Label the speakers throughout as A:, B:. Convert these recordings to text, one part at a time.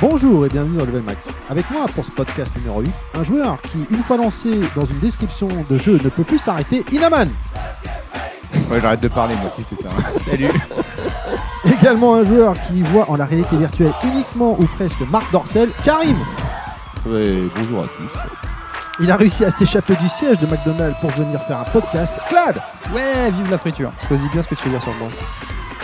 A: Bonjour et bienvenue dans Level Max. Avec moi pour ce podcast numéro 8, un joueur qui, une fois lancé dans une description de jeu, ne peut plus s'arrêter, Inaman
B: Ouais, j'arrête de parler, moi aussi, c'est ça. hein. Salut.
A: Également un joueur qui voit en la réalité virtuelle uniquement ou presque Marc Dorcel, Karim
B: bonjour à tous.
A: Il a réussi à s'échapper du siège de McDonald's pour venir faire un podcast, Clad
C: Ouais, vive la friture.
D: Ah
C: Choisis bien ce que tu veux dire sur moi.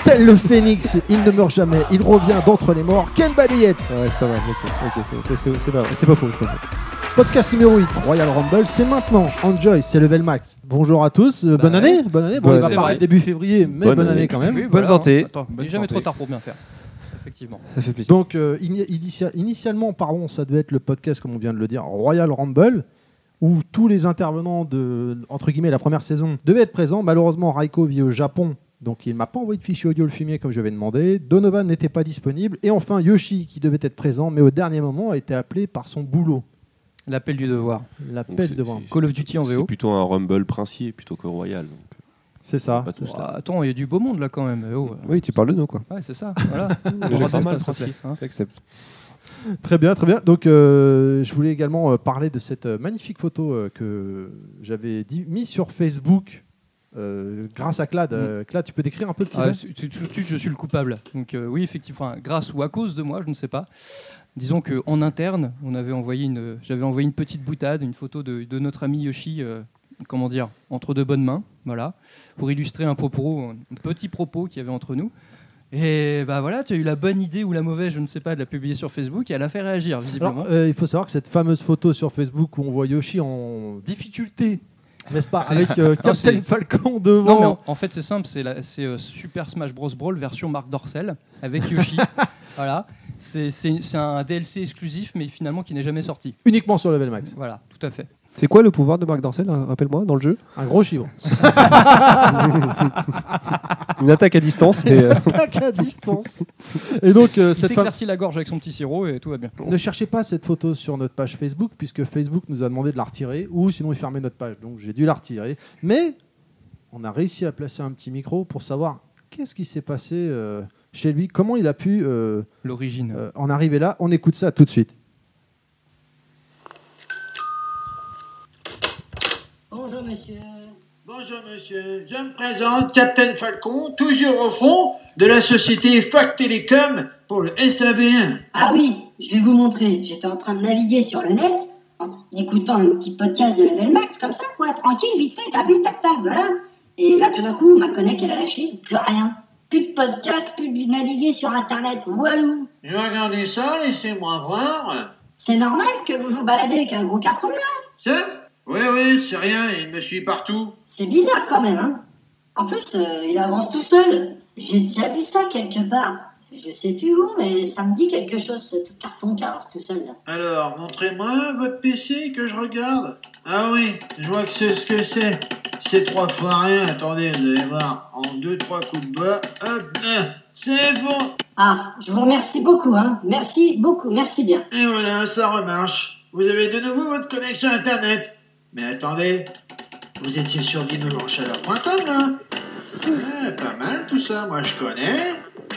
A: Tel le phénix, il ne meurt jamais, il revient d'entre les morts, Ken Balayette
C: Ah Ouais, c'est pas mal. Ok, ok, c'est- c'est- c'est c'est pas, c'est pas faux, c'est pas faux.
A: Podcast numéro 8, Royal Rumble, c'est maintenant. Enjoy, c'est Level Max. Bonjour à tous, euh, bonne
D: Bah
A: année, bonne année. Bon,
C: Bonne
A: il va
D: année.
A: paraître
D: C'est
A: début février, mais bonne,
D: Bonne
A: année.
D: année.
A: quand même.
C: bonne santé.
D: Attends, il
B: Bonne
D: n'est jamais
B: santé.
D: trop tard pour bien faire. Effectivement.
C: Ça fait plaisir.
A: Donc, euh, ini- initia- initialement, pardon, ça devait être le podcast, comme on vient de le dire, Royal Rumble, où tous les intervenants de, entre guillemets, la première saison devaient être présents. Malheureusement, Raiko vit au Japon, donc il m'a pas envoyé de fichier audio le fumier comme je l'avais demandé. Donovan n'était pas disponible. Et enfin, Yoshi, qui devait être présent, mais au dernier moment, a été appelé par son boulot.
D: L'appel du devoir.
A: L'appel
E: c'est-
A: devant.
E: c'est-
D: Call of Duty en
E: C'est
D: VO.
E: plutôt un Rumble princier plutôt que Royal. donc, euh,
A: C'est ça.
E: pas tout
D: Ouah,
E: ça.
D: attends, il y a du beau monde là quand même. eh oh.
C: Oui, tu parles de nous, quoi.
D: Ouais, c'est ça. Voilà.
E: Déjà
D: Bon,
E: pas mal,
D: s'il te plaît, hein.
C: J'accepte.
A: Très bien, très bien. Donc, euh, je voulais également euh, parler de cette euh, magnifique photo euh, que j'avais dit- mise sur Facebook euh, grâce à Clad.
D: Mm.
A: Euh, Clad, tu peux décrire un peu le petit
D: Ah,
A: geste
D: c'est- c'est- tout de suite, je suis le coupable. Donc euh, oui, effectivement, enfin, grâce ou à cause de moi, je ne sais pas. Disons que en interne, on avait envoyé une, j'avais envoyé une petite boutade, une photo de, de notre ami Yoshi, euh, comment dire, entre deux bonnes mains, voilà, pour illustrer un propos, un petit propos qu'il y avait entre nous. Et bah voilà, tu as eu la bonne idée ou la mauvaise, je ne sais pas, de la publier sur Facebook et elle a fait réagir visiblement.
A: Alors, euh, il faut savoir que cette fameuse photo sur Facebook où on voit Yoshi en difficulté, n'est-ce pas,
D: C'est- Ah,
A: avec euh, Captain
D: c'est-
A: Falcon
D: Non, mais
A: devant.
D: en, en fait, c'est simple, c'est la- c'est, euh, Super Smash Bros. Brawl version Marc Dorcel avec Yoshi. voilà. C'est- C'est c'est un DLC exclusif, mais finalement qui n'est jamais sorti.
A: Uniquement sur Level Max.
D: Voilà, tout à fait.
C: C'est quoi le pouvoir de Marc Dorcel, hein, rappelle-moi, dans le jeu
A: Un gros chibre.
C: Une attaque à distance, mais. euh,
A: Tac, à distance. Et donc, euh,
D: Il
A: cette femme.
D: s'éclaircit la gorge avec son petit sirop et tout va bien.
A: Ne cherchez pas cette photo sur notre page Facebook, puisque Facebook nous a demandé de la retirer, ou sinon il fermait notre page. Donc j'ai dû la retirer. Mais on a réussi à placer un petit micro pour savoir qu'est-ce qui s'est passé euh, chez lui, comment il a pu euh,
D: L'origine.
A: euh, en arriver là. On écoute ça tout de suite.
F: Bonjour monsieur.
G: Bonjour monsieur, je me présente Captain Falcon, toujours au fond de la société Fac Télécom pour le SAB1.
F: Ah oui, je vais vous montrer. J'étais en train de naviguer sur le net en écoutant un petit podcast de Level Max comme ça, quoi, tranquille, vite fait, t'as vu, tac tac, voilà. Et là, tout d'un coup, ma connect, elle a lâché, plus rien. Plus de podcast, plus de naviguer sur internet, walou.
G: Regardez ça, laissez-moi voir.
F: C'est normal que vous vous baladez avec un gros carton là.
G: Ça Oui, oui, c'est rien, il me suit partout.
F: C'est bizarre quand même, hein. En plus, euh, il avance tout seul. J'ai déjà vu ça quelque part. Je sais plus où, mais ça me dit quelque chose, ce carton qui avance tout seul là.
G: Alors, montrez-moi votre PC que je regarde. Ah oui, je vois que c'est ce que c'est. C'est trois fois rien, attendez, vous allez voir. En deux, trois coups de bas, hop, hein, c'est bon.
F: Ah, je vous remercie beaucoup, hein. Merci beaucoup, merci bien.
G: Et voilà, ça remarche. Vous avez de nouveau votre connexion Internet. Mais attendez, vous étiez sur dinosaurchaleur.com là Ah, hein. Pas mal tout ça, moi je connais.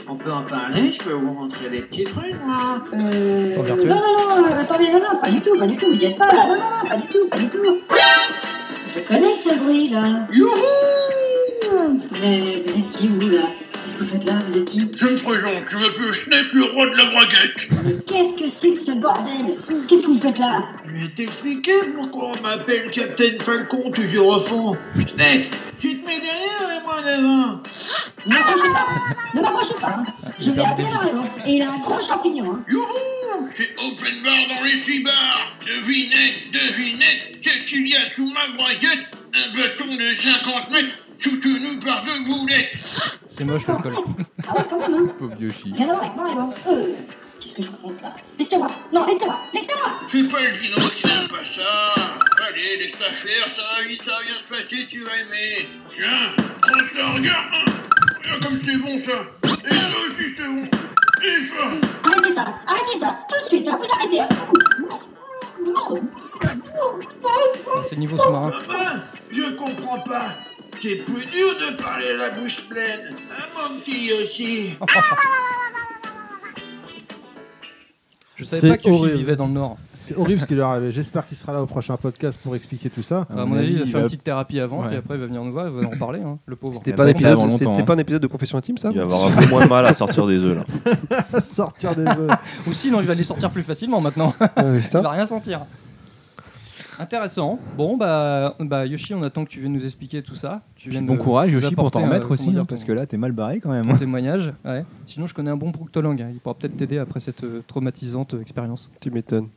G: On peut en parler, je peux vous montrer des petits trucs moi.
F: Euh...
D: Ton
F: Non, non,
D: virtuel.
F: non, euh, attendez, non, non, pas du tout, pas du tout, vous y êtes pas là, non, non, non, pas du tout, pas du tout. Je connais ce bruit là.
G: Youhou
F: Mais vous êtes qui vous là Qu'est-ce que vous faites là Vous êtes qui
G: Je me présente, je m'appelle Snape, le roi de la braguette.
F: Mais qu'est-ce que c'est que ce bordel Qu'est-ce que vous faites là
G: Je vais t'expliquer pourquoi on m'appelle Captain Falcon toujours au fond. Snake, tu te mets derrière et moi devant.
F: Ne m'approchez pas, hein. ne m'approchez pas. hein. Je vais appeler la raison. Et il a un gros champignon. Hein.
G: Youhou C'est open bar dans les six bars Devinette, devinette, qu'est-ce qu'il y a sous ma braguette Un bâton de 50 mètres soutenu par deux boulettes
D: C'est moche le col.
F: Ah ouais, quand même, hein.
B: Pauvre Yoshi.
F: Rien à voir avec moi, Evan. Euh, qu'est-ce que je raconte là Laissez-moi, non, laissez-moi, laissez-moi
G: C'est pas le dino qui n'aime pas ça Allez, laisse pas faire, ça va vite, ça va bien se passer, tu vas aimer Tiens, prends ça, regarde hein. Regarde comme c'est bon ça Et ça aussi c'est bon Et ça
F: Arrêtez ça Arrêtez ça Tout de suite hein, Vous arrêtez hein.
D: C'est le niveau sous-marin.
G: Maman, Hein? je comprends pas. C'est plus dur de parler la bouche pleine. Hein, mon petit Yoshi
D: Je savais pas
A: C'est
D: que Yoshi
A: horrible.
D: vivait dans le Nord.
A: C'est horrible ce qui lui est arrivé. J'espère qu'il sera là au prochain podcast pour expliquer tout ça.
D: À mon avis, il a
B: il
D: fait une
B: va-
D: petite thérapie avant,
B: Ouais.
D: puis après, il va venir nous voir, il va nous en parler, hein, le pauvre.
B: C'était pas un épisode- avant longtemps,
C: C'était
B: hein.
C: pas un épisode de confession intime, ça
E: Il va avoir un peu moins de mal à sortir des œufs là.
A: Sortir des œufs.
D: Ou sinon, il va les sortir plus facilement maintenant.
C: Ah,
D: Il
C: putain.
D: va rien sentir. Intéressant. Bon, bah, bah Yoshi, on attend que tu viennes nous expliquer tout ça. Tu viens
B: Bon courage, Yoshi, pour t'en remettre aussi, hein, parce
D: parce
B: que là, t'es mal barré quand même.
D: Ton témoignage, ouais. Sinon, je connais un bon proctologue. hein. Il pourra peut-être t'aider après cette euh, traumatisante euh, expérience.
C: Tu m'étonnes.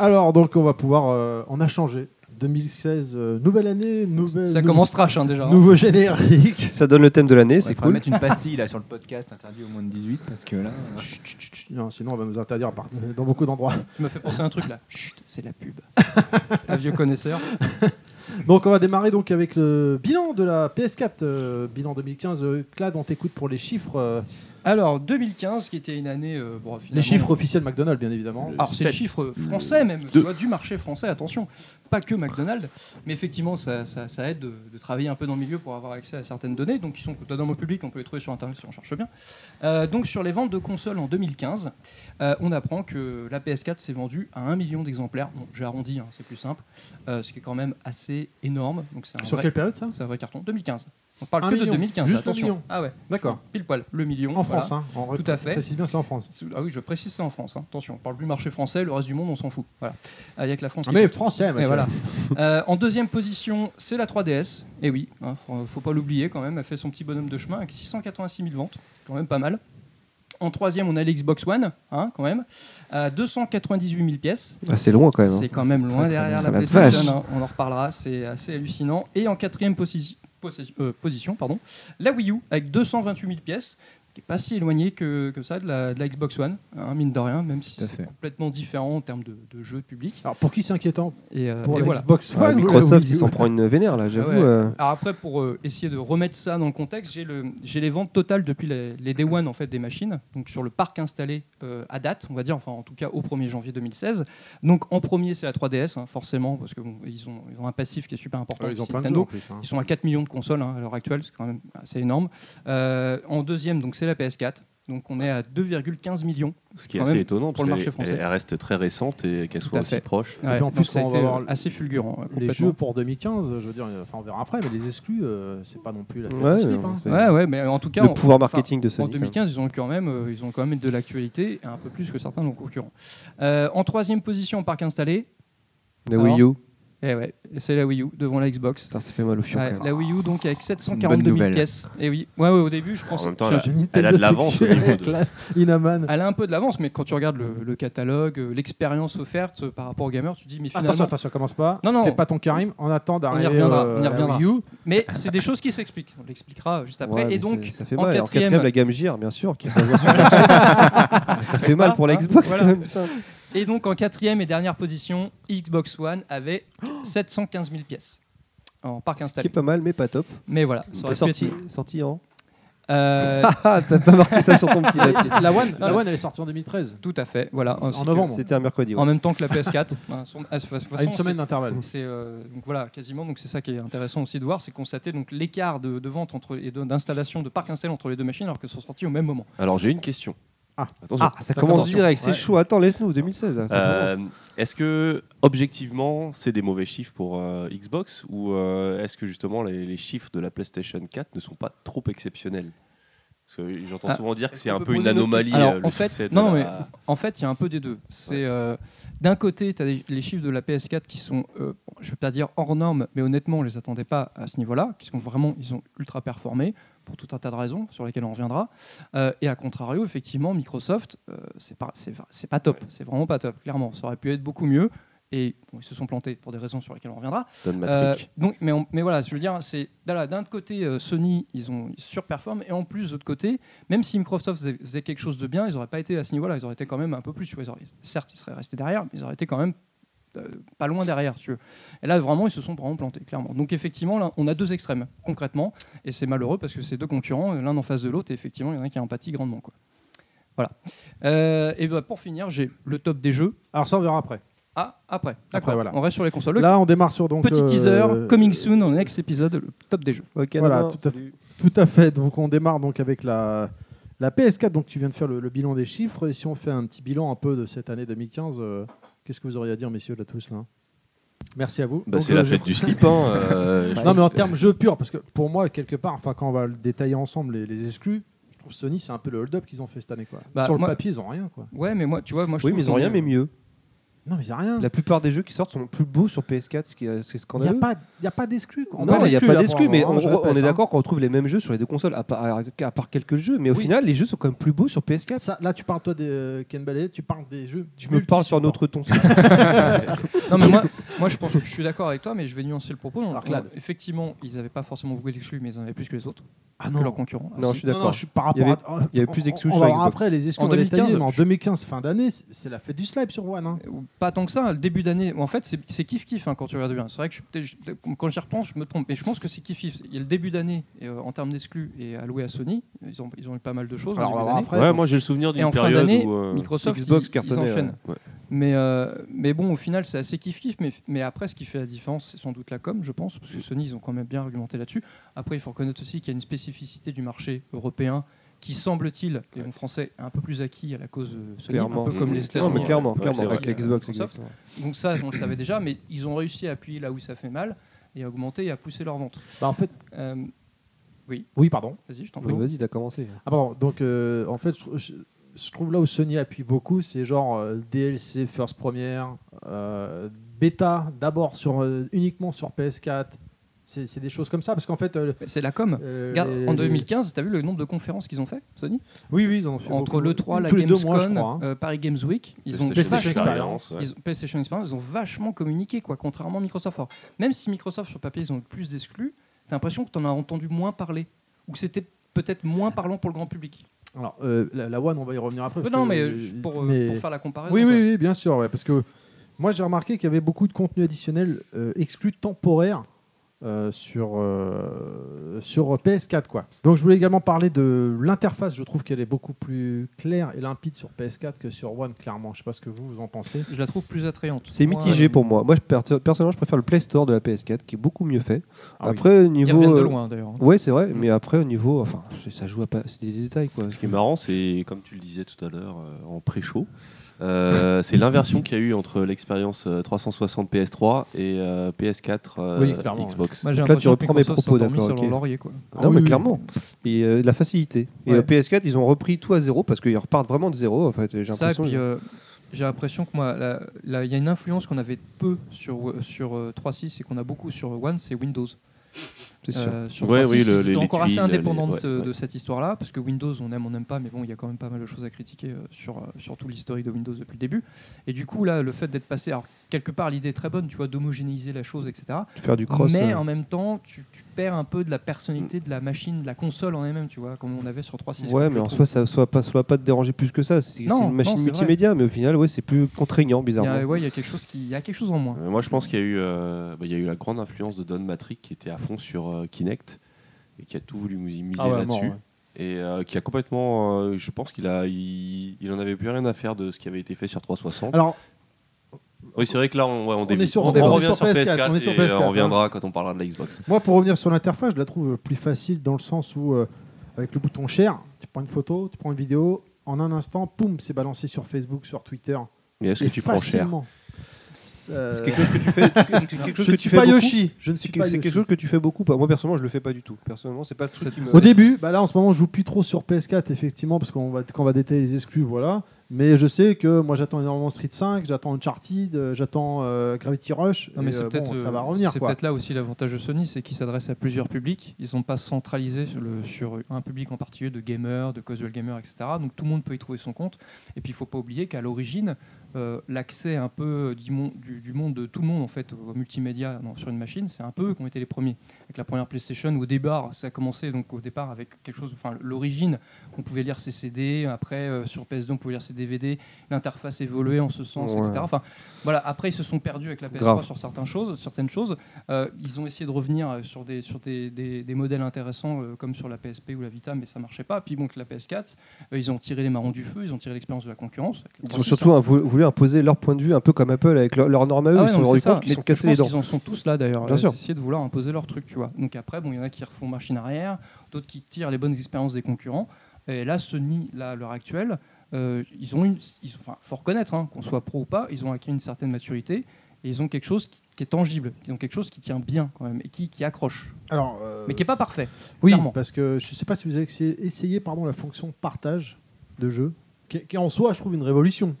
A: Alors, donc, on va pouvoir. euh, on a changé. 2016, euh, nouvelle année, nouvelle.
D: Ça
A: nou-
D: commence trash hein, déjà. hein.
A: Nouveau générique.
C: Ça donne le thème de l'année, c'est
B: Il faudrait
C: cool.
B: mettre une pastille là sur le podcast interdit au moins de 18 parce que là. euh,
A: Chut, chut, chut, chut. Non, sinon, on va nous interdire par- dans beaucoup d'endroits.
D: Tu m'as fait penser à un truc là. Chut, c'est la pub. Un vieux connaisseur.
A: Donc, on va démarrer donc avec le bilan de la PS4, euh, bilan 2015. euh, Clad, on t'écoute pour les chiffres, euh,
D: Alors, 2015, qui était une année. euh, bon,
A: les
D: finalement-
A: chiffres officiels McDonald's, bien évidemment.
D: Alors, c'est
E: Sept.
D: le chiffre français même, tu
E: Deux.
D: vois, du marché français, attention, pas que McDonald's, mais effectivement, ça, ça- ça aide de, de travailler un peu dans le milieu pour avoir accès à certaines données, donc qui sont totalement publiques, on peut les trouver sur Internet si on cherche bien. Euh, donc, sur les ventes de consoles en 2015, euh, on apprend que la PS4 s'est vendue à 1 million d'exemplaires, bon, j'ai arrondi, hein, c'est plus simple, euh, ce qui est quand même assez énorme, donc c'est un,
A: Sur
D: vrai-
A: quelle période ça
D: c'est un vrai carton, 2015. On parle
A: Un
D: que de
A: million,
D: 2015,
A: juste un
D: attention.
A: million.
D: Ah ouais,
A: D'accord.
D: pile poil, le million.
A: En
D: voilà.
A: France, hein. En
D: Tout à fait.
A: Précise bien, c'est en France.
D: Sous- Ah oui, je précise ça en France. hein. Attention, on parle du marché français, le reste du monde, on s'en fout. Voilà. Ah, Il n'y a que la France qui
A: Mais bah, français,
D: et voilà. Euh, en deuxième position, c'est la 3DS. Et oui, hein, faut, faut pas l'oublier quand même. Elle fait son petit bonhomme de chemin avec 686 000 ventes, quand même pas mal. En troisième, on a l'Xbox One, hein, quand même, à 298 000 pièces.
C: Ah, c'est loin quand même. hein.
D: C'est quand même
C: très,
D: loin
C: très
D: derrière
C: loin.
D: la
C: La
D: PlayStation. hein. On en reparlera, c'est assez hallucinant. Et en quatrième posi- posi- euh, position, pardon, la Wii U avec 228 000 pièces, qui n'est pas si éloignée que, que ça de la, de la Xbox One, hein, mine de rien, même si
B: Tout à
D: c'est
B: fait.
D: complètement différent en termes de, de jeu public.
A: Alors, pour qui c'est inquiétant
D: Et, euh,
A: Pour
D: et
A: la
D: voilà.
A: Xbox One
C: Ah,
A: ou la
C: Microsoft,
A: Wii U
C: il s'en prend une vénère là, j'avoue.
D: Ah ouais.
C: euh,
D: Alors après, pour euh, essayer de remettre ça dans le contexte, j'ai le- j'ai les ventes totales depuis les, les Day One en fait, des machines, donc sur le parc installé euh, à date, on va dire, enfin en tout cas au 1er janvier 2016. Donc en premier, c'est la 3DS, hein, forcément, parce qu'ils ont, ils ont un passif qui est super important.
A: Ouais, Ils ont
D: chez
A: plein de jeux
D: Nintendo.
A: en plus. hein.
D: Ils sont à 4 millions de consoles hein, à l'heure actuelle, c'est quand même assez énorme. Euh, en deuxième, donc c'est la PS4, donc on est à 2,15 millions.
E: Ce qui est
D: Quand
E: assez
D: même,
E: étonnant
D: pour
E: parce
D: le
E: qu'elle
D: marché français.
E: elle- elle reste très récente et qu'elle
D: Tout à
E: soit aussi
D: fait.
E: proche.
A: puis, en
D: donc
A: plus,
D: ça a
A: quand on
D: été
A: va voir
D: euh, assez fulgurant. ouais,
A: Les
D: complètement.
A: jeux pour 2015, je veux dire, euh, enfin on verra après, mais les exclus, euh, c'est pas non plus la fête
C: Ouais,
A: du slip. hein.
C: c'est-
D: Ouais, ouais, mais en tout cas,
C: le
D: on-
C: pouvoir
D: enfin,
C: marketing de Sony.
D: En 2015, ils ont quand même, euh, ils ont quand même de l'actualité, un peu plus que certains de nos concurrents. Euh, en troisième position, parc installé.
C: La
D: Alors,
C: Wii U.
D: Eh ouais, c'est la Wii U devant la Xbox.
C: Putain, ça fait mal au fion.
D: Ouais,
C: quand même.
D: la Wii U donc avec
B: bonne
D: 742 000
B: nouvelle.
D: pièces. Et oui, ouais, ouais, au début, je pense.
E: En même temps,
D: je-
E: la-
A: J'ai une
E: Elle a
A: tête
E: de l'avance au
A: sexuel
E: niveau
A: avec
E: de-
A: la- Inaman.
D: elle a un peu de l'avance, mais quand tu regardes le, le catalogue, euh, l'expérience offerte euh, par rapport aux gamers, tu dis mais finalement.
A: Attention, attention, commence pas.
D: Non, non.
A: Fais pas ton Karim. On attend d'arriver
D: reviendra,
A: euh,
D: on y
A: à la
D: reviendra.
A: Wii U.
D: Mais c'est des choses qui s'expliquent. On l'expliquera juste après.
C: Ouais, mais
D: Et donc,
C: c'est- ça fait
D: en
C: mal. Alors,
D: quatrième-
C: la gamme Gear, bien sûr, qui est pas sur le marché. Ça fait mal pour la
D: hein
C: Xbox
D: Voilà.
C: quand même. putain.
D: et donc en quatrième et dernière position, Xbox One avec 715 000 pièces en parc
C: Ce qui est
D: installé.
C: pas mal, mais pas top.
D: Mais voilà, ça aurait pu être
C: sorti,
D: mieux.
C: sorti en.
D: Euh,
C: Ah, t'as pas marqué ça sur ton petit papier.
A: La One,
D: non.
A: la One, elle est sortie en 2013.
D: Tout à fait, voilà.
A: En
D: Ainsi que-
A: novembre.
C: C'était un mercredi. ouais.
D: En même temps que la PS4. Ben, son- à ce- de toute
A: À
D: façon,
A: une semaine d'intervalle.
D: c'est- C'est euh, donc voilà quasiment donc c'est ça qui est intéressant aussi de voir c'est constater donc l'écart de, de vente entre et de- d'installation de parc installé entre les deux machines alors qu'elles sont sorties au même moment.
E: Alors j'ai une question.
A: Ah.
E: Attention.
C: Ah, ça commence
E: Attention.
C: direct, c'est
A: Ouais.
C: chaud. Attends, laisse-nous, 2016. hein, ça
E: Euh,
C: commence.
E: est-ce que objectivement c'est des mauvais chiffres pour euh, Xbox ou euh, est-ce que justement les, les chiffres de la PlayStation 4 ne sont pas trop exceptionnels Parce que j'entends
D: Ah.
E: souvent dire que
A: Est-ce
E: c'est
A: qu'on
E: un
A: peut
E: peu une
A: poser notre
E: anomalie.
D: Alors,
E: euh, le
D: en fait,
E: succès de
D: non,
E: la-
D: mais- En fait, il y a un peu des deux. C'est euh, d'un côté, tu as les chiffres de la PS4 qui sont, euh, bon, je vais pas dire hors normes, mais honnêtement, on les attendait pas à ce niveau-là, qui sont vraiment, ils ont ultra performé pour tout un tas de raisons sur lesquelles on reviendra. Euh, et à contrario, effectivement, Microsoft, euh, c'est pas, c'est va- c'est pas top, c'est vraiment pas top. Clairement, ça aurait pu être beaucoup mieux. Et bon, ils se sont plantés pour des raisons sur lesquelles on reviendra.
E: Don
D: Euh,
E: Matrick.
D: donc, mais, on- mais voilà, je veux dire, c'est voilà, d'un côté euh, Sony, ils ont ils surperforment et en plus de l'autre côté, même si Microsoft faisait, faisait quelque chose de bien, ils n'auraient pas été à ce niveau-là, ils auraient été quand même un peu plus. Tu vois, ils auraient- certes, ils seraient restés derrière, mais ils auraient été quand même euh, pas loin derrière. Tu veux. Et là, vraiment, ils se sont vraiment plantés, clairement. Donc, effectivement, là, on a deux extrêmes concrètement, et c'est malheureux parce que c'est deux concurrents, l'un en face de l'autre, et effectivement, il y en a un qui en pâtit grandement, quoi. Voilà. Euh, et ben, pour finir, j'ai le top des jeux.
A: Alors ça, on verra après.
D: Ah, après. D'accord.
A: voilà.
D: On reste sur les consoles. Le
A: Là, on démarre sur donc.
D: Petit
A: euh,
D: teaser, coming soon dans le next épisode, le top des jeux.
C: Ok,
A: voilà,
C: non,
A: tout à
C: salut.
A: Tout à fait. Donc on démarre donc avec la La PS4, donc tu viens de faire le, le bilan des chiffres. Et si on fait un petit bilan un peu de cette année 2015, euh, qu'est-ce que vous auriez à dire, messieurs, là tous là Merci à vous.
E: Bah,
A: Donc,
E: c'est la
A: euh,
E: fête du slip. Hein,
D: Bah,
E: euh, je
A: Non, mais en
E: pense-
A: termes jeu pur, parce que pour moi, quelque part, enfin, quand on va le détailler ensemble, les, les exclus, je trouve Sony, c'est un peu le hold-up qu'ils ont fait cette année. Quoi.
D: Bah,
A: Sur le
D: moi-
A: papier, ils ont rien. Quoi.
D: Ouais, mais moi, tu vois, moi je
C: Oui,
D: trouve
C: mais ils ont
D: qu'on
C: rien,
D: est-
C: mais mieux.
A: Non, mais ils ont rien.
C: La plupart des jeux qui sortent sont plus beaux sur PS4, ce qui est, ce qui est
A: Il n'y a
C: scandaleux.
A: pas, il y a pas d'exclus. quoi. On
C: non,
A: parle
C: il n'y a
A: d'exclus,
C: pas
A: là,
C: d'exclus,
A: pour-
C: mais on,
A: je
C: on
A: répète,
C: est
A: hein.
C: d'accord qu'on retrouve les mêmes jeux sur les deux consoles, à part, à- à part quelques jeux, mais au
A: Oui.
C: final, les jeux sont quand même plus beaux sur PS4.
A: hein. Ça, là, tu parles toi de Ken Ballet, tu parles des jeux.
C: Tu me parles sur notre
A: multi-supports.
C: ton.
D: Non, mais moi, moi je pense que je suis d'accord avec toi, mais je vais nuancer le propos. Donc,
A: Alors, Clad.
D: on- effectivement, ils n'avaient pas forcément beaucoup d'exclus, mais ils en avaient plus que les autres,
A: Ah
D: que
A: non,
D: leurs concurrents.
C: Non, je suis
A: Non, non,
C: d'accord.
A: je suis par
C: Il y
A: rapport
C: avait-
A: à.
C: il y avait plus d'exclus
A: On
C: sur
A: va voir
C: Xbox.
A: après les exclus
D: En
A: en détaillé,
D: 2015,
A: mais en
D: je-
A: 2015, fin d'année, c'est c'est la fête du slide sur One. hein.
D: Ou Pas tant que ça, le début d'année. En fait, c'est c'est kiff-kiff hein, quand tu regardes bien. C'est vrai que je suis peut-être- je- quand j'y repense, je me trompe. Mais je pense que c'est kiff-kiff. Il y a le début d'année euh, en termes d'exclus et alloué à Sony. Ils ont, ils ont eu pas mal de choses. en
A: Alors, on va
D: début
A: voir
D: d'année.
A: après.
E: Ouais, moi j'ai le souvenir
D: Et
E: d'une
D: en fin
E: période
D: d'année,
E: où. euh,
D: Microsoft,
C: Xbox
D: ils, ils
C: cartonnait,
D: enchaînent.
E: ouais.
D: Mais, euh, mais bon, au final, c'est assez kiff-kiff. Mais, mais après, ce qui fait la différence, c'est sans doute la com, je pense, parce que Sony, ils ont quand même bien argumenté là-dessus. Après, il faut reconnaître aussi qu'il y a une spécificité du marché européen qui, semble-t-il, et en français, est un peu plus acquis à la cause euh, Sony,
C: Clairement. Mmh.
D: un peu comme les
E: Non,
D: États-Unis.
C: mais clairement,
E: Ouais,
C: clairement,
E: c'est
C: avec
D: vrai.
C: la Xbox.
D: Microsoft.
C: exactement.
D: Donc ça, on le savait déjà, mais ils ont réussi à appuyer là où ça fait mal et à augmenter et à pousser leur vente.
A: Bah, en fait,
D: Euh,
A: oui, pardon.
D: Vas-y, je t'en prie.
C: Oui, vas-y, t'as commencé.
A: Ah, pardon. Donc, euh, en fait, je, je- je trouve là où Sony appuie beaucoup, c'est genre euh, DLC first première, euh, bêta d'abord sur euh, uniquement sur PS4. C'est c'est des choses comme ça, parce qu'en fait. euh,
D: C'est la com.
A: euh,
D: Regarde,
A: les-
D: en 2015, t'as vu le nombre de conférences qu'ils ont fait, Sony
A: Oui, oui, ils en ont fait
D: Entre
A: beaucoup.
D: le 3, la
A: Tous les deux mois, je
D: Gamescom,
A: crois, hein.
D: euh, Paris Games Week, ils ont
E: PlayStation
A: PlayStation
E: Experience, ouais.
D: Ils ont- PlayStation Experience, ils ont vachement communiqué, quoi, contrairement à Microsoft. Alors, même si Microsoft, sur papier, ils ont le plus d'exclus, t'as l'impression que t'en as entendu moins parler, ou que c'était peut-être moins parlant pour le grand public.
A: Alors, euh, la, la One, on va y revenir après.
D: Mais
A: parce
D: non,
A: que-
D: mais, euh, je- pour, euh,
A: mais-
D: pour faire la comparaison.
A: Oui,
D: quoi.
A: oui, oui, bien sûr, ouais, parce que moi j'ai remarqué qu'il y avait beaucoup de contenu additionnel euh, exclu temporaire euh, sur, euh, sur PS4. Quoi. Donc je voulais également parler de l'interface, je trouve qu'elle est beaucoup plus claire et limpide sur PS4 que sur One, clairement. Je sais pas ce que vous, vous en pensez.
D: Je la trouve plus attrayante.
C: C'est
D: Moi,
C: mitigé
D: euh,
C: pour moi. Moi, je, perso- personnellement, je préfère le Play Store de la PS4, qui est beaucoup mieux fait.
A: Ah oui.
C: Après, au
D: Ils
C: niveau.
D: reviennent de
C: euh,
D: loin, Mm. d'ailleurs.
C: Ouais, c'est vrai, mais après, au niveau. Enfin, c'est- ça joue à pas. C'est des détails, quoi.
E: Ce qui est marrant, c'est comme tu le disais tout à l'heure euh, en pré-show, euh, c'est l'inversion qu'il y a eu entre l'expérience euh, 360 PS3 et euh, PS4 euh,
A: Oui, clairement,
E: Xbox.
D: Moi, j'ai
C: Donc là, tu reprends
D: l'impression que
C: mes
D: Microsoft
C: propos,
D: s'est endormi
C: d'accord,
D: sur
C: ok.
D: leur laurier, quoi.
C: Non,
A: Ah
C: mais
A: oui,
C: clairement. Et euh, de la facilité. Et
D: Ouais.
C: euh, PS4, ils ont repris tout à zéro parce qu'ils repartent vraiment de zéro. En fait, j'ai
D: Ça, et
C: l'impression.
D: puis, euh, j'ai l'impression que moi, là, là, il y a une influence qu'on avait peu sur, sur euh, 3.6 et qu'on a beaucoup sur One, c'est Windows.
C: c'est sûr.
D: Euh, sur
E: Ouais,
D: 3.6,
E: oui, le-
D: ils
E: les-
D: étaient
E: les
D: encore assez
E: tuiles,
D: indépendants
E: les-
D: de, ce-
E: ouais, ouais.
D: de cette histoire-là, parce que Windows, on aime, on n'aime pas, mais bon, il y a quand même pas mal de choses à critiquer euh, sur, euh, sur tout l'historique de Windows depuis le début. Et du coup, là, le fait d'être passé, alors quelque part, l'idée est très bonne, tu vois, d'homogénéiser la chose, etc.
C: Faire du cross.
D: mais
C: euh, Mm.
D: en même temps, tu, tu perds un peu de la personnalité de la machine, de la console en elle-même, tu vois, comme on avait sur 3.6.
C: Ouais,
D: je
C: mais en
D: trouve.
C: soi, ça soit pas, soit pas te déranger plus que ça. C'est c'est
D: Non, non,
C: une machine
D: c'est vrai.
C: multimédia, mais au final, ouais, c'est plus contraignant,
D: Il y a-
C: bizarrement.
D: ouais, il y a quelque chose qui, il y a quelque chose en moins.
E: Euh, moi, je pense qu'il y, a eu, euh, bah, il y a eu la grande influence de Don Matrick qui était à fond sur euh, Kinect et qui a tout voulu miser
A: Ah ouais, mort,
E: là-dessus.
A: ouais.
E: Et euh, qui a complètement. euh, je pense qu'il a, il, il en avait plus rien à faire de ce qui avait été fait sur 360.
A: Alors,
E: oui, c'est vrai que là, on, ouais, on, dévie.
A: sur-
E: on,
A: on est
E: revient
A: sur
E: sur
A: PS4,
E: PS4,
A: on est sur
E: et,
A: PS4,
E: euh,
A: hein.
E: on reviendra quand on parlera de la Xbox.
A: moi pour revenir sur l'interface, je la trouve plus facile dans le sens où, euh, avec le bouton share, tu prends une photo, tu prends une vidéo, en un instant, poum, c'est balancé sur Facebook, sur Twitter.
E: Mais est-ce
A: Et
E: que tu prends cher
A: facilement. Ça-
C: quelque chose que tu fais. c'est quelque chose
A: Je ne
C: que
A: suis
C: tu fais
A: pas
C: beaucoup.
A: Yoshi. Je ne
C: C'est
A: suis
C: quelque-
A: pas
C: c'est quelque
A: Yoshi.
C: chose que tu fais beaucoup. pas- Moi, personnellement, je le fais pas du tout. Personnellement, c'est pas tout ça qui me.
A: Au début, bah là en ce moment, je joue plus trop sur PS4, effectivement, parce qu'on va, quand on va détailler les exclus, voilà. Mais je sais que moi j'attends énormément Street 5, j'attends Uncharted, euh, j'attends euh, Gravity Rush.
D: Non, mais
A: et,
D: c'est
A: euh,
D: peut-être
A: bon, ça
D: euh,
A: va revenir
D: c'est
A: quoi.
D: peut-être là aussi l'avantage de Sony, c'est qu'ils s'adressent à plusieurs publics. Ils sont pas centralisés sur, le- sur un public en particulier de gamers, de casual gamers, etc. Donc tout le monde peut y trouver son compte. Et puis il faut pas oublier qu'à l'origine, euh, l'accès un peu euh, du, mon- du- du monde de tout le monde en fait au multimédia non, sur une machine, c'est un peu eux qui ont été les premiers. Avec la première PlayStation, au départ, ça a commencé donc au départ avec quelque chose, enfin l'origine, on pouvait lire ses CD. Après euh, sur PS2, on pouvait lire ses DVD. L'interface évoluait en ce sens,
C: Ouais.
D: etc. Enfin voilà. Après ils se sont perdus avec la PS3
C: Grave.
D: sur certaines choses, certaines choses. Euh, ils ont essayé de revenir euh, sur des, sur des, des- des modèles intéressants euh, comme sur la PSP ou la Vita, mais ça marchait pas. Puis bon, que la PS4, euh, ils ont tiré les marrons du feu, ils ont tiré l'expérience de la concurrence. avec la
C: Ils ont
D: 360.
C: surtout hein, vou- voulu imposer leur point de vue, un peu comme Apple avec leur, leur norme à eux.
D: Ah ouais,
C: ils se
D: non,
C: sont
D: mais
C: rendus
D: c'est ça.
C: compte qu'ils se
D: Mais
C: sont
D: je
C: cassés les
D: pense
C: dents.
D: qu'ils en sont tous là d'ailleurs.
C: Bien
D: euh,
C: sûr.
D: d'essayer de vouloir imposer leur truc, tu vois. Donc après, bon, il y en a qui refont machine arrière, d'autres qui tirent les bonnes expériences des concurrents. Et là, Sony, là, à l'heure actuelle, euh, ils ont une, ils- enfin, faut reconnaître, hein, qu'on soit pro ou pas, ils ont acquis une certaine maturité et ils ont quelque chose qui, qui est tangible, ils ont quelque chose qui tient bien quand même et qui, qui accroche,
A: Alors, euh,
D: mais qui est pas parfait.
A: oui,
D: clairement.
A: parce que je ne sais pas si vous avez essayé, essayé, pardon, la fonction partage de jeu, qui, qui en soi, je trouve une révolution.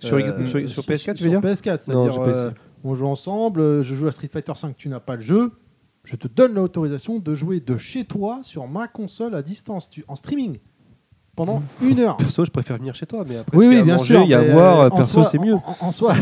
C: Sur,
A: Euh,
C: sur- sur PS4, tu veux
A: sur
C: dire
A: PS4,
C: Non,
A: c'est-à-dire
C: sur PS4.
A: euh, on joue ensemble, euh, je joue à Street Fighter 5, tu n'as pas le jeu, je te donne l'autorisation de jouer de chez toi sur ma console à distance, tu, en streaming, pendant
C: Mm.
A: une heure.
C: Perso, je préfère venir chez toi, mais après,
A: Oui,
C: s'il y a
A: oui,
C: à
A: bien
C: manger,
A: sûr.
C: Il y a à
A: mais,
C: boire,
A: euh, en
C: perso,
A: soi-
C: c'est mieux.
A: En, en soi,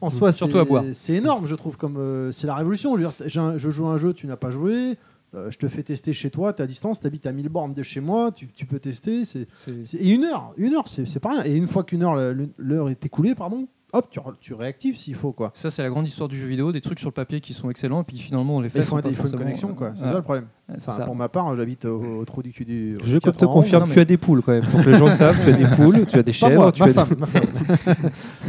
A: en soi
D: Surtout
A: c'est-
D: à boire.
A: C'est énorme, je trouve, comme euh, c'est la révolution. Je, veux dire, j'ai un- je joue à un jeu, tu n'as pas joué. euh, je te fais tester chez toi, tu à distance, tu habites à 1000 bornes de chez moi, tu, tu peux tester. C'est,
D: C'est-
A: c'est- et une heure, une heure, c'est, c'est pas rien. Et une fois qu'une heure, la- l'heure est écoulée, pardon, hop, tu, re- tu réactives s'il faut. quoi.
D: Ça, c'est la grande histoire du jeu vidéo, des trucs sur le papier qui sont excellents, et puis finalement, on les fait.
A: Mais il faut, un- il faut une connexion, quoi. c'est ça le problème. Enfin,
D: euh, ça.
A: pour ma part, j'habite au, au trou du cul du.
C: Je te
A: 91.
C: confirme,
D: non, mais-
C: tu as des poules quand même. Pour que les gens savent, tu as des poules, tu as des
A: Pas
C: chèvres,
A: moi,
C: tu
A: ma
C: as des-
A: femme, ma femme.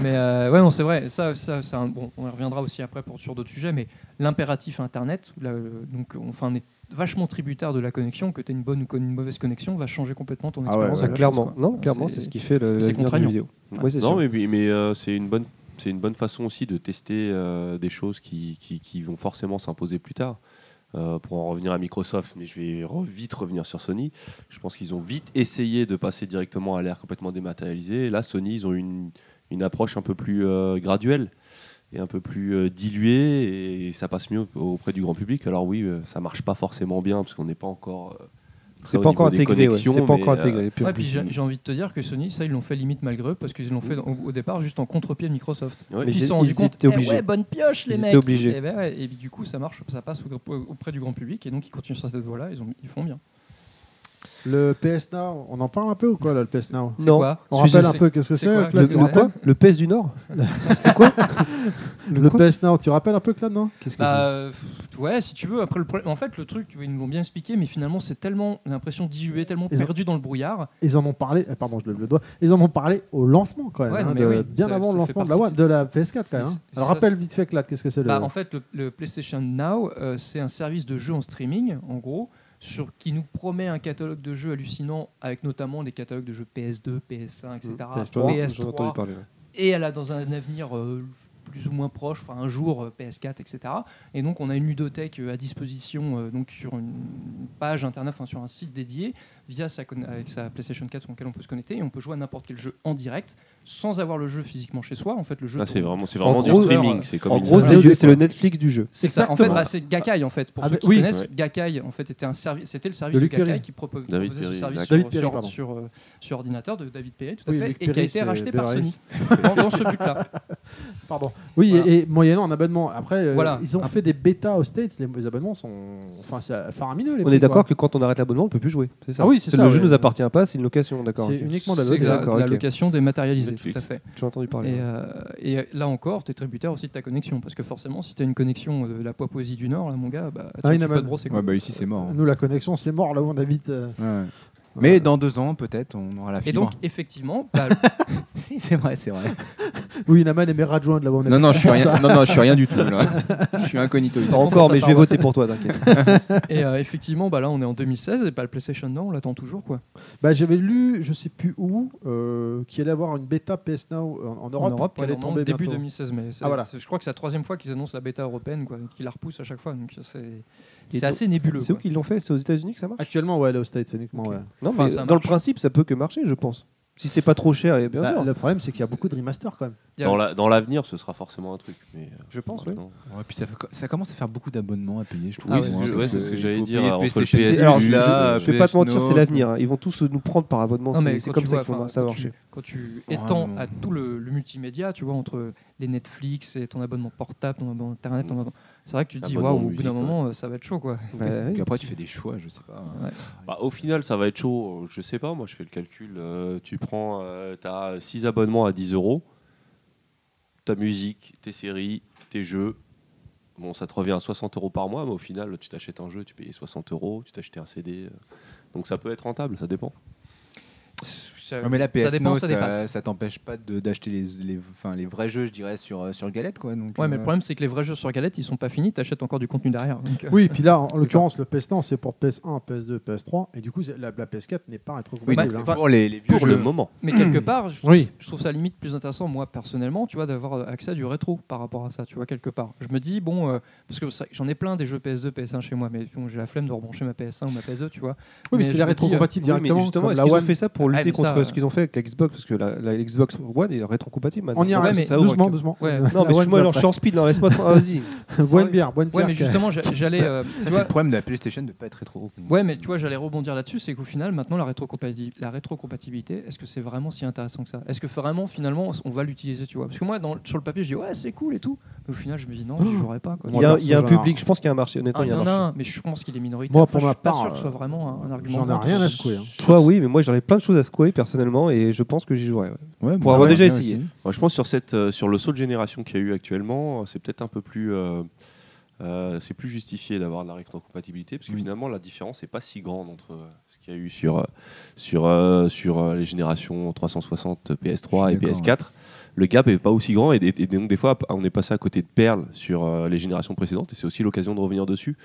D: Mais euh, ouais, non, c'est vrai. Ça, ça, c'est un- bon, on y reviendra aussi après pour, sur d'autres sujets, mais l'impératif Internet, là, euh, donc, on, enfin, on est vachement tributaire de la connexion, que tu aies une bonne ou une mauvaise connexion, va changer complètement ton
B: Ah ouais,
D: expérience.
B: ouais,
D: de
C: Ah,
D: la
C: clairement,
D: chose, quoi.
C: non, clairement, c'est ce qui fait le
D: c'est
C: l'avenir du
D: contraignant.
C: vidéo.
E: Ouais.
C: Ouais, c'est
E: non,
C: sûr.
E: mais, mais euh, c'est une bonne, c'est une bonne façon aussi de tester euh, des choses qui, qui, qui vont forcément s'imposer plus tard. Euh, pour en revenir à Microsoft, mais je vais re- vite revenir sur Sony. Je pense qu'ils ont vite essayé de passer directement à l'ère complètement dématérialisée. Là, Sony, ils ont une, une approche un peu plus euh, graduelle et un peu plus euh, diluée, et ça passe mieux auprès du grand public. Alors oui, euh, ça marche pas forcément bien parce qu'on n'est pas encore. euh, prêt
C: C'est
E: au
C: pas encore
E: niveau des
C: intégré, ouais,
E: connexions,
C: c'est pas
E: mais,
C: encore
E: euh,
C: intégré. Puis en
D: Ouais,
C: plus-
D: puis j'ai j'ai envie de te dire que Sony, ça, ils l'ont fait limite malgré eux, parce qu'ils l'ont fait au, au départ juste en contre-pied de Microsoft.
E: ouais.
C: Mais
D: Puis ils
C: ils-
D: se sont rendus
C: ils
D: compte,
C: étaient
D: eh
C: obligés.
D: ouais, bonne pioche, les
C: Ils
D: mecs.
C: étaient obligés.
D: Eh ben ouais, et du coup, ça marche, ça passe au- auprès du grand public, et donc ils continuent sur cette voie-là, ils, ont- ils font bien.
A: Le PS Now, on en parle un peu ou quoi, là, le PS Now
D: C'est
C: Non.
D: quoi
A: On
C: Suis-
A: rappelle un
D: c'est-
A: peu qu'est-ce que
D: c'est
A: c'est
D: quoi,
A: Claude,
C: Le,
A: tu
D: le-
C: le
A: rappelles
C: quoi Le PES du Nord C'est quoi
A: Le
C: quoi
A: PS Now, tu rappelles un peu Claude, non
C: Qu'est-ce que
D: Bah, euh, pff, ouais, si tu veux. Après, le problème, en fait, le truc, tu vois, ils nous l'ont bien expliqué, mais finalement, c'est tellement on a l'impression dilué, tellement
A: Ils ont-
D: perdu dans le brouillard.
A: Ils en ont parlé, euh, pardon, je lève le doigt. Ils en ont parlé au lancement quand même,
D: Ouais,
A: hein,
D: non, mais
A: de-
D: oui,
A: bien
D: ça-
A: avant le
D: ça fait
A: lancement de la,
D: partie de-
A: de la PS4 quand même. hein.
D: C'est-
A: Alors
D: ça,
A: rappelle vite fait Claude, qu'est-ce que c'est le
D: Bah, en fait, le, le PlayStation Now, euh, c'est un service de jeu en streaming, en gros, sur qui nous promet un catalogue de jeux hallucinant, avec notamment des catalogues de jeux PS2, PS1, etc.
C: j'en ai entendu parler. ouais.
D: et elle a dans un avenir euh, plus ou moins proche, enfin un jour euh, PS4, etc. Et donc on a une ludothèque euh, à disposition euh, donc sur une page internet, enfin sur un site dédié via sa conne- avec sa PlayStation 4 sur laquelle on peut se connecter et on peut jouer à n'importe quel jeu en direct sans avoir le jeu physiquement chez soi. En fait le jeu.
E: Ah, c'est
D: tourne-
E: vraiment, c'est
C: En
E: vraiment du
C: gros,
E: streaming.
D: alors,
E: C'est comme
C: En
E: une
C: gros,
E: salle
C: c'est
E: de
C: du-
E: jeu,
C: c'est le
E: quoi.
C: Netflix du jeu.
D: C'est ça. En fait,
A: Exactement.
D: bah, c'est Gakai en fait. Pour
A: Ah,
D: ceux
A: bah,
D: qui
A: oui.
D: connaissent,
E: Ouais.
D: Gakai en fait était un service, c'était le service
A: De
D: de
A: Luc
D: Gakai
A: Perry.
D: qui propo- proposait
E: David
D: ce
E: Perry,
D: service
E: exact.
D: sur,
A: David Perry,
D: sur-
A: pardon.
D: sur, euh, sur ordinateur de David Perry, tout à
A: Oui,
D: fait,
A: Luc
D: et qui a
A: Perry,
D: été
A: c'est
D: racheté par
A: Beverly
D: Sony dans, dans ce but-là. Pardon.
A: Oui,
D: Voilà.
A: et, et moyennant un abonnement. Après, euh,
D: Voilà.
A: ils ont
D: Un-
A: fait des bêtas aux States, les, les abonnements sont. Enfin, c'est faramineux. Les
C: On
A: prix,
C: est
A: quoi.
C: d'accord que quand on arrête l'abonnement, on peut plus jouer. C'est ça.
A: Ah oui, c'est ça,
C: Le
A: ouais.
C: jeu nous appartient pas, c'est une location, d'accord.
A: C'est
C: ok.
A: uniquement de la
D: C'est
A: location.
D: la,
C: D'accord,
D: la
C: ok.
D: location dématérialisée, tout
E: Netflix.
D: à fait.
C: J'ai entendu parler.
D: Et,
C: ouais.
D: euh, et là encore, tu es tributaire aussi de ta connexion, parce que forcément, si tu as une connexion euh, de la Papouasie du Nord, là, mon gars, bah, tu- tu, peux
A: Inaman.
D: te brosser. quoi.
B: Ouais, bah ici, c'est mort. hein.
A: Nous, la connexion, c'est mort là où on habite. euh.
B: Ouais. Mais dans deux ans, peut-être, on aura la
D: et
B: fibre.
D: donc, effectivement, bah,
B: Si, c'est vrai, c'est vrai.
A: Oui, Naman aimerait rejoindre là où on habite.
B: Non, non, je suis
A: C'est ça.
B: rien, non, non, je suis rien du tout. Là. Je suis incognito ici.
C: Pas encore, mais je vais voter pour toi, t'inquiète.
D: et, euh, effectivement bah, là, on est en 2016, et pas le PlayStation Now, on l'attend toujours. quoi.
A: Bah, J'avais lu, je sais plus où, euh, qu'il allait avoir une bêta PS Now en, en Europe.
D: en Europe,
A: qui
D: ouais,
A: allait
D: normalement,
A: tomber
D: début
A: bientôt.
D: 2016, mais c'est-
A: Ah, voilà.
D: c'est- je crois que c'est la troisième fois qu'ils annoncent la bêta européenne, quoi, qu'ils la repoussent à chaque fois, donc c'est-
C: Et
D: c'est
C: donc,
D: assez nébuleux.
C: C'est où
D: quoi.
C: qu'ils l'ont fait C'est aux États-Unis que ça marche
A: Actuellement, ouais, elle est aux States uniquement.
D: Ok.
A: ouais.
C: Non,
D: Enfin,
C: mais
D: ça
C: dans le
D: marche.
C: principe, ça peut que marcher, je pense. Si c'est pas trop cher, et bien
A: Bah,
C: sûr.
A: le problème, c'est qu'il y a beaucoup de remasters quand même.
E: Dans la- dans l'avenir, ce sera forcément un truc. Mais euh,
C: Je pense, oui.
E: maintenant-
B: Ouais, puis ça, fait- ça commence à faire beaucoup d'abonnements à payer, je trouve.
E: Oui,
B: moi,
E: c'est ce
B: parce
E: que- ouais, c'est ce que
B: il
E: j'allais
B: faut
E: dire,
B: payer
E: entre le
B: PlayStation
E: PS,
B: Plus,
C: Alors,
E: je-
B: là,
C: je vais pas te mentir, c'est
B: PS
C: l'avenir. hein. Ils vont tous nous prendre par abonnement.
D: Non, mais
C: c'est- C'est
D: quand
C: comme
D: tu
C: ça
D: vois,
C: qu'il faut
D: enfin,
C: ça va
D: quand tu-
C: marcher.
D: Quand tu
B: Ouais,
D: étends
B: mais bon.
D: à tout le, le multimédia, tu vois, entre les Netflix et ton abonnement portable, ton abonnement internet, ton abonnement- c'est vrai que tu te dis,
E: Abonnement
D: waouh, au bout
E: musique,
D: d'un
E: ouais.
D: moment, euh, ça va être chaud, quoi.
C: Bah,
B: Puis
C: oui.
B: après, tu fais des choix, je sais pas.
E: Bah, au final, ça va être chaud. euh, Je sais pas, moi, je fais le calcul. euh, tu prends, euh, t'as 6 abonnements à 10 euros, ta musique, tes séries, tes jeux. Bon, ça te revient à 60 euros par mois, mais au final, tu t'achètes un jeu, tu payes 60 euros, tu t'achètes un CD. euh, Donc ça peut être rentable, ça dépend.
D: ça-
B: Non, Ah, mais la PS
D: ça dépend,
B: Now,
D: ça
B: ça,
D: dépasse.
B: ça t'empêche pas de- d'acheter les, les, enfin, les vrais jeux, je dirais, sur, euh, sur Galette. Quoi, donc,
D: Ouais, mais
B: euh,
D: le problème, c'est que les vrais jeux sur galette, ils sont pas finis, t'achètes encore du contenu derrière. donc, euh,
A: Oui, et puis là, en
D: ça.
A: l'occurrence, le PS1, c'est pour PS1, PS2, PS3, et du coup, c'est- la, la PS4 n'est pas
B: Oui,
A: rétrocompatible.
B: donc,
A: hein.
B: c'est pour les, les vieux
E: Pour
B: jeux.
E: le moment.
D: Mais quelque part, je trouve,
A: Oui.
D: je trouve ça limite plus intéressant, moi personnellement, tu vois, d'avoir accès à du rétro par rapport à ça, tu vois, quelque part. Je me dis, bon, euh, parce que ça- j'en ai plein des jeux PS2, PS1 chez moi, mais bon, j'ai la flemme de rebrancher ma PS1 ou ma PS2, tu vois.
A: Oui, mais
D: mais
A: c'est
D: je
A: la
D: me dis,
A: rétrocompatible
H: Oui, mais
A: directement.
H: justement,
A: comme
H: est-ce
A: la
H: qu'ils ont
A: One.
H: fait ça pour
D: Ah,
H: lutter
D: mais ça,
H: contre
D: euh,
H: ce qu'ils ont fait avec la Xbox Parce que la, la Xbox One est rétrocompatible maintenant.
A: On y
D: Ouais,
A: arrive,
D: mais-
H: ça ouvre
A: doucement,
H: un-
A: doucement.
D: Ouais,
H: Non, mais
A: La One,
H: excuse-moi,
A: ça
H: alors je suis en speed, là, reste-moi. tra- Vas-y.
A: Bonne bière, bonne
D: ouais
A: bière.
D: mais justement, j'a- j'allais. euh, tu
B: Ça, c'est
D: vois-
B: le problème de la PlayStation de pas être rétro.
D: Ouais, mais tu vois, j'allais rebondir là-dessus, c'est qu'au final, maintenant, la, rétrocompati- la rétrocompatibilité, est-ce que c'est vraiment si intéressant que ça Est-ce que vraiment, finalement, on va l'utiliser, tu vois Parce que moi, dans- sur le papier, je dis, ouais, c'est cool et tout. Mais au final, je me dis, non,
A: Oh.
D: j'y jouerai pas. Quoi.
A: Moi,
H: Il y a,
A: perso,
H: il y a un
A: j'en ai
H: public, je pense qu'il y a un marché. Honnêtement,
D: Ah,
H: il
D: il
H: y a un
D: en a
H: marché.
D: un, mais je pense qu'il est minoritaire.
A: Moi, pour
D: Enfin,
A: ma
D: je suis pas sûr
A: part, euh,
D: que ce soit vraiment un, un argument.
A: j'en ai
D: de vente.
A: rien à secouer. hein.
H: Toi, oui, mais moi, j'en ai plein de choses à secouer personnellement et je pense que j'y jouerai. ouais. Pour
B: bah
H: avoir déjà essayé.
E: Moi, je pense sur cette, euh, sur le saut de génération qu'il y a eu actuellement, euh, c'est peut-être un peu plus, euh, euh, c'est plus justifié d'avoir de la rétrocompatibilité parce que
B: Mm.
E: finalement la différence n'est pas si grande entre euh, ce qu'il y a eu sur euh, sur euh, sur euh, les générations 360 PS3 et
B: Je suis
E: PS4. Le gap est pas aussi grand et, et- et donc des fois on est passé à côté de perles sur euh, les générations précédentes et c'est aussi l'occasion de revenir dessus.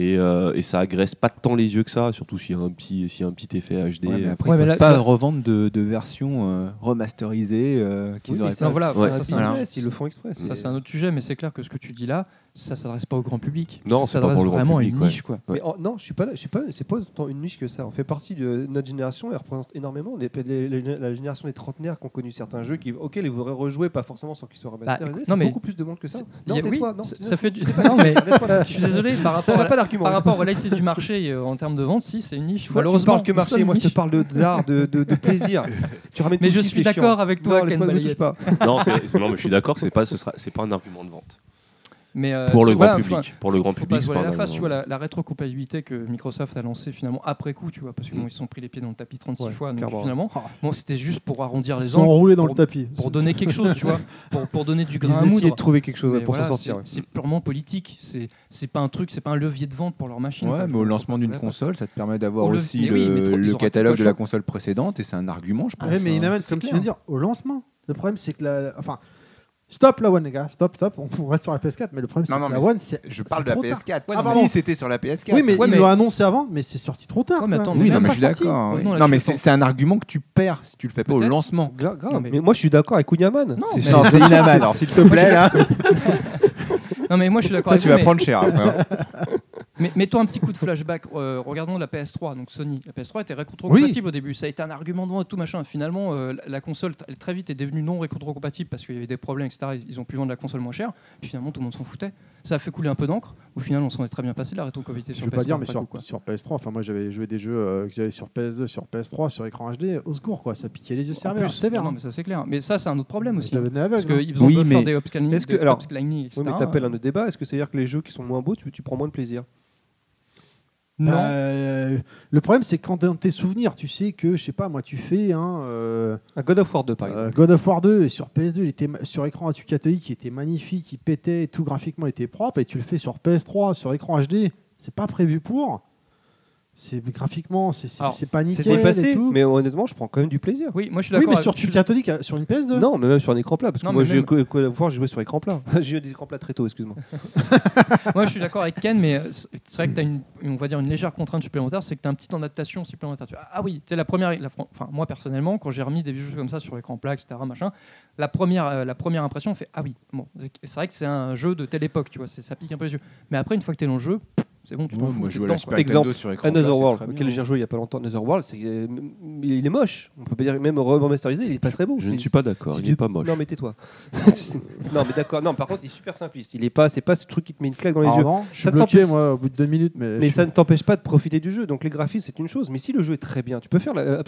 E: Et, euh, et ça agresse pas tant les yeux que ça, surtout s'il y a un petit, s'il y a un petit effet euh. HD.
B: Ouais, mais après,
D: Ouais, mais
B: ils peuvent
D: là-
B: pas
D: là-
B: revendre de, de versions euh, remasterisées euh, qu'ils
H: Oui, mais
B: auraient
H: ça,
B: pas.
D: voilà,
E: Ouais.
D: ça, ça, c'est un-
B: Voilà.
H: Business, Ils le font exprès.
D: ça, c'est un autre sujet, mais c'est clair que ce que tu dis là, ça s'adresse pas au grand public. ça
E: Non, c'est pas
D: s'adresse
E: pour le grand
D: vraiment à
E: public,
D: une
E: ouais.
D: niche, quoi.
E: Ouais.
H: Mais en- non, je suis pas, là- je suis pas, c'est pas autant une niche que ça. On fait partie de notre génération, elle représente énormément les- les- les- la génération des trentenaires qui ont connu certains jeux qui, auxquels ils voudraient rejouer, pas forcément sans qu'ils soient remasterisés.
D: Bah, écoute,
H: c'est
D: non, mais-
H: beaucoup plus de monde que ça.
D: C'est- il
H: Non,
D: y a-
H: tais-toi,
D: oui,
H: non,
D: ça-
H: tais-toi.
D: ça fait du.
H: C'est pas-
D: Non, mais
H: Laisse-moi-
D: je suis désolé, par rapport
H: T'as
D: à
H: pas
D: la,
H: d'argument.
D: par rapport à l'activité du marché euh, en termes de vente, si c'est une niche.
H: Tu vois, tu me
D: malheureusement,
H: parles que
D: nous
H: marché,
D: sommes
H: moi je te
D: niche.
H: parle de d'art, de, de- de plaisir. Tu ramènes
D: Mais
H: tout
D: je
H: le
D: suis
H: chiffre, c'est chiant.
D: d'accord avec toi,
H: Non,
D: Ken
H: laisse-moi, ne me touche
D: Balayette.
H: pas.
E: non, c'est- non, mais je suis d'accord que c'est pas, ce sera, c'est pas un argument de vente.
D: Mais, euh,
E: Pour le
D: c'est-
E: grand
D: voilà,
E: public. Pour le grand
D: faut pas
E: public,
D: se
E: c'est
D: voiler
E: pas
D: la
E: un
D: face, tu vois,
E: argument de vente.
D: la, la rétrocompatibilité que Microsoft a lancée finalement après coup, tu vois, parce qu'ils
E: Mm.
D: bon, ils se sont pris les pieds dans le tapis 36
H: Ouais,
D: fois, donc
H: clairement. Ah.
D: finalement, bon, c'était juste pour arrondir
A: Ils
D: les
A: sont
D: angles,
A: enroulés dans
D: pour-
A: le tapis.
D: pour donner quelque chose, tu vois, pour, pour donner du
H: Ils
D: grain à
H: essayaient
D: moudre.
H: de trouver quelque chose
D: Mais
H: ouais, pour
D: voilà,
H: s'en sortir.
D: c'est-
H: ouais.
D: C'est purement politique, c'est c'est pas un truc, c'est pas un levier de vente pour leur machine. quoi.
B: Ouais, mais au lancement d'une
D: Ouais,
B: console, ça te permet d'avoir
D: On le-
B: aussi
D: mais
B: le,
D: oui, mais trop- ils
B: le
D: auront
B: catalogue
D: tout le
B: de la
D: choix.
B: console précédente et c'est un argument, je pense.
A: Ouais, Ah, mais
B: hein.
A: Inaman,
D: c'est
A: comme tu
D: clair.
A: viens de dire, au lancement, le problème c'est que la. la- Enfin, stop la One, les gars, stop, stop, on on reste sur la PS4, mais le problème c'est
B: Non,
A: que
B: non,
A: la
B: mais
A: One, c'est.
B: Je parle
A: c'est
B: de la
A: trop tard.
B: PS4.
D: Ouais,
B: Ah,
D: mais-
B: si, c'était sur la PS4.
A: Oui, mais
D: Ouais,
A: ils
D: mais-
A: l'ont annoncé avant, mais c'est sorti trop tard.
D: Ouais, mais
A: quoi.
D: attends,
A: C'est
B: Oui, non,
A: même
B: mais
A: pas
B: je suis
A: sorti.
B: d'accord. oui.
D: Revenons à la
B: Non, mais
D: chose
B: c'est c'est un argument que tu perds si tu le fais pas au
D: Peut-être.
B: lancement.
H: Gra- grave.
D: Non, mais-
H: mais... moi je suis d'accord avec Kunyaman.
D: bah, Non,
H: C'est-
D: mais-
B: Non, c'est Inaman. Alors, s'il te plaît, là,
D: Non, mais moi je suis d'accord
B: toi,
D: avec
B: tu
D: vous,
B: vas
D: mais-
B: prendre cher. après, hein.
D: Mais mettons un petit coup de flashback. Euh, regardons la PS3, donc Sony. La PS3 était rétro-compatible au début. Ça a été un argument de vente et tout machin. Finalement, euh, la- la console t- elle, très vite est devenue non rétro-compatible parce qu'il y avait des problèmes, etc. Ils, ils ont pu vendre la console moins chère. Puis finalement, tout le monde s'en foutait. Ça a fait couler un peu d'encre. Au final, on s'en est très bien passé de la rétro-compatibilité
A: Je
D: sur
A: vais pas
D: PS3,
A: dire, mais sur,
D: après tout, quoi.
A: sur PS3, enfin moi j'avais joué des jeux euh, que j'avais sur PS2, sur PS3, sur écran HD, au secours quoi, ça piquait les yeux
D: En
A: sévères.
D: plus,
A: sévère, hein.
D: non, mais ça c'est clair. Mais ça, c'est un autre problème aussi. Parce qu'ils ont
H: Oui,
D: beau faire
H: mais-
D: des upscaling,
H: est-ce que-
D: des
H: alors-
D: upscaling, etc.
H: Oui, mais t'appelles un euh, autre débat. Est-ce que ça veut dire que les jeux qui sont moins beaux, tu, tu prends moins de plaisir
D: Non.
A: hein. Euh, le problème c'est que quand dans tes souvenirs, tu sais que, je sais pas, moi tu fais un euh,
H: Un God of War 2, par exemple.
A: euh, God of War 2 et sur PS2, il était ma- sur écran ATU catholique, il était magnifique, il pétait, tout graphiquement il était propre, et tu le fais sur PS3, sur écran HD, c'est pas prévu pour. C'est graphiquement, c'est c'est-
D: Alors,
A: c'est pas
H: C'est
A: nickel. et
H: dépassé,
A: tout.
H: mais honnêtement, je prends quand même du plaisir.
D: Oui, moi je suis
A: oui,
D: d'accord.
A: mais
D: avec-
A: sur
D: je suis-
A: ATU catholique euh, sur une PS2.
H: Non, mais même sur un écran plat, parce que
D: Non,
H: moi,
D: mais
H: j'ai
D: même-
H: que- que la voir jouer sur écran plat. j'ai eu des écrans plats très tôt, excuse-moi.
D: Moi, je suis d'accord avec Ken, mais euh, c'est c'est vrai que tu as une, on va dire une légère contrainte supplémentaire, c'est que tu as un petit temps d'adaptation supplémentaire. Tu vois, ah oui, c'est la première. la fran- enfin, moi personnellement, quand j'ai remis des jeux comme ça sur écran plat, etc., machin, la première, euh, la première impression, on fait ah oui, bon, c'est- c'est vrai que c'est un jeu de telle époque, tu vois, c'est- ça pique un peu les yeux. Mais après, une fois que tu es dans le jeu, c'est bon, tu t'en
B: Ouais,
D: fous.
B: Moi,
D: t'es
B: je jouais à
D: dedans,
B: la
D: quoi.
B: Super
H: Exemple,
B: Nintendo sur écran.
H: Another
B: plat, c'est
H: World,
B: très
H: auquel
B: bien.
H: j'ai rejoué il y a pas longtemps. Another World, c'est, euh, m- il est moche. On peut pas dire même remasterisé, il est pas très beau.
E: Je
H: C'est-
E: ne suis pas d'accord.
H: c'est
E: Il
H: du-
E: n'est pas moche.
H: Non mais tais-toi. non mais d'accord. Non, par contre, il est super simpliste. Il est pas, c'est pas ce truc qui te met une claque
E: Ah,
H: dans les
A: Alors
H: yeux.
A: Ah, non, je suis
H: Ça
A: bloqué
H: t'empêche-
A: moi au bout de deux minutes, mais,
H: Mais
A: je
H: ça
A: suis-
H: ne t'empêche pas de profiter du jeu. Donc les graphismes, c'est une chose. Mais si le jeu est très bien, tu peux faire euh,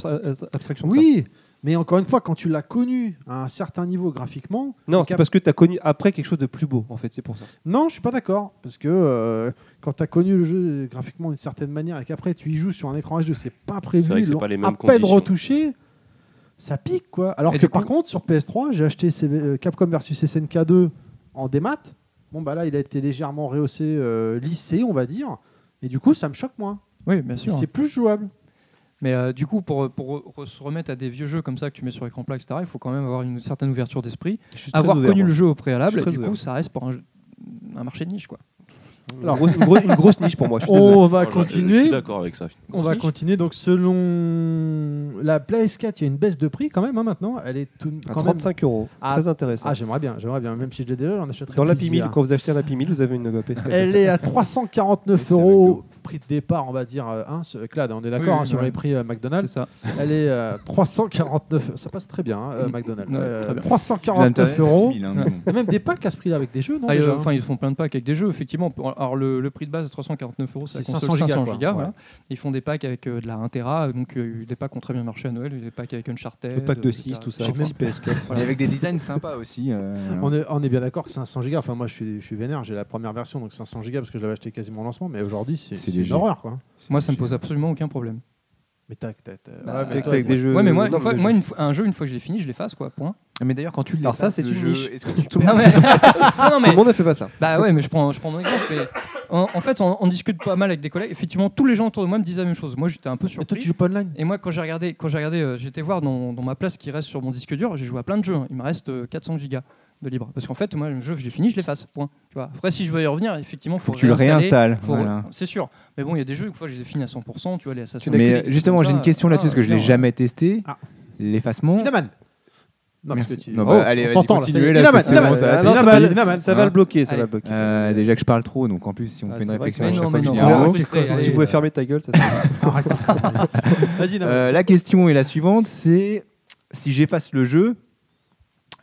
H: l'abstraction.
A: Oui, mais encore une fois, quand tu l'as connu à un certain niveau graphiquement,
H: Non,
A: Cap-
H: c'est parce que tu as connu après quelque chose de plus beau, en fait, c'est pour ça.
A: non, je suis pas d'accord. Parce que euh, quand tu as connu le jeu graphiquement d'une certaine manière et qu'après tu y joues sur un écran HD, c'est pas prévu,
E: C'est vrai que c'est
A: ils l'ont
E: pas les mêmes
A: à peine
E: conditions.
A: retouché, ça pique quoi. Alors
D: Et
A: que
D: du
A: par
D: coup-
A: contre, sur PS3, j'ai acheté CV- euh, Capcom versus SNK 2 en démat. Bon, bah là, il a été légèrement rehaussé, euh, lissé, on va dire. Et du coup, ça me choque moins.
D: Oui, bien sûr. hein.
A: C'est plus jouable.
D: Mais euh, du coup, pour, pour re- se remettre à des vieux jeux comme ça que tu mets sur écran plat, etc., il faut quand même avoir une certaine ouverture d'esprit,
C: Je suis très
D: avoir
C: ouvert,
D: connu
C: moi.
D: le jeu au
C: Je suis
D: préalable, et
C: très
D: du coup,
C: ouvert.
D: ça reste pour un, jeu- un marché de niche. quoi.
C: Une,
A: Alors-
C: grosse, une grosse- une grosse niche pour moi. Je suis désolé.
A: On va
E: Oh Je- Je suis
A: continuer.
E: d'accord avec ça.
A: On va continuer. Donc, selon la PS4, il y a une baisse de prix quand même hein, maintenant. Elle est tout,
C: À
A: quand même-
C: 35 euros.
A: Ah.
C: Très intéressant.
A: Ah, j'aimerais bien, j'aimerais bien. Même si je l'ai déjà, j'en achèterai
C: Dans la
A: plus,
C: Meal,
A: hein.
C: quand vous achetez un Happy Meal, vous avez une euh, PS4.
A: Elle est à 349
E: C'est
A: euros
E: rigolo.
A: prix de départ, on va dire. euh, Hein, ce- Clad, on est d'accord
D: Oui,
A: hein,
D: oui,
A: sur
D: ouais.
A: les prix euh,
D: C'est
A: McDonald's.
D: ça.
A: Elle est euh, 349. Ça passe très bien, hein, euh,
D: Mm.
A: McDonald's.
D: Ouais,
A: Euh,
D: très bien.
B: L'intérêt,
A: 349 euros.
B: mille, hein, mais bon.
A: Il y a même des packs à ce prix-là avec des jeux, non
D: Ah, ils-
A: déjà, hein
D: enfin, ils font plein de packs avec des jeux, effectivement. Pour- Alors, le, le prix de base, c'est 349 euros, c'est la
A: C'est
D: console
A: 500 gigas,
D: 500
A: quoi.
D: gigas.
A: Ouais.
D: voilà. Ils font des packs avec euh, de la 1 Tera, donc euh, des packs qui ont très bien marché à Noël, des packs avec Uncharted. euh,
C: Le pack de
D: etc.
C: 6, tout ça.
D: Je sais même-
C: PS4.
B: Mais avec des designs sympas aussi. euh,
D: hein.
A: On est, on est bien d'accord que 500 gigas. Enfin, moi, je suis, je suis vénère. J'ai la première version, donc 500 gigas parce que je l'avais acheté quasiment au lancement. Mais aujourd'hui, c'est
B: C'est
A: c'est une
B: léger.
A: horreur, quoi.
D: Moi, ça me pose absolument aucun problème.
A: Mais tac, tac.
C: Ah,
A: tac.
D: Bah,
A: Ouais, mais
D: tac,
A: toi,
C: avec des
H: Euh,
C: jeux.
D: Ouais, mais moi,
C: non,
D: une fois,
C: mais
D: moi
C: je-
D: une fois- un jeu, une fois que je l'ai fini, je l'efface, quoi, point.
B: Mais d'ailleurs, quand tu
C: Alors ça,
B: l'effaces,
C: c'est
B: le
C: une
B: jeu,
C: niche.
B: Est-ce que tu
C: Tout le
D: Non,
B: perds-
D: mais- Non, non,
C: Tout
D: mais
C: le monde ne fait pas ça.
D: Bah ouais, mais je prends, je prends mon exemple. mais en, en fait, on, on discute pas mal avec des collègues. Effectivement, tous les gens autour de moi me disaient la même chose. Moi, j'étais un peu
A: Mais toi,
D: surpris.
A: tu joues pas online
D: Et moi, quand j'ai regardé, quand j'ai regardé, euh, j'étais voir dans, dans ma place qui reste sur mon disque dur, j'ai joué à plein de jeux. hein. Il me reste euh, 400 gigas de libre. Parce qu'en fait, moi, le jeu, j'ai fini, je l'efface. Point. Tu vois. Après, si je veux y revenir, effectivement, faut,
B: faut que tu le
D: réinstaller,
B: réinstalles.
D: faut-
B: voilà.
D: C'est sûr. Mais bon, il y a des jeux, une fois, je les ai finis à 100%. Tu vois, les Assassin's Creed,
B: Mais
D: des
B: euh, justement,
D: trucs
B: j'ai
D: comme
B: une
D: ça.
B: question là-dessus parce que je l'ai
D: Ah,
B: jamais testé.
A: Ah.
B: L'effacement.
A: Inaman Non,
B: Merci.
A: parce que tu.
B: Non, bah,
A: Oh,
B: allez,
A: on
B: vas-y,
A: t'entend, là,
B: continuez,
A: ça y est.
B: là,
A: Inaman,
B: c'est
A: Inaman,
B: bon, ça va,
A: Inaman,
B: c'est
A: Inaman,
B: validé.
A: Inaman,
C: Ça va
B: Hein
C: le bloquer, ça
D: Allez.
C: va le bloquer.
B: Euh, déjà que je parle trop, donc en plus, si on
C: Ah,
B: fait une
C: c'est vrai
B: réflexion
D: que-
B: à
D: Mais
B: chaque
D: non,
B: fois
D: mais
B: qu'il y
D: non,
B: a un
D: mais
B: mot.
D: non. Allez,
C: Tu pouvais fermer ta gueule, ça c'est-
A: Arrête. Vas-y, Inaman.
B: Euh, La question est la suivante c'est si j'efface le jeu,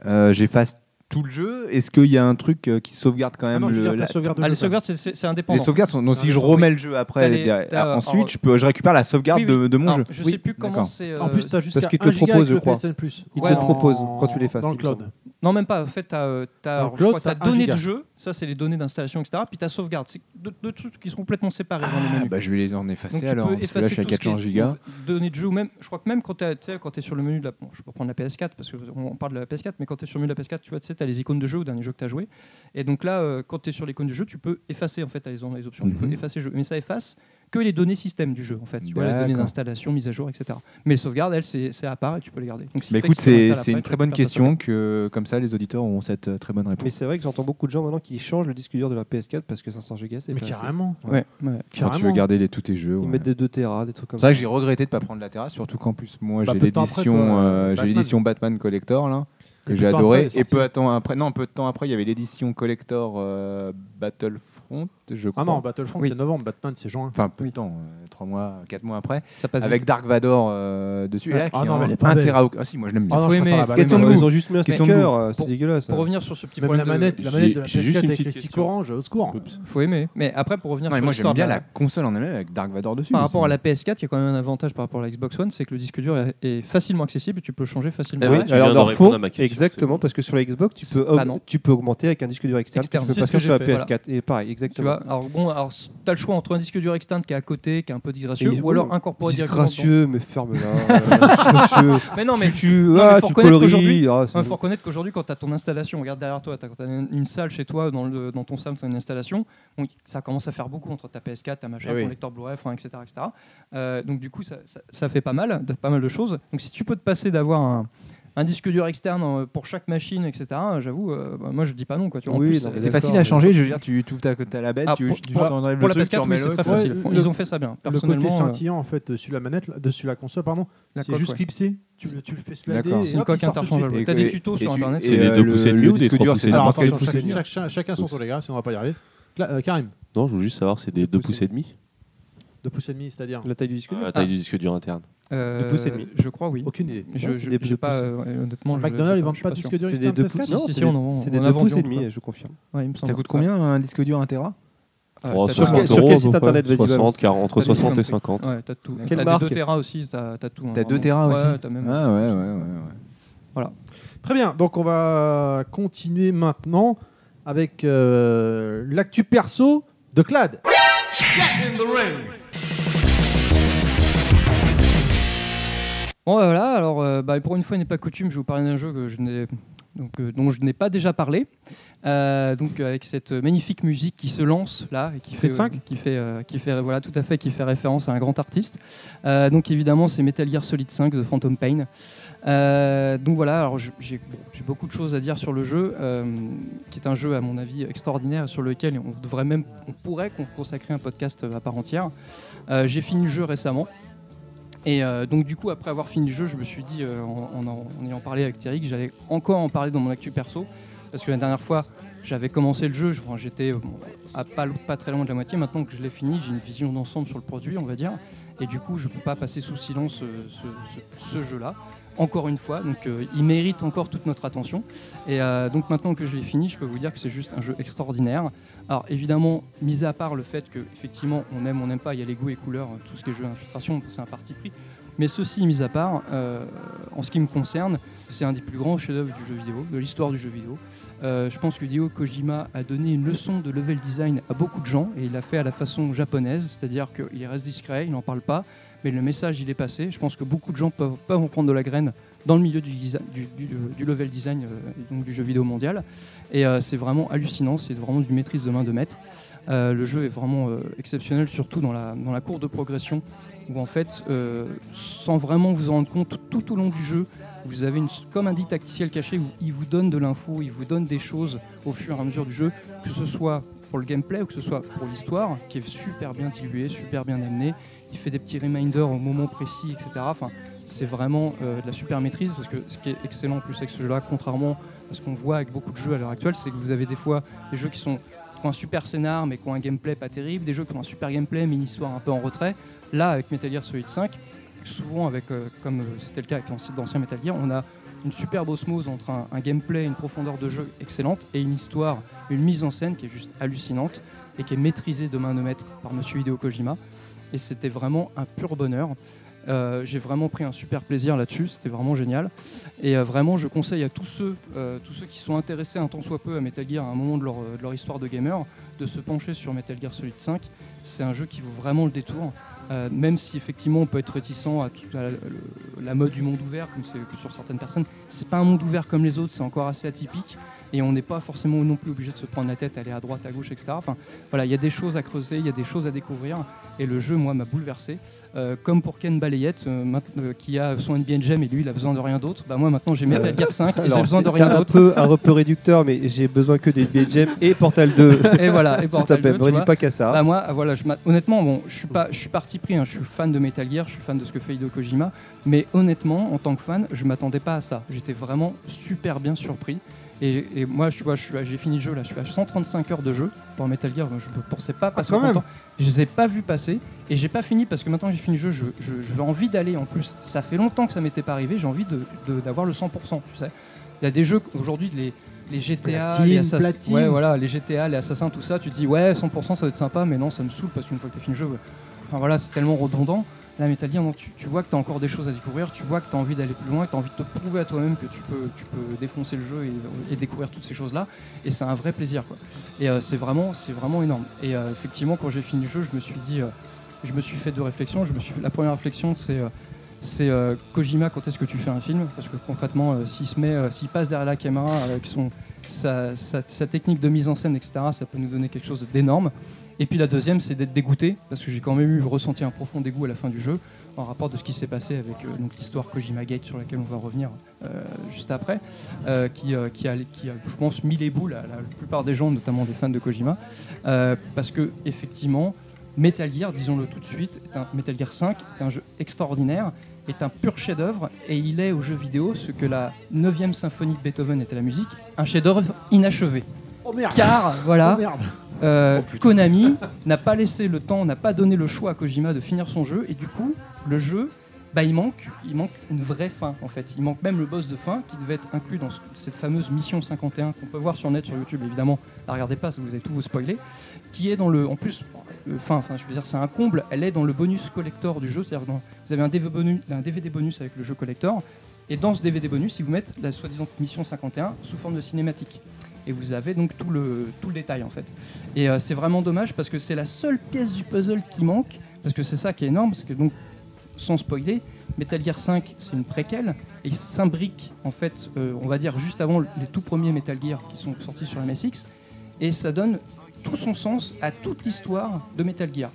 B: euh, j'efface tout le jeu. Est-ce qu'il y a un truc euh, qui sauvegarde quand
A: Ah
B: même
A: non, je veux
B: le-
A: dire,
B: la-
A: ta sauvegarde de
D: Ah,
A: jeu,
D: les
A: ça.
D: sauvegardes, c'est- c'est c'est
B: les
D: indépendant.
B: sauvegardes sont. Non,
A: C'est
B: si je
A: indépendant,
B: remets le jeu après,
D: T'as les-
B: derrière- ah,
D: t'as, euh, en-
B: ensuite, je, peux, je récupère la sauvegarde
D: Oui, oui.
B: De, de mon
D: Alors,
B: jeu.
D: Je
B: Oui,
D: sais plus comment
B: d'accord.
D: c'est.
A: En
D: euh,
A: plus, t'as jusqu'à
C: parce qu'il te
A: 1 giga avec
C: propose,
A: le
C: je crois.
A: PSN Plus.
C: Il
D: Ouais,
C: te le propose
A: En-
C: quand tu l'effaces.
A: Dans le
C: il me semble.
A: cloud.
D: Non, même pas. En fait, euh, tu as,
A: Dans Cloud, t'as un
D: données
A: giga.
D: de jeu, ça, c'est les données d'installation, etc. Puis ta sauvegarde. C'est deux, deux trucs qui sont complètement séparés dans les menus.
B: Bah, je vais les en
D: Donc,
B: effacer
D: tu
B: alors.
D: peux
B: parce que là, je
D: effacer
B: suis à
D: tout ce qui
B: 400
D: est
B: gigas.
D: données de jeu ou même, je crois que même quand tu es sur le menu de la, bon, je peux prendre la PS4 parce qu'on parle de la PS4, mais quand tu es sur le menu de la PS4, tu vois, tu sais, t'as les icônes de jeu ou dernier jeu que tu as joué. Et donc là, euh, quand tu es sur l'icône du jeu, tu peux effacer en fait, t'as les, les options, tu peux
B: Mhm.
D: effacer jeu, mais ça efface que les données système du jeu en fait, tu vois, les données
B: D'accord.
D: d'installation, mise à jour, etc. Mais les sauvegardes, elles, c'est c'est à part et tu peux les garder. Donc, si
B: Bah,
D: tu
B: écoute,
D: t'installes
B: c'est
D: après,
B: c'est une
D: tu
B: très bonne
D: récupères ta
B: question que, comme ça, les auditeurs auront cette euh, très bonne
C: Mais
B: réponse.
C: c'est vrai que j'entends beaucoup de gens maintenant qui changent le disque dur de la PS4 parce que 500 Go c'est
A: Mais
C: pas assez.
A: carrément.
D: sauvegarde. Ouais, ouais.
B: Quand tu veux
A: Carrément.
B: garder les- tous tes jeux.
C: Ils
B: ouais.
C: mettent des 2 Tera, des trucs comme
B: C'est vrai
C: ça.
B: que j'ai regretté de ne pas prendre la Terra, surtout qu'en plus, moi,
A: Bah,
B: j'ai
A: peu de temps après, toi,
B: l'édition euh, j'ai
A: Batman.
B: l'édition Batman Collector, là, que
A: Et
B: j'ai
A: peu de temps après,
B: adoré.
A: elle est
B: Et peu,
A: sortie.
B: de temps après, non, peu de temps après, il y avait l'édition Collector euh, Battlefront, je crois.
A: Ah non, Battlefront,
D: Oui.
A: c'est novembre, Batman, c'est juin.
B: Enfin, peu
D: Oui.
B: de temps, euh, trois mois, quatre mois après,
D: Ça passe
B: avec
D: vite.
B: Dark Vador euh, dessus. Et là,
A: Ah non,
B: qui est
A: mais
B: un-
A: elle est pas
B: un
A: belle.
B: Tera- Ah si, moi je l'aime bien.
A: Ah non,
D: Faut
A: je
D: aimer.
A: préfère la
D: Question
A: Batman.
D: de
C: Ils ont juste mis un
D: Question
C: sticker,
D: de goût.
C: euh, c'est
D: Pour-
C: dégueulasse.
D: Pour revenir sur ce petit
A: Même
D: problème
A: la manette,
D: de...
A: la manette
E: J'ai-
A: de la
E: j'ai juste
A: PS4
E: une
A: avec les
E: petite
A: sticks
E: question.
A: orange, au secours.
E: Oups.
D: Faut aimer. Mais après, pour
A: Ah,
D: revenir
B: Non, mais
D: sur
B: moi
D: l'histoire
B: j'aime bien
D: de
B: la console en elle-même avec Dark Vador dessus.
D: Par
B: mais
D: rapport à
B: c'est-
D: la PS4, il y a quand même un avantage par rapport à la Xbox One, c'est que le disque dur est- est facilement accessible et tu peux le changer facilement.
E: Eh oui, tu viens
C: leur
E: de répondre
C: faut-
E: à ma question,
C: Exactement,
E: c'est bon.
C: parce que sur la Xbox, tu peux,
D: Bah
C: aug-
D: non.
C: tu peux augmenter avec un disque dur externe.
D: Externe.
C: Tu peux
A: C'est
C: pas
A: ce que
C: faire sur la
A: j'ai fait,
C: PS4. Et pareil,
D: Tu
C: exactement.
D: vois, alors bon, alors t'as le choix entre un disque dur externe qui est à côté, qui est un peu disgracieux,
C: Et-
D: ou alors incorporé directement. dedans.
C: Disgracieux, mais ferme-la.
D: Mais non, mais
C: Tu, tu,
D: mais
C: ah,
D: faut
C: tu
D: reconnaître
C: coloris.
D: qu'aujourd'hui-
C: ah,
D: il
C: c'est
D: faut
C: bon.
D: reconnaître qu'aujourd'hui, quand t'as ton installation, regarde derrière toi, t'as- quand t'as une, une salle chez toi, dans, le, dans ton salon, t'as une installation, bon, ça commence à faire beaucoup entre ta PS4, ta
B: Ah
D: machin,
A: Eh oui.
D: ton lecteur Blu-ray, enfin, etc. etc. Euh, donc du coup, ça, ça- ça fait pas mal, de- pas mal de choses. Donc si tu peux te passer d'avoir un, un disque dur externe euh, pour chaque machine, etc., j'avoue, euh, bah, moi je dis pas non. Quoi, tu vois. En
C: Oui,
D: plus, euh,
C: non, mais
B: C'est facile
C: D'accord,
B: à changer, je veux dire, tu tu ouvres ta, ta la bête,
D: Ah,
B: tu
D: pour-
B: tu
D: pour la-
B: t'enlèves
D: pour
B: le
D: la
B: truc, tu
D: PS4,
B: remets
D: oui, c'est
B: l'autre.
D: très
A: ouais,
D: facile.
A: le-
D: Ils ont fait ça bien.
A: Le côté
D: Personnellement, euh,
A: scintillant, en fait, dessus la manette, là- dessus la console, pardon,
D: la
A: c'est
D: coque,
A: juste
D: ouais.
A: clipsé. Tu le, tu le fais slider.
B: D'accord.
A: et
D: C'est une
A: hop, il
D: coque
A: sort tout de suite.
D: interchangeable.
B: Et-
D: T'as des
B: et-
D: tutos
B: et
D: sur
B: tu-
D: internet.
B: et
E: C'est les
B: euh,
E: deux
B: le-
E: pouces et demi
B: le
E: ou des
B: disque
E: trois
B: dur,
E: pouces et
B: c'est
E: demi
A: Alors
B: n'importe quel
A: attention,
B: pouce et
A: chacun,
B: demi.
A: chacun- chacun son tour, les gars, sinon on va pas y arriver. Cla- euh, Karim,
E: Non, je voulais juste savoir, c'est des deux pouces et demi
A: de pouces et demi, c'est-à-dire
C: La taille du disque. dur.
D: Ah.
E: La taille du disque dur interne.
D: Euh,
C: Deux pouces et demi.
D: Je crois, oui.
A: Aucune idée.
D: Je,
C: Ouais,
D: je-
C: c'est des-
D: j'ai
C: des
D: pas,
C: pouces.
D: euh, honnêtement, je-
A: McDonald's,
D: je-
A: ils vendent
D: je
A: pas de
D: suis
A: disque
D: sûr.
A: dur
C: C'est
A: externe
C: des deux
A: PS4
C: pouces.
D: Non,
C: Non,
D: si,
C: c'est
D: si,
C: des-
D: on en vend-
C: C'est
D: on
C: des
D: en
C: deux
D: vend
C: pouces
D: en
C: et demi,
D: plein.
C: je confirme.
D: Ouais, il me semble.
B: Ça coûte combien un disque dur interne
D: Ouais,
E: Oh,
D: Ah, t'as-
E: 60
C: sur quel
E: euros, à peu
C: site
E: près.
C: internet, vas-y,
E: 60,
C: balance.
E: car- entre
D: T'as tout
E: 60 et
D: compris.
E: 50.
D: Ouais, t'as tout.
C: Quelle
D: T'as des
C: marque
D: 2 Tera aussi, t'as t'as tout. hein,
B: T'as
D: vraiment.
B: 2 Tera aussi
D: Ouais, t'as même.
B: Ah ouais, ouais, ouais. ouais.
A: Très bien, donc on va continuer maintenant avec euh, l'actu perso de Clad.
D: Bon, bah, voilà, alors euh, bah, pour une fois n'est pas coutume, je vais vous parler d'un jeu que je n'ai, donc, euh, dont je n'ai pas déjà parlé. Euh, donc avec cette magnifique musique qui se lance là et qui
A: Street
D: fait,
A: 5?
D: qui fait, euh, qui fait voilà tout à fait qui fait référence à un grand artiste. Euh, donc évidemment c'est Metal Gear Solid 5 de Phantom Pain. Euh, donc voilà alors je- j'ai bon, j'ai beaucoup de choses à dire sur le jeu euh, qui est un jeu à mon avis extraordinaire sur lequel on devrait même on pourrait qu'on consacrer un podcast à part entière. Euh, j'ai fini le jeu récemment. Et euh, donc du coup, après avoir fini le jeu, je me suis dit, euh, en, en- en ayant parlé avec Thierry, que j'allais encore en parler dans mon actu perso. Parce que la dernière fois, j'avais commencé le jeu, je- enfin, j'étais bon, à pas, pas très loin de la moitié. Maintenant que je l'ai fini, j'ai une vision d'ensemble sur le produit, on va dire. Et du coup, je ne peux pas passer sous silence euh, ce, ce- ce jeu-là. Encore une fois, donc euh, il mérite encore toute notre attention. Et euh, donc maintenant que je l'ai fini, je peux vous dire que c'est juste un jeu extraordinaire. Alors évidemment, mis à part le fait que effectivement on aime, on n'aime pas, il y a les goûts et couleurs, euh, tout ce qui est jeu d'infiltration, c'est un parti pris. Mais ceci mis à part, euh, en ce qui me concerne, c'est un des plus grands chefs-d'œuvre du jeu vidéo, de l'histoire du jeu vidéo. Euh, je pense que Hideo Kojima a donné une leçon de level design à beaucoup de gens et il l'a fait à la façon japonaise, c'est-à-dire qu'il reste discret, il n'en parle pas, mais le message il est passé. Je pense que beaucoup de gens peuvent, peuvent en prendre de la graine dans le milieu du, desi- du- du- du level design euh, et donc du jeu vidéo mondial. Et euh, c'est vraiment hallucinant, c'est vraiment du maîtrise de main de maître. Euh, le jeu est vraiment euh, exceptionnel, surtout dans la, dans la courbe de progression, où en fait, euh, sans vraiment vous en rendre compte, tout au long du jeu, vous avez une, comme un dit tacticiel caché où il vous donne de l'info, il vous donne des choses au fur et à mesure du jeu, que ce soit pour le gameplay ou que ce soit pour l'histoire, qui est super bien diluée, super bien amenée. Il fait des petits reminders au moment précis, etc. Enfin, c'est vraiment euh, de la super maîtrise, parce que ce qui est excellent en plus avec ce jeu-là, contrairement à ce qu'on voit avec beaucoup de jeux à l'heure actuelle, c'est que vous avez des fois des jeux qui sont qui ont un super scénar mais qui ont un gameplay pas terrible, des jeux qui ont un super gameplay mais une histoire un peu en retrait. Là, avec Metal Gear Solid 5, souvent avec, euh, comme euh, c'était le cas avec l'ancien- d'anciens Metal Gear, on a une superbe osmose entre un, un gameplay, une profondeur de jeu excellente et une histoire, une mise en scène qui est juste hallucinante et qui est maîtrisée de main de maître par Monsieur Hideo Kojima. Et c'était vraiment un pur bonheur. Euh, J'ai vraiment pris un super plaisir là-dessus, c'était vraiment génial. Et euh, vraiment, je conseille à tous ceux, euh, tous ceux qui sont intéressés un tant soit peu à Metal Gear à un moment de leur, euh, de leur histoire de gamer, de se pencher sur Metal Gear Solid 5. C'est un jeu qui vaut vraiment le détour, euh, même si effectivement on peut être réticent à, tout- à la, le- la mode du monde ouvert, comme c'est que sur certaines personnes. C'est pas un monde ouvert comme les autres, c'est encore assez atypique. Et on n'est pas forcément non plus obligé de se prendre la tête, aller à droite, à gauche, etc. Enfin, voilà, il y a des choses à creuser, il y a des choses à découvrir. Et le jeu, moi, m'a bouleversé. Euh, comme pour Ken Balayette, euh, maint- euh, qui a son NBA Jam et lui, il a besoin de rien d'autre. Bah, moi, maintenant, j'ai Metal Gear 5 et j'ai
C: Alors,
D: besoin de
C: Ah c'est-
D: rien
C: c'est un
D: d'autre.
C: peu, un peu réducteur, mais j'ai besoin que des BGM et Portal 2.
D: Et voilà, et
C: S'il
D: Portal
C: te plaît, me
D: 2, tu vois.
C: réduis pas qu'à ça.
D: Bah moi, ah, voilà, je m'a- honnêtement, bon, je suis pas, je suis parti pris. hein, je suis fan de Metal Gear, je suis fan de ce que fait Hideo Kojima, mais honnêtement, en tant que fan, je m'attendais pas à ça. J'étais vraiment super bien surpris. Et, et moi, tu vois, je suis à- j'ai fini le jeu là, je suis à 135 heures de jeu pour Metal Gear. Je ne pensais pas passer
A: Ah, quand
D: autant de
A: même.
D: temps. Je les ai pas vus passer et j'ai pas fini parce que maintenant que j'ai fini le jeu, je, je- je- j'ai envie d'aller. En plus, ça fait longtemps que ça m'était pas arrivé. J'ai envie de- de- d'avoir le 100%. Tu sais, il y a des jeux aujourd'hui les les GTA, les
A: Platine,
D: Assassin's
A: platine.
D: ouais, voilà, les GTA, les Assassins, tout ça, tu te dis ouais 100% ça va être sympa, mais non ça me saoule parce qu'une fois que t'as fini le jeu, enfin voilà c'est tellement redondant. Là Metal Gear, non, tu, tu vois que t'as encore des choses à découvrir, tu vois que t'as envie d'aller plus loin, que t'as envie de te prouver à toi-même que tu peux, tu peux défoncer le jeu et, et découvrir toutes ces choses là, et c'est un vrai plaisir quoi. Et euh, c'est vraiment, c'est vraiment énorme. Et euh, effectivement quand j'ai fini le jeu, je me suis dit, euh, je me suis fait deux réflexions. Je me suis, la première réflexion c'est euh, c'est euh, Kojima, quand est-ce que tu fais un film Parce que concrètement, euh, s'il se met, euh, s'il passe derrière la caméra euh, avec son, sa, sa- sa technique de mise en scène, etc., ça peut nous donner quelque chose d'énorme. Et puis la deuxième, c'est d'être dégoûté, parce que j'ai quand même eu ressenti un profond dégoût à la fin du jeu, en rapport de ce qui s'est passé avec euh, donc l'histoire Kojima Gate, sur laquelle on va revenir euh, juste après, euh, qui, euh, qui, a, qui a, je pense, mis les boules à la plupart des gens, notamment des fans de Kojima, euh, parce que effectivement, Metal Gear, disons-le tout de suite, est un, Metal Gear 5 est un jeu extraordinaire, est un pur chef-d'œuvre et il est au jeu vidéo ce que la 9e symphonie de Beethoven est à la musique, un chef-d'œuvre inachevé.
A: Oh merde
D: Car, voilà,
A: Oh merde
D: euh, Konami n'a pas laissé le temps, n'a pas donné le choix à Kojima de finir son jeu et du coup, le jeu, bah, il, manque, il manque une vraie fin en fait. Il manque même le boss de fin qui devait être inclus dans ce- cette fameuse mission 51 qu'on peut voir sur net, sur YouTube évidemment. La regardez pas, ça vous allez tout vous spoiler. Qui est dans le. En plus, le fin, enfin, je veux dire, c'est un comble, elle est dans le bonus collector du jeu. C'est-à-dire, dans- vous avez un DVD, bonus, un DVD bonus avec le jeu collector et dans ce DVD bonus, ils vous mettent la soi-disant mission 51 sous forme de cinématique. Et vous avez donc tout le, tout le détail en fait. Et euh, c'est vraiment dommage parce que c'est la seule pièce du puzzle qui manque, parce que c'est ça qui est énorme, parce que donc, sans spoiler, Metal Gear 5 c'est une préquelle, et s'imbrique en fait, euh, on va dire juste avant les tout premiers Metal Gear qui sont sortis sur MSX, et ça donne tout son sens à toute l'histoire de Metal Gear,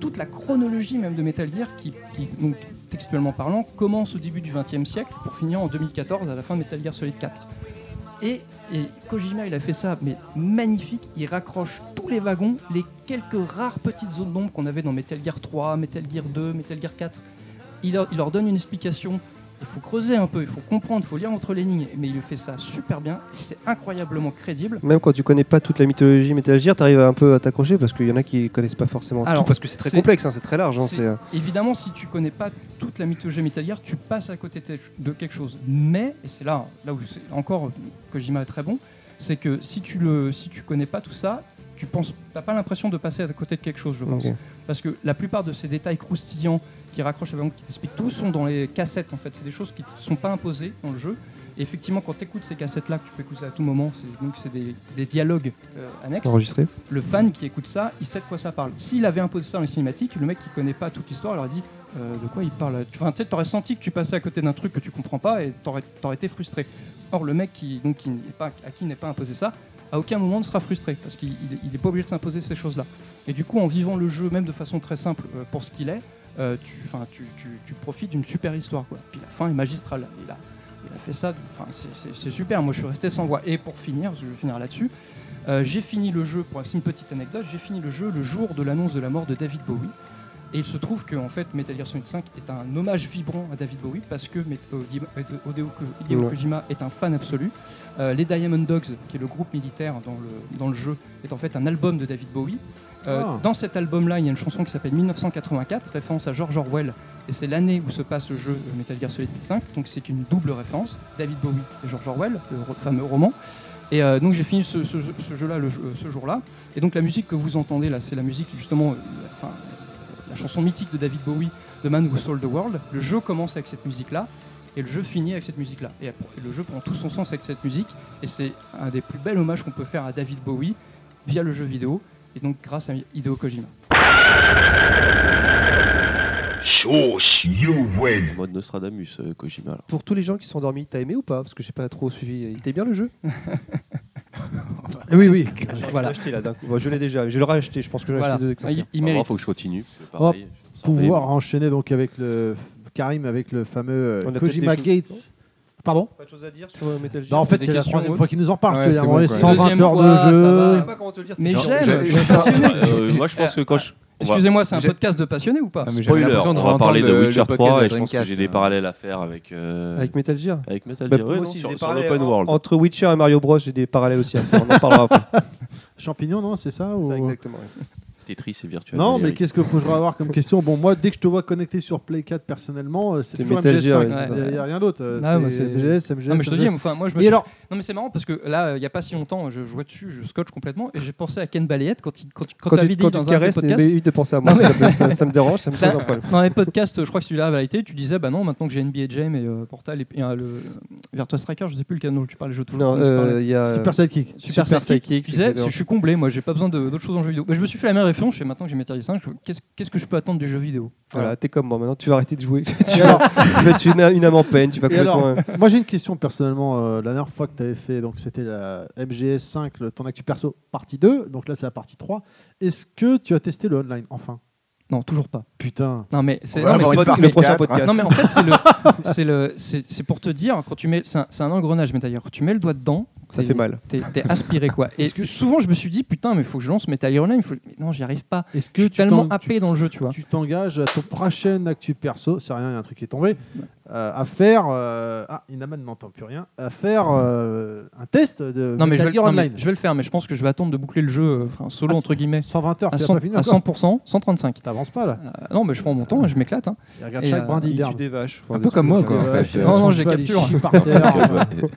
D: toute la chronologie même de Metal Gear qui, qui, donc, textuellement parlant, commence au début du XXe siècle pour finir en 2014 à la fin de Metal Gear Solid 4. Et, et Kojima, il a fait ça, mais magnifique. Il raccroche tous les wagons, les quelques rares petites zones d'ombre qu'on avait dans Metal Gear 3, Metal Gear 2, Metal Gear 4. Il leur, il leur donne une explication. Il faut creuser un peu, il faut comprendre, il faut lire entre les lignes. Mais il fait ça super bien. C'est incroyablement crédible.
C: Même quand tu connais pas toute la mythologie Metal Gear, t'arrives un peu à t'accrocher parce qu'il y en a qui connaissent pas forcément
D: Alors,
C: tout parce que c'est très
D: c'est-
C: complexe, hein, c'est très large. hein,
D: C'est-
C: c'est, euh,
D: Évidemment, si tu connais pas toute la mythologie Metal Gear, tu passes à côté te- de quelque chose. Mais, et c'est là, là où c'est encore euh, Kojima est très bon, c'est que si tu le, si tu connais pas tout ça, tu penses, t'as pas l'impression de passer à côté de quelque chose, je pense.
C: Ok.
D: Parce que la plupart de ces détails croustillants qui raccrochent avant, qui t'expliquent tout, sont dans les cassettes en fait. C'est des choses qui ne sont pas imposées dans le jeu. Et effectivement, quand tu écoutes ces cassettes-là, que tu peux écouter à tout moment, c'est, donc c'est des, des dialogues euh, annexes
C: enregistré.
D: le fan qui écoute ça, il sait de quoi ça parle. S'il avait imposé ça dans les cinématiques, le mec qui connaît pas toute l'histoire, il aurait dit euh, de quoi il parle. Enfin, tu sais, t'aurais senti que tu passais à côté d'un truc que tu comprends pas et t'aurais, t'aurais été frustré. Or, le mec qui, donc, qui n'est pas, à qui n'est pas imposé ça, à aucun moment ne sera frustré parce qu'il il- il est pas obligé de s'imposer ces choses-là. Et du coup, en vivant le jeu, même de façon très simple euh, pour ce qu'il est, euh, tu, enfin, tu, tu- tu profites d'une super histoire. Quoi. Puis la fin est magistrale. Il a, il a fait ça, enfin, c'est, c'est- c'est super. Moi, je suis resté sans voix. Et pour finir, parce que je vais finir là-dessus. Euh, j'ai fini le jeu, pour c'est une petite anecdote, j'ai fini le jeu le jour de l'annonce de la mort de David Bowie. Et il se trouve que en fait, Metal Gear Solid 5 est un hommage vibrant à David Bowie parce que Met- euh, Odi- Ode- Odeo Ko- Hideo
C: Ouais.
D: Kojima est un fan absolu. Euh, les Diamond Dogs, qui est le groupe militaire dans le, dans le jeu, est en fait un album de David Bowie. Euh,
A: Ah.
D: Dans cet album-là, il y a une chanson qui s'appelle 1984, référence à George Orwell. Et c'est l'année où se passe le jeu euh, Metal Gear Solid 5, donc c'est une double référence, David Bowie et George Orwell, le ro- fameux roman. Et euh, donc j'ai fini ce, ce- ce jeu-là le- euh, ce jour-là. Et donc la musique que vous entendez là, c'est la musique justement, euh, enfin, euh, la chanson mythique de David Bowie, The Man Who Sold the World. Le jeu commence avec cette musique-là et le jeu finit avec cette musique-là. Et après, le jeu prend tout son sens avec cette musique et c'est un des plus bels hommages qu'on peut faire à David Bowie via le jeu vidéo et donc grâce à Hideo Kojima.
E: En mode Nostradamus, euh, Kojima. là.
C: Pour tous les gens qui sont endormis, t'as aimé ou pas Parce que j'ai pas trop suivi. Il était bien le jeu
A: Oui, oui.
D: Voilà.
C: acheté là d'un coup. Moi, je l'ai déjà, je l'aurais acheté. Je pense que j'en ai
D: Voilà. Ah,
C: acheté deux exemplaires.
D: Il, il
E: Vraiment,
D: mérite. Oh.
E: faut que je Ah, continue. parce que
A: On va
E: pareil, je suis absorbé,
A: Pouvoir enchaîner donc avec le Karim, avec le fameux euh,
C: On a peut-être
A: Kojima
C: des choses-
A: Gates. Pardon
C: Pas de choses à dire sur euh, Metal Gear
A: Non, en fait,
D: des
A: c'est la
D: questions,
A: troisième
D: Aude
A: fois qu'il nous en parle.
B: Ouais,
A: tu vois, il a
B: c'est
A: envoyé
B: bon,
D: Deuxième
A: 120
B: quoi.
A: heures
D: fois,
A: de
D: ça
A: jeu.
D: va.
C: pas comment te le dire.
D: Mais
C: t'es-
E: mais-
D: j'aime.
E: Genre,
D: je suis
E: j'ai-
D: passionné.
E: Euh, moi, je pense que quand je. on va-
D: Excusez-moi, c'est un podcast de passionné ou pas
B: Ah, mais j'avais
E: Spoiler,
B: l'impression
E: on
B: de
E: va
B: réentendre
E: parler de
B: le- le
E: Witcher
B: podcast
E: 3
B: de
E: et je pense que j'ai
B: Dreamcast,
E: des
D: euh.
B: hein.
E: parallèles à faire avec, euh,
C: Avec Metal Gear.
E: avec Metal
C: Bah,
E: Gear.
C: moi
E: Ouais,
C: aussi, j'ai des
E: sur, sur
C: parallèles.
E: l'open world.
C: Entre Witcher et Mario Bros, j'ai des parallèles aussi à faire. On en parlera après.
A: Champignon, non, c'est ça ou-
C: Ça, exactement. ouais.
E: Tetris et Virtual.
A: Non, mais
E: Reality.
A: qu'est-ce que pourrais avoir comme question Bon, moi, dès que je te vois connecté sur Play 4 personnellement, euh, c'est
C: C'est
A: toujours
C: Metal
A: MGS5.
C: Gear,
A: Il
C: ouais,
D: c'est ça.
A: n'y a rien d'autre. euh,
D: Ah, bah,
A: c'est
D: c'est-
A: MGS, MGS.
D: Non mais je te dis, enfin moi je me
A: Et
D: suis-
A: alors
D: Non mais c'est marrant parce que là il n'y a pas si longtemps je jouais dessus, je scotche complètement et j'ai pensé à Ken Balayette quand il quand, quand,
C: Quand
D: t'as
C: tu
D: vidé
C: quand tu
D: dans
C: te
D: un des
C: caresses,
D: podcasts.
C: évite de penser à moi.
D: Non, mais- Bah,
C: s'il te plaît, Ça ça me dérange, ça me pose un problème.
D: Dans les podcasts, je crois que celui-là avait été, tu disais, bah non, maintenant que j'ai NBA Jam et euh, Portal et, et, euh, le Virtua Striker, je sais plus lequel dont tu parles, les jeux de foot.
C: Non,
D: dont tu parlais.
C: euh, il y a
A: Super Sidekick.
C: Super
D: Super, Sidekick,
C: Sidekick,
D: tu disais,
C: etc.
D: je suis comblé, moi j'ai pas besoin de- d'autre chose en jeu vidéo. Mais je me suis fait la même réflexion, je fais maintenant que j'ai Metal Gear 5, je- qu'est-ce qu'est-ce que je peux attendre du jeu vidéo
C: Voilà, t'es comme moi maintenant, tu vas arrêter de jouer.
A: Et
C: tu vas
A: alors,
C: tu vas être une, une âme en peine, tu vas
A: Et
C: complètement.
A: alors moi, j'ai une question personnellement. euh, la dernière fois que tu avais fait, donc c'était la MGS5, le- ton actu perso, partie 2. Donc là, c'est la partie 3. Est-ce que tu as testé le online enfin
D: Non, toujours pas.
A: Putain.
D: Non mais c'est
B: On va
D: non, mais
B: avoir
D: c'est
B: une
D: pas-
B: partie
D: le
B: quatre,
D: prochain
B: hein.
D: podcast. Non mais en fait c'est le c'est le c'est c'est pour te dire quand tu mets c'est un, c'est un engrenage mais d'ailleurs quand tu mets le doigt dedans
C: Ça
D: t'es-
C: fait mal.
D: T'es t'es aspiré quoi. Et
A: Est-ce que-
D: souvent je me suis dit putain mais faut que je lance Metal Gear Online, faut... mais non j'y arrive pas.
A: Est-ce
D: Je
A: que
D: suis
A: tu
D: tellement
A: t'en- tu-
D: happé dans le jeu tu vois.
A: tu t'engages à ton prochain actu perso, c'est rien, il y a un truc qui est tombé, euh, à faire, euh, ah, Inaman n'entend plus rien, à faire euh, un test de
D: Non mais, je vais,
A: Metal
D: le-
A: Gear
D: non, mais
A: Online.
D: je vais le faire mais je pense que je vais attendre de boucler le jeu euh, enfin, solo
A: Ah,
D: entre guillemets
A: 120 heures,
D: à,
A: tu l'as
D: 100,
A: pas fini
D: à
A: encore
D: 100% 135.
A: T'avances pas là.
D: Euh, non mais je prends mon temps et je m'éclate. hein.
A: Il regarde
D: Et,
A: chaque
D: euh,
A: brindille
C: Il tue
A: d'herbe.
C: des vaches. enfin,
B: Un
C: des
B: peu
C: trucs
B: comme moi, quoi.
A: Ouais,
B: en
A: ouais,
B: fait.
D: Non,
A: son
D: non, j'ai
A: cheval, il
D: capture.
A: chie par terre.
E: Ouais.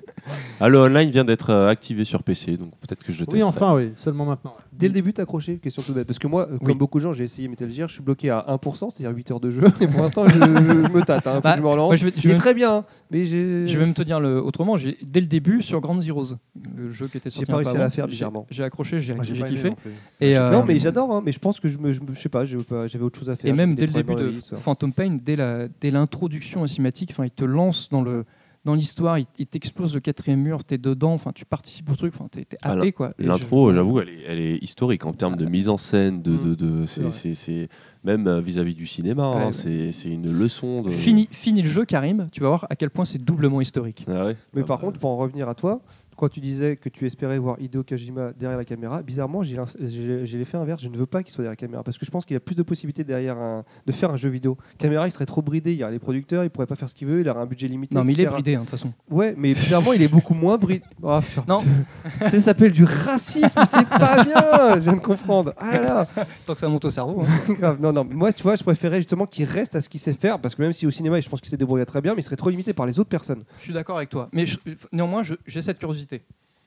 E: Ah, le bah, online vient d'être euh, activé sur PC, donc peut-être que je le
A: Oui,
E: testerai.
A: enfin, oui, seulement maintenant.
C: Dès le début, t'as accroché, question tout bête. Parce que moi, euh, comme
D: Oui.
C: beaucoup de gens, j'ai essayé Metal Gear, je suis bloqué à 1%, c'est-à-dire 8 heures de jeu. Et pour l'instant, je, je me tâte, hein, faut
D: Bah,
C: que je me relance.
D: moi, je vais- je
C: Il est
D: vais-
C: très bien, hein. mais j'ai.
D: Je vais même te dire le, autrement, j'ai dès le début sur Grand Heroes, le jeu qui était
C: J'ai
D: sorti
C: pas
D: un peu
C: réussi à
D: avant,
C: la faire,
D: j'ai-
C: bizarrement.
D: J'ai accroché, j'ai
A: Moi,
D: j'ai
A: pas aimé
D: kiffé.
A: non plus.
D: Et, euh,
C: Non, mais j'adore, hein, mais je pense que je me. Je, me- je sais pas, j'ai pas- j'avais autre chose à faire.
D: Et même
C: j'avais
D: dès
C: des
D: le
C: problèmes
D: début
C: dans la
D: de
C: vie, tout ça.
D: Phantom Pain, dès la dès l'introduction à cinématique, enfin, il te lance dans le dans l'histoire, il, il t'explose le quatrième mur, t'es dedans, enfin, tu participes au truc, enfin, t'es
C: Ah,
D: t'es happé,
E: Alors,
D: quoi. Et
E: L'intro,
D: je-
E: j'avoue, elle est, elle est historique en termes
A: Ah.
E: de mise en scène, de,
A: Mm.
E: de, de- c'est-
D: vrai.
E: c'est- c'est- même euh, vis-à-vis du cinéma, hein,
D: Ouais, ouais.
E: c'est c'est une leçon de.
D: Fini, fini le jeu, Karim, tu vas voir à quel point c'est doublement historique.
E: Ah ouais
C: Mais
E: Ah
D: euh,
C: par
E: bah,
C: contre, pour en revenir à toi, quand tu disais que tu espérais voir Hideo Kojima derrière la caméra, bizarrement, j'ai l'ins- j'ai j'ai l'effet inverse. Je ne veux pas qu'il soit derrière la caméra parce que je pense qu'il a plus de possibilités derrière un- de faire un jeu vidéo. Caméra, il serait trop bridé. Il y a les producteurs, il pourrait pas faire ce qu'il veut. Il aurait un budget limité.
D: Non, mais il est
C: etc..
D: bridé, hein, de toute façon.
C: Ouais, mais bizarrement, il est beaucoup moins bridé. Oh, putain.
D: Non.
C: ça s'appelle du racisme. C'est pas bien. Je viens de comprendre. Ah là là.
D: Tant que ça monte au cerveau. hein.
C: Grave, non, non. mais Moi, tu vois, je préférais justement qu'il reste à ce qu'il sait faire, parce que même si au cinéma, je pense qu'il s'est débrouillé très bien, mais il serait trop limité par les autres personnes.
D: Je suis d'accord avec toi. Mais je- néanmoins, je- j'ai cette curiosité.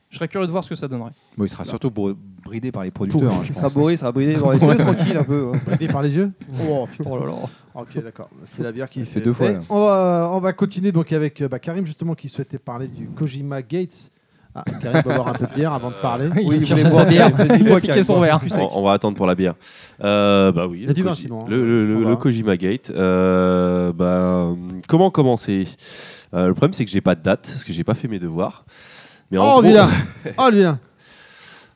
D: Je serais curieux de voir ce que ça donnerait.
B: Bon, il sera surtout br- bridé par les producteurs, hein, je
C: il sera
B: pense.
C: bourré, il sera brisé, genre, laissez-le tranquille un peu. hein.
A: Bridé par les yeux Oh,
D: Oh là là.
A: Ok, d'accord. C'est la bière qui
B: Il fait deux fois, là.
A: On va, on va continuer donc avec euh, bah, Karim, justement, qui souhaitait parler du Kojima Gates. Ah, Karim va boire un peu de bière avant de parler.
D: Il
C: il
D: cherche
C: voulait
D: sa
C: boire,
D: bière.
C: vas-y,
D: Il a
C: bois,
D: piqué
C: Karim,
D: son
C: bois.
D: verre.
C: Tu sais.
E: On, on va attendre pour la bière. Euh, bah oui,
A: y a
E: le
A: du vin,
E: Koji-
A: sinon, hein.
E: Le, le- le-
A: On va,
E: le
A: hein.
E: Kojima Gate. euh, bah, comment commencer Euh, Le problème, c'est que j'ai pas de date, parce que j'ai pas fait mes devoirs. Mais en
A: Oh,
E: gros-
A: vilain Oh, le vilain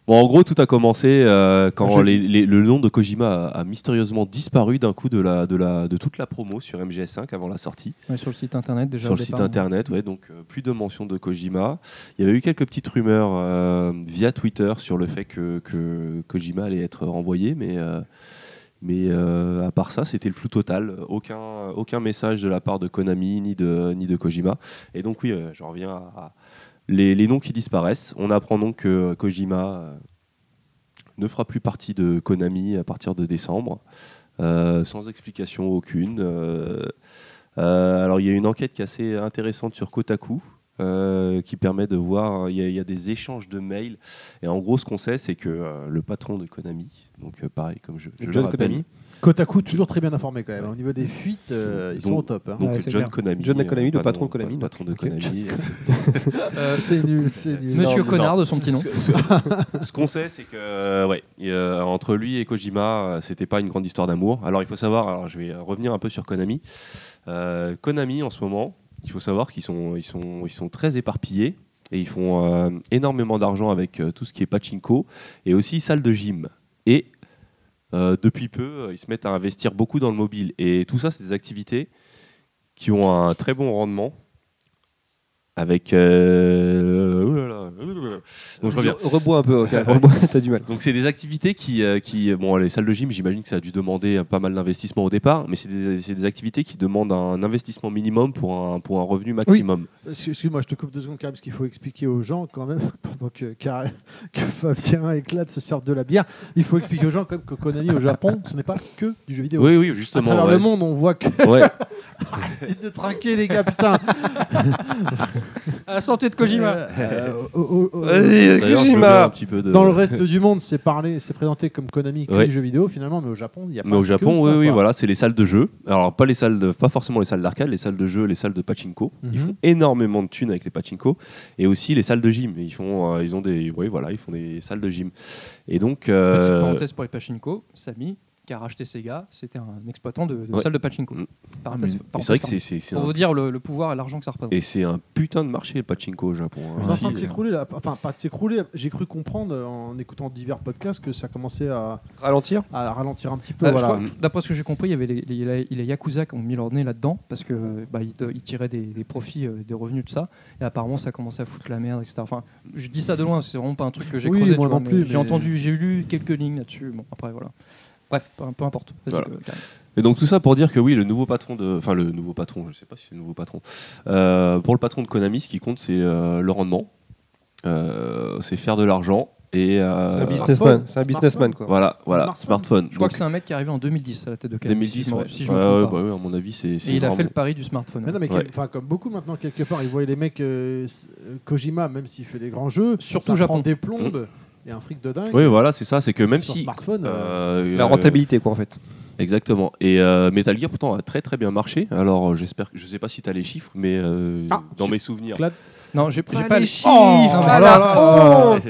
E: Bon, en gros, tout a commencé euh, quand
A: Je-
E: les- les- le nom de Kojima a, a mystérieusement disparu d'un coup de, la, de, la, de toute la promo sur MGS5 avant la sortie.
D: Ouais, sur le site internet déjà.
E: sur
D: au
E: le site
D: départ. hein.
E: internet, ouais, donc euh, plus de mention de Kojima. Il y avait eu quelques petites rumeurs euh, via Twitter sur le fait que, que Kojima allait être renvoyé, mais, euh, mais euh, à part ça, c'était le flou total. Aucun, aucun message de la part de Konami ni de, ni de Kojima. Et donc, oui, euh, j'en reviens à, à les, les noms qui disparaissent. On apprend donc que Kojima euh, ne fera plus partie de Konami à partir de décembre. euh, sans explication aucune. Euh, euh, alors, il y a une enquête qui est assez intéressante sur Kotaku. euh, qui permet de voir, hein, il y, a- il y a des échanges de mails. Et en gros, ce qu'on sait, c'est que euh, le patron de Konami, donc euh, pareil, comme je, je le
C: John
E: rappelle,
C: Konami.
A: Kotaku, toujours très bien informé quand même. Au niveau des fuites, euh, ils sont
E: Donc-
A: au top. hein.
E: Donc
D: Ouais, c'est
E: John
D: clair.
E: Konami.
C: John
E: euh,
C: Konami, le
E: pardon,
C: patron de Konami,
E: le patron de
C: donc. Ok.
E: Konami.
D: Euh,
A: Ah, C'est nul, c'est nul.
D: Monsieur
A: Non,
D: Connard de son petit nom.
E: Ce- ce- ce qu'on sait, c'est que euh, ouais, et, euh, entre lui et Kojima, euh, c'était pas une grande histoire d'amour. Alors il faut savoir, alors je vais euh, revenir un peu sur Konami. Euh, Konami en ce moment, il faut savoir qu'ils sont, ils sont, ils sont très éparpillés et ils font euh, énormément d'argent avec euh, tout ce qui est pachinko et aussi salle de gym. Et euh, depuis peu, euh, ils se mettent à investir beaucoup dans le mobile. Et tout ça, c'est des activités qui ont un très bon rendement. Avec. euh, ouh là là, ouh là là. Donc je reviens.
C: Rebois un peu, ok, rebois, t'as du mal.
E: Donc c'est des activités qui, euh, qui, bon, les salles de gym, j'imagine que ça a dû demander euh, pas mal d'investissement au départ, mais c'est des, c'est des activités qui demandent un investissement minimum pour un, pour un revenu maximum.
A: Euh, Excuse- Excuse-moi, je te coupe deux secondes, Karim, parce qu'il faut expliquer aux gens quand même, pendant que, Kar- que Fabien éclate se servent de la bière, il faut expliquer aux gens quand même que Konami au Japon, ce n'est pas que du jeu vidéo.
E: Oui, oui,
A: À
E: justement.
A: travers
E: ouais.
A: le monde, on voit que.
E: Ouais.
A: de traquer, les gars, putain
D: À la santé de Kojima.
A: Euh, oh, oh, oh.
E: D'ailleurs, je veux bien un petit peu de-
A: Dans le reste du monde, c'est parlé, c'est présenté comme Konami, que
E: Ouais.
A: du jeu vidéo finalement, mais au Japon, il y a pas
E: Mais au
A: que
E: Japon,
A: ça,
E: oui, oui,
A: quoi.
E: voilà, c'est les salles de jeu. Alors pas les salles, de, pas forcément les salles d'arcade, les salles de jeu, les salles de pachinko. Ils
A: Mhm.
E: font énormément de thunes avec les pachinko et aussi les salles de gym. Ils font, euh, ils ont des, oui, voilà, ils font des salles de gym. Et donc,
D: Petite
E: euh,
D: parenthèse pour les Pachinko, Samy, qui a racheté Sega, c'était un exploitant de, de
E: Ouais.
D: salle de Pachinko.
E: Mm.
D: Parenthèse- parenthèse
E: mais c'est vrai que
D: fermée.
E: c'est, c'est- c'est
D: Pour
E: un-
D: vous dire le, le pouvoir et l'argent que ça représente.
E: et c'est un putain de marché le pachinko au Japon. hein.
A: C'est en train de
E: Si,
A: s'écrouler là. Enfin, pas de s'écrouler. J'ai cru comprendre euh, en écoutant divers podcasts que ça commençait à,
C: Ralentir
A: à ralentir un petit peu.
D: Bah, je
A: voilà.
D: crois que, D'après ce que j'ai compris, il y avait les, les- les- les Yakuza qui ont mis leur nez là-dedans parce que bah, ils, ils tiraient des, des profits, euh, des revenus de ça. Et apparemment, ça commençait à foutre la merde, etc. Enfin, je dis ça de loin, c'est vraiment pas un truc que j'ai
A: Oui,
D: creusé.
A: moi
D: tu vois,
A: non
D: mais
A: plus,
D: J'ai
A: mais-
D: entendu, j'ai lu quelques lignes là-dessus. Bon, après voilà. Bref, peu, peu importe. Vas-y,
E: Voilà.
D: euh, Karim.
E: Et donc tout ça pour dire que oui, le nouveau patron de, enfin le nouveau patron, je sais pas si c'est le nouveau patron. Euh, pour le patron de Konami, ce qui compte c'est euh, le rendement, Euh, c'est faire de l'argent et euh,
C: C'est un
A: business.
C: businessman, c'est un
A: smartphone.
C: businessman quoi.
E: voilà, voilà,
A: Smartphone.
E: smartphone.
D: Je crois
E: Donc,
D: que c'est un mec qui est arrivé en 2010 à la tête de Konami, si
E: 2010,
D: je me-
E: ouais.
D: si je me
E: Ouais,
D: trompe
E: ouais,
D: pas.
E: bah ouais, à mon avis, c'est. c'est
D: Et il a
E: vraiment-
D: fait le pari du smartphone.
A: Mais non, mais
E: Ouais.
A: quel- enfin, comme beaucoup maintenant, quelque part, ils voient les mecs euh, s- euh, Kojima, même s'il fait des grands jeux,
D: Surtout
A: ça
D: Japon.
A: prend des plombes et un fric de dingue.
E: Oui, voilà, c'est ça. C'est que même
A: sur
E: si.
A: smartphone, euh,
E: euh,
C: La
E: euh,
C: rentabilité quoi en fait.
E: Exactement. Et euh, Metal Gear pourtant a très très bien marché. Alors euh, j'espère, que- je sais pas si tu as les chiffres, mais euh,
A: Ah,
E: dans
A: tu-
E: mes souvenirs.
A: Clap.
D: Non, j'ai j'ai
C: J'ai
D: pas
C: les
D: les-
C: chiffres,
D: Oh,
C: pas la
D: ah
A: là là.
C: honte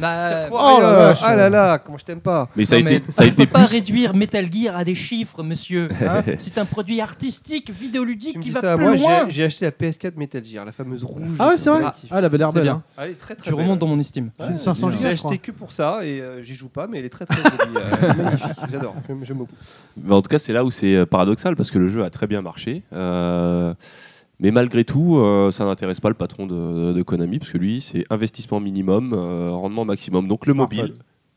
D: Bah,
C: Oh là
A: la
C: là,
A: vache.
C: ah là là, comment je t'aime pas.
E: Mais ça a
D: Non, mais
E: été, ça a
D: on
E: été
D: peut pas
E: plus.
D: réduire Metal Gear à des chiffres, monsieur. hein. C'est un produit artistique, vidéoludique
C: Tu me
D: qui
C: dis
D: va
C: ça à
D: plus
C: moi,
D: loin.
C: j'ai- j'ai acheté la PS4 Metal Gear, la fameuse rouge.
A: Ah ouais, c'est vrai
C: Ah,
A: Ah, elle avait l'air
D: C'est
A: belle.
D: bien.
A: hein.
C: Elle est très très
D: Tu
C: belle.
D: remontes dans mon estime.
A: C'est 500
C: Je l'ai
A: gigas, je crois.
C: acheté que pour ça et euh, j'y joue pas, mais elle est très très jolie. euh, magnifique, j'adore. J'aime j'aime beaucoup.
E: Mais en tout cas, c'est là où c'est euh, paradoxal parce que le jeu a très bien marché. Euh, mais malgré tout, euh, ça n'intéresse pas le patron de, de Konami parce que lui, c'est investissement minimum, euh, rendement maximum. Donc le
A: Smartphone.
E: mobile,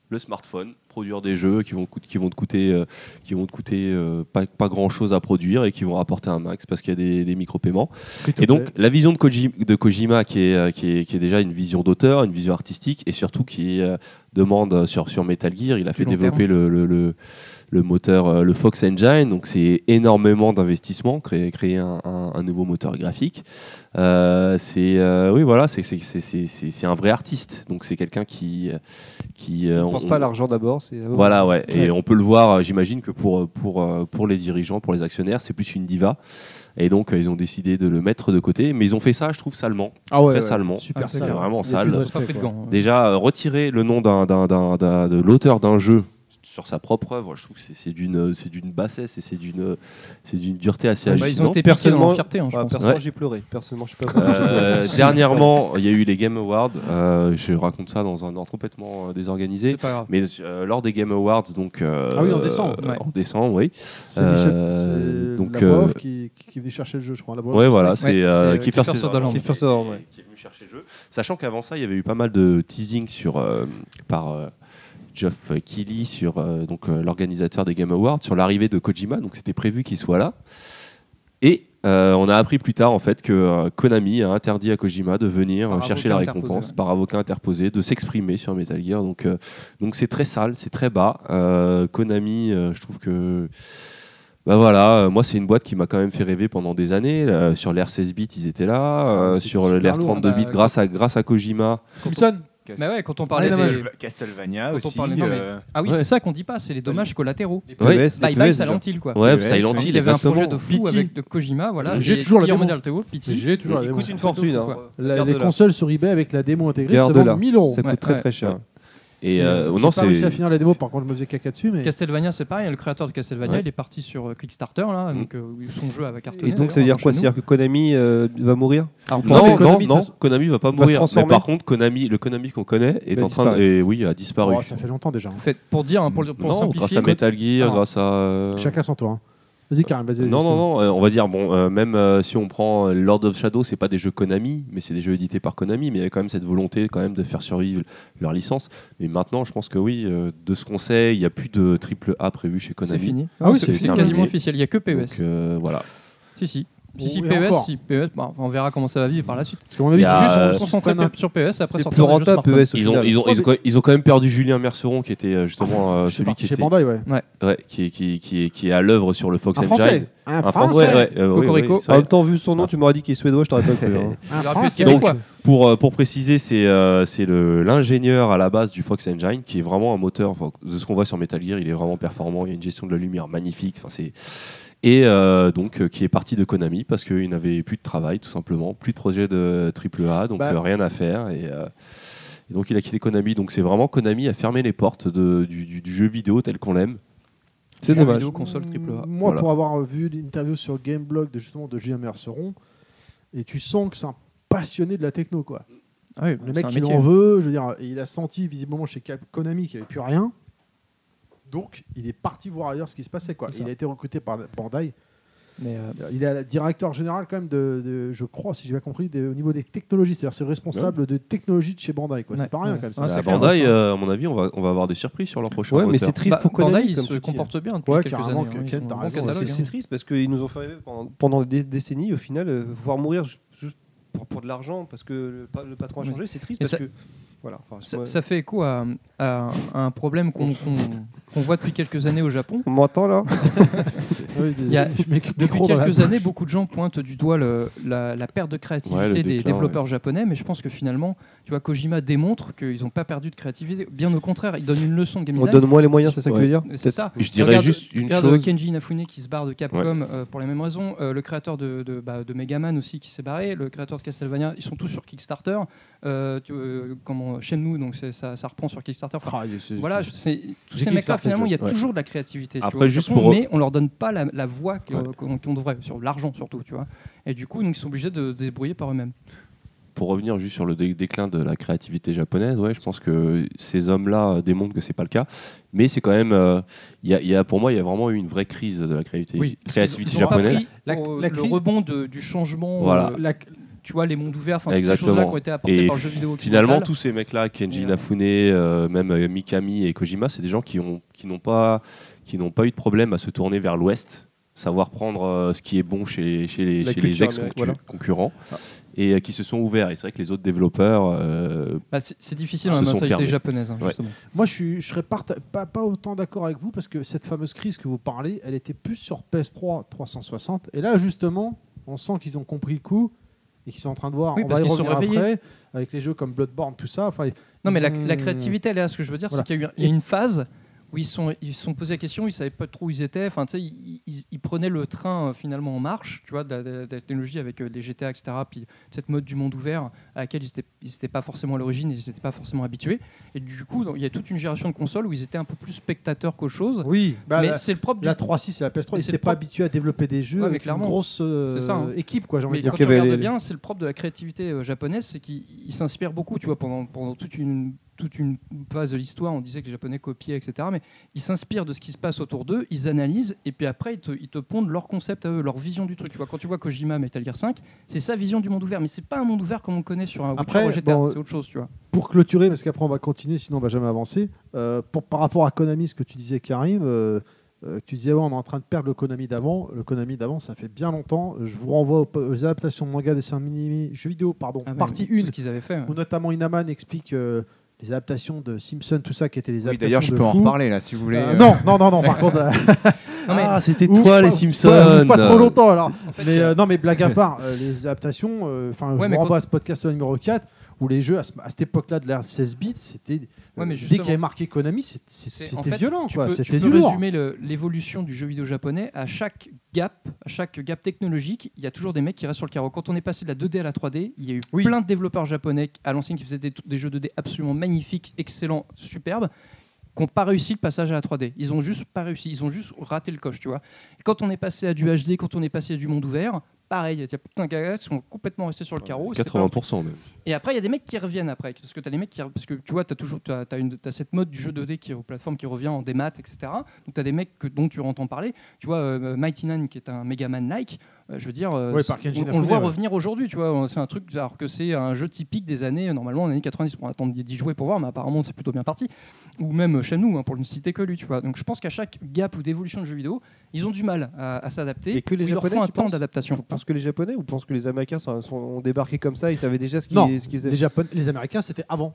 E: le smartphone, produire des jeux qui vont, coût- qui vont te coûter, euh, qui vont te coûter euh, pas, pas grand chose à produire et qui vont rapporter un max parce qu'il y a des, des micro-paiements. Et donc la vision de Koji- de Kojima, qui, est, euh, qui, est, qui est déjà une vision d'auteur, une vision artistique et surtout qui euh, demande euh, sur, sur Metal Gear, il a fait
D: long
E: développer le, le- le- le moteur, euh, le Fox Engine, donc c'est énormément d'investissement, créer, créer un, un- un nouveau moteur graphique. Euh, c'est euh, oui voilà, c'est- c'est- c'est c'est- c'est- c'est un vrai artiste, donc c'est quelqu'un qui... euh, qui
C: Je
E: euh,
C: ne pense
E: on-
C: pas à l'argent d'abord. c'est d'abord-
E: voilà, ouais.
C: Ouais.
E: Et on peut le voir, euh, j'imagine que pour, euh, pour, euh, pour les dirigeants, pour les actionnaires, c'est plus une diva. Et donc, euh, ils ont décidé de le mettre de côté. Mais ils ont fait ça, je trouve, salement.
A: Ah ouais,
E: très
A: ouais.
E: salement.
A: Super
D: Ah, c'est
E: C'est
A: sale.
D: clair.
E: vraiment
A: Il y a plus
E: sale.
A: de
D: C'est pas
A: respect,
D: fait de
A: quoi.
D: gants, hein.
E: Déjà, euh, retirer le nom d'un, d'un- d'un- d'un- de l'auteur d'un jeu sur sa propre œuvre, je trouve que c'est, c'est d'une, euh, c'est d'une bassesse et c'est d'une, euh, c'est d'une dureté
A: Ah
E: assez
D: Bah, ils ont
E: hallucinante.
D: été percés dans
C: Personnellement-
D: leur fierté, hein, je
C: Ouais,
D: pense.
C: personnellement,
E: Ouais.
C: j'ai pleuré. Personnellement, je suis pas.
E: Euh, dernièrement, il y a eu les Game Awards. Euh, je raconte ça dans un ordre complètement euh, désorganisé.
D: C'est pas grave.
E: Mais euh, lors des Game Awards, donc. euh,
A: Ah oui, en décembre.
E: euh,
D: Ouais.
E: En décembre, oui.
A: C'est Michel,
E: Euh,
A: c'est
E: donc,
A: la prof
E: euh,
A: qui, qui, qui venait chercher le jeu, je crois. La prof,
E: Ouais,
A: c'est-
E: voilà, c'est euh,
D: c'est, euh,
E: Kiefer
D: Kiefer
E: Sutherland
D: Sutherland.
E: qui,
C: Kiefer
E: était-
C: Sutherland, ouais.
E: qui est venu chercher le jeu. Sachant qu'avant ça, il y avait eu pas mal de teasing sur, euh, par euh, Geoff Keighley, sur, euh, donc, euh, l'organisateur des Game Awards, sur l'arrivée de Kojima. Donc c'était prévu qu'il soit là. Et euh, on a appris plus tard en fait que euh, Konami a interdit à Kojima de venir
D: Par
E: euh, chercher la
D: avocat interposé,
E: récompense
D: ouais.
E: par avocat interposé, de s'exprimer sur Metal Gear. Donc euh, donc c'est très sale, c'est très bas. Euh, Konami, euh, je trouve que bah voilà, euh, moi c'est une boîte qui m'a quand même fait rêver pendant des années. Euh, sur l'ère 16 bits, ils étaient là. Euh,
A: Ah, c'est
E: sur
A: super
E: l'ère
A: lourd,
E: 32 bits,
D: bah,
E: grâce à grâce à Kojima.
A: Simpson
D: Mais Bah ouais, quand on parlait
A: Ah,
D: des...
B: Castlevania
D: Quand on
B: aussi.
D: parlait- non, mais-
B: euh,
D: Ah oui,
E: Ouais.
D: c'est ça qu'on dit pas, c'est les dommages collatéraux. Bah,
E: Ouais.
B: PES,
D: Bye
B: les
D: bye
B: PES,
D: Silent
B: genre.
D: Hill, quoi.
E: Ouais,
B: PES,
E: Silent
B: ouais.
E: Hill,
D: Il y avait un projet de
E: exactement.
D: fou
E: Pity.
D: avec de Kojima, voilà.
A: J'ai
D: et
A: toujours la
D: Guillermo
A: démo.
D: del Toro, Pity.
A: J'ai toujours la
C: Il
A: démo.
C: coûte une fortune.
D: Ouais.
C: hein.
A: La- les
C: Garde-la.
A: consoles sur eBay avec la démo intégrée, c'est
C: Garde-la.
A: vendent 1000 euros.
C: Ça coûte
D: Ouais,
C: très
D: ouais.
C: très cher.
E: Et euh,
A: J'ai
E: non,
A: pas réussi
E: c'est
A: à finir la démo, par contre, je me faisais caca dessus, mais
D: Castlevania, c'est pareil, hein, le créateur de Castlevania,
E: Ouais.
D: il est parti sur euh, Kickstarter, là,
E: Mm.
D: donc euh, son jeu va cartonner.
C: Et donc, ça veut dire quoi C'est-à-dire que Konami euh, va mourir
A: pensez
E: non, non,
A: Konami, de
E: non,
A: toute façon.
E: Konami va pas
C: se
E: mourir. Mais
C: transformer.
E: par contre, Konami, le Konami qu'on connaît est
C: Va
E: en train de,
C: disparaître.
E: et oui, a disparu.
A: Oh, ça fait longtemps déjà. hein.
D: En fait, pour dire, hein, pour, le- pour
E: non, grâce
D: simplifier,
E: à Metal Gear,
A: Ah.
E: grâce à. euh,
A: Chacun son tour. hein. Vas-y, Karim, vas-y. vas-y,
E: Non,
A: excuse-moi.
E: non, non, euh, on va dire, bon, euh, même euh, si on prend euh, Lord of Shadow, c'est pas des jeux Konami, mais c'est des jeux édités par Konami, mais il y a quand même cette volonté quand même de faire survivre leur licence. Mais maintenant, je pense que oui, euh, de ce qu'on sait, il n'y a plus de triple A prévu chez
D: c'est
E: Konami.
D: fini.
A: Ah oui, c'est
E: c'est fini.
D: C'est
A: fini. bah,
D: quasiment
E: terminé.
D: officiel, il n'y a que PES.
E: Donc euh, voilà.
D: Si, si.
A: Bon,
D: Si, si,
A: et
D: PES,
A: encore.
D: si, PES, bah, on verra comment ça va vivre par la suite.
A: Parce qu'à mon avis,
E: Il y a,
A: Ah, c'est
E: euh,
A: juste
D: On
A: qu'on
D: se
A: se prenne un-
D: sur PES, après
C: C'est
D: sortir
C: plus
D: sur
C: rentable PES
D: smartphone.
H: E
C: au
E: Ils ont,
C: final.
E: ils, ont, ils, ont, ils ont quand même perdu Julien Merceron, qui était euh, justement euh,
A: C'est
E: celui qui,
A: parti chez
E: était,
A: Bandai, ouais.
E: ouais, qui, qui, qui est, qui est à l'œuvre sur le Fox
A: Un
E: Engine.
A: français Un
E: Un
A: français
E: Français, ouais, euh, oui, oui,
D: Cocorico.
E: c'est
C: En
E: vrai.
C: même temps, vu son nom, tu m'aurais dit qu'il est suédois, je t'aurais pas cru. hein.
A: Un
D: Il aurait pu
A: français
D: être
A: Ah, donc-
D: québécois.
E: Pour, euh, pour préciser, c'est euh, c'est le- l'ingénieur à la base du Fox Engine qui est vraiment un moteur. enfin, De ce qu'on voit sur Metal Gear, il est vraiment performant. Il y a une gestion de la lumière magnifique. Enfin, c'est et euh, donc euh, qui est parti de Konami parce qu'il n'avait plus de travail tout simplement, plus de projet de triple A, donc
A: Bah.
E: euh, rien à faire et, euh, et donc il a quitté Konami. Donc c'est vraiment Konami a fermé les portes de- du, du- du jeu vidéo tel qu'on l'aime.
C: C'est
D: Jeux
C: dommage.
D: vidéo, console, triple A.
A: Moi,
E: Voilà.
A: pour avoir vu l'interview sur Gameblog de, justement, de Julien Merceron, et tu sens que c'est un passionné de la techno, quoi.
D: Ah oui,
A: Le
D: c'est
A: mec,
D: un
A: il
D: métier.
A: en veut. Je veux dire, il a senti visiblement chez Cap Konami qu'il n'y avait plus rien. Donc, il est parti voir ailleurs ce qui se passait. Quoi.
D: C'est ça.
A: Il a été recruté par Bandai.
D: Mais, euh,
A: Il est directeur général, quand même, de, de- je crois, si j'ai bien compris, de- au niveau des technologies. C'est-à-dire, c'est le responsable de technologie de chez Bandai. quoi.
D: Ouais,
A: C'est pas rien,
D: ouais.
A: quand même.
D: Ah,
A: ça.
E: à
D: c'est clair,
E: Bandai,
D: ouais.
E: euh, à mon avis, on va, on va avoir des surprises sur leur prochain
C: Ouais, mais
E: moteur.
C: c'est triste
D: Bah,
C: pour Konami.
D: Bandai, il
C: comme
D: se
C: tu dis.
D: comporte bien depuis
A: Ouais,
D: quelques
A: carrément,
D: années. hein,
A: Ken,
D: ils ont
A: t'as
D: un bon
A: raison,
C: Ah, C'est-
D: catalogue,
C: C'est
D: hein.
C: triste parce qu'ils nous ont fait rêver pendant, pendant des décennies, au final, euh, voir mourir ju- juste pour, pour de l'argent parce que le, pa- le patron a
D: Oui.
C: changé, c'est triste
D: Et
C: parce
D: ça-
C: que. Voilà. enfin,
D: Ça,
C: moi-
D: ça fait écho à, à un problème qu'on qu'on- qu'on voit depuis quelques années au Japon.
C: On m'entend là
D: Il y a- Depuis quelques
A: années
D: années, beaucoup de gens pointent du doigt le- la, la perte de créativité
E: Ouais, le
D: des
E: déclin,
D: développeurs japonais, mais je pense que finalement, tu vois, Kojima démontre qu'ils n'ont pas perdu de créativité. Bien au contraire, il donne une leçon de game
C: On
D: design.
C: donne moins les moyens, c'est ça que tu veux dire
D: C'est ça.
E: Je dirais
D: Regarde-
E: juste une
D: regarde euh,
E: chose.
D: Kenji Inafune qui se barre de Capcom euh, pour les mêmes raisons. Euh, le créateur de, de, bah, de Megaman aussi qui s'est barré. Le créateur de Castlevania, ils sont tous sur Kickstarter. Euh, tu- euh, comment, Shenmue, donc c'est- ça, ça reprend sur Kickstarter. Enfin, voilà, je- bah, Ah, c'est- tous ces
A: J'ai
D: mecs-là,
A: Kickstarter,
D: finalement, il y a
E: ouais.
D: toujours de la créativité. tu
E: Après,
D: vois, au
E: juste
D: Japon,
E: pour-
D: Mais on leur donne pas la, la voix que-
E: Ouais.
D: qu'on qu'on devrait, sur l'argent surtout, tu vois. Et du coup, donc, ils sont obligés de se débrouiller par eux-mêmes.
E: Pour revenir juste sur le dé- déclin de la créativité japonaise, ouais, je pense que ces hommes-là euh, démontrent que c'est pas le cas. Mais c'est quand même, euh, il y a- il y a- pour moi, il y a vraiment eu une vraie crise de la créativité, créativité
D: Ils ont pas
E: japonaise.
D: pris
A: La-
D: pour, euh,
A: la
D: le
A: crise-
D: rebond de- du changement,
E: Voilà.
D: euh, tu vois, les mondes ouverts, enfin, toutes ces
E: Exactement.
D: choses-là qui ont été apportées
E: Et
D: par le jeu vidéo. occidental.
E: Finalement, tous ces mecs-là, Kenji
D: Ouais.
E: Inafune, euh, même euh, Mikami et Kojima, c'est des gens qui ont, qui n'ont pas, qui n'ont pas eu de problème à se tourner vers l'Ouest, savoir prendre euh, ce qui est bon chez, chez les,
C: La
E: chez les
C: culture
E: ex-concurrents,
C: américaine,
E: et euh, qui se sont ouverts. Et c'est vrai que les autres développeurs, euh,
D: Bah, c'est c'est difficile
E: Se
D: dans la
E: sont
D: mentalité
E: fermés.
D: japonaise, hein,
E: Ouais.
D: justement.
A: Moi, je, suis- je serais parta- pas, pas autant d'accord avec vous parce que cette fameuse crise que vous parlez, elle était plus sur PS3 360. Et là, justement, on sent qu'ils ont compris le coup et qu'ils sont en train de voir.
D: Oui,
A: on
D: parce
A: va y
D: qu'ils se sont
A: revenir
D: réveillés.
A: après avec les jeux comme Bloodborne, tout ça. Enfin,
D: Non, mais la,
A: Ils ont-
D: la créativité, là, ce que je veux dire,
A: Voilà.
D: c'est qu'il y a eu il y a une phase où ils sont, ils se sont posés la question, ils savaient pas trop où ils étaient. Enfin, tu sais, ils, ils- ils prenaient le train euh, finalement en marche, tu vois, de la, de la- de la technologie avec euh, les GTA, etc. Puis cette mode du monde ouvert à laquelle ils n'étaient pas forcément à l'origine, ils n'étaient pas forcément habitués. Et du coup, donc, il y a toute une génération de consoles où ils étaient un peu plus spectateurs qu'autre chose.
A: oui, bah,
D: mais
A: la,
D: c'est le propre du
A: la 3.6 et la PS3,
D: Mais
A: ils
D: c'est
A: n'étaient
D: le
A: pas
D: pro-
A: habitués à développer des jeux
D: Ouais, mais
A: avec une
D: clairement.
A: grosse euh,
D: C'est ça, hein.
A: équipe, quoi. J'ai envie
D: Mais
A: de dire.
D: quand
C: qu'il
D: tu
C: y avait
D: regardes
C: les-
D: bien, c'est le propre de la créativité euh, japonaise, c'est qu'ils s'inspirent beaucoup, tu vois, pendant, pendant toute une toute une phase de l'histoire, on disait que les Japonais copiaient, etc. Mais ils s'inspirent de ce qui se passe autour d'eux, ils analysent, et puis après, ils te, ils te pondent leur concept à eux, leur vision du truc. Tu vois, quand tu vois Kojima Metal Gear 5, c'est sa vision du monde ouvert, mais c'est pas un monde ouvert comme on connaît sur un Witcher
A: Après,
D: ou GTA,
A: bon,
D: c'est autre chose, tu vois.
A: pour clôturer, parce qu'après on va continuer, sinon on va jamais avancer. euh, pour, par rapport à Konami, ce que tu disais, Karim, euh, euh, tu disais ouais, on est en train de perdre le Konami d'avant. Le Konami d'avant, ça fait bien longtemps. Euh, Je vous renvoie aux, aux adaptations de manga, dessins animés, jeux vidéo, pardon,
D: Ah, mais
A: partie
D: tout
A: 1,
D: ce qu'ils avaient fait. ouais.
A: où notamment Inaman explique euh, les adaptations de Simpson, tout ça, qui étaient des
B: Oui,
A: adaptations.
B: D'ailleurs, je
A: de
B: peux en
A: fous.
B: reparler là si vous voulez.
D: Ah,
A: Euh,
B: euh,
A: non, non, non, non, par contre. euh,
D: Non, mais
A: Ah,
E: c'était
A: ou pas- ouais, ou Pas, trop longtemps alors. mais euh, non, mais blague à part, euh, les adaptations, euh, enfin,
D: Ouais,
A: je
D: mais
A: me renvoie à ce podcast numéro 4 où les jeux à, ce- à cette époque-là de l'ère 16 bits, c'était
D: Ouais, mais
A: euh, dès
D: justement.
A: qu'il y avait marqué Konami, c'est- c'est-
D: C'est-
A: c'était
D: en fait,
A: violent,
D: tu
A: quoi.
D: peux-
A: Bah, C'était
D: tu peux
A: du lourd.
D: résumer le- l'évolution du jeu vidéo japonais à chaque gap, à chaque gap technologique, il y a toujours des mecs qui restent sur le carreau. Quand on est passé de la 2D à la 3D, il y a eu
A: Oui.
D: plein de développeurs japonais à l'ancienne qui faisaient des, des jeux 2D absolument magnifiques, excellents, superbes qui n'ont pas réussi le passage à la 3D. Ils ont juste pas réussi, ils ont juste raté le coche, tu vois. Quand on est passé à du HD, quand on est passé à du monde ouvert, pareil, il y a plein de gars qui sont complètement restés sur le carreau. c'était pas un
E: 80% même.
D: et après, il y a des mecs qui reviennent après. Parce que tu as les mecs qui. Parce que tu vois, tu as toujours. t'as- t'as une- t'as cette mode du jeu 2D qui est aux plateformes qui revient en démat, etc. Donc tu as des mecs que, dont tu entends parler. Tu vois, euh, Mighty Nine, qui est un Mega Man-like, euh, je veux dire. euh,
A: Ouais,
D: c'est-
A: par Kenji
D: on, on le
A: Inafune,
D: voit
A: ouais.
D: revenir aujourd'hui, tu vois. Euh, C'est un truc. Alors que c'est un jeu typique des années. Normalement, en années 90, on attend d'y d'y jouer pour voir, mais apparemment, c'est plutôt bien parti. Ou même Shanou, hein, pour ne citer que lui, tu vois. Donc je pense qu'à chaque gap ou d'évolution de jeux vidéo, ils ont du mal à, à s'adapter.
C: Et que les
D: ou il leur faut
C: Japonais,
D: un
C: tu
D: temps
C: penses
D: d'adaptation.
C: Tu penses que les Japonais ou tu penses que les Américains sont, sont- ont débarqué comme ça Ils savaient déjà ce qu'ils
A: Non,
C: ce qu'ils faisaient
A: Les, Japon- les Américains, c'était avant.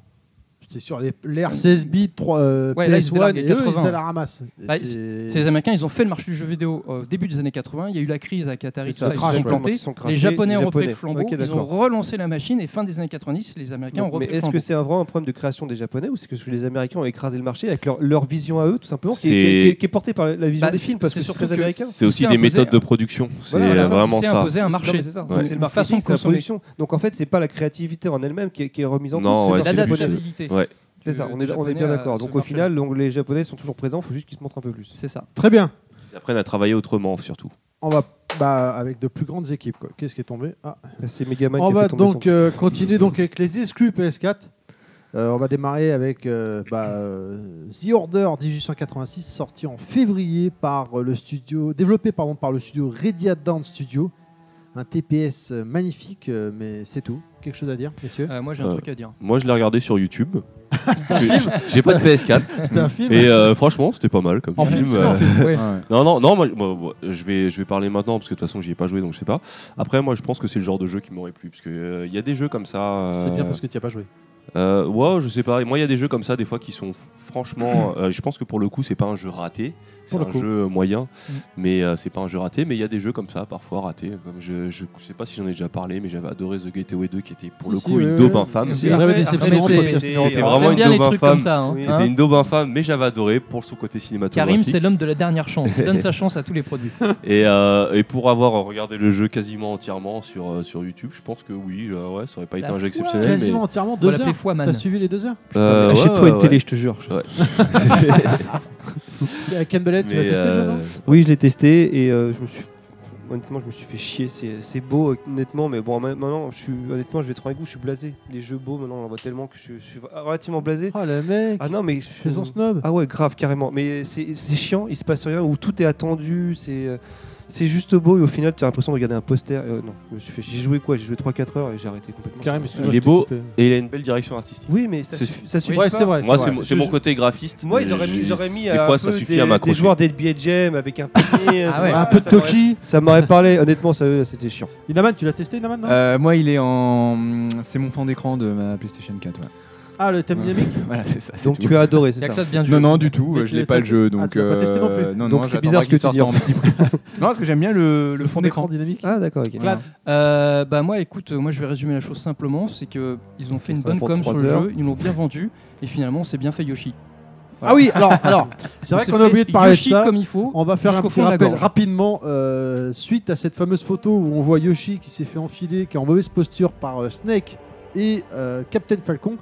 A: C'était sur les- l'ère 16 bits, 3, euh,
D: Ouais, là, ils étaient
A: PS1,
D: largués
A: et eux, ils
D: 80.
A: étaient à la ramasse. Et
D: Bah,
A: c'est-
D: C'est Les Américains, ils ont fait le marché du jeu vidéo euh, au début des années 80. Il y a eu la crise avec Atari,
C: C'est
D: tout
C: ça,
D: ça, ils
A: crash,
D: se sont
A: ouais.
D: plantés.
C: Ils sont crashés,
D: les Japonais
C: les
D: ont repris
C: Japonais.
D: le flambeau.
C: Ok,
D: ils ont
C: d'accord.
D: relancé la machine et fin des années 90, les Américains ont
C: Donc, mais
D: repris le
C: est-ce
D: flambeau.
C: que c'est un, vraiment un problème de création des Japonais ou c'est que les Américains ont écrasé le marché avec leur, leur vision à eux, tout simplement, qui, est-
E: C'est-
C: qui est- qui est- qui est portée par la- la vision
D: Bah,
C: des
D: c'est-
C: films Parce
D: c'est
C: que
D: surtout
C: surprise
D: que-
C: américain.
E: C'est aussi
D: s'est
E: des
D: imposé,
E: méthodes
D: hein.
E: de production. C'est euh,
C: Voilà, c'est ça.
E: vraiment
D: C'est
E: ça.
D: imposé. C'est un
C: Non,
D: marché.
C: mais C'est ça.
E: Ouais.
C: Donc, c'est le
D: Une
C: marketing,
D: façon de
C: c'est la
D: consommer.
C: production. Donc en fait, c'est pas la créativité en elle-même qui, est- qui est remise en
E: Non,
C: cause.
E: ouais,
C: c'est ça, les
E: c'est plus,
H: euh,
C: Japonais.
D: L'adaptabilité.
E: Ouais.
C: C'est ça,
D: du-
C: on
D: des
C: est, on est
D: Japonais
C: bien
D: à
C: d'accord.
D: ce
C: Donc au
D: marché-là.
C: final, donc, les Japonais sont toujours présents, il faut juste qu'ils se montrent un peu plus.
D: C'est ça.
A: Très bien.
E: Ils apprennent à travailler autrement surtout.
A: On va bah, avec de plus grandes équipes. quoi. Qu'est-ce qui est tombé Ah,
C: C'est Megaman
A: On
C: qui a
A: va
C: fait tomber son-
A: donc euh, continuer donc avec les exclus PS4. Euh, on va démarrer avec euh, bah, euh, The Order 1886, sorti en février par euh, le studio, développé pardon, par le studio Radiant Down Studio. Un TPS euh, magnifique, euh, mais c'est tout. Quelque chose à dire, messieurs
D: Euh, moi, j'ai un
E: Euh,
D: truc à dire.
E: Moi, je l'ai regardé sur YouTube. J'ai pas de PS4.
A: C'était un film
E: Et euh, franchement, c'était pas mal comme
A: En
E: film.
A: film, c'est
E: euh,
A: bien, en
D: film, ouais.
B: ouais.
E: Non, non, non, moi, moi, moi, je, vais, je vais parler maintenant parce que de toute façon, j'y ai pas joué donc je sais pas. Après, moi, je pense que c'est le genre de jeu qui m'aurait plu parce qu'il y a des jeux comme ça. euh,
A: C'est bien parce que tu n'y as pas joué.
E: Euh, ouais, je sais pas. Moi, il y a des jeux comme ça, des fois, qui sont f- franchement. euh, je pense que pour le coup, c'est pas un jeu raté. C'est
A: Pour le
E: un
A: coup.
E: jeu moyen,
D: Mm.
E: mais euh, c'est pas un jeu raté. Mais il y a des jeux comme ça, parfois ratés. Comme je, je sais pas si j'en ai déjà parlé, mais j'avais adoré The Gateway 2, qui était pour
A: Si,
E: le
A: si,
E: coup une
A: oui,
E: daube
A: oui.
E: infâme.
A: Si, oui.
E: C'était
A: Brève et
D: Après,
A: déception,
D: c'est-
A: podcast
D: c'est-
H: euh,
B: numéro
D: t'aimes
E: vraiment une
D: bien les
E: daube
D: trucs comme
E: infâme.
D: ça. hein.
B: Oui.
D: Hein
E: une daube infâme, mais j'avais adoré pour son côté cinématographique.
D: Karim, c'est l'homme de la dernière chance. Il donne sa chance à tous les produits.
E: Et, euh, et pour avoir regardé le jeu quasiment entièrement sur, euh, sur YouTube, je pense que oui, euh, ouais, ça aurait pas été
D: La
E: un jeu
D: foi.
E: exceptionnel.
A: Quasiment
E: mais-
A: entièrement
D: On va
A: deux
D: l'appeler
A: heures.
D: Foiman.
A: T'as suivi les deux heures
E: Euh, ouais,
B: Achète-toi une
E: ouais,
B: télé, je te jure.
E: Ouais.
A: Euh, Ken Bellet, tu l'as
E: Mais,
A: testé le jeu, non
E: euh,
H: Oui, je l'ai testé et euh, je me suis. Honnêtement, je me suis fait chier. C'est c'est beau, honnêtement, mais bon, ma- maintenant, je suis, honnêtement, je vais être un goût, je suis blasé. Les jeux beaux, maintenant, on en voit tellement que je, je suis relativement blasé.
A: Ah, le mec,
H: Ah non, mais je suis.
A: faisons snob.
H: Ah ouais, grave, carrément. Mais c'est c'est chiant, il se passe rien, où tout est attendu, c'est. euh, C'est juste beau et au final, tu as l'impression de regarder un poster. Euh, non, je me suis fait. J'ai joué quoi J'ai joué 3-4 heures et j'ai arrêté complètement.
A: Karim,
H: Ça-
A: excuse-moi,
E: Ah, Il
A: je
E: est
A: t'ai
E: beau.
A: coupé.
E: Et il a une belle direction artistique.
H: Oui, mais ça,
E: C'est-
H: suffit- ça suffit.
A: Ouais,
H: pas.
A: c'est vrai.
E: Moi,
A: c'est
E: c'est
A: vrai.
E: mon, c'est mon côté graphiste.
H: Moi,
E: mais
H: ils auraient mis,
E: je-
H: ils auraient mis euh,
E: Des
H: un
E: fois,
H: peu
E: ça suffit
H: des,
E: à
H: des
E: m'accrocher.
H: joueurs d'NBA Jam avec un panier,
E: euh,
D: Ah
H: tu
D: ouais.
H: vois,
A: Un peu de
H: ça m'aurait-
A: Toki.
H: Ça m'aurait parlé, honnêtement, ça- c'était chiant.
A: Inaman, tu l'as testé, Inaman non
B: Euh, moi, il est en. C'est mon fond d'écran de ma PlayStation 4. ouais.
A: Ah, le thème dynamique
B: Voilà, c'est ça. c'est
H: Donc
B: tout.
H: tu as adoré, c'est
D: Il y a
H: ça
D: que ça de bien joué.
B: Non, non, du tout.
A: Mais
B: euh,
A: tu
B: Je l'ai
A: l'as
B: pas le
A: testé
B: jeu, donc.
A: tu l'as pas testé non plus.
B: euh, non,
H: Donc
B: non,
H: c'est
B: j'attendrai
H: bizarre ce
B: qu'il
H: que tu
B: sorte
H: dis, en
B: en petit prix. Non, parce que j'aime bien le, le fond d'écran.
A: dynamique.
H: Ah d'accord, ok.
A: Clap.
D: Euh, bah moi écoute, euh, moi je vais résumer la chose simplement, c'est que euh, ils ont fait une
H: ça
D: bonne
H: prend
D: com sur
H: trois
D: le
H: heures.
D: jeu, ils l'ont bien vendu et finalement c'est bien fait Yoshi.
A: Ah oui, alors, alors c'est
D: On
A: vrai
D: s'est
A: qu'on a
D: fait
A: oublié de parler de
D: Yoshi
A: ça.
D: comme il faut.
A: On va faire un
D: jusqu'au
A: petit
D: fond de la
A: rappel
D: gorge.
A: rapidement euh, suite à cette fameuse photo où on voit Yoshi qui s'est fait enfiler, qui est en mauvaise posture par euh, Snake et euh, Captain Falcon.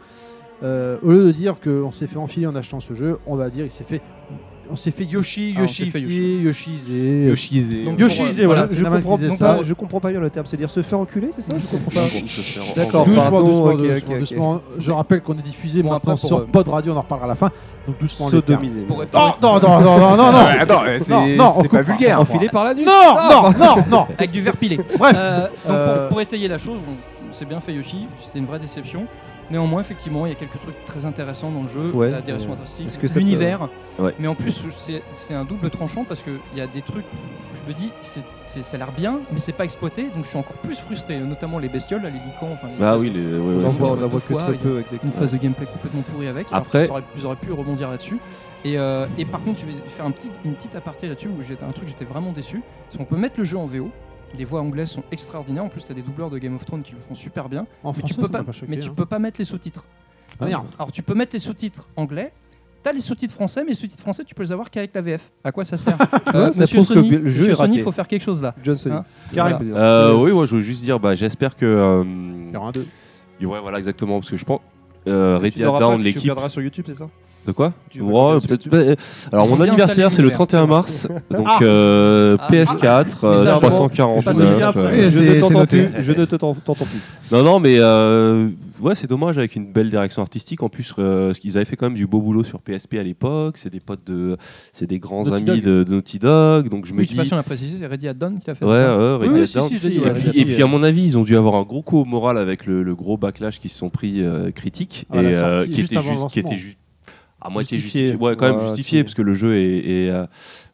A: euh, au lieu de dire qu'on s'est fait enfiler en achetant ce jeu, on va dire il s'est fait, on s'est fait Yoshi,
D: Ah, on s'est
A: Yoshi,
D: fait
A: Yoshisé.
B: Yoshisé.
D: Donc,
A: Yoshi,
D: pour, euh,
A: c'est- voilà,
D: c'est
A: je
D: la main
A: comprends-
D: qui disait
A: donc,
D: ça.
A: on-
H: Je comprends pas bien le terme, c'est-à-dire se faire enculer, c'est ça Je comprends pas.
E: Je se faire
H: hein. D'accord.
E: enculer.
A: doucement,
H: pardon,
A: doucement,
H: ok,
A: doucement,
H: ok, ok.
A: doucement. Je rappelle qu'on est diffusé
D: Bon,
A: maintenant
D: après, pour,
A: sur
D: euh,
A: Pod Radio, on en reparlera à la fin. Donc doucement les termes.
H: Sodomiser.
D: Pour
A: Oh, Non,
D: répondre-
A: non, non, non, non, non, non.
B: Ouais, attends, euh,
A: Non,
B: c'est
A: non, on
B: c'est pas
A: coupe.
B: vulgaire.
H: Enfilé par la nuit
A: Non,
D: Ah.
A: non, non, non.
D: avec du verre pilé.
A: Bref.
D: Euh, donc, pour-
A: Euh,
D: pour, étayer la chose, on, on s'est bien fait Yoshi, c'était une vraie déception. Néanmoins, effectivement, il y a quelques trucs très intéressants dans le jeu,
H: Ouais,
D: la direction
H: euh,
D: artistique,
H: est-ce que ça peut-
D: l'univers.
E: Ouais.
D: Mais en plus, c'est- c'est un double tranchant parce qu'il y a des trucs, où je me dis, c'est- c'est- ça a l'air bien, mais c'est pas exploité, donc je suis encore plus frustré, notamment les bestioles, là, les licans, enfin. les-
A: Bah
E: Ah oui, les- ouais, ouais,
H: On en
E: c'est
H: voit-
E: vrai.
H: on en voit
D: Deux
H: que
D: fois,
H: très
D: il y a
H: peu,
D: une
H: exactement.
D: phase de gameplay complètement pourrie avec. alors
E: Après-
D: qu'ils auraient, ils auraient pu rebondir là-dessus. Et, euh, et par contre, je vais faire un petit, une petite aparté là-dessus où j'étais un truc, j'étais vraiment déçu. C'est qu'on peut mettre le jeu en VO. Les voix anglaises sont extraordinaires. En plus, t'as des doubleurs de Game of Thrones qui le font super bien.
A: En
D: Mais tu
A: français,
D: peux
A: ça
D: pas,
A: m'a pas choqué,
D: mais tu
A: hein.
D: peux pas mettre les sous-titres.
A: Ah, merde.
D: Alors, tu peux mettre les sous-titres anglais. T'as les sous-titres français, mais les sous-titres français, tu peux les avoir qu'avec la VF. À quoi ça sert Euh,
H: vois, ça
D: Monsieur
H: prouve que
D: Sony,
H: le jeu
D: monsieur
H: est
D: Sony,
H: raté.
D: faut faire quelque chose là.
H: Johnson.
D: Hein
A: Karim.
E: Euh, oui, moi, je voulais juste dire, bah, j'espère que. euh,
A: Il y aura un deux.
E: ouais, voilà, exactement, parce que je pense. Euh,
H: Tu
E: Ready
H: l'auras
E: at
H: pas,
E: Down,
H: tu
E: l'équipe.
H: regarderas sur YouTube, c'est ça
E: De quoi
H: Tu
E: Ouais,
H: regarderas sur
E: peut-être-
H: YouTube.
E: bah, euh, Alors,
D: Ils ont
E: mon
D: bien
E: anniversaire,
D: installé
E: c'est le
D: l'univers.
E: 31 mars. Donc,
A: Ah.
E: euh,
D: Ah.
E: PS4, euh,
D: Mais ça, je pense- je pense que c'est
E: 349.
A: bien
E: euh,
B: Et
H: Je
B: c'est-
H: ne
B: c'est
H: t'entends
B: noté.
H: plus, je ne te t'en- t'entends plus.
E: Non, non, mais euh, ouais, c'est dommage avec une belle direction artistique. En plus, euh, ce qu'ils avaient fait quand même du beau boulot sur PSP à l'époque. C'est des potes de, c'est des grands
A: Naughty
E: amis
A: Dog.
E: de, de Naughty Dog. Donc je me
D: Oui, je
E: dis,
D: sais pas si on l'a précisé, c'est Ready at Dawn qui t'a fait
E: ouais,
D: ça.
E: ouais, Red
A: Oui,
E: Dead
A: si,
E: Down.
A: si, j'ai dit,
E: Et
A: ouais,
E: puis,
A: Red
E: et
A: Dead.
E: puis, à mon avis, ils ont dû avoir un gros coup au moral avec le, le gros backlash qu'ils se sont pris euh, critique
A: Ah, la
E: et euh,
A: sortie,
E: qui
A: juste
E: était
A: avant le
E: juste, qui
A: lancement.
E: était ju- à moitié
H: Justifié.
E: justifié, ouais, quand même
H: Ouais,
E: justifié
H: c'est-
E: parce que le jeu est, est, euh,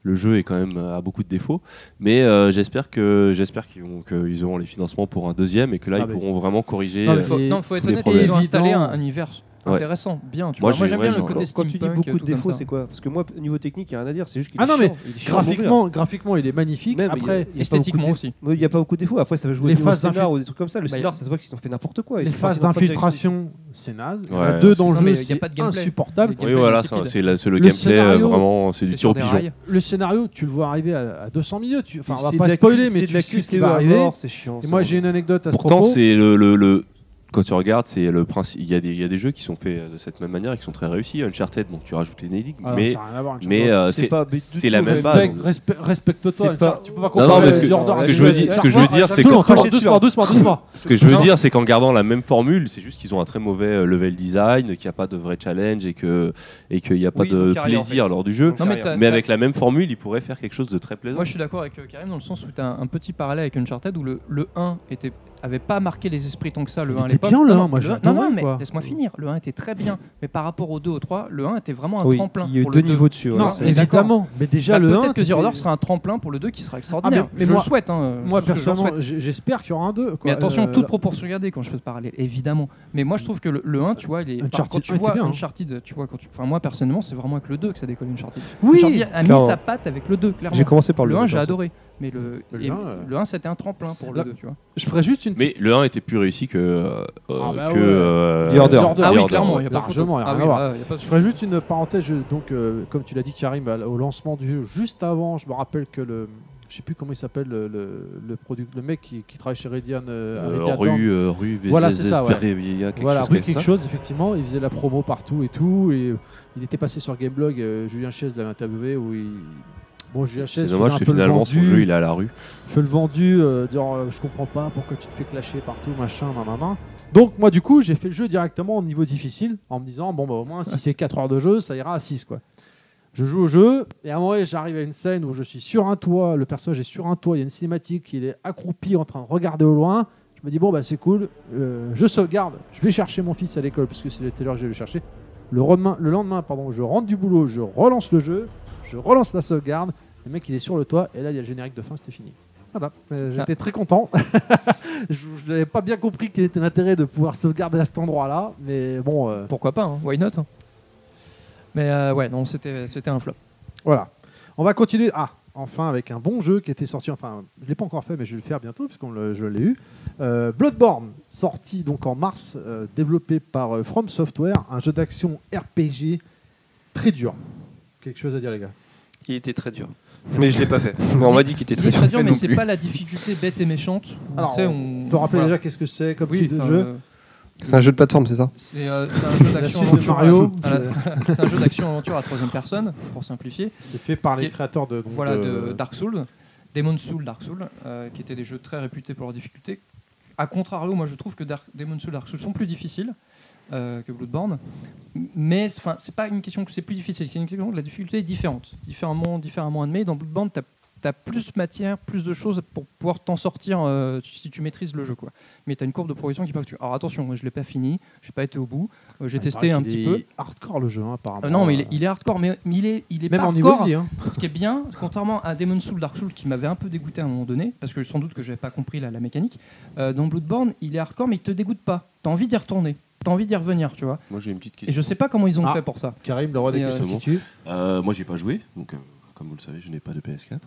E: le jeu est quand même euh, a beaucoup de défauts. Mais euh, j'espère que j'espère qu'ils vont- qu'ils auront les financements pour un deuxième et que là
A: Ah,
E: ils
A: mais-
E: pourront vraiment corriger.
D: Non,
A: Non, mais
E: euh,
D: il faut,
A: Et
D: non, faut être
E: tous les
D: honnête,
E: problèmes.
D: ils ont installé un,
A: Évident.
D: un univers
E: Ouais.
D: intéressant, bien. Tu
E: Moi,
D: vois. moi
E: j'ai-
D: j'aime
E: ouais,
D: bien le
E: j'ai-
D: côté
H: Quand tu dis
D: steampunk,
H: beaucoup de
D: tout comme
H: défauts,
D: ça.
H: c'est quoi Parce que moi, niveau technique, il n'y a rien à dire, c'est juste qu'il
A: Ah
H: est
A: non, mais
H: chiant, il est chiant à mourir.
A: Graphiquement, graphiquement, il est magnifique.
H: Même, il y a-
A: Après,
H: il y a pas beaucoup de
D: Esthétiquement aussi.
H: Mais Il n'y a pas beaucoup de défauts. Après, ça va jouer
A: Les
H: au niveau
A: phases
H: scénar ou des trucs comme ça. Le
D: Bah,
H: scénar,
D: y a-
H: c'est vrai qu'ils ont fait n'importe quoi. Ils
A: les
H: sont
A: phases
H: partis dans plein de
A: d'infiltration, c'est naze. Il y en a
E: Ouais,
A: deux
E: c'est-
A: dans le
D: Non, mais
A: jeu,
D: il y a
A: c'est
D: pas de gameplay.
A: insupportable.
E: Oui,
D: gameplay
E: voilà,
D: insipide.
E: c'est c'est la- c'est le,
A: Le
E: gameplay, euh,
A: scénario,
E: vraiment, c'est
D: T'es
E: du tir
D: sur
E: au
D: des
E: pigeon.
D: rails.
A: Le scénario, tu le vois arriver à, à 200 milieux. Tu... Enfin, on va
H: C'est
A: pas
H: de la-
A: spoiler,
H: c'est
A: mais
H: de
A: tu
H: la
A: sais ce qui
H: QTE
A: va
H: à
A: arriver.
H: mort, C'est chiant.
A: Et
H: ça.
A: moi, j'ai une anecdote à ce
E: Pourtant,
A: propos.
E: c'est le, le- le- Quand tu regardes, c'est le principe. Il y, a des- il y a des jeux qui sont faits euh, de cette même manière et qui sont très réussis. Uncharted, donc tu rajoutes les énigmes,
A: Ah non,
E: mais,
A: ça a rien à voir, une
E: mais
A: chose.
E: euh,
H: c'est
E: c'est
H: pas du
E: c'est
H: tout
E: la même
A: Respect-
E: base.
A: respect- Respecte-toi.
H: C'est pas-
A: Tu peux pas
E: Non, non,
A: comparer
E: mais ce que,
A: les ordres.
E: ce que je veux dire, ce que je veux dire, c'est
A: Non,
E: qu'en-
A: attends,
H: Cracher
A: doucement, doucement, doucement.
E: ce que je veux
A: Non.
E: dire, c'est qu'en gardant la même formule, c'est juste qu'ils ont un très mauvais euh, level design, qu'il n'y a pas de vrai challenge et que et qu'il n'y a pas
H: Oui,
E: de
H: donc, carré, en
E: plaisir
H: fait.
E: lors du jeu.
H: Donc,
D: Non, mais
H: carré,
D: t'as-
E: Mais
D: t'as-
E: avec la même formule, ils pourraient faire quelque chose de très plaisant.
D: Moi, je suis d'accord avec euh, Karim dans le sens où tu as un, un petit parallèle avec Uncharted où le, le 1 était avait pas marqué les esprits tant que ça, le
A: Il
D: 1 à
A: était
D: l'époque.
A: bien, le
D: Non,
A: 1, moi,
D: le
A: j'ai
D: 1 Non, non,
A: adoré,
D: mais
A: quoi.
D: laisse-moi finir. Le 1 était très bien, mais par rapport au 2 au 3, le 1 était vraiment un
C: Oui,
D: tremplin
C: il y a eu
D: pour
C: deux
D: le 2.
C: niveaux dessus. ouais.
A: Non,
D: c'est-
A: évidemment. Mais
D: Bah,
A: déjà, le 1.
D: Peut-être que
A: t'étais-
D: Zero Order sera un tremplin pour le 2 qui sera extraordinaire.
A: Ah, mais- mais
D: je
A: moi-
D: le souhaite. hein,
A: Moi,
D: je- je le
A: personnellement,
D: souhaite.
A: j'ai- j'espère qu'il y aura un Euh, 2.
D: Mais
C: euh,
D: attention, toute
A: toute
D: proportion gardée quand je fais ce parallèle, évidemment. Mais moi, je trouve que le, le 1, tu vois, il est.
A: Uncharted
D: quand tu
A: 1 était
D: vois
A: bien, hein.
D: Uncharted, tu vois, quand tu. Enfin, moi, personnellement, c'est vraiment avec le 2 que ça décolle Uncharted.
A: Oui
D: Uncharted a mis
C: Clairement.
D: sa patte avec le 2, clairement.
C: J'ai commencé par le
D: Le 1, j'ai
C: perso.
D: adoré. Mais le,
A: Le
D: et-
A: 1, euh.
D: le 1, c'était un tremplin pour le
A: Là-
D: 2, tu vois.
A: Je ferais juste une.
E: Mais le 1 était plus réussi que. euh,
A: Ah bah
E: que
A: ouais.
E: euh,
C: The Order.
A: The Order.
D: Ah oui,
E: Order,
D: clairement,
E: ouais.
D: il y a pas photo.
A: Largement, il y a
D: Ah
A: rien
D: oui,
A: à voir.
D: là, il y a pas de
A: Je ferai juste une parenthèse, je- donc euh, comme tu l'as dit Karim, à- au lancement du jeu, juste avant, je me rappelle que le, je sais plus comment il s'appelle le le, le, produ- le mec qui, qui travaille chez Redian, euh,
E: Euh,
A: Redian
E: rue, euh, rue,
A: Voilà, c'est ça, ouais.
E: il y a quelque
A: voilà,
E: chose
A: oui,
E: comme
A: quelque
E: ça.
A: chose, effectivement. Il faisait la promo partout et tout. Et euh, il était passé sur Gameblog. euh, Julien Chies l'avait interviewé. Où il... Bon, Julien Chies,
E: C'est dommage
A: faisait un
E: parce
A: peu
E: que
A: le
E: finalement
A: vendu,
E: son jeu il est à la rue.
A: fait le vendu, euh, genre euh, je comprends pas pourquoi tu te fais clasher partout, machin, nan, nan, nan. Donc, moi, du coup, j'ai fait le jeu directement au niveau difficile en me disant, bon, bah au moins, si c'est 4 heures de jeu, ça ira à 6, quoi. Je joue au jeu et à un moment, j'arrive à une scène où je suis sur un toit, le personnage est sur un toit, il y a une cinématique, il est accroupi en train de regarder au loin. Je me dis, bon, bah c'est cool, euh, je sauvegarde, je vais chercher mon fils à l'école puisque c'était l'heure que j'allais le chercher. Le lendemain, le lendemain, pardon, je rentre du boulot, je relance le jeu, je relance la sauvegarde. Le mec, il est sur le toit et là, il y a le générique de fin, c'était fini. Voilà, Euh, j'étais très content. je n'avais pas bien compris quel était l'intérêt de pouvoir sauvegarder à cet endroit-là, mais bon, euh,
D: Pourquoi pas, hein, why not hein. Mais euh, ouais, non, c'était c'était un flop.
A: Voilà. On va continuer. Ah, enfin, avec un bon jeu qui était sorti. Enfin, je ne l'ai pas encore fait, mais je vais le faire bientôt, puisqu'on le- je l'ai eu. Euh, Bloodborne, sorti donc en mars, euh, développé par euh, From Software, un jeu d'action RPG très dur. Quelque chose à dire, les gars
H: Il était très dur. Mais je l'ai pas fait. Mais on m'a dit qu'il était
D: Il est
H: très dur.
D: très dur,
H: non
D: mais c'est
H: plus.
D: pas la difficulté bête et méchante. où,
A: Alors,
D: tu sais,
A: On
D: on
A: peut rappeler
D: voilà.
A: déjà qu'est-ce que c'est comme
D: oui,
A: type de
D: enfin,
A: jeu
D: euh,
C: C'est un jeu de plateforme, c'est ça
D: C'est euh, c'est un jeu
A: La
D: d'action
A: suite de
D: aventure.
A: Mario,
D: à la- C'est un jeu d'action aventure à troisième personne, pour simplifier.
A: c'est fait par les
D: qui-
A: créateurs de, donc,
D: Voilà,
A: euh,
D: de Dark Souls, Demon Souls, Dark Souls, euh, qui étaient des jeux très réputés pour leur difficulté. A contrario, moi je trouve que Dark, Demon Souls, Dark Souls sont plus difficiles euh, que Bloodborne, mais c'est- enfin, c'est pas une question que c'est plus difficile, c'est une question que la difficulté est différente, différemment, différemment admise. Dans Bloodborne, t'as as plus matière, plus de choses pour pouvoir t'en sortir euh, si tu maîtrises le jeu, quoi. Mais t'as une courbe de progression qui peut. Alors attention, moi, je l'ai pas fini, j'ai pas été au bout, euh, j'ai
A: Ah, il
D: testé
A: paraît
D: un
A: qu'il
D: petit
A: est
D: peu.
A: Hardcore le jeu, hein, apparemment.
D: Euh, non, mais il
A: Euh,
D: est, il est hardcore, mais mais il est, il est
A: même
D: pas
A: en
D: hardcore.
A: niveau hein.
D: Ce qui est bien, contrairement à Demon Soul, Dark Soul, qui m'avait un peu dégoûté à un moment donné, parce que sans doute que j'avais pas compris la, la mécanique, euh, dans Bloodborne, il est hardcore, mais il te dégoûte pas. T'as envie d'y retourner. T'as envie d'y revenir, tu vois.
E: Moi j'ai une petite question.
D: Et je sais pas comment ils ont
A: Ah.
D: fait pour ça.
A: Karim, le roi des
D: Et, euh,
A: questions
E: c'est bon.
A: qui tue.
E: Euh, moi j'ai pas joué, donc euh, comme vous le savez, je n'ai pas de PS4.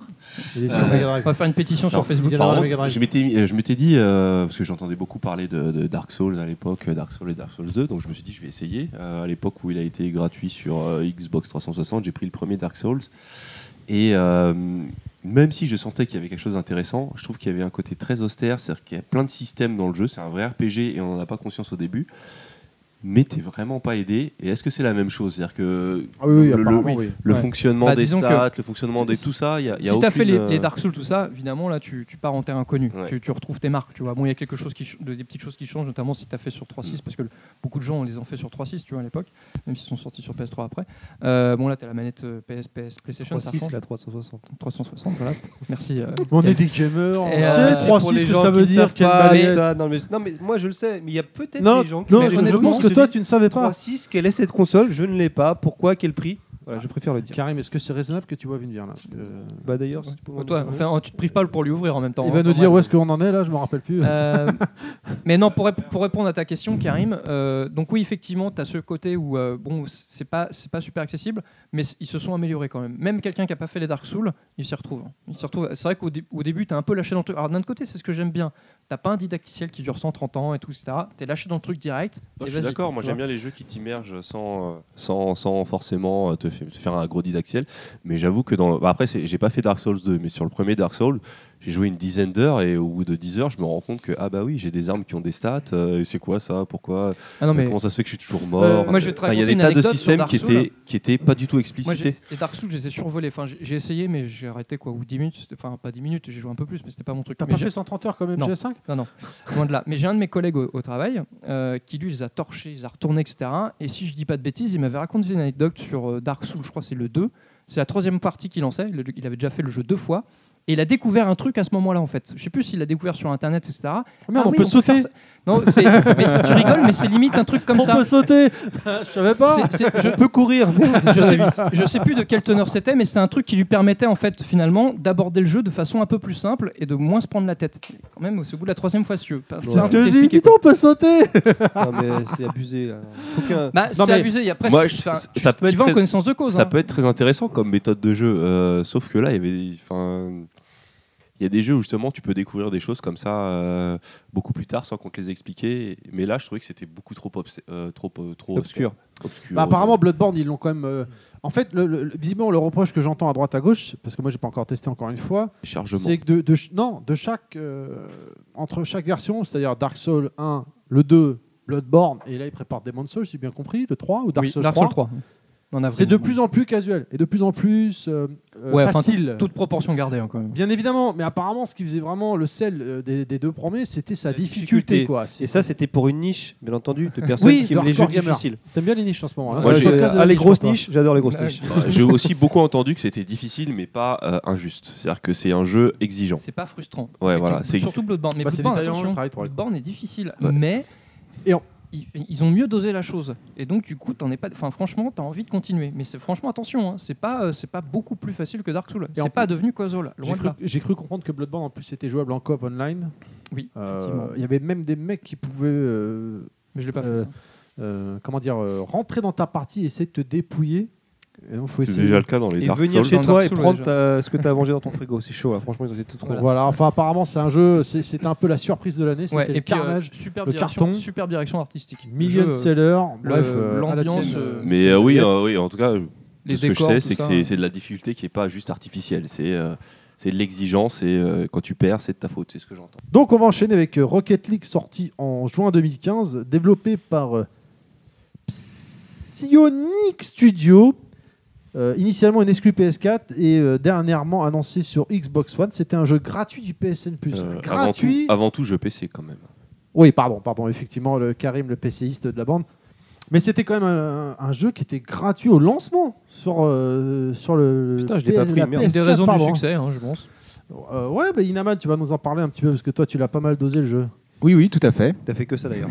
A: Il est sur Mega
D: On
A: Drive.
D: va faire une pétition
E: Ah. Non,
D: sur Facebook.
A: il y en a
E: Par
A: la
E: contre,
A: Mega Drive.
E: je m'étais, euh, je m'étais dit, euh, parce que j'entendais beaucoup parler de, de Dark Souls à l'époque, euh, Dark Souls et Dark Souls 2, donc je me suis dit, je vais essayer. Euh, à l'époque où il a été gratuit sur euh, Xbox 360, j'ai pris le premier Dark Souls. Et euh, même si je sentais qu'il y avait quelque chose d'intéressant, je trouve qu'il y avait un côté très austère, c'est-à-dire qu'il y a plein de systèmes dans le jeu, c'est un vrai RPG et on n'en a pas conscience au début. Mais t'es vraiment pas aidé. Et est-ce que c'est la même chose C'est-à-dire que
A: Ah oui, oui,
E: le, le-
A: apparemment, oui.
E: le
D: Ouais.
E: fonctionnement
D: Bah,
E: des
D: disons que
E: stats, le fonctionnement des
D: si-
E: tout ça, il y a, il y a
D: si t'as
E: aucune,
D: fait les,
E: euh,
D: les Dark Souls, tout ça, évidemment, là, tu, tu pars en terrain inconnu.
E: Ouais.
D: Tu, tu retrouves tes marques, tu vois. Bon, il y a quelque chose qui, ch- de- des petites choses qui changent, notamment si t'as fait sur
E: Mm.
D: 3.6, parce que le- beaucoup de gens, on les ont fait sur 3.6, tu vois, à l'époque, même s'ils sont sortis sur PS3 après. Euh, bon, là, t'as la manette euh, PS, PS, PlayStation, ça
C: 6
D: change.
C: la 360.
D: 360, voilà. Merci. euh,
A: On
D: Yann.
A: est des gamers, on
D: Et,
A: sait
D: euh,
H: C'est
A: 3
H: pour
A: 6
H: les
A: que
H: gens
A: ça
H: qui
A: veut
H: ne
A: dire
H: savent
A: quelle
H: pas
A: balayette.
H: ça. Non, mais, non, mais moi je le sais, mais il y a peut-être
A: Non,
H: des gens qui.
A: non,
H: mais
A: je, je
H: honnêtement,
A: pense
H: se
A: que toi
H: disent,
A: tu ne savais pas.
H: 3.6, quelle est cette console Je ne l'ai pas. Pourquoi Quel prix
C: Voilà, je préfère le dire.
A: Karim, est-ce que c'est raisonnable que tu vois Vinvier là Parce que-
C: Bah d'ailleurs, si tu peux m'en
D: Oh, toi,
C: dire un
D: enfin, tu te prives pas pour lui ouvrir en même temps.
A: Il
D: hein,
A: va nous
D: quand
A: dire
D: même.
A: où est-ce qu'on en est là, je me rappelle plus.
D: Euh, mais non, pour, rép- pour répondre à ta question, Karim, euh, donc oui, effectivement, tu as ce côté où, euh, bon, c'est pas, c'est pas super accessible, mais c- ils se sont améliorés quand même. Même quelqu'un qui a pas fait les Dark Souls, il s'y retrouve. hein. Il s'y retrouve. C'est vrai qu'au dé- au début, tu as un peu lâché dans le truc. Alors d'un autre côté, c'est ce que j'aime bien. T'as pas un didacticiel qui dure 130 ans et tout, etc. T'es lâché dans le truc direct.
E: Non,
D: et
E: je suis
D: vas-y,
E: d'accord, moi
D: tu
E: j'aime
D: vois.
E: bien les jeux qui t'immergent sans, euh, sans, sans forcément euh, te, fa- te faire un gros didactiel. Mais j'avoue que dans. bah, après, c'est- j'ai pas fait Dark Souls 2, mais sur le premier Dark Souls, j'ai joué une dizaine d'heures et au bout de 10 heures, je me rends compte que, ah bah oui, j'ai des armes qui ont des stats, euh, et c'est quoi ça Pourquoi Euh,
D: Ah non, mais euh,
E: Comment ça se fait que je suis toujours mort
D: moi, je vais te
E: Enfin, Il y
D: raconter
E: a des
D: une
E: tas de
D: anecdote sur
E: systèmes
D: Dark
E: qui
D: Souls.
E: étaient, qui étaient pas du tout
D: Moi, j'ai-
E: explicités.
D: les Dark Souls, je les ai survolés. Enfin, j'ai j'ai essayé, mais j'ai arrêté quoi, ou 10 minutes. c'était- Enfin, pas 10 minutes, j'ai joué un peu plus, mais c'était pas mon truc.
A: T'as
D: Mais
A: pas
D: j'ai-
A: fait 130 heures quand même,
D: Non.
A: GS5
D: Non, non, loin de là. Mais j'ai un de mes collègues au, au travail euh, qui, lui, les a torchés, les a retournés, etc. Et si je dis pas de bêtises, il m'avait raconté une anecdote sur euh, Dark Souls, je crois que c'est le 2. C'est la troisième partie qu'il lançait. Le- il avait déjà fait le jeu deux fois. Et il a découvert un truc à ce moment-là, en fait. Je sais plus s'il l'a découvert sur Internet, etc. Ah
A: merde, on
D: oui,
A: peut
D: faire
A: sauter.
D: ça. Non, c'est- mais tu rigoles, mais c'est limite un truc comme
A: on
D: ça.
A: peut sauter. je savais pas.
D: C'est- c'est- je,
H: peut courir.
D: je sais, je sais plus de quel teneur c'était, mais c'était un truc qui lui permettait en fait finalement d'aborder le jeu de façon un peu plus simple et de moins se prendre la tête. Quand même, au bout de la troisième fois, si tu veux.
A: C'est ce que je dis. Putain, on peut sauter.
C: Non, mais c'est abusé. là. Faut qu'un-
D: Bah,
A: Non,
D: c'est
A: mais-
D: abusé. Il y a presque.
E: Moi, je-
D: enfin,
E: ça- ça
D: tu
E: peut être
D: vas en
E: très-
D: connaissance de cause.
E: Ça
D: hein.
E: peut être très intéressant comme méthode de jeu, euh, sauf que là, il y avait, enfin, il y a des jeux où justement tu peux découvrir des choses comme ça euh, beaucoup plus tard sans qu'on te les expliquait. Mais là, je trouvais que c'était beaucoup trop obs- euh, trop euh, trop
C: Obscur.
E: obscur.
A: Bah, apparemment, Bloodborne, ils l'ont quand même. euh, En fait, le, le- le- visiblement, le reproche que j'entends à droite à gauche, parce que moi, j'ai pas encore testé encore une fois,
E: euh, chargement.
A: c'est que de, de ch- non, de chaque euh, entre chaque version, c'est-à-dire Dark Souls 1, le 2, Bloodborne, et là, ils préparent Demon's Souls, j'ai bien compris, le 3 ou Dark
D: Oui,
A: Souls
D: Dark
A: 3.
D: Souls 3. En avril.
A: C'est de plus en plus casuel et de plus en plus euh, euh,
D: Ouais, enfin,
A: facile.
D: toute proportion gardée hein, quand même.
A: Bien évidemment, mais apparemment, ce qui faisait vraiment le sel euh, des, des deux premiers, c'était sa
C: La
A: difficulté.
C: difficulté.
A: quoi.
C: Et
A: C'est-
C: ça, c'était pour une niche, bien entendu, de personnes
A: Oui,
C: qui aiment
A: de
C: les jeux
A: hardcore gamers.
C: difficiles.
A: T'aimes bien les niches en ce moment. hein.
E: Moi,
A: C'est
E: j'ai-
A: le podcast de la
C: ah, les
A: niche,
C: grosses
A: papa.
C: niches, j'adore les grosses
D: Ah,
C: niches.
D: oui.
E: Euh, J'ai aussi beaucoup entendu que c'était difficile, mais pas euh, injuste. C'est-à-dire que c'est un jeu exigeant.
D: C'est pas frustrant.
E: Ouais, voilà,
D: Effectivement.
E: c'est-
D: Surtout Bloodborne. Mais
A: Bah, c'est
D: Bloodborne,
A: du travail,
D: attention,
A: travail, travail.
D: Bloodborne est difficile.
E: Ouais.
D: Mais
A: Et on-
D: ils, ils ont mieux dosé la chose. Et donc, du coup, t'en es pas. Enfin, franchement, t'as envie de continuer. Mais c'est franchement, attention, hein, c'est pas, euh, c'est pas beaucoup plus facile que Dark Souls.
A: Et en
D: C'est pas devenu Quasol.
A: J'ai
D: Loin de
A: cru,
D: là.
A: j'ai cru comprendre que Bloodborne en plus était jouable en coop online.
D: Oui,
A: Euh,
D: effectivement.
A: Il y avait même des mecs qui pouvaient, euh,
D: Mais je l'ai pas fait.
A: euh,
D: ça.
A: euh, comment dire, euh, rentrer dans ta partie et essayer de te dépouiller. Et donc, faut
E: C'est
A: essayer-
E: déjà le cas dans les
C: Et
E: Dark
C: venir
E: Souls.
C: chez
D: Dans
C: toi
D: Dark
C: et
D: Souls,
C: prendre
D: déjà.
C: ta- ce que t'as mangé dans ton frigo, c'est
H: hein.
C: chaud. là. Franchement, ils ont été trop.
A: Voilà. Voilà, enfin apparemment c'est un jeu, c'est c'est un peu la surprise de l'année,
D: Ouais,
A: c'était
D: et
A: le
D: puis, euh,
A: carnage,
D: superbe
A: le
D: direction,
A: carton.
D: superbe direction artistique. Le
A: million
D: jeu,
A: de
D: euh,
A: seller, bref, euh, à la
D: l'ambiance,
A: tienne,
D: euh,
E: Mais euh, oui, euh, oui, en tout cas, euh,
D: les
E: tout ce que je
D: décors,
E: sais,
D: tout
E: c'est que
D: ça. hein.
E: c'est- c'est de la difficulté qui est pas juste artificielle. C'est euh, c'est de l'exigence et euh, quand tu perds, c'est de ta faute. C'est ce que j'entends.
A: Donc on va enchaîner avec euh, Rocket League sorti en juin 2015, développé par euh, Psionic Studio, euh, initialement une exclu PS4 et euh, dernièrement annoncé sur Xbox One. C'était un jeu gratuit du PSN Plus.
E: Euh, avant, tout,
A: gratuit
E: avant tout, je PC quand même.
A: Oui, pardon, pardon, effectivement, le Karim, le PCiste de la bande. Mais c'était quand même un, un jeu qui était gratuit au lancement sur, euh, sur le.
C: Putain, je l'ai pas
A: PS-
C: pris,
A: la
C: merde.
D: Une des
A: PS4,
D: raisons du
A: pardon.
D: succès, hein, je pense.
E: Ah,
A: Euh, ouais, bah, Inaman, tu vas nous en parler un petit peu parce que toi, tu l'as pas mal dosé le jeu.
B: Oui, oui, tout à fait.
C: T'as fait que ça d'ailleurs.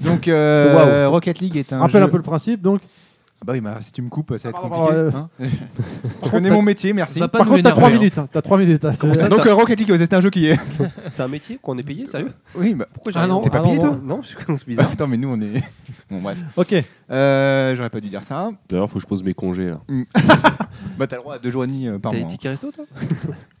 B: Donc, euh, Rocket League est un
A: Rappelle
B: jeu...
A: un peu le principe donc.
B: Ah bah oui, bah, si tu me coupes, ça va être
A: Ah, pardon,
B: compliqué.
A: pardon,
B: hein. je connais mon métier, merci.
D: Va pas
A: Par
D: nous
A: contre, t'as
D: l'énerver,
A: 3
D: hein.
A: minutes. hein, T'as 3 minutes. hein, c'est-
B: Donc, euh, Rocket League, c'est un jeu qui est...
H: C'est un métier qu'on est payé, sérieux
B: Oui, bah...
H: Pourquoi j'ai
A: Ah
H: rien
A: non,
B: T'es pas
A: ah non,
B: payé, toi
A: non.
H: Non, je suis bizarre.
B: Attends, mais nous, on est... Bon, bref.
A: Ah, Ok.
B: Euh, J'aurais pas dû dire ça.
E: D'ailleurs, faut que je pose mes congés là.
B: Bah, t'as le droit à deux jours et demi euh, par
H: T'as
B: mois.
H: les
B: hein.
H: tickets resto, toi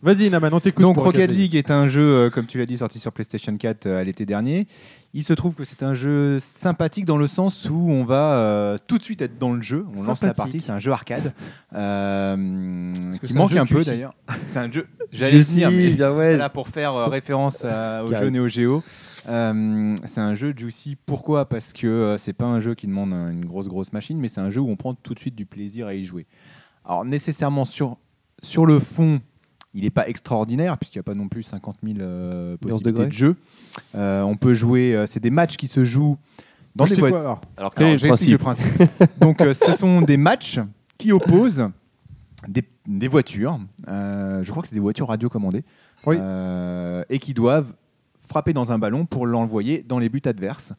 A: Vas-y, Inaman, on t'écoute.
B: Donc
A: pour
B: Rocket League est un jeu, euh, comme tu l'as dit, sorti sur PlayStation 4 euh, à l'été dernier. Il se trouve que c'est un jeu sympathique dans le sens où on va euh, tout de suite être dans le jeu. On lance la
A: Sympathique.
B: partie, c'est un jeu arcade euh,
C: que
B: qui
C: c'est un
B: manque
C: jeu
B: un,
C: que tu
B: peu
C: sais.
B: d'ailleurs. C'est un jeu. J'allais venir, mais
A: Bah
H: bien, ouais.
B: là pour faire euh, référence à- au
A: Carré.
B: jeu Neo Geo. Euh, c'est un jeu juicy. Pourquoi Parce que euh, c'est pas un jeu qui demande un- une grosse grosse machine, mais c'est un jeu où on prend tout de suite du plaisir à y jouer. Alors nécessairement sur sur le fond, il n'est pas extraordinaire puisqu'il n'y a pas non plus 50 000 euh, possibilités
C: degrés.
B: de jeu. Euh, on peut jouer. euh, c'est des matchs qui se jouent dans
A: Donc,
B: des
A: c'est
B: voitures.
A: quoi alors
E: Alors, quel
B: Alors,
E: est le
B: j'explique
E: principe
B: le principe. Donc, euh, ce sont des matchs qui opposent des, des voitures. euh, je crois que c'est des voitures radiocommandées.
A: Oui.
B: euh, et qui doivent frapper dans un ballon pour l'envoyer dans les buts adverses.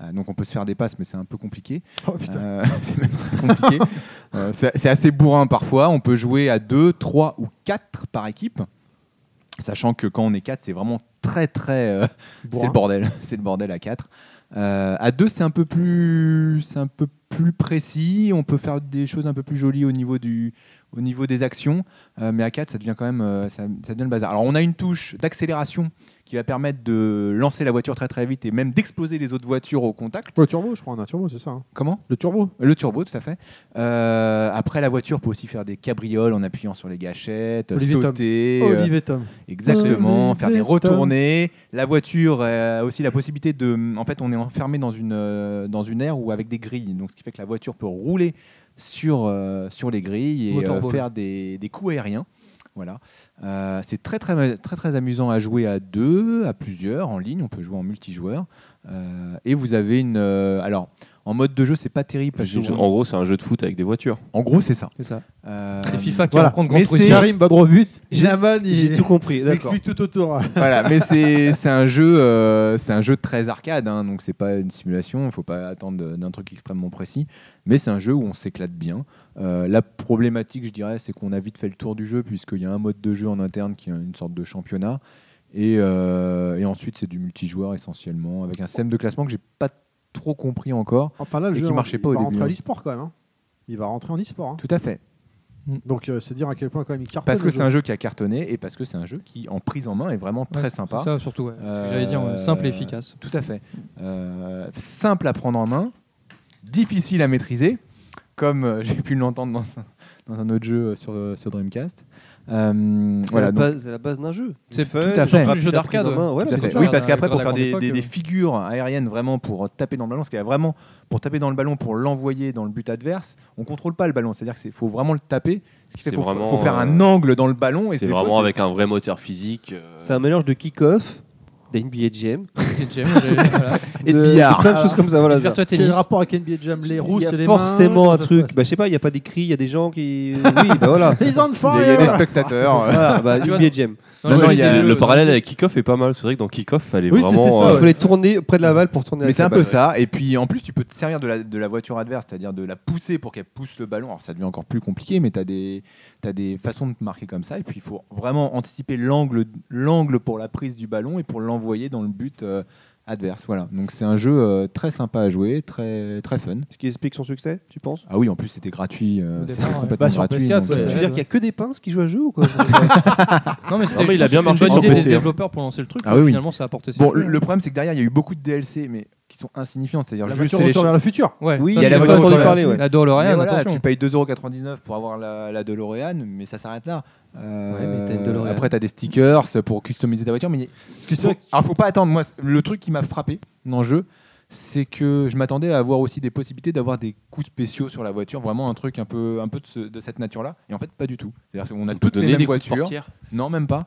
B: Euh, donc, on peut se faire des passes, mais c'est un peu compliqué.
A: Oh putain.
B: Euh, c'est même très compliqué. Euh, c'est c'est assez bourrin parfois. On peut jouer à 2, 3 ou 4 par équipe. Sachant que quand on est 4, c'est vraiment très très. euh, c'est
A: Bourrin.
B: le bordel. C'est le bordel à 4. à 2, c'est un peu plus. C'est un peu plus précis. On peut faire des choses un peu plus jolies au niveau, du, au niveau des actions. Euh, mais à 4, ça devient quand même. euh, ça, ça devient le bazar. Alors, on a une touche d'accélération qui va permettre de lancer la voiture très très vite et même d'exploser les autres voitures au contact.
A: Oh, Le turbo, je crois, on a un turbo, c'est ça. hein.
B: Comment
A: Le turbo.
B: le turbo, tout à fait. Euh, après, la voiture peut aussi faire des cabrioles en appuyant sur les gâchettes,
A: Olivier
B: sauter. euh,
A: Oh, Olivier Tom.
B: exactement,
A: Olivier
B: faire des
A: Tom.
B: retournées. La voiture euh, a aussi la possibilité de. mm, En fait, on est enfermé dans une, euh, dans une aire ou avec des grilles. Donc, ce qui fait que la voiture peut rouler sur, euh, sur les grilles et euh,
D: Motorball.
B: faire des, des coups aériens. Voilà. Euh, c'est très très, très très amusant à jouer à deux, à plusieurs, en ligne. On peut jouer en multijoueur. Euh, et vous avez une. euh, alors, en mode de jeu, c'est pas terrible. Parce
E: C'est une-
B: que-
E: En gros, c'est un jeu de foot avec des voitures.
B: en gros, c'est ça.
D: C'est ça.
B: Euh,
D: C'est FIFA qui
A: voilà.
D: rencontre
B: Mais
D: Grand
B: c'est-
D: Prix.
A: Karim va droit au but. Jaman,
C: J'ai
A: il
C: tout compris,
A: il
C: d'accord.
A: explique tout autour.
B: voilà, mais c'est c'est un jeu, euh, c'est un jeu très arcade, hein, donc c'est pas une simulation. Il faut pas attendre de- d'un truc extrêmement précis, mais c'est un jeu où on s'éclate bien. Euh, la problématique, je dirais, c'est qu'on a vite fait le tour du jeu puisqu'il y a un mode de jeu en interne qui est une sorte de championnat, et, euh, et ensuite c'est du multijoueur essentiellement avec un système de classement que j'ai pas trop compris encore.
A: Enfin là, le
B: Et
A: jeu
B: qui
A: il
B: marchait pas
A: va
B: au début,
A: rentrer à
B: hein.
A: l'e-sport quand même. hein. Il va rentrer en e-sport. hein.
B: Tout à fait,
A: Donc euh, c'est dire à quel point quand même il cartonne.
B: parce que
A: le
B: c'est un jeu qui a cartonné et parce que c'est un jeu qui, en prise en main, est vraiment très
D: Ouais,
B: sympa.
D: C'est ça surtout. ouais.
B: Euh,
D: J'allais dire euh, simple et efficace.
B: Tout à fait. Euh, simple à prendre en main, difficile à maîtriser, comme euh, j'ai pu l'entendre dans, un- dans un autre jeu euh, sur, euh, sur Dreamcast. Euh,
C: C'est
B: voilà,
C: la
B: donc,
C: base- c'est la base d'un jeu.
D: C'est
B: tout à fait.
D: le jeu d'arcade. ouais.
C: Ouais,
B: tout
C: c'est
B: à fait.
C: ça.
B: Oui, parce qu'après, pour
D: Dans la
B: faire des,
D: grande
B: des-
D: époque,
B: des
D: euh.
B: figures aériennes vraiment pour euh, taper dans le ballon, parce qu'il y a vraiment pour taper dans le ballon, pour l'envoyer dans le but adverse, on contrôle pas le ballon. C'est-à-dire qu'il faut vraiment le taper. Ce qui
E: C'est
B: fait qu'il faut,
E: vraiment,
B: faut faire un
E: euh,
B: angle dans le ballon. et
E: C'est
B: des fois,
E: vraiment
B: c'est-
E: avec un vrai moteur physique. euh,
C: C'est un mélange de kick-off, d'NBA Jam,
D: Et Jam, j'allais- voilà.
B: Et de
C: de-
B: billard.
C: de plein de choses comme ça. Voilà,
D: Faire toi
A: jeu. Quel
D: tennis.
A: rapport avec NBA Jam Les roues,
C: Il y
A: c'est
C: a
A: les mains,
C: forcément
A: comment
C: un
A: ça se
C: truc.
A: passe
C: Bah, je sais pas, il n'y a pas des cris, il y a des gens qui. Oui, bah voilà.
A: He's on
B: il y a- il y a des
A: fire
B: spectateurs. euh,
C: Voilà, bah,
D: Tu vois,
C: NBA Jam.
E: Non, Ah non,
D: j'avais
E: il y a
D: des jeux
E: le
D: dans
E: parallèle avec Kickoff est pas mal. C'est vrai que dans Kickoff, fallait
A: Oui, c'était
E: vraiment.
A: ça,
E: euh,
C: Il fallait tourner près de la balle pour tourner
B: Mais
C: avec
B: c'est
C: la
B: un peu
C: balle.
B: ça. Et puis en plus, tu peux te servir de la, de la voiture adverse, c'est-à-dire de la pousser pour qu'elle pousse le ballon. Alors ça devient encore plus compliqué, mais tu as, as des façons de te marquer comme ça. Et puis il faut vraiment anticiper l'angle l'angle pour la prise du ballon et pour l'envoyer dans le but euh, adverse. Voilà. Donc c'est un jeu euh, très sympa à jouer, très, très fun.
C: Ce qui explique son succès, tu penses
B: Ah oui, en plus c'était gratuit.
D: Au
B: euh, c'était
D: départ, ouais.
B: complètement
A: Bah, sur
B: gratuit.
A: PS4,
B: donc,
D: ouais.
B: euh,
C: Tu veux dire qu'il n'y a que des pinces qui jouent à jeu ou quoi
D: Non mais,
E: Non,
D: c'était
E: mais il a bien
D: je pense que
E: marché
D: c'était une
E: sur
D: bonne idée
E: PC,
D: des
E: hein.
D: développeurs pour lancer le truc.
B: Ah
D: et
B: oui, oui.
D: finalement, ça a apporté. ses
B: Bon,
D: fruits.
B: le le problème c'est que derrière, il y a eu beaucoup de DLC, mais qui sont insignifiants. C'est-à-dire
A: La
B: juste
A: voiture retourne
B: télécharger-
A: vers le futur.
D: Ouais,
C: Oui,
D: ça,
B: il y a
D: c'est
B: la
D: pas
B: voiture
D: encore
B: dont on
D: la-
C: parlait, ouais.
D: La DeLorean,
B: Mais voilà,
D: attention.
B: tu payes 2,99€ pour avoir la, la DeLorean, mais ça s'arrête là. Euh,
C: Ouais, mais t'as une DeLorean.
B: Après, tu as des stickers pour customiser ta voiture. Mais il faut, alors, faut pas attendre. Moi, c'est- le truc qui m'a frappé dans le jeu, c'est que je m'attendais à avoir aussi des possibilités d'avoir des coups spéciaux sur la voiture, vraiment un truc un peu, un peu de, ce- de cette nature-là. Et en fait, pas du tout. C'est-à-dire qu'on a
E: on peut
B: toutes les
E: donner
B: mêmes
E: des coups de
B: voitures.
E: portière.
B: Non, même pas.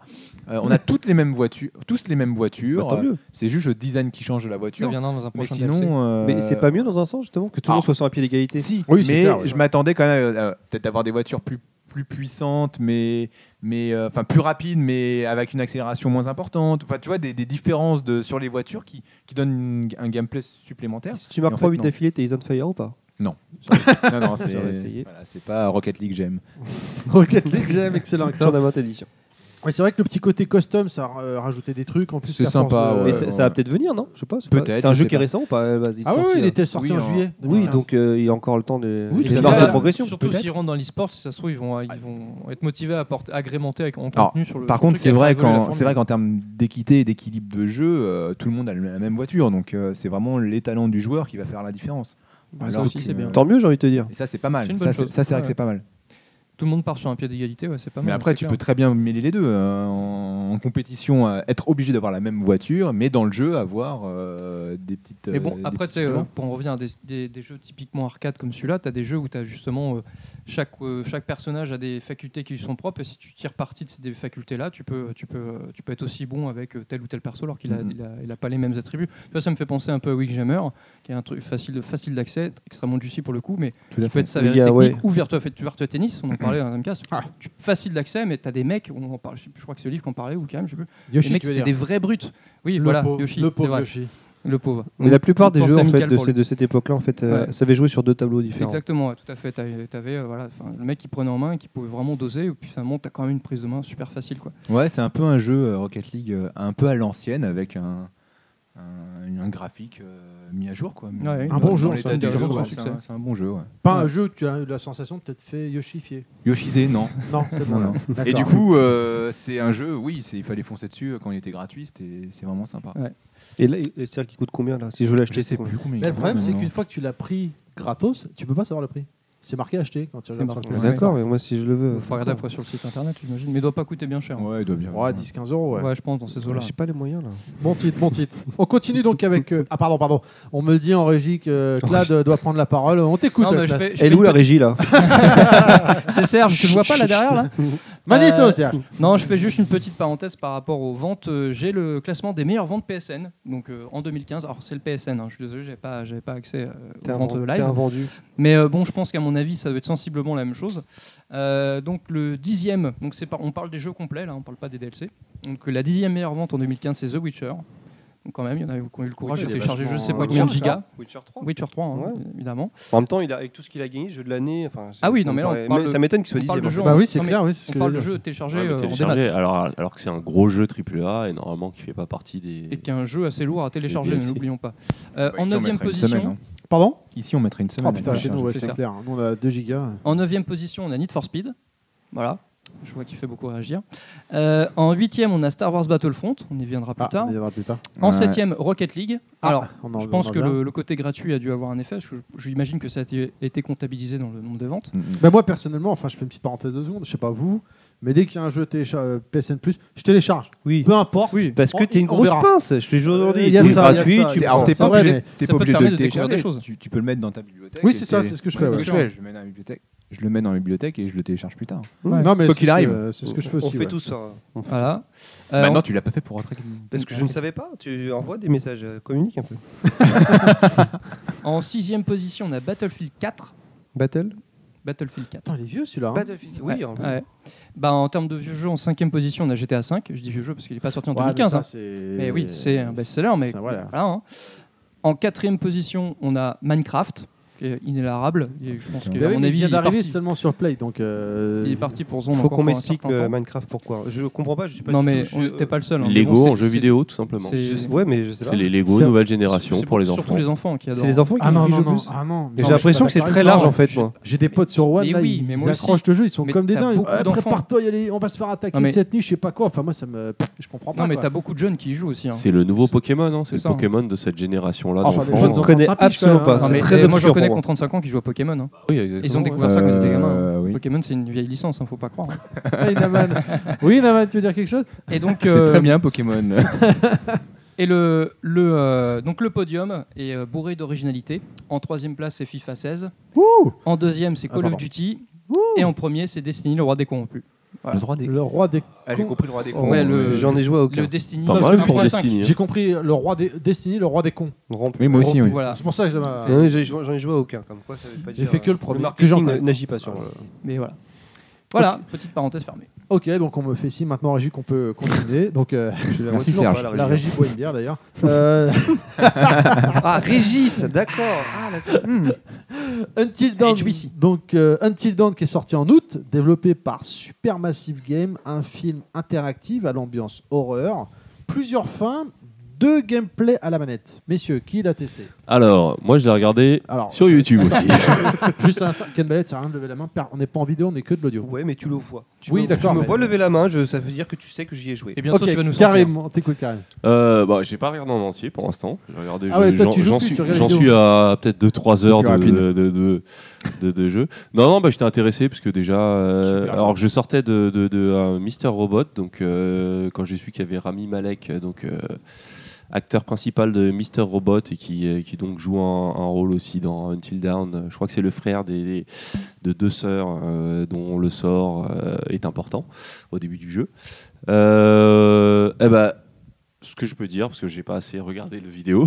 B: Euh, on a toutes les mêmes voitures, tous les mêmes voitures.
C: Bah, Tant
B: Euh,
C: mieux. Bah,
B: c'est juste le design qui change de la
D: Ça
B: voiture.
D: viendra dans un
B: Mais
D: prochain DLC.
B: sinon, euh,
C: Mais c'est pas mieux dans un sens, justement, que tout le
B: alors-
C: monde soit sur un pied d'égalité
B: si,
A: Oui, c'est
B: mais
A: clair, oui.
B: je m'attendais quand même à, à peut-être avoir des voitures plus plus puissantes, mais mais euh, enfin plus rapides, mais avec une accélération moins importante. Enfin, tu vois des, des différences de sur les voitures qui qui donnent une- un gameplay supplémentaire.
C: Si tu
B: Et
C: marques
B: en
C: 3
B: fait,
C: buts
B: non.
C: d'affilée, t'es is on fire ou pas
B: Non, non, c'est
C: J'aurais essayé.
B: voilà, c'est pas Rocket League j'aime.
A: Rocket League, j'aime, excellent.
C: Sur
A: excellent.
C: la main, t'as dit.
A: Mais c'est vrai que le petit côté custom, ça a euh, rajouté des trucs. En plus,
B: C'est
A: qu'à force
B: sympa,
A: de-
B: ouais.
C: Mais ça ça va peut-être venir, non Je sais pas. c'est pas-
B: Peut-être,
C: C'est un
B: je
C: jeu
B: sais
C: qui est
B: pas.
C: récent ou pas euh, vas-y,
A: Ah oui,
C: sorti,
A: il
H: hein.
C: là.
A: était sorti
B: Oui,
A: en
B: en-
A: juillet.
C: Oui,
A: 2015.
C: donc euh, il y a encore le temps de.
A: Oui,
C: il y a
A: tout à
C: des marges
A: fait.
C: de
A: Voilà.
C: progression.
D: Surtout
C: peut-être.
D: s'ils rentrent dans l'e-sport, si ça se trouve, ils vont, ils vont être motivés à apporter, agrémenter avec, en
B: Alors,
D: contenu sur le.
B: Par
D: sur le
B: contre,
D: truc
B: c'est
D: et à
B: vrai
D: faire évoluer la
B: qu'en
D: formule.
B: c'est vrai qu'en termes d'équité et d'équilibre de jeu, euh, tout le monde a le- la même voiture, donc euh, c'est vraiment les talents du joueur qui va faire la différence.
D: Bah, ça
B: Alors euh,
D: aussi,
B: que-
D: c'est bien.
C: Tant mieux, j'ai envie de te dire.
B: Et ça c'est pas
D: C'est
B: mal.
D: une
B: Ça
D: bonne
B: c'est
D: chose.
B: ça, c'est vrai que
D: Ouais.
B: c'est pas mal.
D: Tout le monde part sur un pied d'égalité, ouais, c'est pas mal.
B: Mais après,
D: Ah c'est
B: tu
D: clair.
B: peux très bien mêler les deux. euh, en, en compétition, euh, être obligé d'avoir la même voiture, mais dans le jeu, avoir euh, des petites.
D: Mais bon,
B: euh, des
D: après,
B: petits
D: tu sais,
B: suppléments.
D: euh, pour en revenir à des, des- des jeux typiquement arcade comme celui-là, tu as des jeux où tu as justement euh, chaque, euh, chaque personnage a des facultés qui lui sont propres, et si tu tires parti de ces des facultés-là, tu peux, tu, peux, euh, tu peux être aussi bon avec euh, tel ou tel perso alors qu'il n'a
B: Mhm.
D: pas les mêmes attributs. Tu vois, ça me fait penser un peu à Wigjamer, qui est un truc facile, facile d'accès, extrêmement juicy pour le coup, mais qui
B: Tout à
D: peut
B: fait.
D: être s'avérer
C: Il y a,
D: technique,
C: ouais.
D: ou Virtua, fait- Virtua Tennis, on en parlait dans un cas, facile d'accès, mais tu as des mecs, on en parle, je sais plus, je crois que c'est le livre qu'on parlait, ou quand même, je sais plus,
A: Yoshi,
D: les mecs
A: tu veux
D: c'était
A: dire.
D: des vrais brutes. Oui,
A: Le
D: voilà,
A: pauvre-
D: Yoshi,
A: le
D: c'est
A: pauvre
D: vrai,
A: Yoshi.
D: le pauvre.
C: Mais la plupart des
D: Pensée
C: jeux en fait,
D: amicale
C: de,
D: pour
C: ces-
D: lui.
C: de cette époque-là, en fait, euh,
D: Ouais.
C: ça avait joué sur deux tableaux différents.
D: Exactement, ouais, tout à fait. T'avais, t'avais, euh, voilà, enfin, le mec qui prenait en main, qui pouvait vraiment doser, et puis finalement, t'as quand même une prise de main super facile. Quoi.
B: Ouais, c'est un peu un jeu euh, Rocket League euh, un peu à l'ancienne avec un, un, un graphique euh, mis à jour. Quoi. Mais
D: Ouais,
B: dans-
A: un bon
B: dans
A: jeu,
B: l'état
A: ça,
B: du
A: un
B: jeu,
A: jeu,
B: ouais,
A: un
B: C'est
D: succès.
B: un- c'est un bon jeu. Ouais.
A: Pas un jeu où tu as eu la sensation de t'être fait Yoshifier.
B: Yoshizé, non.
A: Non, c'est bon.
B: Non,
A: là. D'accord.
B: Et du coup, euh, c'est un jeu, oui, c'est- il fallait foncer dessus euh, quand il était gratuit, c'était- c'est vraiment sympa.
C: Et là, et- et c'est-à-dire qu'il coûte combien là Si je veux
B: Je
C: l'acheter,
B: sais
C: combien
B: plus combien il
A: Mais le
B: coûte
A: problème, c'est
B: maintenant.
A: qu'une fois que tu l'as pris gratos, tu peux pas savoir le prix. C'est marqué acheter quand tu
D: C'est
A: regardes sur le
D: marqué,
A: PlayStation.
C: D'accord,
D: ouais.
C: mais moi si je le veux.
D: Il faut regarder après sur le site internet, j'imagine. Mais il doit pas coûter bien cher. hein.
B: Ouais, il doit bien.
A: Ouais, 10-15 euros. ouais.
D: Ouais, je pense, dans ces eaux-là.
C: J'ai pas les moyens là.
A: Bon titre, bon titre. On continue donc avec. euh, Ah, pardon, pardon. On me dit en régie que euh, Clad euh, doit prendre la parole. On t'écoute.
D: Non, mais je
A: Clad.
D: fais- je fais
H: Elle est où
D: une
H: la
D: petite-
H: régie là
D: C'est Serge, tu le vois pas là derrière là
A: Magnéto,
D: Euh,
A: Serge.
D: Non, je fais juste une petite parenthèse par rapport aux ventes. Euh, J'ai le classement des meilleures ventes PSN. Donc euh, en 2015, alors c'est le PSN, hein, je suis désolé, j'avais pas, j'avais pas accès euh,
C: T'es
D: aux
C: un,
D: ventes
C: vend- t'es
D: live.
C: un vendu.
D: Mais euh, bon, je pense qu'à mon avis, ça doit être sensiblement la même chose. Euh, donc le dixième, donc c'est par- on parle des jeux complets, là, on parle pas des DLC. Donc euh, la dixième meilleure vente en 2015, c'est The Witcher. Donc quand même, il y en a eu qui ont eu le courage
A: Witcher,
D: de
A: il est
D: télécharger je sais
A: vachement-
D: pas
A: Witcher,
D: combien de gigas.
H: Witcher 3
D: Witcher 3, hein,
C: Ouais.
D: évidemment.
H: En même temps, il a, avec tout ce qu'il a gagné, jeu de l'année. enfin, c'est-
D: Ah oui,
H: ça
D: non,
H: me
D: mais là, on
H: paraît-
D: parle-
H: ça m'étonne qu'il soit
D: on parle
H: dixième.
D: de jeu
H: hein.
D: en-
A: Bah oui, c'est
D: non, mais
A: clair. Oui, c'est ce
D: On
A: que
D: parle
A: je-
D: de jeu téléchargé
E: Ouais, mais
D: euh, en
E: télécharger,
D: démat.
E: alors, alors que c'est un gros jeu AAA et normalement qui fait pas partie des.
D: Et qu'un jeu assez lourd à télécharger,
E: DLC.
D: ne l'oublions pas. Euh,
B: Bah,
D: en
B: ici, on
D: 9
B: mettrait une
D: position.
B: semaine, hein.
A: Pardon
B: Ici, on mettrait une
A: Ah
B: semaine. hein.
A: putain,
B: à
A: chez nous, ouais,
D: c'est
A: c'est
D: ça.
A: clair. Nous, on a 2 gigas.
D: En neuvième position, on a Need for Speed. Voilà. Je vois qu'il fait beaucoup réagir. Euh, en huitième, on a Star Wars Battlefront. On y viendra plus
A: Ah,
D: tard.
A: on y viendra plus tard.
D: En
B: Ouais.
D: septième, Rocket League.
A: Ah,
D: Alors,
A: on en-
D: je
A: on
D: pense
A: en
D: que
A: revient.
D: le, le côté gratuit a dû avoir un effet. parce que Je, je l'imagine que ça a été, été comptabilisé dans le nombre de ventes.
B: Mm, mm.
A: Bah, moi, personnellement, enfin, je fais une petite parenthèse de secondes. Je sais pas vous, mais dès qu'il y a un jeu télécha- euh, PSN, je télécharge.
H: Oui.
A: Peu importe.
D: Oui.
H: Parce que t'es une
A: On
H: grosse
A: verra.
H: pince. Je fais jeu aujourd'hui.
A: Il y a de
H: c'est
A: ça, il y a de
H: gratuit.
A: ça, il
H: tu
A: y a de
H: prends-
B: Alors, t'es
A: c'est
B: pas
A: vrai,
B: obligé,
A: mais
D: ça peut
B: t'es pas
D: te
B: obligé de
D: permettre
B: le
D: de découvrir des
B: télécharger.
D: choses.
B: Tu, tu peux le mettre dans ta bibliothèque.
A: Oui,
B: et
A: c'est ça,
B: t'es-
A: c'est ce que je
B: Ouais,
A: fais,
B: c'est
A: ouais.
B: ce que je fais. Je le mets dans la bibliothèque, je le mets dans la bibliothèque et je le télécharge plus tard.
H: Ouais.
A: Non, mais c'est
B: Quoi qu'il
A: ce que-
B: arrive.
A: euh, C'est ce que je fais aussi.
H: On fait
A: ouais.
H: tout ça.
D: Voilà. Euh,
B: Maintenant, tu l'as pas fait pour rentrer.
H: Parce que je ne savais pas. Tu envoies des messages. euh, Communique un peu.
D: en sixième position, on a Battlefield 4.
C: Battle
D: Battlefield 4.
A: Putain, il est vieux celui-là. hein.
H: Battlefield. Oui.
D: Ouais,
H: en-
D: ouais. Bah, en termes de vieux jeux, en cinquième position, on a GTA 5. Je dis vieux jeu parce qu'il n'est pas sorti en
A: Ouais, mais
D: 2015.
A: ça,
D: hein.
A: c'est-
D: Mais oui, c'est un best-seller, mais
A: Ça, voilà.
D: voilà, hein. En quatrième position, on a Minecraft, qui est inélabable. Et je pense qu'à
B: Mais
A: Bah oui,
D: mon
A: mais il
D: avis,
A: vient
D: il est,
A: d'arriver
D: parti,
A: seulement sur Play, donc. euh,
D: il est parti pour Zone.
H: Il faut
D: encore
H: qu'on
D: pour un
H: m'explique
D: certain
H: euh,
D: temps.
H: Minecraft pourquoi. Je comprends pas. Je suis pas
D: Non,
H: du
D: mais
H: tout- je-
D: on- t'es pas le seul. hein. Mais
E: Lego
D: bon,
E: en
D: c'est-
E: jeux
D: c'est-
E: vidéo, tout simplement.
D: c'est-
H: je- Ouais, mais je sais pas.
E: C'est les Lego
A: C'est-
E: nouvelle
D: c'est
E: génération pour les
D: Surtout
E: enfants.
D: les enfants qui adorent.
H: C'est les enfants qui
A: Ah non,
H: qui
A: non,
H: jouent
A: non.
H: plus.
A: Ah non.
H: Mais
A: non,
H: J'ai
A: mais je suis
H: l'impression
A: pas
H: que c'est
A: d'accord
H: très
A: avec toi.
H: large
D: Non,
H: en fait.
D: je-
H: moi.
A: J'ai des potes sur One,
D: Mais
A: là,
D: oui,
A: ils
D: mais moi aussi.
A: accrochent le jeu, ils sont
D: Mais
A: comme des
D: t'as
A: dingues.
D: beaucoup
A: Ouais,
D: d'enfants.
A: Prépare-toi, y aller, on va se faire attaquer
D: Non, mais-
A: cette nuit, je sais pas quoi. Enfin, moi, ça me. Je comprends pas.
D: Non, mais
A: quoi.
D: t'as beaucoup de jeunes qui y jouent aussi. hein.
E: C'est le nouveau Pokémon, hein,
D: C'est
E: c'est le
D: ça, hein.
E: Pokémon de cette génération-là.
A: Enfin, les
E: d'enfants.
A: jeunes
H: on
A: enfants
H: connaît
A: de 35 piges,
H: absolument
A: quand
H: pas.
A: même,
D: Non,
A: hein.
D: mais,
H: c'est très
D: eh, moi, je
H: obscur
D: connais
H: pour
D: qu'on 35 ans qui jouent à Pokémon. hein.
E: Oui,
D: Ils ont
E: exactement, ouais.
D: découvert ça quand ils étaient gamins. hein.
B: Euh, oui.
D: Pokémon, c'est une vieille licence, hein, faut pas croire. hein.
A: Hey, Naman. Oui, Naman, tu veux dire quelque chose
D: Et donc,
B: C'est
D: euh,
B: très bien Pokémon.
D: Et le, le, euh, donc le podium est euh, bourré d'originalité. En troisième place, c'est FIFA 16.
A: Ouh
D: En deuxième, c'est
A: Ah,
D: Call of
A: pardon.
D: Duty. Et en premier, c'est Destiny, le roi des corrompus.
B: Le droit des.
A: Le roi des.
B: J'ai compris le droit des
D: cons. Ouais, le-
H: J'en ai joué à aucun.
D: Le Destiny,
E: Pas
A: Non,
E: mal
A: parce que
E: pour
D: 1.5.
E: Destiny. hein.
A: J'ai compris, le roi des. Destiny, le roi des cons.
H: Rompe-
B: Oui, moi aussi, Ah. oui.
D: Voilà.
A: C'est pour ça que j'avais-
H: Non, mais j'ai- J'en ai joué à aucun. Comme quoi, ça veut pas
A: J'ai
H: dire,
A: fait que le
H: euh,
A: premier, que j'en
H: marketing
A: connais.
H: n'agit pas sur. le-
D: Mais voilà. Voilà, petite parenthèse fermée.
A: Ok, donc on me fait si maintenant, Régie, qu'on peut continuer. Donc, euh,
B: Merci
H: toujours
B: Serge.
H: pas, là.
A: la Régie boit une bière d'ailleurs. Euh,
H: Ah, Régis, d'accord. Ah,
A: Until Dawn,
D: HBC.
A: donc euh, Until Dawn qui est sorti en août, développé par Supermassive Game, un film interactif à l'ambiance horreur, plusieurs fins, deux gameplays à la manette. Messieurs, qui l'a testé
E: Alors, moi je l'ai regardé
A: Alors,
E: sur YouTube aussi.
A: juste un instant, Ken Ballet, ça sert à rien de lever la main, per- on n'est pas en vidéo, on n'est que de l'audio.
H: Ouais, mais tu le vois. Tu
A: Oui,
H: me-
A: d'accord,
H: Tu me
A: mais-
H: vois lever la main, je- ça veut dire que tu sais que j'y ai joué.
D: Et bientôt,
A: ok,
D: tu vas nous sortir.
A: Karim, on t'écoute Karim.
E: Euh, bah, j'ai pas regardé en entier pour l'instant. J'ai regardé.
A: Ah
E: je-
A: ouais, toi,
E: j'en-
A: tu joues
E: J'en
A: plus,
E: suis,
A: tu regardes
E: j'en
A: les
E: suis à peut-être 2-3 heures
B: Plus
E: de,
B: rapide.
E: de, de- de- de jeu. Non, non, bah, j'étais intéressé parce que déjà, euh,
A: Super
E: alors que je sortais de, de, de un Mister Robot, donc euh, quand j'ai su qu'il y avait Rami Malek, donc euh, acteur principal de Mister Robot et qui, euh, qui donc joue un, un rôle aussi dans Until Dawn. euh, Je crois que c'est le frère des, des- de deux sœurs euh, dont le sort euh, est important au début du jeu. Euh, eh ben, ce que je peux dire, parce que j'ai pas assez regardé le vidéo,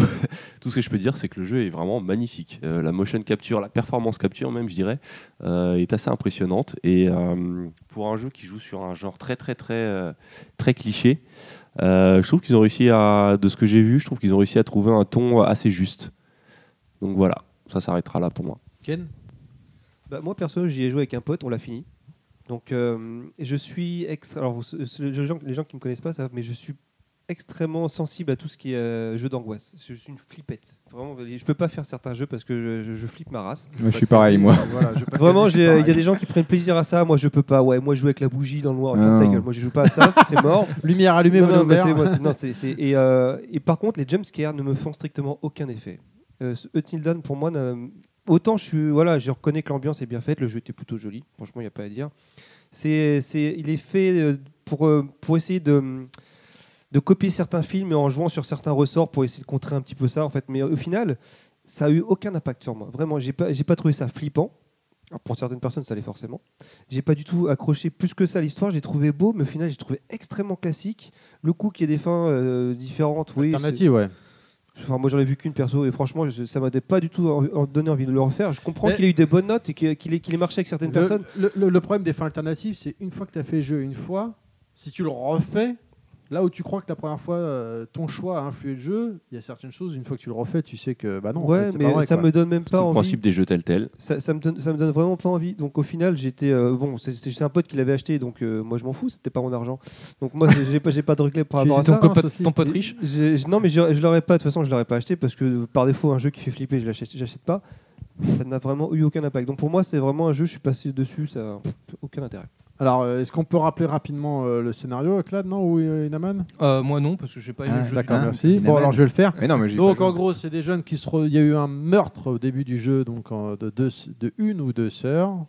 E: tout ce que je peux dire, c'est que le jeu est vraiment magnifique. Euh, la motion capture, la performance capture même, je dirais, euh, est assez impressionnante. Et euh, pour un jeu qui joue sur un genre très très très euh, très cliché, euh, je trouve qu'ils ont réussi à, de ce que j'ai vu, je trouve qu'ils ont réussi à trouver un ton assez juste. Donc voilà, ça s'arrêtera là pour moi.
A: Ken
H: Bah, moi, perso, j'y ai joué avec un pote, on l'a fini. Donc, euh, je suis. ex- Alors, vous- ce- ce- les gens, les gens qui me connaissent pas savent, mais je suis extrêmement sensible à tout ce qui est euh, jeu d'angoisse. Je suis une flippette. Vraiment, je peux pas faire certains jeux parce que je, je- je flippe ma race.
B: Je suis pareil, moi.
A: Voilà, je vais pas te
H: Vraiment,
A: caser, je suis
H: j'ai- il y a
A: pareil.
H: des gens qui prennent plaisir à ça. Moi, je peux pas. Ouais, moi, jouer avec la bougie dans le noir.
B: Ah
H: ferme ta
B: non.
H: gueule. Moi, je joue pas à ça. ça, c'est mort.
A: Lumière allumée,
H: Non,
A: volet
H: non, mais
A: ouvert.
H: c'est- moi, c'est- non, c'est- c'est- et, euh, et par contre, les jumpscares ne me font strictement aucun effet. Euh, ce Until Dawn, pour moi, n'a- autant je suis, voilà, je reconnais que l'ambiance est bien faite, le jeu était plutôt joli, franchement, il n'y a pas à dire. C'est, c'est, il est fait euh, pour, euh, pour essayer de, de copier certains films et en jouant sur certains ressorts pour essayer de contrer un petit peu ça, en fait. Mais euh, au final, ça a eu aucun impact sur moi. Vraiment, j'ai pas, j'ai pas trouvé ça flippant. Alors, pour certaines personnes, ça l'est forcément. J'ai pas du tout accroché plus que ça à l'histoire. J'ai trouvé beau, mais au final, j'ai trouvé extrêmement classique. Le coup qu'il y ait des fins euh, différentes, oui. c'est-
A: Alternative, ouais.
H: Enfin, moi, j'en ai vu qu'une perso, et franchement, je- ça m'a pas du tout en- en donné envie de le refaire. Je comprends
A: Mais-
H: qu'il ait eu des bonnes notes et qu'il qu'il ait, qu'il ait marché avec certaines personnes.
A: Le, le- le problème des fins alternatives, c'est une fois que tu as fait le jeu une fois, si tu le refais, là où tu crois que la première fois euh, ton choix a influé le jeu, il y a certaines choses, une fois que tu le refais, tu sais que bah non, en
H: ouais,
A: fait, c'est
H: mais
A: pas vrai,
H: ça
A: quoi.
H: me donne même
E: C'est
H: pas
E: le
H: envie.
E: principe des jeux tel tel.
H: Ça, ça me donne, ça me donne vraiment pas envie. Donc au final, j'étais euh, bon. C'est- C'est c'est un pote qui l'avait acheté, donc euh, moi je m'en fous. C'était pas mon argent. Donc moi, j'ai- j'ai pas, j'ai pas de regret par
A: Tu
H: rapport à
A: hésites
H: ça.
A: encore
D: Ton pote-
A: ça aussi.
D: ton pote riche
H: J'ai- j'ai- non, mais je, je l'aurais pas. De toute façon, je l'aurais pas acheté parce que euh, par défaut, un jeu qui fait flipper, je l'achète, j'achète pas. Ça n'a vraiment eu aucun impact. Donc pour moi, c'est vraiment un jeu. Je suis passé dessus. Ça, pff, aucun intérêt.
A: Alors, euh, est-ce qu'on peut rappeler rapidement euh, le scénario, Clad, non Ou euh, Inaman
D: Euh, Moi non, parce que j'ai pas aimé
B: Ah,
D: le jeu.
A: D'accord,
B: Ah,
A: merci. Bon,
B: Inaman.
A: alors je vais le faire.
B: Mais non, mais j'ai
A: Donc
B: pas
A: en
B: joué.
A: gros, c'est des jeunes qui se. re- Il y a eu un meurtre au début du jeu, donc en- de, deux, de une ou deux sœurs.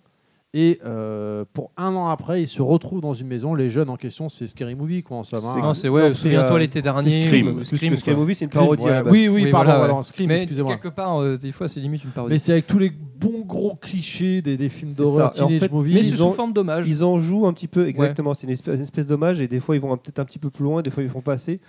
A: Et euh, pour un an après, ils se retrouvent dans une maison. Les jeunes en question, c'est Scary Movie, quoi, en somme. hein.
D: Non, c'est ouais,
H: c'est,
D: souviens-toi
H: euh,
D: l'été dernier.
E: Scream.
D: ou
E: Parce
H: Parce
D: Scream,
H: que Scary
D: quoi.
H: Movie, c'est une
A: Scream,
H: parodie.
A: ouais.
H: à la base.
A: Oui, oui,
D: Oui,
A: pardon,
D: voilà,
A: voilà,
D: ouais.
A: Scream,
D: Mais
A: excusez-moi.
D: quelque part, euh, des fois, c'est limite une parodie.
A: Mais c'est avec tous les bons gros clichés des, des films
H: C'est
A: d'horreur,
H: ça. Et en
A: teenage
H: fait,
A: movie.
D: Mais
H: ils
D: c'est sous
H: ont-
D: forme d'hommage.
H: Ils en jouent un petit peu, exactement. C'est une espèce, une espèce d'hommage et des fois ils vont un- peut-être un petit peu plus loin, des fois ils font pas assez.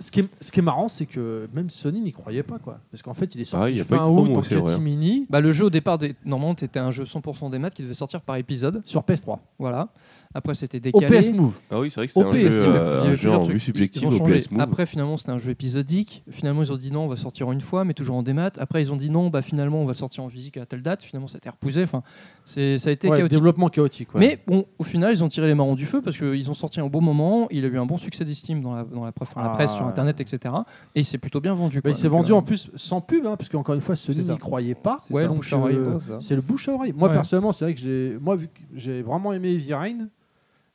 A: Ce qui, est, ce qui est marrant, c'est que même Sony n'y croyait pas, quoi. Parce qu'en fait, il est
E: Ah,
A: sorti
E: il y a pas eu
A: fin
E: de
A: août
E: promo,
A: en
E: c'est vrai.
A: catimini
D: Bah, le jeu au départ, des... normalement, c'était un jeu 100% des maths qui devait sortir par épisode.
A: sur PS3.
D: Voilà. Après, c'était
A: Au
D: décalé.
A: PS Move.
E: Ah oui, c'est vrai que c'est
A: Au
E: un
A: PS,
E: jeu,
A: il y avait-
E: euh,
D: Il y
E: un
D: avait
E: jeu
D: plusieurs
E: en
D: trucs.
E: vue
D: Ils- ils
E: subjective
D: ont
E: au
D: changé.
E: PS Move.
D: Après, finalement, c'était un jeu épisodique. Finalement, ils ont dit non, on va sortir une fois, mais toujours en démat. Après, ils ont dit non, bah finalement, on va le sortir en physique à telle date. Finalement, ça a été repoussé. Enfin, c'est- ça a été
A: Ouais,
D: chaotique.
A: développement chaotique, ouais.
D: Mais bon, au final, ils ont tiré les marrons du feu parce qu'ils ont sorti un bon moment. Il a eu un bon succès d'estime dans la, dans la, pre- enfin, la
A: Ah.
D: presse, sur Internet, etc. Et il s'est plutôt bien vendu.
A: Bah,
D: quoi.
A: il s'est
D: Donc,
A: vendu
D: euh,
A: en plus sans pub, hein, parce qu'encore une fois, Sony
H: C'est ça.
A: n'y croyait pas.
H: C'est Ouais, ça,
A: donc,
D: bouche à oreille,
A: euh,
H: Ouais, c'est ça.
A: c'est le bouche à oreille. Moi,
D: Ouais.
A: personnellement, c'est vrai que j'ai, moi, vu que j'ai vraiment aimé Heavy Rain,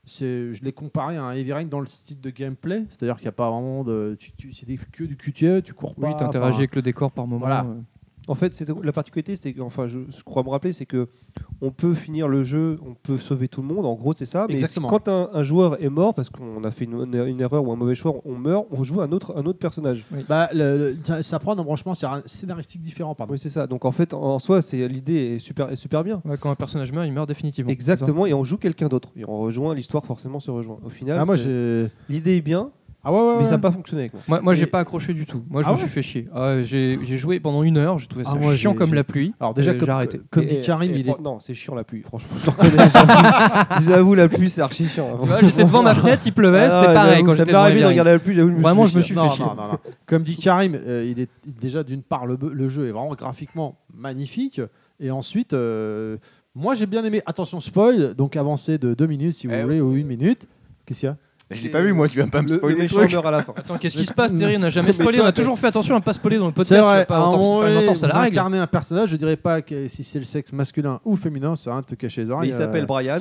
A: c'est, je l'ai comparé à un Heavy Rain dans le style de gameplay, c'est-à-dire qu'il n'y a pas vraiment de. Tu, tu- c'est des- que du QTE, tu cours pas.
D: Oui, t'interagis
A: enfin,
D: avec le décor par moment.
A: Voilà.
D: euh.
H: En fait, c'est la particularité, c'est que, enfin, je, je crois me rappeler, c'est que on peut finir le jeu, on peut sauver tout le monde. En gros, c'est ça. Mais
A: Exactement.
H: quand un, un joueur est mort parce qu'on a fait une, une erreur ou un mauvais choix, on meurt, on joue un autre, un autre personnage.
A: Bah, le- le- ça, ça prend un embranchement scénar- scénaristique différent, pardon.
H: Oui, c'est ça. Donc en fait, en, en soi, c'est l'idée est super, est super bien.
D: Ouais, quand un personnage meurt, il meurt définitivement.
H: Exactement. Et on joue quelqu'un d'autre. Et on rejoint l'histoire, forcément, se rejoint. Au final,
A: Ah, moi,
H: c'est-
A: j'ai.
H: l'idée est bien,
A: Ah ouais, ouais,
H: mais
A: ouais.
H: ça n'a pas fonctionné. avec moi.
D: Moi, moi j'ai
A: Et-
D: pas accroché du tout. Moi, je
A: Ah
D: me
A: ouais
D: suis fait chier. Ah, j'ai j'ai joué pendant une heure, je trouvais ça
A: Ah, moi,
D: chiant
A: j'ai-
D: comme
A: j'ai-
D: la pluie.
A: Alors, déjà,
D: Et
A: comme,
D: j'ai arrêté.
A: comme
H: Euh, Et-
A: dit Karim,
H: et-
A: il est.
H: fran- Non, c'est chiant la pluie. Franchement, je le reconnais, j'avoue. J'avoue, la pluie, c'est archi chiant.
D: Tu vois, j'étais devant ma fenêtre, il pleuvait,
H: Ah,
D: c'était pareil
H: j'avoue,
D: quand
H: ça
D: j'étais
H: m'est
D: devant
H: arrivé de
D: Evering.
H: regarder la pluie, j'avoue, je me ah,
D: Vraiment, je me
H: fait
D: suis
A: Non,
D: fait
A: non,
D: chier.
A: non, non. Comme dit Karim, euh, il est déjà d'une part le, be- le jeu est vraiment graphiquement magnifique et ensuite euh, moi j'ai bien aimé. Attention spoil, donc avancez de deux minutes si vous
B: Eh
A: voulez ou une minute. Qu'est-ce qu'il y a
B: Je l'ai pas vu, moi, tu vas pas me
H: Le, le
B: spoiler le
H: méchant
B: truc.
H: meurt à la fin.
D: Attends, qu'est-ce qui se passe, Thierry On n'a jamais
A: Mais
D: spoilé,
A: toi,
D: on a
A: t'as-
D: toujours fait attention à ne pas spoiler dans le
A: C'est
D: podcast. tu
A: vrai.
D: vas pas
A: à un
D: entendre-
A: moment
D: enfin,
A: donné,
D: l'entendre, c'est
A: vous
D: la règle.
A: incarnez un personnage, je dirais pas que- si c'est le sexe masculin ou féminin, c'est rien de te cacher les
D: Ah,
H: Mais
A: oreilles.
H: il s'appelle
A: euh,
H: Brian.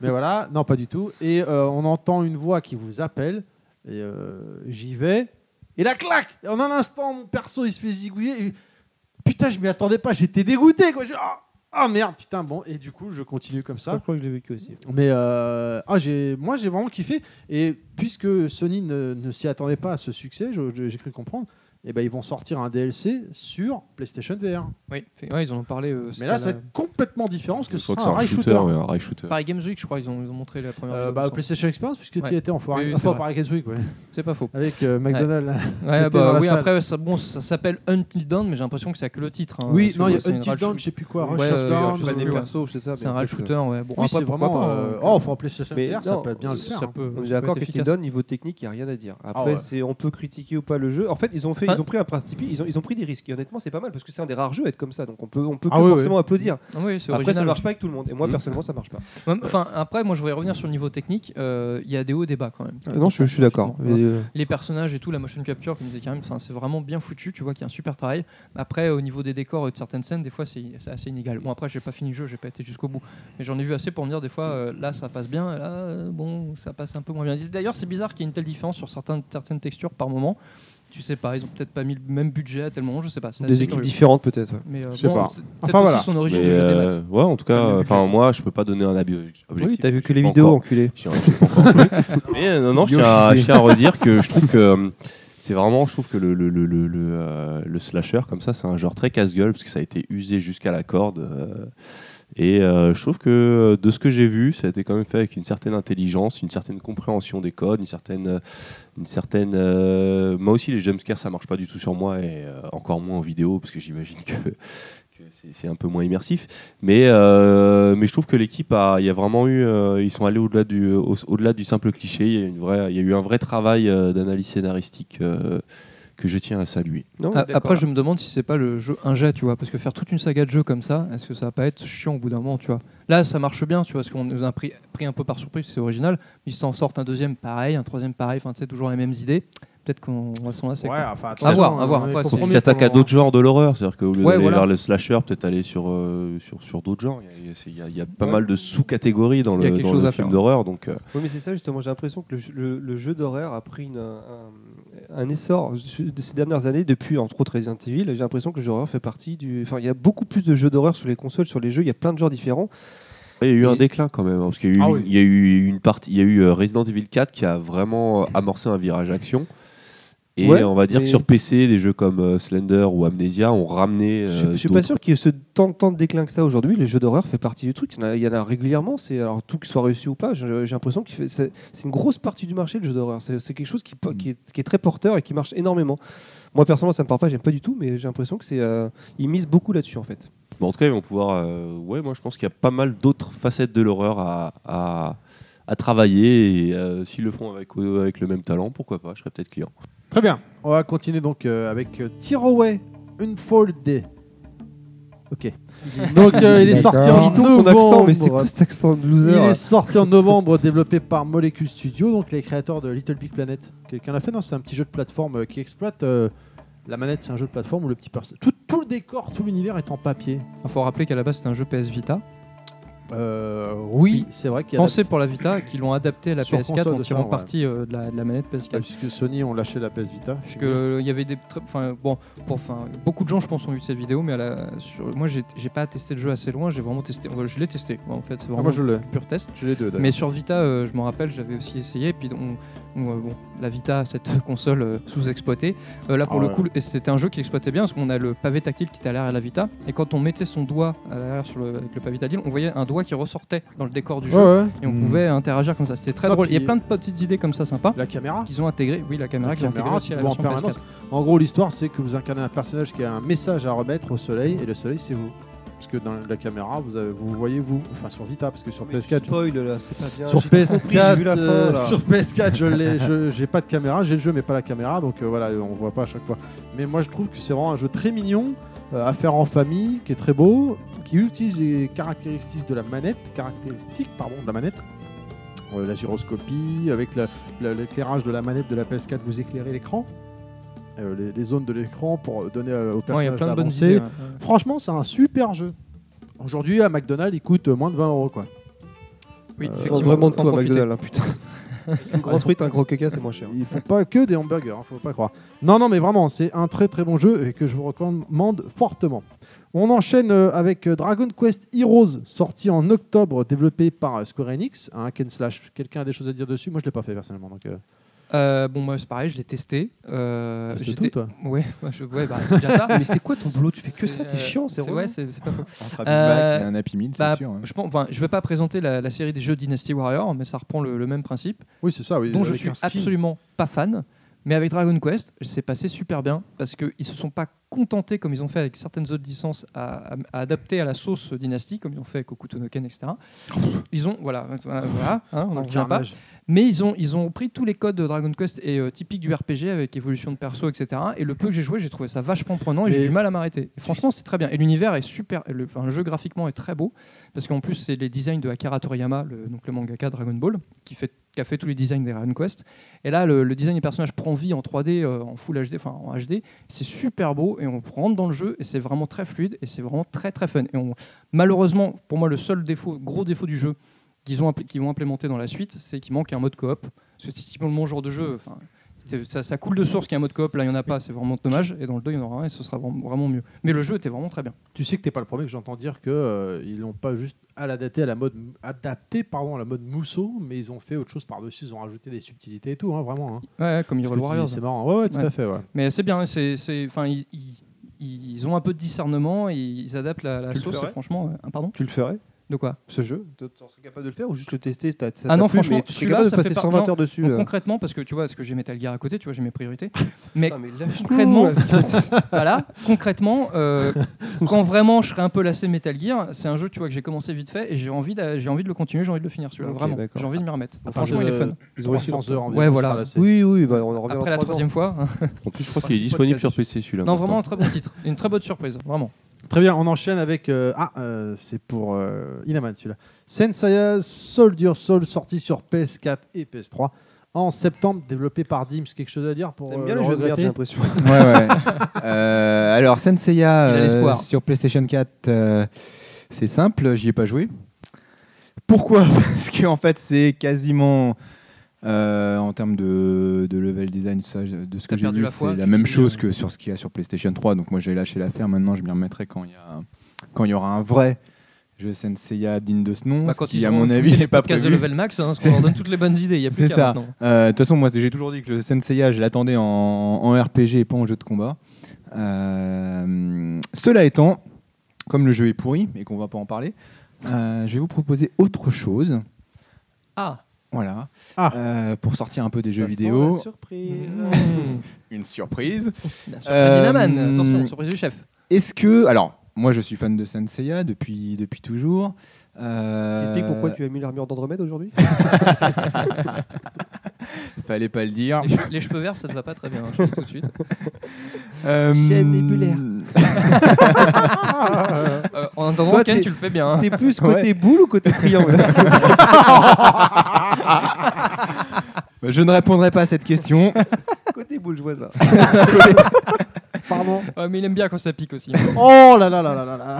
A: Mais voilà, non pas du tout. Et euh, on entend une voix qui vous appelle. Et euh, j'y vais. Et la claque En un instant, mon perso il se fait zigouiller. et- Putain, je m'y attendais pas. J'étais dégoûté. Quoi. Je- Ah ah, merde, putain. Bon, et du coup, je continue comme
H: Je
A: ça.
H: crois que je l'ai vécu aussi.
A: Mais euh, ah, j'ai, moi, j'ai vraiment kiffé. Et puisque Sony ne, ne s'y attendait pas à ce succès, je- je- j'ai cru comprendre. Et ben, ils vont sortir un DLC sur PlayStation VR.
D: Oui, fait- ouais, ils en ont parlé. euh, c'était
A: Mais là,
D: à
A: ça va
D: la-
A: être complètement différent parce que
E: Je
A: ce
E: crois
A: sera
E: que
A: un rail shooter.
E: ouais, un rail shooter.
D: Euh, Paris Games Week, je crois, ils ont, ils ont montré la première.
A: Euh,
D: vidéo,
A: bah,
D: il me semble.
A: PlayStation Experience, puisque tu
D: Ouais.
A: y étais en foire,
D: Oui, oui, c'est
A: enfin,
D: vrai.
A: par Games Week, ouais.
D: C'est pas faux.
A: avec euh, McDonald's.
D: Ouais,
A: T'étais
D: bah
A: dans la
D: oui,
A: salle.
D: après, ça, bon, ça s'appelle Until Dawn, mais j'ai l'impression que c'est que le titre. hein,
A: Oui,
D: parce que
A: non, il y
D: bon, c'est
A: a
D: une
A: Until
D: rage-
A: Dawn, je sais plus quoi,
D: Ouais,
A: Rush
D: euh, je
A: of Dawn,
D: sais
A: euh,
D: plus,
H: des
D: ouais.
H: persos, je sais ça.
D: C'est un rail shooter, ouais. Bon,
A: Oui,
D: après,
A: c'est
D: pourquoi
A: vraiment.
D: pas,
A: euh,
D: hein.
A: Oh, enfin, en PlayStation
H: Mais
A: VR, ça
H: non,
A: peut bien le
D: Ça
A: faire. hein.
D: peut-
H: euh, On est
D: ça peut
H: d'accord
D: être
H: qu'Until
D: efficace.
H: Dawn, niveau technique, il n'y a rien à dire. Après,
A: ouais.
H: c'est on peut critiquer ou pas le jeu. En fait, ils ont, fait,
D: Enfin-
H: ils ont pris un principe, ils ont, ils ont pris des risques. Et honnêtement, c'est pas mal parce que c'est un des rares jeux à être comme ça. Donc on peut, on peut
A: Ah
H: que
A: oui,
H: forcément applaudir.
D: Ah oui, c'est
H: Après, ça
D: original. Mmh.
H: ne marche pas avec tout le monde. Et moi,
E: Mm.
H: personnellement, ça ne marche pas.
D: Ouais, mais, Enfin, après, moi, je voudrais revenir sur le niveau technique. euh, Il y a des hauts et des bas quand même.
H: Ah,
D: Graphiquement, ouais.
H: euh,
D: Les personnages et tout, la motion capture, comme disait Karim, enfin, c'est vraiment bien foutu. Tu vois qu'il y a un super travail. Après, au niveau des décors et de certaines scènes, des fois, c'est c'est assez inégal. Bon, après, j'ai pas fini le jeu, j'ai pas été jusqu'au bout. Mais j'en ai vu assez pour me dire des fois, euh, là, ça passe bien, là, euh, bon, ça passe un peu moins bien. D'ailleurs, c'est bizarre qu'il y ait une telle différence sur certaines, certaines textures par moment. Tu sais pas, ils ont peut-être pas mis le même budget à tel moment, je sais pas. c'est
C: Des
D: assez
C: équipes
D: curieux.
C: différentes peut-être. ouais.
D: Mais euh,
A: Je sais
D: bon,
A: pas.
D: c'est-
A: Enfin,
D: peut-être aussi
A: voilà.
D: son origine
E: Mais
D: du jeu des
E: euh,
D: maths.
E: ouais, en tout
D: Pas
E: cas,
D: le
E: enfin
D: budget.
E: moi, je peux pas donner un avis objectif.
C: Oui, t'as vu
E: J'ai
C: que les
E: pas
C: vidéos,
E: encore-
C: enculé.
E: j'ai- j'ai pas encore vu. Mais euh, non, non, je tiens, à, je tiens à redire que je trouve que euh, c'est vraiment, je trouve que le le, le, le, le, euh, le slasher comme ça, c'est un genre très casse-gueule parce que ça a été usé jusqu'à la corde. euh, et euh, je trouve que euh, de ce que j'ai vu, ça a été quand même fait avec une certaine intelligence, une certaine compréhension des codes, une certaine, euh, une certaine. euh, moi aussi, les jumpscares, ça marche pas du tout sur moi et euh, encore moins en vidéo parce que j'imagine que, que c'est- c'est un peu moins immersif. Mais, euh, mais je trouve que l'équipe a, il y a vraiment eu, euh, ils sont allés au-delà du, au- au-delà du simple cliché. Il y a, une vraie, il y a eu un vrai travail euh, d'analyse scénaristique euh, que je tiens à saluer.
H: Non,
A: Ah,
D: A-
H: d'accord.
D: Ah, Après, je me demande si c'est pas le jeu un jet, tu vois, parce que faire toute une saga de jeux comme ça, est-ce que ça va pas être chiant au bout d'un moment, tu vois Là, ça marche bien, tu vois, parce qu'on nous a pris, pris un peu par surprise, c'est original. Ils s'en sortent un deuxième pareil, un troisième pareil, enfin, tu sais, toujours les mêmes idées. Peut-être qu'on va s'en lasser. quoi.
A: enfin, hein,
D: À voir, à voir, après, c'est-
E: Ils s'attaquent
A: euh,
E: à d'autres genres de l'horreur, c'est-à-dire que au lieu
D: Ouais,
E: d'aller
D: voilà.
E: vers le slasher, peut-être aller sur, euh, sur, sur d'autres genres. Il y a, c'est- il y a- il y a pas mal de sous-catégories dans
D: Il y a
E: le,
D: quelque
E: dans
D: chose
E: le
D: à
E: film
D: faire.
E: d'horreur. Donc, euh,
H: Oui, mais c'est ça justement. J'ai l'impression que le, jeu- le- le jeu d'horreur a pris une- un, un essor su- de ces dernières années, depuis entre autres Resident Evil. J'ai l'impression que le jeu d'horreur fait partie du. Enfin, il y a beaucoup plus de jeux d'horreur sur les consoles, sur les jeux. Il y a plein de genres différents.
E: Ah, il y a eu un déclin quand même, hein, parce qu'il y a eu,
A: Ah
E: une-
A: oui.
E: il y a eu une partie, il y a eu euh, Resident Evil 4 qui a vraiment amorcé un virage action. Et
H: Ouais,
E: on va dire
H: mais-
E: que sur PC, des jeux comme euh, Slender ou Amnesia ont ramené.
H: je, suis-
E: euh,
H: je suis pas
E: d'autres-
H: sûr qu'il y ait ce tant, tant de déclin que ça aujourd'hui. Le jeu d'horreur fait partie du truc. Il y en a, il y en a régulièrement. C'est alors tout que soit réussi ou pas. je- J'ai l'impression que c'est c'est une grosse partie du marché le jeu d'horreur. C'est c'est quelque chose qui, po- qui, est, qui est très porteur et qui marche énormément. Moi personnellement, ça me parle pas. J'aime pas du tout, mais j'ai l'impression que c'est euh, ils misent beaucoup là-dessus en fait.
E: Mais en tout cas, ils vont pouvoir. euh, ouais, moi je pense qu'il y a pas mal d'autres facettes de l'horreur à, à, à travailler. Et euh, s'ils le font avec, euh, avec le même talent, pourquoi pas Je serais peut-être client.
A: Très bien. On va continuer donc euh, avec euh, Tearaway Unfolded. Ok. Donc euh, il est sorti en
H: Dis donc ton
A: novembre.
H: accent, mais c'est quoi cet accent de
A: il
H: loser
A: est sorti en novembre, développé par Molecule Studio, donc les créateurs de Little Big Planet. Quelqu'un l'a fait Non, c'est un petit jeu de plateforme euh, qui exploite. euh, la manette, c'est un jeu de plateforme où le petit perso- Tout, tout le décor, tout l'univers est en papier.
D: Il faut rappeler qu'à la base, c'était un jeu PS Vita,
A: Euh, oui,
D: Oui.
A: c'est vrai qu'il y a.
D: pensé pour la Vita, qui l'ont adapté à la
A: Sur
D: PS4
A: console
D: en
A: de
D: tirant
A: salon, ouais.
D: parti euh, de, la, de la manette PS4.
A: la- Puisque Sony ont lâché la PS Vita.
D: Parce que euh, il y avait des très- enfin bon pour enfin beaucoup de gens je pense ont eu cette vidéo mais à la- sur moi j'ai j'ai pas testé le jeu assez loin j'ai vraiment testé ouais, je l'ai testé en fait c'est
A: Ah,
D: vraiment
A: moi je l'ai.
D: pur test
A: Je l'ai deux. d'ailleurs.
D: mais sur Vita euh, je me rappelle j'avais aussi essayé et puis on- on, euh, bon la Vita cette console euh, sous-exploitée euh, là pour
A: Ah
D: le
A: ouais.
D: coup et c'était un jeu qui exploitait bien parce qu'on a le pavé tactile qui était à l'arrière de la Vita et quand on mettait son doigt à l'arrière sur le, avec le pavé tactile on voyait un doigt qui ressortait dans le décor du jeu
A: Ouais, ouais.
D: et on
B: Hmm.
D: pouvait interagir comme ça c'était très
A: Ah,
D: drôle il y a
A: puis-
D: plein de petites idées comme ça sympa
A: La caméra.
D: qu'ils ont intégré oui la caméra
A: La
D: qu'ils ont
A: caméra,
D: intégrée aussi
A: tu
D: à la
A: vois en
D: version
A: permanence.
D: PS4
A: En gros, l'histoire, c'est que vous incarnez un personnage qui a un message à remettre au soleil, et le soleil, c'est vous. Parce que dans la caméra, vous, avez- vous voyez vous. Enfin, sur Vita, parce que sur PS4.
H: Spoil là, c'est pas bien.
A: Sur
H: j'ai tout
A: PS4,
H: compris, j'ai vu la fin,
A: euh,
H: là.
A: sur PS4, je l'ai, je- j'ai pas de caméra, j'ai le jeu mais pas la caméra, donc euh, voilà, on voit pas à chaque fois. Mais moi, je trouve que c'est vraiment un jeu très mignon euh, à faire en famille, qui est très beau, qui utilise les caractéristiques de la manette, caractéristiques pardon de la manette, Euh, la gyroscopie, avec la- la- l'éclairage de la manette de la PS4, vous éclairez l'écran, euh, les, les zones de l'écran pour donner euh, au
D: Ouais, il y
A: personnage
D: a plein de bonnes
A: d'avancer.
D: idées ouais. Ouais.
A: Franchement, c'est un super jeu. Aujourd'hui, à McDonald's, il coûte euh, moins de 20 euros quoi.
D: Oui,
A: Euh,
H: Ils vendent
D: effectivement,
H: vraiment de
D: faut en
H: tout à
D: profiter.
H: McDonald's, hein, putain. Une grande truite, un gros caca, c'est moins cher.
A: Ils font pas que des hamburgers, hein, faut pas croire. Non, non, mais vraiment, c'est un très très bon jeu et que je vous recommande fortement. On enchaîne euh, avec euh, Dragon Quest Heroes, sorti en octobre, développé par euh, Square Enix, un hack and slash. Quelqu'un a des choses à dire dessus Moi, je l'ai pas fait personnellement. Donc, euh,
D: Euh, bon, moi, c'est pareil, je l'ai testé. Euh,
A: Teste
D: j'étais-
A: tout, toi.
D: Ouais, ouais, je- ouais, bah, c'est déjà ça. Mais c'est
H: quoi ton boulot Tu fais
D: euh, Ouais, c'est c'est pas faux.
B: Entre
D: Euh,
B: Big Mac et un Happy Meal, c'est
D: bah,
B: sûr. hein.
D: Je pense, enfin, je vais pas présenter la, la série des jeux Dynasty Warrior, mais ça reprend le, le même principe,
A: Oui, c'est ça. Oui,
D: dont je
A: avec
D: suis
A: un skin.
D: absolument pas fan. Mais avec Dragon Quest, c'est passé super bien parce qu'ils se sont pas contentés comme ils ont fait avec certaines autres licences à, à- à adapter à la sauce Dynasty, comme ils ont fait avec Okutonoken, etc. Ils ont, voilà, voilà, voilà, hein, on
A: Dans
D: n'en
A: le
D: revient pas.
A: carnage.
D: Mais ils ont, ils ont pris tous les codes de Dragon Quest et euh, typique du RPG avec évolution de perso, etc. Et le peu que j'ai joué, j'ai trouvé ça vachement prenant et
A: Mais-
D: j'ai du mal à m'arrêter. Et Franchement, c'est très bien. Et l'univers est super. et Le, enfin, le jeu graphiquement est très beau parce qu'en plus, c'est les designs de Akira Toriyama, le, donc le mangaka Dragon Ball, qui, fait, qui a fait tous les designs des Dragon Quest. Et là, le, le design des personnages prend vie en 3D, euh, en full HD, enfin en HD. C'est super beau et on rentre dans le jeu et c'est vraiment très fluide et c'est vraiment très très fun. Et on, malheureusement, pour moi, le seul défaut, gros défaut du jeu qu'ils ont impl- qu'ils vont implémenter dans la suite, c'est qu'il manque un mode coop. Parce que c'est typiquement le genre de jeu. Enfin, c'est- ça, ça coule de source qu'il y a un mode coop. Là, il n'y en a pas, c'est vraiment dommage. Et dans le 2, il y en aura un et ce sera vraiment, vraiment mieux. Mais le jeu était vraiment très bien.
A: Tu sais que t'es pas le premier que j'entends dire que euh, ils l'ont pas juste à l'adapté à la mode adapté pardon à la mode mousseau, mais ils ont fait autre chose par dessus. Ils ont rajouté des subtilités et tout, hein, vraiment. hein.
D: Ouais, ouais, comme
A: Ce que
D: Hyrule
A: tu dis,
D: Warriors.
A: C'est marrant. Ouais, ouais, tout
D: Ouais.
A: à fait. ouais.
D: Mais c'est bien, c'est, c'est, enfin, ils, ils- ils ont un peu de discernement, et ils adaptent la, la
C: Tu le
D: sauce, et
C: ferais
D: franchement. ouais. Ah, pardon
C: Tu le ferais
D: De quoi
C: ce jeu Tu serais capable de le faire ou juste le tester t'as- ça
D: Ah non,
C: t'a plu,
D: franchement,
C: mais tu serais
D: celui-là,
C: capable de
D: ça fait
C: passer
D: par-
C: 120 heures dessus.
D: Donc,
C: là.
D: Concrètement, parce que tu vois, parce que j'ai Metal Gear à côté, tu vois, j'ai mes priorités. Mais
C: Putain, mais lâche-nous,
D: concrètement,
C: là.
D: voilà, concrètement, euh, quand vraiment je serais un peu lassé de Metal Gear, c'est un jeu, tu vois, que j'ai commencé vite fait et j'ai envie, d'a- j'ai envie de le continuer, j'ai envie de le finir, celui-là,
C: Ok,
D: vraiment.
C: d'accord.
D: J'ai envie de m'y remettre.
A: Enfin,
D: franchement, il est fun.
A: Ils ont réussi dans heures. environ,
D: Ouais,
A: ça
D: voilà.
A: sera assez.
C: Oui, oui, bah, on en revient
D: Après
C: dans trois
D: la
C: ans.
D: troisième fois. hein.
E: En plus, je crois qu'il
C: Principal
E: est disponible sur
C: podcast.
E: PC celui-là.
D: Non,
E: maintenant.
D: vraiment un très bon titre, une très bonne surprise, vraiment.
A: Très bien. On enchaîne avec euh, ah euh, c'est pour euh, Inaman celui-là. Senseiya Soldier Soul sorti sur PS4 et PS3 en septembre, développé par Dims. Quelque chose à dire pour
C: T'aimes
A: euh,
C: bien
A: le
C: les jeux de merde,
A: regretter
C: j'ai l'impression.
B: Ouais, ouais. Euh, alors, Senseiya
D: Il a
B: euh,
D: l'espoir.
B: sur PlayStation 4, euh, c'est simple, j'y ai pas joué. Pourquoi Parce que en fait, c'est quasiment. euh, en termes de, de level design, ça, je- de ce que
D: T'as
B: j'ai
D: perdu
B: vu,
D: la foi,
B: c'est la
D: tu
B: même
D: dis,
B: chose
D: euh.
B: que sur ce qu'il y a sur PlayStation 3. Donc moi j'ai lâché l'affaire. Maintenant je m'y remettrai quand il y a quand il y aura un vrai jeu Senseiya digne de ce nom,
D: Bah,
B: ce
D: quand
B: qui
D: ils
B: à
D: auront
B: mon
D: tous
B: avis
D: les
B: n'est pas
D: podcasts
B: prévu.
D: de level max, hein, parce qu'on leur donne toutes les bonnes idées, il y a plus
B: C'est
D: qu'à
B: ça.
D: maintenant.
B: Euh, De toute façon, moi, j'ai toujours dit que le Senseiya, je l'attendais en, en RPG et pas en jeu de combat. Euh, cela étant, comme le jeu est pourri et qu'on va pas en parler, euh, je vais vous proposer autre chose.
D: Ah,
B: Voilà.
A: Ah.
B: Euh, pour sortir un peu des jeux
C: Ça sent
B: vidéo.
C: la surprise.
B: Une surprise.
D: la surprise
B: Euh,
D: Inaman, attention,
B: hum.
D: surprise du chef.
B: Est-ce que. Alors, moi, je suis fan de Senseiya depuis, depuis toujours. Euh,
C: T'expliques pourquoi tu as mis l'armure d'Andromède aujourd'hui
B: Fallait pas le dire.
D: Les, cheveux- les cheveux verts, ça te va pas très bien, hein, je te le dis tout de suite.
B: Euh,
C: Chaîne nébulaire.
D: Euh, en attendant,
C: Toi,
D: Ken,
C: t'es-
D: tu le fais bien. hein.
C: T'es plus
B: Ouais.
C: côté boule ou côté triangle
B: Bah, Je ne répondrai pas à cette question.
C: Côté boule, je vois ça.
A: Pardon.
D: Ouais, Ah, mais il aime bien quand ça pique aussi.
A: Oh là là là là là là.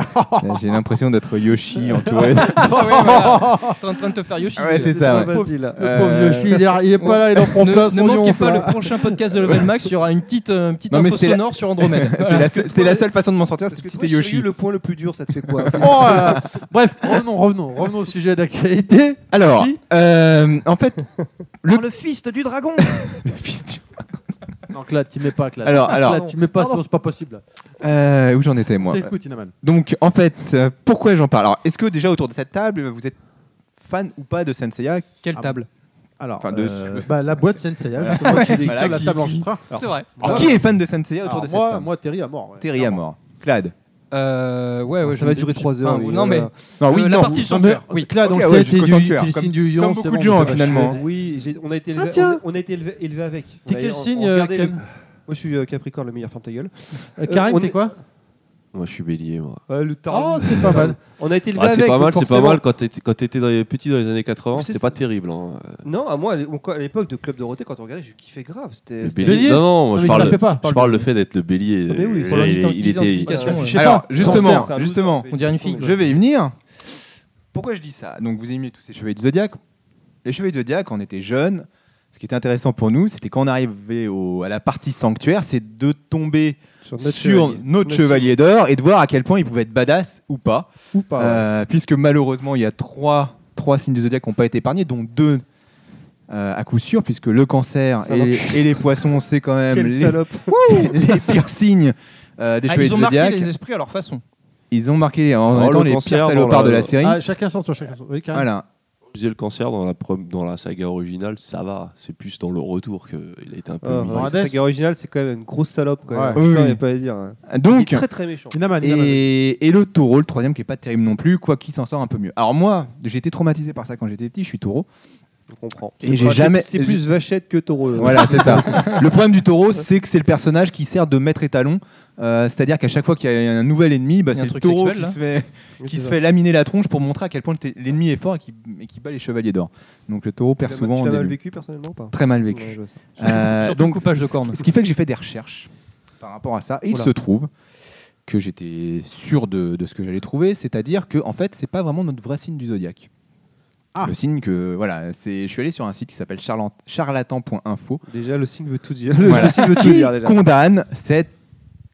B: J'ai l'impression d'être Yoshi entouré de-
D: Ah ouais, voilà. T'es en train de te faire Yoshi.
B: Ouais, c'est ça. ouais.
C: Vas-y là.
A: Le pauvre
B: Euh,
A: Yoshi, il est, il est pas là, il en prend
D: Ne,
A: plein
D: ne
A: son
D: manquez
A: yonf,
D: pas
A: là.
D: le prochain podcast de Level Max, il y aura une petite, euh, une petite
B: Non, mais
D: info
B: c'était la-
D: sonore sur Andromède.
B: C'est
D: Voilà.
B: la, seule- c'était la seule façon de m'en sortir,
C: Parce
B: c'était
C: que
B: de
C: toi,
B: citer Yoshi.
C: Shiryu, le point le plus dur, ça te fait quoi
A: Oh là là. Bref, revenons, revenons, revenons au sujet d'actualité.
B: Alors,
A: Yoshi
B: euh, en fait,
D: Dans le fist du dragon
A: donc là, t'y mets pas, là.
B: alors,
A: Là,
B: alors,
A: t'y mets pas,
C: Pardon.
A: sinon c'est pas possible.
B: euh, où j'en étais moi
A: Écoute, Inaman.
B: Donc, en fait, euh, pourquoi j'en parle Alors, est-ce que déjà autour de cette table, euh, vous êtes fan ou pas de Senseiya
D: Quelle
A: Ah
D: table
A: Alors,
B: Enfin, de-
A: euh, bah, la boîte Senseiya, justement, qui est
B: Voilà,
A: sur la
B: qui-
A: table
B: qui-
A: enregistreur.
D: C'est vrai.
B: Alors, Qui est fan de Senseiya autour
A: Alors,
B: de cette
A: Ah, moi,
B: table
A: moi, Terry à mort. ouais.
B: Terry à mort. Clad.
D: Euh, ouais, ouais,
C: Ça
D: je
C: va
D: me
C: durer
D: dis-
C: 3 heures.
D: Enfin,
C: oui,
D: non, mais
C: voilà.
B: Non,
D: euh,
B: oui,
D: la
B: non.
D: partie
A: Non, mais
D: chanteur. Oui.
A: Clad,
B: Ok,
A: on sait,
B: ouais, jusqu'au
A: t'es du,
B: sanctuaire,
A: tu signes du
B: comme
A: lion, c'est
B: beaucoup
A: bon,
B: de
D: hein,
B: gens,
A: t'es pas
B: finalement.
A: chier.
C: Oui, j'ai- on a été
A: Ah,
C: élevé,
A: tiens.
C: on, on a été élevé, élevé avec.
A: T'es
C: On a-
A: quel
C: on- on
A: signe,
D: euh,
C: regardait les-
A: Karim
C: Moi, je suis euh, Capricorne, le meilleur. Ferme ta gueule.
A: Euh, Karim,
C: on
A: t'es
C: est-
A: quoi
E: Moi, je suis bélier. Moi.
C: Euh, le
A: Oh,
C: tarot.
A: c'est pas mal.
C: On a été élevé
E: Ah,
C: avec.
E: c'est pas
C: donc
E: mal, c'est pas
C: forcément-
E: mal. Quand t'étais quand t'étais dans les- petit dans les années 80,
C: C'est
E: c'était
C: ça.
E: pas terrible. hein.
C: Non, à moi, à l'é- on- à l'époque de Club Dorothée, quand on regardait, je kiffais grave. C'était.
E: Le
C: c'était-
A: bélier
E: bélier. Non, non, moi,
A: Non, mais
E: je
A: il se la
E: parle.
A: fait
E: de-
A: pas.
E: Je parle le fait d'être le bélier.
C: Mais oui,
E: Euh,
C: pour
E: il,
D: l'ident-
E: il était.
D: l'identification,
C: Voilà.
D: ouais.
A: Je sais
B: Alors,
A: pas.
B: justement,
A: Cancer.
B: justement,
D: On dirait une fille.
B: je vais y venir. Pourquoi je dis ça Donc, vous aimez tous ces chevaliers du zodiaque. Les chevaliers du zodiaque, on était jeunes. Ce qui était intéressant pour nous, c'était quand on arrivait au- à la partie sanctuaire, c'est de tomber
C: Sur
B: sur notre chevalier d'or et de voir à quel point il pouvait être badass ou pas.
A: Ou
H: Ah
A: pas ouais.
B: Euh, puisque malheureusement, il y a trois, trois signes du zodiaque qui n'ont pas été épargnés, dont deux euh, à coup sûr, puisque le cancer
C: Ça
B: et,
C: marche.
B: et les poissons, c'est quand même
C: Quelle
B: euh, les,
C: salope.
B: les pires signes euh, des
D: Ah,
B: chevaliers
D: ils ont
B: du
D: marqué
B: zodiaque.
D: les esprits à leur façon.
B: Ils ont marqué en
E: Oh,
B: étant
E: le
B: les
E: cancer
B: pires
E: dans
B: salopards
E: la-
B: de la série.
A: Ah, chacun son tour, chacun son tour.
C: Hein.
A: Oui, Karim.
B: voilà.
E: Je disais, le cancer dans la, pre- dans la saga originale, ça va. C'est plus dans le retour qu'il a été un peu.
C: Ah,
E: mis.
C: dans la saga originale, c'est quand même une grosse salope. Quand même.
A: Ouais.
C: Putain,
B: Oui.
C: y a pas à dire. hein. Il est
B: Donc,
C: très très méchant.
A: Inaman, Inaman.
B: et, et le taureau, le troisième qui est pas terrible non plus, quoi qu'il s'en sort un peu mieux. Alors moi, j'ai été traumatisé par ça quand j'étais petit, je suis taureau.
C: On comprend.
B: Et j'ai jamais-
C: C'est plus vachette que euh. taureau. là.
B: Voilà, c'est ça. Le problème du taureau, c'est que c'est le personnage qui sert de maître étalon. Euh, C'est-à-dire qu'à chaque fois qu'il y a un nouvel ennemi, bah,
D: Il y a
B: c'est
D: un
B: le
D: truc
B: taureau
D: sexuel, là
B: qui, se fait,
C: Oui,
B: qui
C: c'est
B: se
C: ça.
B: fait laminer la tronche pour montrer à quel point le t- l'ennemi est fort et qui, et qui bat les chevaliers d'or. Donc le taureau perd
C: Tu l'as-
B: souvent
C: Tu
B: au
C: l'as mal
B: début.
C: vécu personnellement ou pas
B: Très mal vécu.
C: Ouais, je vois ça.
B: Euh,
D: Surtout
B: donc,
D: le coupage de
B: ce-
D: cornes.
B: Ce qui fait que j'ai fait des recherches par rapport à ça. Et il
C: Oula.
B: se trouve que j'étais sûr de, de ce que j'allais trouver, c'est-à-dire que en fait, c'est pas vraiment notre vrai signe du zodiaque.
A: Ah.
B: Le signe que voilà, c'est je suis allé sur un site qui s'appelle charlan- charlatan.info
H: Déjà, le signe veut tout dire. Le-
B: Voilà.
H: Le signe veut tout
B: qui
H: dire déjà.
B: condamne cette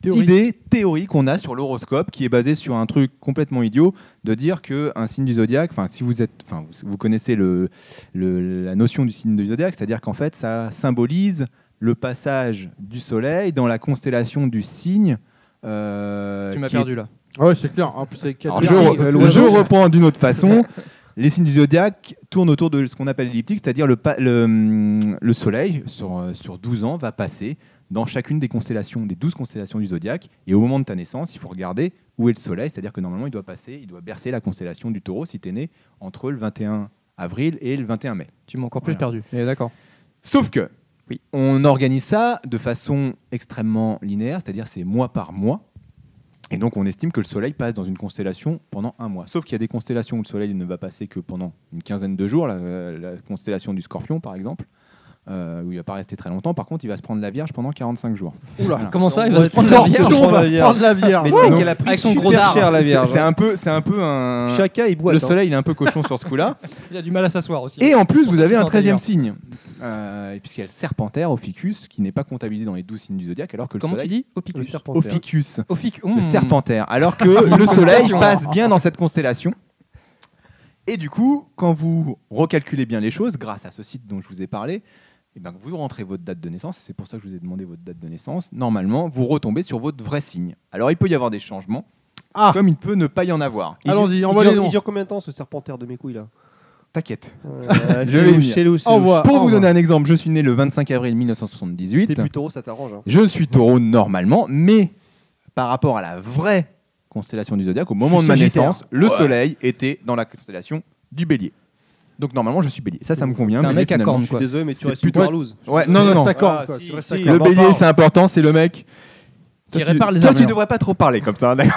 A: Théorie.
B: idée théorique qu'on a sur l'horoscope qui est basée sur un truc complètement idiot de dire que un signe du zodiaque enfin si vous êtes enfin vous, vous connaissez le, le- la notion du signe du zodiaque c'est-à-dire qu'en fait ça symbolise le passage du soleil dans la constellation du signe euh,
D: Tu m'as
B: qui est-
D: perdu là.
A: Ah ouais, c'est clair. En plus, avec quatre
B: alors,
A: verres,
B: je,
A: on
B: re-
A: peut plus-
B: le- je reprends d'une autre façon. Les signes du zodiaque tournent autour de ce qu'on appelle l'elliptique, c'est-à-dire le, pa- le, hum, le Soleil, sur, euh, sur 12 ans, va passer dans chacune des constellations, des 12 constellations du zodiaque. Et au moment de ta naissance, il faut regarder où est le Soleil, c'est-à-dire que normalement, il doit passer, il doit bercer la constellation du taureau si tu es né entre le 21 avril et le 21 mai.
D: Tu m'as encore plus
B: Voilà.
D: perdu. Mais d'accord.
B: Sauf que,
D: Oui.
B: on organise ça de façon extrêmement linéaire, c'est-à-dire c'est mois par mois. Et donc on estime que le Soleil passe dans une constellation pendant un mois. Sauf qu'il y a des constellations où le Soleil ne va passer que pendant une quinzaine de jours, la, la constellation du Scorpion par exemple, euh, où il va pas rester très longtemps. Par contre, il va se prendre la Vierge pendant 45 jours. Voilà.
D: Comment ça, il
A: on
D: va
A: va
D: se prendre la bière
A: Scorpion
H: prendre
A: va
H: la
A: se
H: bière.
A: prendre la bière.
H: Mais
B: Ouais,
H: tu sais
B: non.
H: qu'elle a pris
D: Avec son
H: super
D: gros dard.
H: cher la
B: C'est-
H: Vierge.
B: C'est un peu, c'est un peu un.
H: Chacun, il boit.
B: Le
H: hein.
B: Soleil, il est un peu cochon sur ce coup-là.
D: Il a du mal à s'asseoir aussi.
B: Et en plus,
D: Pour
B: vous
D: ceux
B: avez
D: qui
B: un
D: sont
B: 13e
D: intelligents.
B: signe, Euh, puisqu'il y a le serpentaire, Ophiuchus, qui n'est pas comptabilisé dans les 12 signes du zodiaque, alors que le
D: Comment tu
B: Soleil.
D: dis
H: Le
D: Opicus.
H: serpent.
B: Ophiuchus.
D: Ophic.
B: le
D: Mmh.
B: serpentaire, alors que le soleil
D: Constellation.
B: passe bien dans cette constellation. Et du coup, quand vous recalculez bien les choses, grâce à ce site dont je vous ai parlé, eh ben, vous rentrez votre date de naissance, et c'est pour ça que je vous ai demandé votre date de naissance, normalement, vous retombez sur votre vrai signe. Alors il peut y avoir des changements,
A: Ah.
B: comme il peut ne pas y en avoir.
A: Il- Allons-y,
H: Il
A: envoie
H: dure-
A: les noms.
H: Il dure combien de temps ce serpentaire de mes couilles là
B: T'inquiète.
H: Euh,
B: Je
H: c'est
B: vais
H: louche,
B: venir.
H: c'est louche, c'est
A: Envoie.
H: louche.
B: Pour vous
A: envoie.
B: donner un exemple, je suis né le 25 avril
H: T'es
B: 1978.
H: plus taureau, ça t'arrange. hein.
B: Je suis taureau normalement, mais par rapport à la vraie constellation du zodiaque, au moment
A: suis
B: de ma
A: Sagittaire.
B: naissance, le soleil était dans la constellation du bélier. Donc normalement, je suis bélier. Ça, ça me convient.
D: T'es un
B: bélier,
D: mec à
B: finalement,
D: cornes,
B: je
H: Je suis
D: quoi.
H: désolé, mais tu
B: C'est
H: restes une
B: plutôt-
H: parlouse.
B: suis- Ouais, non, non, non.
A: D'accord,
H: Ah,
A: quoi, tu
H: si,
A: restes
H: si.
A: d'accord.
B: Le bélier, c'est important, c'est le mec.
D: hein. Qui
B: Toi, tu-
D: répare les
B: Toi, tu
D: avions.
B: devrais pas trop parler comme ça. d'accord.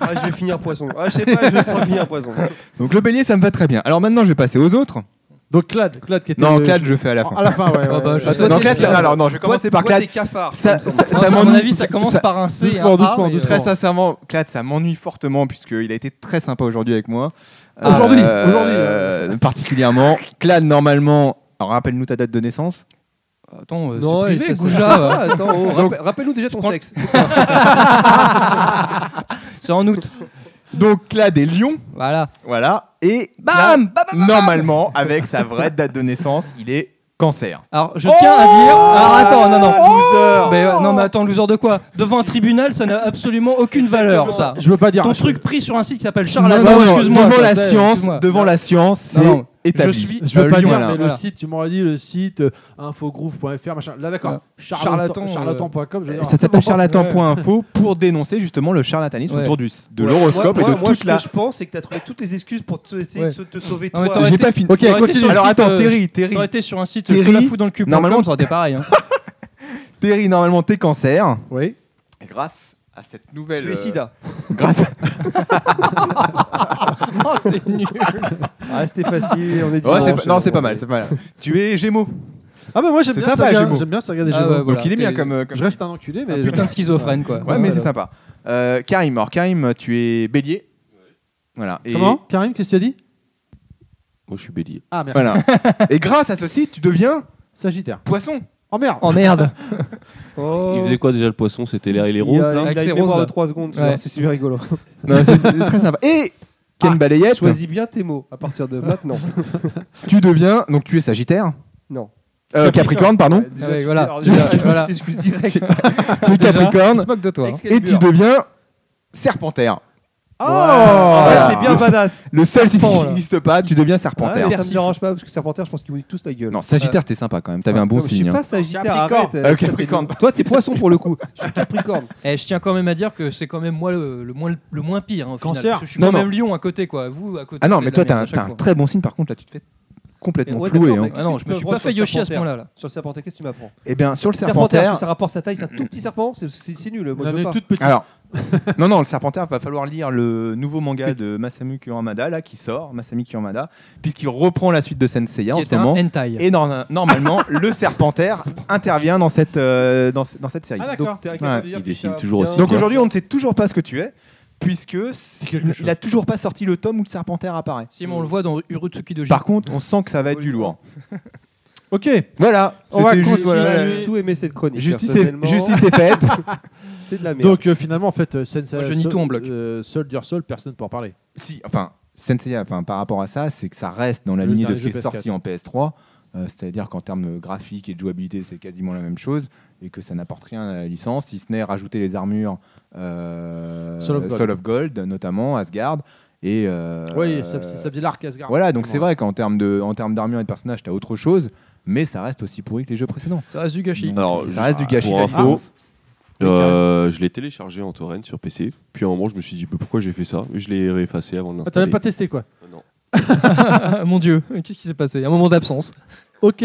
H: Ah, je vais finir poisson. Ah, je sais pas, je vais sans finir poisson.
B: Donc le bélier, ça me va très bien. Alors maintenant, je vais passer aux autres.
A: Donc Clad, Clad qui était
B: Non,
A: le-
B: Clad, je fais à la fin.
A: À la fin, ouais.
D: Ah
A: ouais,
D: bah,
A: ouais.
D: je- toi,
B: Non,
D: t'es-
B: Clad, ça- alors non, je vais commencer par Clad.
H: Des cafards.
B: Ça, ça, ça
D: à mon
B: m'ennuie-
D: avis, ça commence
B: ça-
D: par un C.
A: doucement,
D: un A,
A: doucement,
D: mais
A: doucement.
B: Très
D: bon.
B: sincèrement, Clad, ça m'ennuie fortement puisqu'il a été très sympa aujourd'hui avec moi. Euh,
A: Ah. Aujourd'hui, aujourd'hui,
B: Particulièrement. Clad, normalement, alors, rappelle-nous ta date de naissance.
D: Attends, euh,
H: Non,
D: c'est
H: et
D: privé,
H: ça,
D: Gouja,
H: ça-
D: euh,
H: Ah, attends, oh, rappel- rappelle-nous déjà ton
D: prends-
H: sexe.
D: C'est en août.
B: Donc Clad est Lyon,
D: Voilà.
B: voilà. Et
D: Bam,
B: Clad, normalement, avec sa vraie date de naissance, il est cancer.
D: Alors, je tiens à dire.
B: Oh
D: Alors, attends, non, non.
B: Loser.
D: Mais, euh, non, mais attends, loser de quoi Devant un tribunal, ça n'a absolument aucune valeur, ça.
A: Je veux pas dire.
D: Ton
A: je-
D: truc pris sur un site qui s'appelle
B: Non,
D: Charlatan,
B: non, non,
D: excuse-moi.
B: devant la
D: attends,
B: science,
D: excuse-moi.
B: devant la science, c'est
D: Non, non, Je
B: établi.
D: suis.
A: Je veux
D: euh,
A: pas
D: Lyon,
A: dire,
B: voilà,
A: mais le
D: voilà.
A: site, tu m'aurais dit le site euh, infogroove.fr, machin. Là, d'accord.
D: Ouais. Charlatan,
A: Charlatan. Charlatan.com. je veux dire,
B: Ça s'appelle
A: pourquoi-
B: charlatan.info pour dénoncer justement le charlatanisme
D: Ouais.
B: autour du, de l'horoscope
H: Moi-
B: et de
H: moi, moi,
B: toute la.
H: ce que je pense, c'est que t'as trouvé toutes les excuses pour te, essayer
D: Ouais.
H: de se- te sauver
D: Non, mais
H: toi.
D: t'aurais
B: J'ai
D: été-
B: pas fini.
A: Ok,
D: t'aurais été
A: continue.
D: sur le
B: Alors
D: site,
B: attends,
D: euh,
B: Terry, Terry,
D: T'aurais été sur un site, je te la
B: Terry,
D: fous dans le cul.
B: normalement-
D: Normalement, ça aurait été pareil. hein.
B: Terry, normalement, t'es cancer.
A: Oui.
B: Et grâce à cette nouvelle.
H: Tu
B: euh,
H: es sida.
B: Grâce.
D: Oh, c'est nul.
H: Ah, c'était facile, on est
B: Ouais, c'est pas- non, c'est pas mal, c'est pas mal. tu es Gémeaux.
H: Euh,
A: Ah, mais moi, j'aime
B: C'est
A: bien
B: sympa,
A: ça. regarde-
B: Gémeaux.
A: J'aime bien ça regarder
D: Ah,
A: Gémeaux.
D: ouais, voilà,
B: Donc il est bien
D: t'es-
B: comme. euh, comme
A: Je reste un enculé, mais.
D: Un
A: j'aime
D: Ah, putain de schizophrène, quoi.
B: Ouais, mais c'est sympa. Euh, Karim, alors Karim, tu es bélier. Voilà. Et,
A: Comment Karim, qu'est-ce que tu as dit
E: Moi, je suis bélier.
A: Ah, merci.
B: voilà. et grâce à ceci, tu deviens
A: Sagittaire.
B: poisson.
A: Oh merde
D: Oh merde.
H: Oh.
E: Il faisait quoi déjà le poisson C'était l'air et les
H: Il
E: roses
H: a,
E: là
H: il a
D: Avec ses
H: une mémoire
D: roses, là.
H: de 3 secondes, tu
D: Ouais.
H: vois, c'est super rigolo.
B: Non, c'est c'est très sympa. Et Ken Balayette,
H: Ah, Choisis bien tes mots à partir de maintenant.
B: tu deviens. Donc tu es Sagittaire.
H: Non.
B: Euh, Capricorne, pardon.
H: Ouais, déjà,
D: Ouais,
H: tu
D: voilà.
H: t'es- alors, déjà,
D: Tu-
H: je
D: voilà.
H: m'excuse direct.
B: Tu es
D: Déjà, il
B: Capricorne.
D: se moque de toi. hein.
B: Et tu
H: Excalibur.
B: deviens Serpentaire.
A: Oh
H: Ah,
B: Voilà.
H: C'est bien
B: Le-
H: badass. Ah,
B: Le seul site
H: Serpent,
B: qui
H: là.
B: n'existe pas, tu deviens
H: Ouais,
B: Serpentaire.
H: mais ça me dérange pas parce que Serpentaire, je pense qu'ils vous disent tous la gueule.
B: non, Sagittaire, c'était sympa quand même. T'avais un bon
H: Non, mais Je
B: signe.
H: suis
B: hein.
H: pas Sagittaire.
A: Capricorne.
H: arrête, euh,
B: Euh, Capricorne,
H: Toi, t'es poisson pour le coup. Je suis Capricorne.
D: Eh, je tiens quand même à dire que c'est quand même moi le, le moins, le moins pire. hein, au final,
A: Cancer.
D: parce que je suis
B: Non,
D: quand
B: non.
D: même Lyon à côté, quoi. Vous, à côté.
B: Ah non,
D: c'est
B: mais
D: de
B: toi,
D: la merde
B: t'as un,
D: à chaque
B: t'as un
D: fois.
B: très bon signe. Par contre, là, tu te fais complètement
H: Ouais,
B: flouer.
H: d'accord,
B: hein.
H: mais
D: Ah
H: qu'est-ce
D: non,
H: que
D: je
H: tu
D: me
H: peux
D: suis
H: prendre
D: pas fait
H: sur le
D: Yoshi à ce
H: Serpentaire
D: point-là. là.
H: Sur le Serpentaire, qu'est-ce que tu m'apprends
B: Eh bien, sur le
H: Serpentaire, est-ce
B: Serpentaire.
H: que ça rapporte sa taille, c'est un tout petit serpent C'est- C'est c'est nul, moi je veux pas.
A: toute petite.
B: Alors, non, non, le Serpentaire, va falloir lire le nouveau manga de Masamu Kuramada, là, qui sort, Masami Kuramada, puisqu'il reprend la suite de
D: Qui
B: Senseiya en
D: était
B: ce
D: un
B: moment.
D: hentai.
B: Et nor- normalement, le Serpentaire intervient dans cette, euh, dans, ce- dans cette série.
A: Ah,
H: Donc, t'es incapable de dire si
E: il
H: ça
E: dessine
H: va
E: toujours
H: bien.
E: aussi
B: Donc
E: bien.
B: aujourd'hui, on ne sait toujours pas ce que tu es. puisque il a toujours pas sorti le tome où le serpentaire apparaît.
D: Si, mais on le voit dans Urutsuki Doji.
B: Par contre, on sent que ça va être du lourd.
A: Ok,
B: Voilà,
A: On va
B: c'était juste-
A: continuer.
B: voilà.
H: J'ai tout aimé cette chronique.
B: Justice est,
H: personnellement.
B: justice est faite.
H: c'est de la merde.
A: donc euh, finalement, en fait, euh, Sensei,
D: Moi, je nie
A: Sol-
D: tout en bloc.
A: euh, Soldier Soul, personne ne peut en parler.
B: si, enfin, Senseiya, enfin, par rapport à ça, c'est que ça reste dans la
A: Le
B: lignée de
A: dernier
B: ce qui est
A: jeu PS4.
B: sorti en PS3. euh, C'est-à-dire qu'en termes graphiques et de jouabilité, c'est quasiment la même chose et que ça n'apporte rien à la licence, si ce n'est rajouter les armures euh,
A: Soul of Gold.
B: Gold, notamment Asgard. Et, euh,
A: oui, ça, ça, ça faisait l'arc Asgard.
B: Voilà, donc c'est
A: Comment,
B: vrai qu'en termes de- en termes d'armure et de personnages, t'as autre chose, mais ça reste aussi pourri que les jeux précédents.
D: Ça reste du gâchis.
E: Alors,
B: Ça reste du
E: pour
B: gâchis. la
E: info,
B: licence.
E: Euh, je l'ai téléchargé en torrent sur PC. Puis à un moment, je me suis dit, mais pourquoi j'ai fait ça Et Je l'ai effacé avant
A: Ah,
E: de
A: T'as
E: l'installer.
A: même pas testé quoi.
E: Non.
D: Ah, Mon Dieu, qu'est-ce qui s'est passé Un moment d'absence.
A: Ok.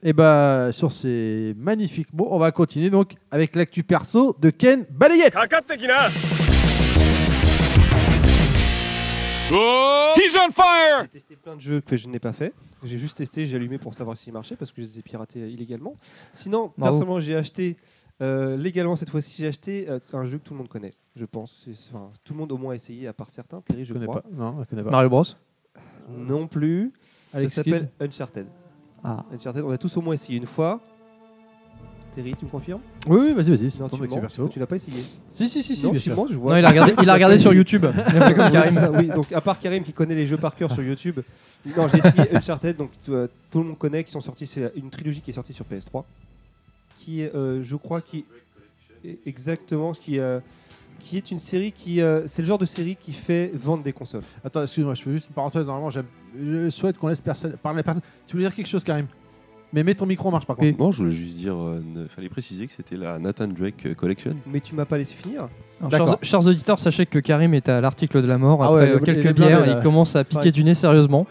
A: Et bah sur ces magnifiques mots, on va continuer donc avec l'actu perso de Ken Balayette.
H: J'ai testé plein de jeux que je n'ai pas fait. J'ai juste testé, j'ai allumé pour savoir s'ils marchaient parce que je les ai piratés euh, illégalement. Sinon,
D: Bravo.
H: personnellement, j'ai acheté euh, légalement cette fois-ci, j'ai acheté euh, un jeu que tout le monde connaît, je pense. C'est- c'est- enfin, tout le monde au moins a essayé, à part certains. Terry, je
A: Je connais
H: crois.
A: pas. Non, je connais pas.
D: Mario Bros.
H: Non plus.
A: Alex
H: ça s'appelle Uncharted.
D: Ah.
H: Uncharted, on a tous au moins essayé une fois. Terry, tu me confirmes
A: Kidd. Oui, oui, vas-y, vas-y. C'est
H: Non,
A: ton
H: tu
A: actu
H: mens,
A: perso.
H: Tu l'as pas essayé
A: Si, si, si, si.
H: Non,
A: bien
H: tu
A: sûr.
H: mens, je vois.
D: Non, il a regardé, il a regardé sur YouTube. Il a fait comme Karim.
H: Ah oui, donc à part Karim qui connaît les jeux par cœur sur YouTube, non, j'ai essayé Uncharted, donc tout, euh, tout le monde connaît, qui sont sortis, c'est une trilogie qui est sortie sur PS3, qui est, euh, je crois, qui est- exactement, qui, euh, qui est une série qui, euh, c'est le genre de série qui fait vendre des consoles.
A: Attends, excuse-moi, je fais juste une parenthèse. Normalement, j'aime- je souhaite qu'on laisse personne parler. à Personne. Tu voulais dire quelque chose, Karim Mais mets ton micro en marche par contre.
D: Oui.
E: Non, je voulais juste dire, euh, ne- fallait préciser que c'était la Nathan Drake euh, Collection.
H: Mais tu m'as pas laissé finir.
D: Alors,
A: D'accord.
D: chers, chers auditeurs, sachez que Karim est à l'article de la mort.
A: Ah
D: Après
A: ouais,
D: euh,
A: le- il est
D: quelques
A: blindé,
D: bières,
A: là.
D: il commence à piquer
A: Ouais.
D: du nez sérieusement.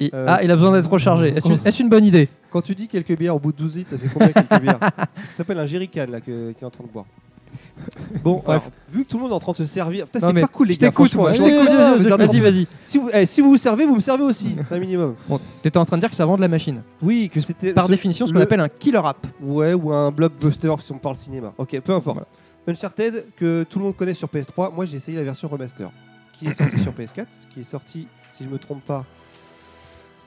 D: Et-
H: Euh, Ah,
D: Ah, il a besoin d'être rechargé. Est-ce une, est-ce une bonne idée
H: Quand tu dis quelques bières au bout de 12 litres, ça fait combien quelques bières Ça s'appelle un jerrycan là que- qui est en train de boire. Bon,
D: Bref.
H: alors, vu que tout le monde est en train de se servir, putain,
D: Non,
H: c'est
D: mais
H: pas cool les
D: je
H: gars.
D: t'écoute,
H: franchement,
D: moi, je
H: ouais,
D: t'écoute.
H: ouais, ouais, vous êtes en train
D: Vas-y,
H: de-
D: vas-y.
H: Si vous, eh, si vous vous servez, vous me servez aussi, c'est un minimum.
D: Bon, T'étais en train de dire que ça vend de la machine.
H: Oui, que c'était
D: Par
H: ce-
D: définition, ce qu'on
H: Euh, le-
D: appelle un killer app.
H: Ouais, ou un blockbuster si on parle cinéma. Ok, peu importe. Uncharted que tout le monde connaît sur PS3. Moi, j'ai essayé la version remaster qui est sortie sur PS4, qui est sortie, si je me trompe pas,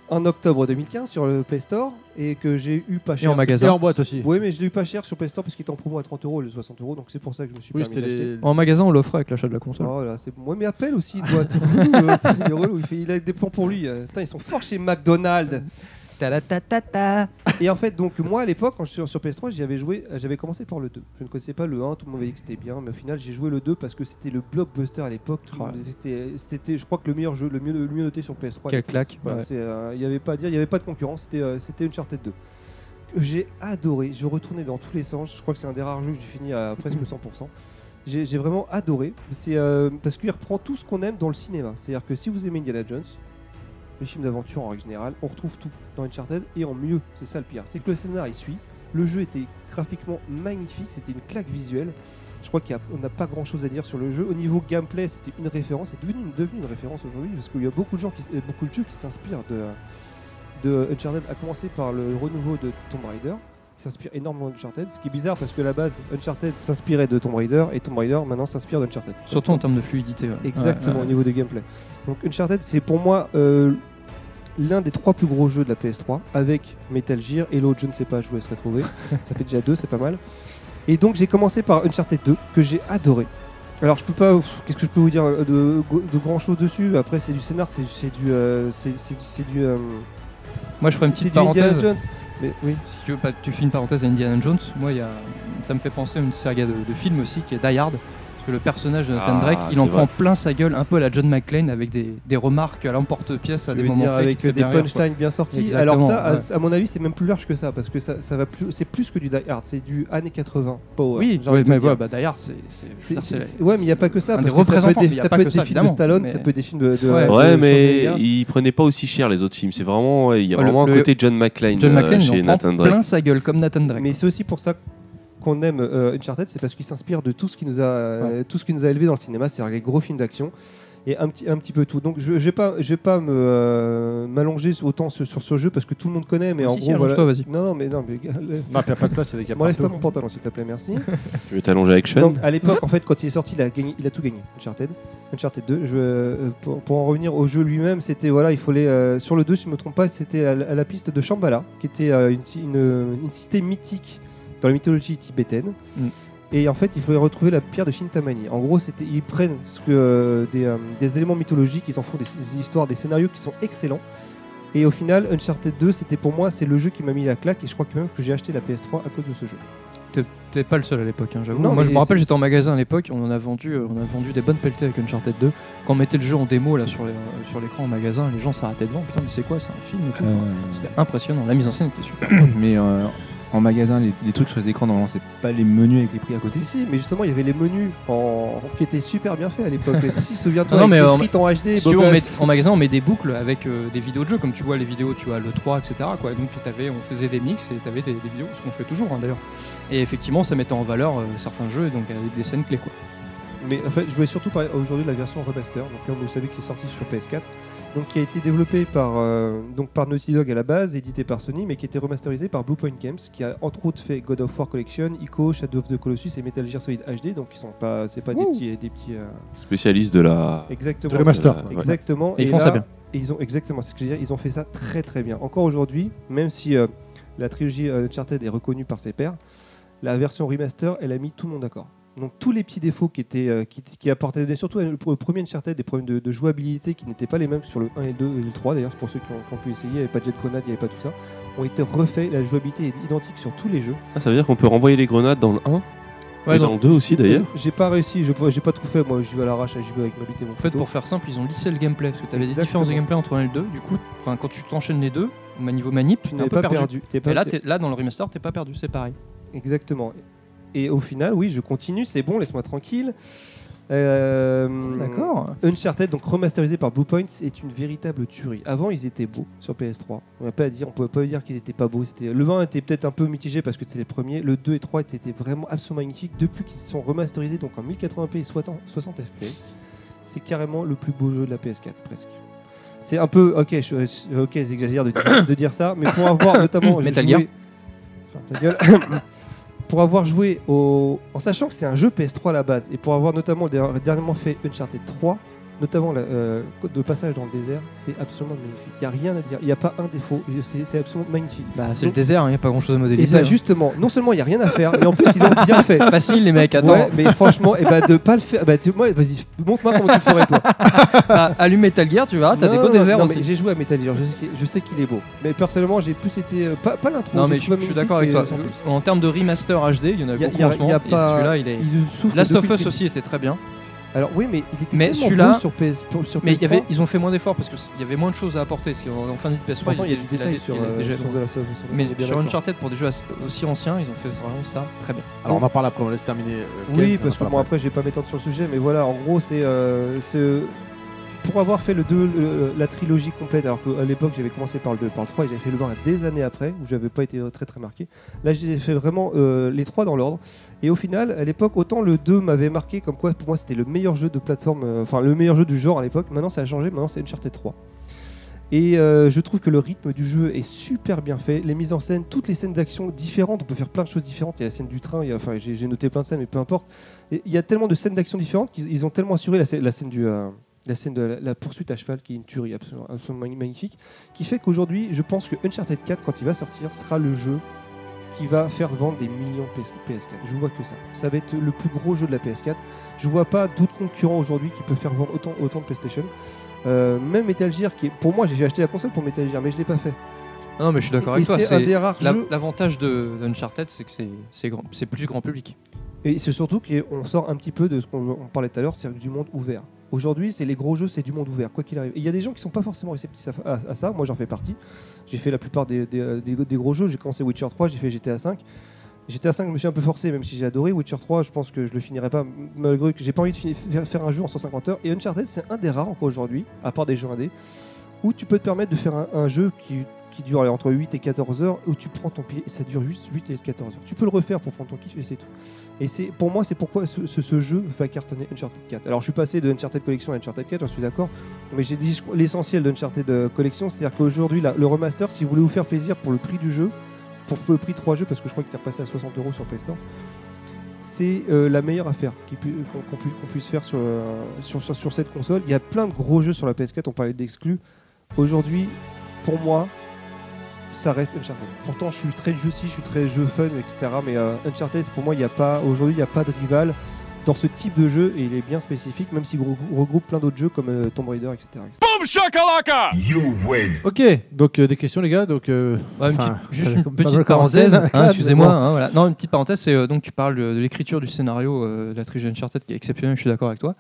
H: en octobre 2015 sur le Play Store et que j'ai eu pas
D: Et
H: cher.
D: en
A: Et
D: magasin.
A: en boîte aussi.
H: Oui, mais je l'ai eu pas cher sur Play Store parce qu'il était en promo à 30 euros, le 60 euros, donc c'est pour ça que je me suis
A: Oui,
H: permis
A: c'était
H: de l'acheter.
A: les.
D: En magasin, on l'offrait avec l'achat de la console.
H: Oh là, c'est moi, mais appelle aussi, il doit. T'es relou, euh, c'est relou, il, fait- il a des plans pour lui. euh. Putain, ils sont forts chez McDonald's.
D: Ta-la-ta-ta-ta.
H: Et en fait, donc moi à l'époque, quand je suis sur PS3, j'y avais joué, euh, j'avais commencé par le 2. Je ne connaissais pas le 1, tout le monde m'avait dit que c'était bien, mais au final, j'ai joué le 2 parce que c'était le blockbuster à l'époque. tout le
D: Oh là.
H: monde- C'était, c'était, je crois que le meilleur jeu, le mieux, le mieux noté sur PS3.
D: Quelle claque.
H: Voilà,
D: Ouais.
H: c'est, euh, il n'y avait pas à dire, il n'y avait pas de concurrence. C'était, euh, c'était Uncharted 2. Que J'ai adoré. Je retournais dans tous les sens. Je crois que c'est un des rares jeux que j'ai fini à presque 100%. J'ai, j'ai vraiment adoré. C'est euh, parce qu'il reprend tout ce qu'on aime dans le cinéma. C'est-à-dire que si vous aimez Indiana Jones, les films d'aventure en règle générale, on retrouve tout dans Uncharted et en mieux. C'est ça le pire. C'est que le scénar il suit. Le jeu était graphiquement magnifique. C'était une claque visuelle. Je crois qu'on n'a pas grand chose à dire sur le jeu. Au niveau gameplay, c'était une référence, c'est devenu, devenu une référence aujourd'hui parce qu'il y a beaucoup de gens qui, euh, beaucoup de jeux qui s'inspirent de, de Uncharted, à commencer par le renouveau de Tomb Raider, qui s'inspire énormément d'Uncharted. Ce qui est bizarre parce que à la base, Uncharted s'inspirait de Tomb Raider et Tomb Raider maintenant s'inspire d'Uncharted.
D: Surtout en termes de fluidité. ouais.
H: Exactement,
D: Ouais,
H: au
D: ouais.
H: niveau de gameplay. Donc Uncharted, c'est pour moi euh, l'un des trois plus gros jeux de la PS3, avec Metal Gear et l'autre, je ne sais pas, je vous laisserai trouver. ça fait déjà deux, c'est pas mal. Et donc j'ai commencé par Uncharted 2, que j'ai adoré. Alors je peux pas, pff, qu'est-ce que je peux vous dire euh, de, de grand chose dessus Après c'est du scénar, c'est c'est du, euh, c'est c'est du, c'est du, euh,
D: Moi, je ferai une
H: c'est
D: petite
H: du Indiana
D: parenthèse.
H: Jones. Mais oui.
D: Si tu veux pas, tu fais une parenthèse à Indiana Jones. Moi, il y a, ça me fait penser à une saga de, de films aussi qui est Die Hard. Parce que le personnage de Nathan
E: Ah,
D: Drake, il en
E: c'est
D: prend
E: vrai.
D: plein sa gueule, un peu à la John McClane, avec des, des remarques à l'emporte-pièce à
H: Tu
D: des
H: veux
D: moments
H: dire
D: clés qui
H: avec
D: te fait
H: des
D: bien rire, quoi.
H: punchlines bien sorties. Alors
D: Exactement,
H: ça, à-
D: ouais.
H: à, mon avis, c'est même plus large que ça, parce que ça, ça va plus, c'est plus que du Die Hard, c'est du années 80 power.
D: Oui,
H: j'ai envie
D: ouais,
H: de te
D: mais
H: dire.
D: ouais, bah, Die Hard, c'est. c'est-
H: C'est-
D: putain,
H: c'est-
D: c'est-
H: c'est- ouais, mais il n'y a pas que ça.
D: un des
H: parce que ça peut être
D: représentants,
H: des,
D: mais y a
H: ça
D: pas
H: peut
D: que
H: être des
D: ça,
H: films de
D: évidemment,
H: Stallone,
D: mais-
H: ça peut être des films de. de-
D: Ouais.
H: de
E: Ouais, mais
H: Schwarzenegger.
E: il prenait pas aussi cher les autres films. C'est vraiment, il y a
D: Ouais, le-
E: vraiment
D: le-
E: un côté John McClane,
D: John
E: euh,
D: McClane,
E: chez
D: il en
E: Nathan
D: prend
E: Drake.
D: plein sa gueule comme Nathan Drake.
H: Mais c'est aussi pour ça qu'on aime euh, Uncharted, c'est parce qu'il s'inspire de tout ce qui nous a, euh, tout ce qui nous a élevé dans le cinéma, c'est-à-dire les gros films d'action. et un petit, un petit peu tout. Donc je ne vais pas, je vais pas me, euh, m'allonger autant sur, sur ce jeu parce que tout le monde connaît, mais
D: Ah,
H: en
D: si, si,
H: gros. voilà-
D: allonge-toi, vas-y.
H: Non, non, mais non, mais. gars,
A: Non, puis il n'y a pas de place, c'est des
H: M'enlève pas
A: capartos.
H: mon pantalon, s'il te plaît, merci.
E: Tu veux t'allonger avec Sean
H: Donc, à l'époque, en fait, quand il est sorti, il a, gagné, il a tout gagné. Uncharted, Uncharted 2. Je, euh, pour, pour en revenir au jeu lui-même, c'était voilà, il fallait euh, sur le 2, si je me trompe pas, c'était à, la- à la piste de Shambhala, qui était euh, une, ci- une- une cité mythique dans la mythologie tibétaine.
B: Mm.
H: Et en fait, il fallait retrouver la pierre de Shintamani. En gros, c'était, ils prennent ce que, euh, des, euh, des éléments mythologiques, ils en font des, des histoires, des scénarios qui sont excellents. Et au final, Uncharted 2, c'était pour moi, c'est le jeu qui m'a mis la claque. Et je crois que même que j'ai acheté la PS3 à cause de ce jeu.
D: T'es pas le seul à l'époque, hein, j'avoue.
H: Non,
D: Moi, je
H: mais
D: me rappelle,
H: c'est-
D: j'étais en
H: c'est-
D: magasin à l'époque, on en a vendu, euh, on a vendu des bonnes pelletées avec Uncharted 2. Quand on mettait le jeu en démo là sur les- euh, sur l'écran en magasin, les gens s'arrêtaient devant. Putain, mais c'est quoi C'est un film et tout.
H: Euh.
D: Enfin, C'était impressionnant. La mise en scène était super.
B: mais euh, en magasin, les, les trucs sur les écrans, normalement, c'est pas les menus avec les prix à côté.
H: Si, si, mais justement, il y avait les menus en... qui étaient super bien faits à l'époque. si, si, souviens-toi,
D: Non,
H: avec
D: mais
H: les
D: en-
H: frites en HD.
D: Si
H: beau
D: tu veux, on
H: gosse.
D: met- en magasin, on met des boucles avec euh, des vidéos de jeux, comme tu vois les vidéos, tu vois le 3, etc. Quoi. Et Donc t'avais- on faisait des mix et t'avais des, des vidéos, ce qu'on fait toujours hein, d'ailleurs. Et effectivement, ça mettait en valeur euh, certains jeux, donc avec des scènes clés. Quoi.
H: Mais en fait, je voulais surtout parler aujourd'hui de la version remaster, donc comme vous savez, qui est sortie sur PS4, donc qui a été développée par, euh, donc par Naughty Dog à la base, éditée par Sony, mais qui a été remasterisée par Bluepoint Games, qui a entre autres fait God of War Collection, Ico, Shadow of the Colossus et Metal Gear Solid HD, donc ils sont pas, c'est pas des
D: Ouh.
H: petits, des petits. euh,
E: Spécialiste de la. Euh,
H: Exactement.
A: Le remaster.
E: Ouais.
H: Exactement.
D: Et ils font ça
H: là,
D: bien.
H: et ils ont exactement, c'est ce que je veux dire. Ils ont fait ça très très bien. Encore aujourd'hui, même si euh, la trilogie euh, Uncharted est reconnue par ses pairs, la version remaster, elle a mis tout le monde d'accord. Donc tous les petits défauts qui étaient euh, qui, qui apportaient, mais surtout euh, pour le premier Uncharted, des problèmes de, de jouabilité qui n'étaient pas les mêmes que sur le 1 et le 2 et le 3 d'ailleurs, c'est pour ceux qui ont, qui ont pu essayer, il n'y avait pas de jet de grenade, il n'y avait pas tout ça, ont été refaits. La jouabilité est identique sur tous les jeux.
E: Ah, ça veut dire qu'on peut renvoyer les grenades dans le 1
D: Ouais,
E: et dans le 2 aussi d'ailleurs.
H: J'ai pas réussi, je- j'ai pas tout fait, moi je vais à l'arrache, je vais avec ma bite et mon
D: En fait,
H: couteau.
D: pour faire simple, ils ont lissé le gameplay, parce que t'avais des
H: Exactement.
D: différences de gameplay entre un et le 2. Du coup, enfin, quand tu t'enchaînes les deux, au niveau manip, tu t'es
H: tu
D: un
H: n'avais
D: peu
H: pas
D: perdu.
H: perdu. t'es pas-
D: Et là, t'es- là, dans le remaster, t'es pas perdu, c'est pareil.
H: Exactement. Et au final, oui, je continue, c'est bon, laisse-moi tranquille. Euh, Uncharted, donc remasterisé par Bluepoint, est une véritable tuerie. Avant, ils étaient beaux sur PS3. On n'a pas à dire, on pouvait pas dire qu'ils étaient pas beaux. C'était le 1 était peut-être un peu mitigé parce que c'était les premiers. Le 2 et 3 étaient étaient vraiment absolument magnifiques. Depuis qu'ils sont remasterisés, donc en 1080p et 60 60 fps, c'est carrément le plus beau jeu de la PS4 presque. C'est un peu, ok, je, je- ok, j'exagère de, dire- de dire ça, mais pour avoir notamment
D: Metal
H: joué- Ferme ta gueule. pour avoir joué au, en sachant que c'est un jeu PS3 à la base, et pour avoir notamment der- dernièrement fait Uncharted 3, notamment la- euh, le passage dans le désert, c'est absolument magnifique. Il n'y a rien à dire, il n'y a pas un défaut, c'est c'est absolument magnifique.
D: Bah, c'est
H: Donc-
D: le désert, il n'y a pas grand chose à
H: Et
D: modéliser.
H: bah
D: hein.
H: justement, non seulement il n'y a rien à faire, mais en plus ils l'ont bien fait.
D: Facile, les mecs, attends.
H: Ouais, mais franchement, et bah de pas le faire, bah tu- moi, vas-y, montre-moi comment tu le ferais toi.
D: Bah, allume Metal Gear, tu verras, t'as des
H: Non,
D: beaux
H: non,
D: déserts
H: non, mais
D: aussi.
H: J'ai joué à Metal Gear, je sais qu'il- je sais qu'il est beau. Mais personnellement, j'ai plus été. euh, Pas, pas l'intro.
D: Non,
H: j'ai
D: mais je
H: trouvé
D: je suis
H: magnifique,
D: d'accord avec
H: mais,
D: toi.
H: euh, sans plus.
D: En termes de remaster HD, il y en a
H: Y a-
D: beaucoup
H: y a-
D: en ce
H: y a
D: moment. Et
H: pas-
D: celui-là, il est.
H: Il souffre
D: Last
H: depuis
D: of
H: le
D: Us
H: début.
D: aussi était très bien,
H: Alors oui, mais il était
D: Mais
H: tellement
D: celui-là-
H: beau sur PS, pour- sur
D: mais il y avait,
H: PS3.
D: ils ont fait moins d'efforts parce qu'il y avait moins de choses à apporter. Parce qu'en en fin de PS3,
H: Pourtant, il y a du
D: il
H: détail sur
D: il a
H: euh,
D: déjà-
H: sur The Last of Us, on est
D: Mais
H: bien
D: sur
H: d'accord.
D: Uncharted, pour des jeux as- aussi anciens, ils ont fait vraiment ça très bien.
A: Alors on en parle après, on laisse terminer. euh, Ken,
H: Oui,
A: on
H: parce que
D: hein,
A: en parle
H: bon,
A: après.
H: après, je vais pas m'étendre sur le sujet, mais voilà, en gros, c'est. euh, c'est- pour avoir fait le 2, la trilogie complète, alors qu'à l'époque j'avais commencé par le 2, par le 3, et j'avais fait le 1 des années après, où j'avais pas été euh, très très marqué. Là j'ai fait vraiment euh, les trois dans l'ordre. Et au final, à l'époque, autant le 2 m'avait marqué comme quoi pour moi c'était le meilleur jeu de plateforme, euh, enfin le meilleur jeu du genre à l'époque, maintenant ça a changé, maintenant c'est Uncharted 3. Et euh, je trouve que le rythme du jeu est super bien fait. Les mises en scène, toutes les scènes d'action différentes, on peut faire plein de choses différentes. Il y a la scène du train, il y a- enfin j'ai j'ai noté plein de scènes, mais peu importe. Et Il y a tellement de scènes d'action différentes qu'ils ils ont tellement assuré la, scè- la scène du. euh, la scène de la, la poursuite à cheval qui est une tuerie absolument, absolument magni- magnifique, qui fait qu'aujourd'hui, je pense que Uncharted 4, quand il va sortir, sera le jeu qui va faire vendre des millions de PS- PS4. Je vois que ça. Ça va être le plus gros jeu de la PS4. Je vois pas d'autres concurrents aujourd'hui qui peuvent faire vendre autant, autant de PlayStation. Euh, même Metal Gear, qui est, pour moi, j'ai acheté la console pour Metal Gear, mais je l'ai pas fait.
D: Non, mais je suis d'accord avec
H: Et
D: toi.
H: c'est un
D: c'est-
H: des rares
D: la-
H: jeux.
D: L'avantage de d'Uncharted, c'est que c'est- c'est grand- c'est plus grand public.
H: Et c'est surtout qu'on sort un petit peu de ce qu'on on parlait tout à l'heure, c'est du monde ouvert. Aujourd'hui, c'est les gros jeux, c'est du monde ouvert, quoi qu'il arrive. Et il y a des gens qui sont pas forcément réceptifs à, à- à ça. Moi, j'en fais partie. J'ai fait la plupart des, des- des- des gros jeux. J'ai commencé Witcher 3, j'ai fait GTA 5. GTA 5, je me suis un peu forcé, même si j'ai adoré. Witcher 3, je pense que je le finirai pas, malgré que j'ai pas envie de fini- faire, faire un jeu en 150 heures. Et Uncharted, c'est un des rares encore aujourd'hui, à part des jeux indés, où tu peux te permettre de faire un, un jeu qui qui dure allez, entre 8 et 14 heures où tu prends ton pied et ça dure juste 8 et 14 heures. Tu peux le refaire pour prendre ton kiff et c'est tout. Et c'est pour moi c'est pourquoi ce, ce- ce jeu va cartonner Uncharted 4. Alors je suis passé de Uncharted Collection à Uncharted 4, j'en suis d'accord, mais j'ai dit je crois, l'essentiel d'Uncharted euh, Collection, c'est-à-dire qu'aujourd'hui là, le remaster, si vous voulez vous faire plaisir pour le prix du jeu, pour le prix 3 jeux parce que je crois qu'il est repassé à 60 euros sur Play Store, c'est euh, la meilleure affaire qui pu- qu'on qu'on pu- qu'on puisse faire sur, euh, sur, sur, sur cette console. Il y a plein de gros jeux sur la PS4, on parlait d'exclus. Aujourd'hui, pour moi, ça reste Uncharted. Pourtant, je suis très juicy, je suis très jeu fun, etc. Mais euh, Uncharted, pour moi, il n'y a pas aujourd'hui, il n'y a pas de rival dans ce type de jeu et il est bien spécifique, même s'il regrou- regroupe plein d'autres jeux comme euh, Tomb Raider, etc. etc.
A: Ok, donc euh, des questions, les gars. Donc, euh,
D: Ouais, une
A: Enfin,
D: petite- juste
A: euh,
D: une
A: comme
D: petite
A: Pavel
D: parenthèse.
A: Quarantaine,
D: hein,
A: clap,
D: Excusez-moi.
A: excusez-moi.
D: hein, voilà. Non, une petite parenthèse. C'est euh, donc tu parles euh, de l'écriture du scénario euh, de la trilogie Uncharted qui est exceptionnelle. Je suis d'accord avec toi.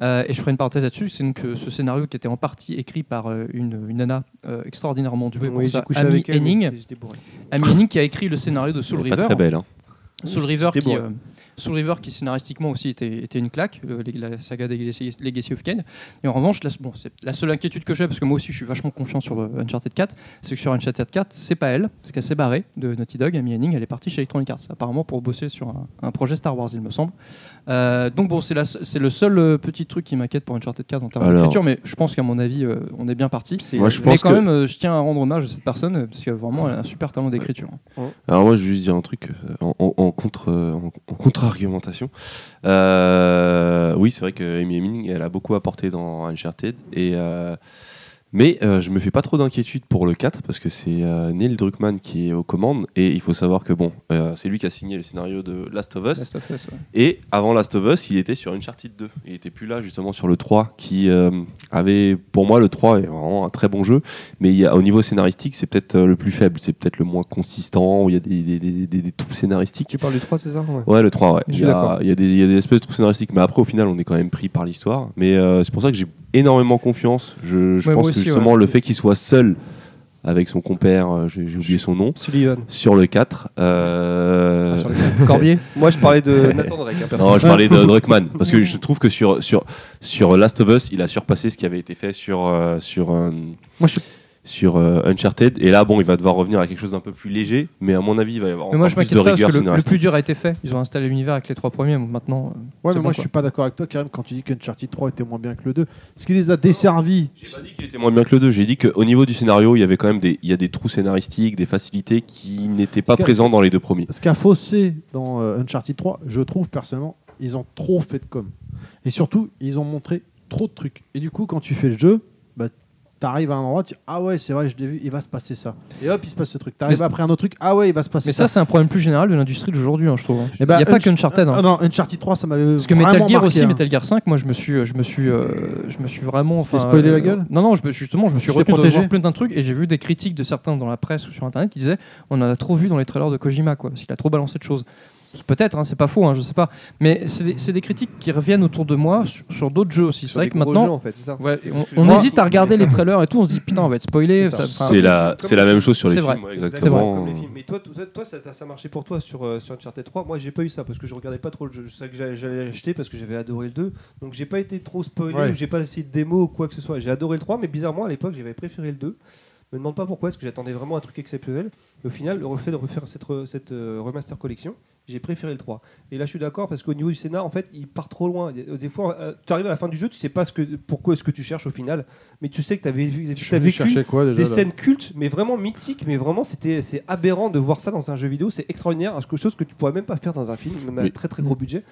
D: Euh, et je ferai une parenthèse là-dessus. C'est donc euh, ce scénario qui était en partie écrit par euh, une, une nana euh, extraordinairement douée pour ça, Amy Henning.
H: mais j'étais bourré.
D: Amy Henning qui a écrit le scénario de Soul
E: Elle est Pas
D: River.
E: très belle. hein.
D: Soul River,
H: C'était
D: qui,
H: bon, ouais.
D: euh, Soul River qui scénaristiquement aussi était, était une claque, euh, les- la saga des Legacy Legacy of Kain. Et en revanche, la, bon, c'est la seule inquiétude que j'ai, parce que moi aussi je suis vachement confiant sur euh, Uncharted 4, c'est que sur Uncharted 4, c'est pas elle, parce qu'elle s'est barrée de Naughty Dog, Amy Henning, elle est partie chez Electronic Arts, apparemment pour bosser sur un, un projet Star Wars, il me semble. Euh, donc bon, c'est la se- c'est le seul euh, petit truc qui m'inquiète pour Uncharted 4 en termes
E: Alors.
D: d'écriture, mais je pense qu'à mon avis, euh, on est bien parti.
E: Moi, je
D: Mais
E: pense
D: quand
E: que.
D: même, euh, je tiens à rendre hommage à cette personne, euh, parce que vraiment, elle a un super talent d'écriture. hein.
E: Alors moi, je vais juste dire un truc euh, en, en- en contre, euh, en, en contre-argumentation. Euh, oui, c'est vrai que Amy Heming, elle a beaucoup apporté dans Uncharted. Et, euh, mais euh, je me fais pas trop d'inquiétude pour le 4 parce que c'est euh, Neil Druckmann qui est aux commandes. Et il faut savoir que bon, euh, c'est lui qui a signé le scénario de Last of Us.
D: Last of Us, ouais.
E: Et avant Last of Us, il était sur Uncharted 2. Il était plus là justement sur le 3 qui euh, avait pour moi le 3 est vraiment un très bon jeu, mais il y a, au niveau scénaristique, c'est peut-être euh, le plus faible, c'est peut-être le moins consistant où il y a des des des, des, des trous scénaristiques.
H: Tu parles du 3, c'est ça Ouais.
E: Ouais, le 3, ouais.
H: Je
E: Il
H: suis
E: y, a,
H: d'accord.
E: il y a des, il y a des espèces de trous scénaristiques, mais après, au final, on est quand même pris par l'histoire. Mais euh, c'est pour ça que j'ai énormément confiance. Je, je
D: Ouais,
E: pense
D: moi
E: que
D: aussi,
E: justement,
D: ouais.
E: le fait qu'il soit seul avec son compère, euh, j'ai j'ai oublié son nom,
H: Sullivan.
E: sur le 4, euh,
H: Ah, sur le- Corbier Moi, je parlais de Nathan Drake. hein, perso.
E: non, je parlais de Druckmann parce que je trouve que sur sur sur Last of Us, il a surpassé ce qui avait été fait sur euh, sur euh,
A: Moi, je-
E: sur euh, Uncharted et là bon, il va devoir revenir à quelque chose d'un peu plus léger, mais à mon avis, il va y avoir
D: Mais
E: encore
D: moi, je
E: plus de
D: m'inquiète pas parce
E: rigueur
D: que le- le,
E: scénaristique.
D: plus dur a été fait. Ils ont installé l'univers avec les trois premiers. donc Maintenant, euh,
A: Ouais,
D: C'est
A: mais moi
D: bon,
A: je
D: quoi.
A: suis pas d'accord avec toi, Karim, quand tu dis qu'Uncharted 3 était moins bien que le 2. Ce qui les a desservis.
E: J'ai pas dit qu'il était moins bien que le 2, j'ai dit qu'au niveau du scénario, il y avait quand même des il y a des trous scénaristiques, des facilités qui n'étaient pas
A: Parce que-
E: présentes dans les deux premiers.
A: Ce qu'a faussé dans euh, Uncharted 3, je trouve personnellement, ils ont trop fait de com. Et surtout, ils ont montré trop de trucs. Et du coup, quand tu fais le jeu, bah, t'arrives à un endroit, tu ah ouais, c'est vrai, je l'ai vu, il va se passer ça. Et hop, il se passe ce truc. T'arrives
D: Mais-
A: après un autre truc, ah ouais, il va se passer
D: mais ça, c'est un problème plus général de l'industrie d'aujourd'hui, hein, je trouve. hein.
A: Eh
D: Il
A: ben,
D: n'y a pas
A: Unch-
D: qu'Uncharted. hein.
A: Ah non, Uncharted 3, ça m'avait
D: Parce que
A: vraiment
D: Metal Gear
A: marqué,
D: aussi,
A: hein.
D: Metal Gear 5, moi je me suis, euh, je me suis, euh, je me suis vraiment.
A: t'es
D: enfin, euh,
A: spoilé la gueule
D: Non, non, je me- justement, je me suis
A: Tu t'es
D: retenu de
A: protégé
D: voir plein d'un truc et j'ai vu des critiques de certains dans la presse ou sur internet qui disaient on en a trop vu dans les trailers de Kojima, quoi, parce qu'il a trop balancé de choses. Peut-être, hein, c'est pas faux, hein, je sais pas. Mais c'est des, c'est des critiques qui reviennent autour de moi sur, sur d'autres jeux aussi. C'est
H: Sur
D: vrai
H: les
D: que
H: gros
D: maintenant,
H: jeux, en fait, c'est ça.
D: ouais, on, on
H: Moi-
D: hésite à regarder les trailers et tout, on se dit putain, on va être spoilé.
H: C'est ça.
D: ça- enfin,
E: C'est la
H: comme
E: c'est la
H: les
E: même
H: films.
E: chose sur les
D: C'est vrai.
E: films, ouais,
H: comme les
E: exactement.
H: films. Mais toi, toi, toi, ça, ça- ça marchait pour toi sur, euh, sur Uncharted 3. Moi, j'ai pas eu ça parce que je regardais pas trop le jeu. Je savais que j'allais- j'allais l'acheter parce que j'avais adoré le 2. Donc, j'ai pas été trop spoilé,
A: Ouais.
H: ou j'ai pas essayé de démo ou quoi que ce soit. J'ai adoré le 3, mais bizarrement, à l'époque, j'avais préféré le 2. Je me demande pas pourquoi, parce que j'attendais vraiment un truc exceptionnel. Et au final, le refait de refaire cette, re- cette euh, remaster collection, j'ai préféré le 3. Et là, je suis d'accord parce qu'au niveau du scénar, en fait, il part trop loin. Des des fois, euh, tu arrives à la fin du jeu, tu sais pas ce que, pourquoi est-ce que tu cherches au final, mais tu sais que tu avais,
A: Je vais
H: vécu
A: chercher quoi déjà
H: des
A: là
H: scènes cultes, mais vraiment mythiques, mais vraiment c'était c'est aberrant de voir ça dans un jeu vidéo, c'est extraordinaire, hein, quelque chose que tu pourrais même pas faire dans un film, même à
E: Oui.
H: très très
A: Mm.
H: gros budget.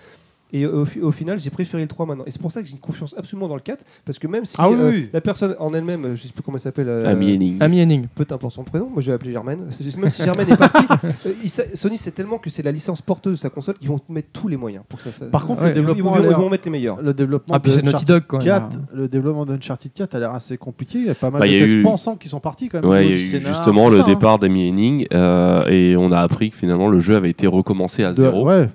H: Et euh, au, fi- au final, j'ai préféré le 3 maintenant. Et c'est pour ça que j'ai une confiance absolument dans le 4, parce que même si
A: Ah oui,
H: euh,
A: oui.
H: la personne en elle-même, euh, je sais plus comment elle s'appelle, euh,
E: Amy Henning.
D: Ah, Amy Henning.
H: peu importe son prénom, moi je vais appeler Germaine, C'est juste- même si Germaine est partie, euh, il sa- Sony c'est tellement que c'est la licence porteuse de sa console qu'ils vont mettre tous les moyens pour que ça. ça-
A: Par contre,
D: Ouais,
A: le
H: ils vont,
A: développement, a
H: ils
A: l'air-
H: vont mettre les meilleurs.
A: le développement
D: Ah, puis
A: de
D: c'est Naughty
A: Uncharted
D: Dog, quoi.
A: 4, le développement d'Uncharted 4 a l'air assez compliqué. Il y a pas mal
E: Bah,
A: de
E: il y a
A: têtes
E: eu-
A: pensantes qui sont parties quand même.
E: Ouais,
A: au
E: il y a
A: niveau du
E: eu
A: scénar,
E: justement
A: tout
E: le
A: ça, hein.
E: départ d'Amy Henning euh, et on a appris que finalement le jeu avait été recommencé à
A: De-
E: zéro.
A: ouais,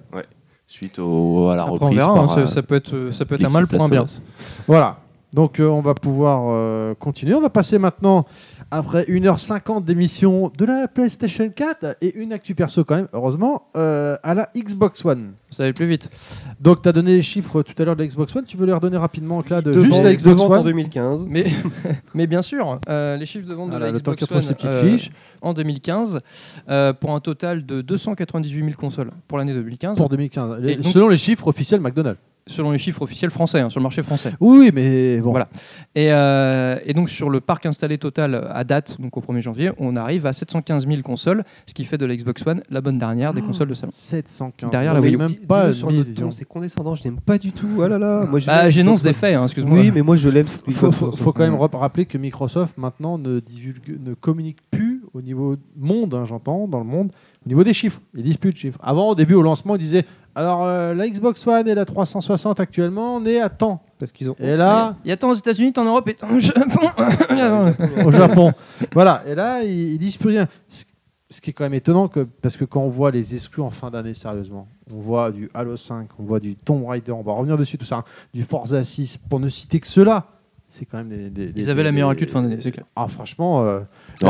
E: suite au, à la
D: Après, on
E: reprise.
D: verra, hein,
E: par,
D: ça,
E: euh,
D: ça peut être, euh, ça peut être un
E: l'équipe
D: mal pour un
E: Last
D: bien.
E: of Us.
A: voilà. Donc euh, on va pouvoir euh, continuer. On va passer maintenant, après 1h50 d'émission de la PlayStation 4 et une actu perso quand même, heureusement, euh, à la Xbox One.
D: Ça va aller plus vite.
A: Donc tu as donné les chiffres tout à l'heure de la Xbox One, tu veux les redonner rapidement, Claude
H: Devant-
A: Juste la Xbox
H: devant en
A: One
H: 2015.
D: Mais, mais bien sûr, euh, les chiffres de vente
A: Voilà,
D: de la
A: le temps
D: Xbox
A: qu'il retrouve
D: One,
A: ses petites
D: euh,
A: fiches.
D: en 2015 euh, pour un total de 298 000 consoles pour l'année 2015,
A: pour 2015,
D: Et donc-
A: selon les chiffres officiels McDonald's.
D: selon les chiffres officiels français, hein, sur le marché français.
A: Oui, oui, mais bon.
D: Voilà. Et, euh, et donc sur le parc installé total à date, donc au 1er janvier, on arrive à 715 000 consoles, ce qui fait de la Xbox One la bonne dernière
A: Oh.
D: des consoles de salon.
A: 715.
D: Derrière la
A: C'est
D: Wii U.
A: même
H: Dis-le
A: pas
H: sur
A: 1000,
H: notre ton,
A: disons.
H: c'est condescendant, je n'aime pas du tout. Ah là là, moi je
D: Bah,
H: l'aime.
D: J'énonce des faits, hein, excuse-moi.
H: Oui, mais moi je l'aime. cette
A: faut,
H: Xbox
A: faut-
H: One.
A: faut quand même rap- rappeler que Microsoft maintenant ne, divulgue, ne communique plus au niveau monde, hein, j'entends, dans le monde, au niveau des chiffres. Ils disent plus de chiffres. Avant, au début, au lancement, ils disaient alors euh, la Xbox One et la 360 actuellement, on est à temps.
H: parce qu'ils ont.
A: Et là,
D: Il y a tant aux États-Unis, tant en Europe et tant au Japon. Ah,
A: au Japon, voilà. Et là, ils, ils disent plus rien. Ce, ce qui est quand même étonnant, que, parce que quand on voit les exclus en fin d'année, sérieusement, on voit du Halo 5, on voit du Tomb Raider, on va revenir dessus, tout ça, hein, du Forza 6, pour ne citer que ceux-là. C'est quand même des, des- des-
D: Ils avaient la meilleure
A: des-
D: actu de fin d'année, c'est clair.
A: Ah, franchement. euh,
E: Non,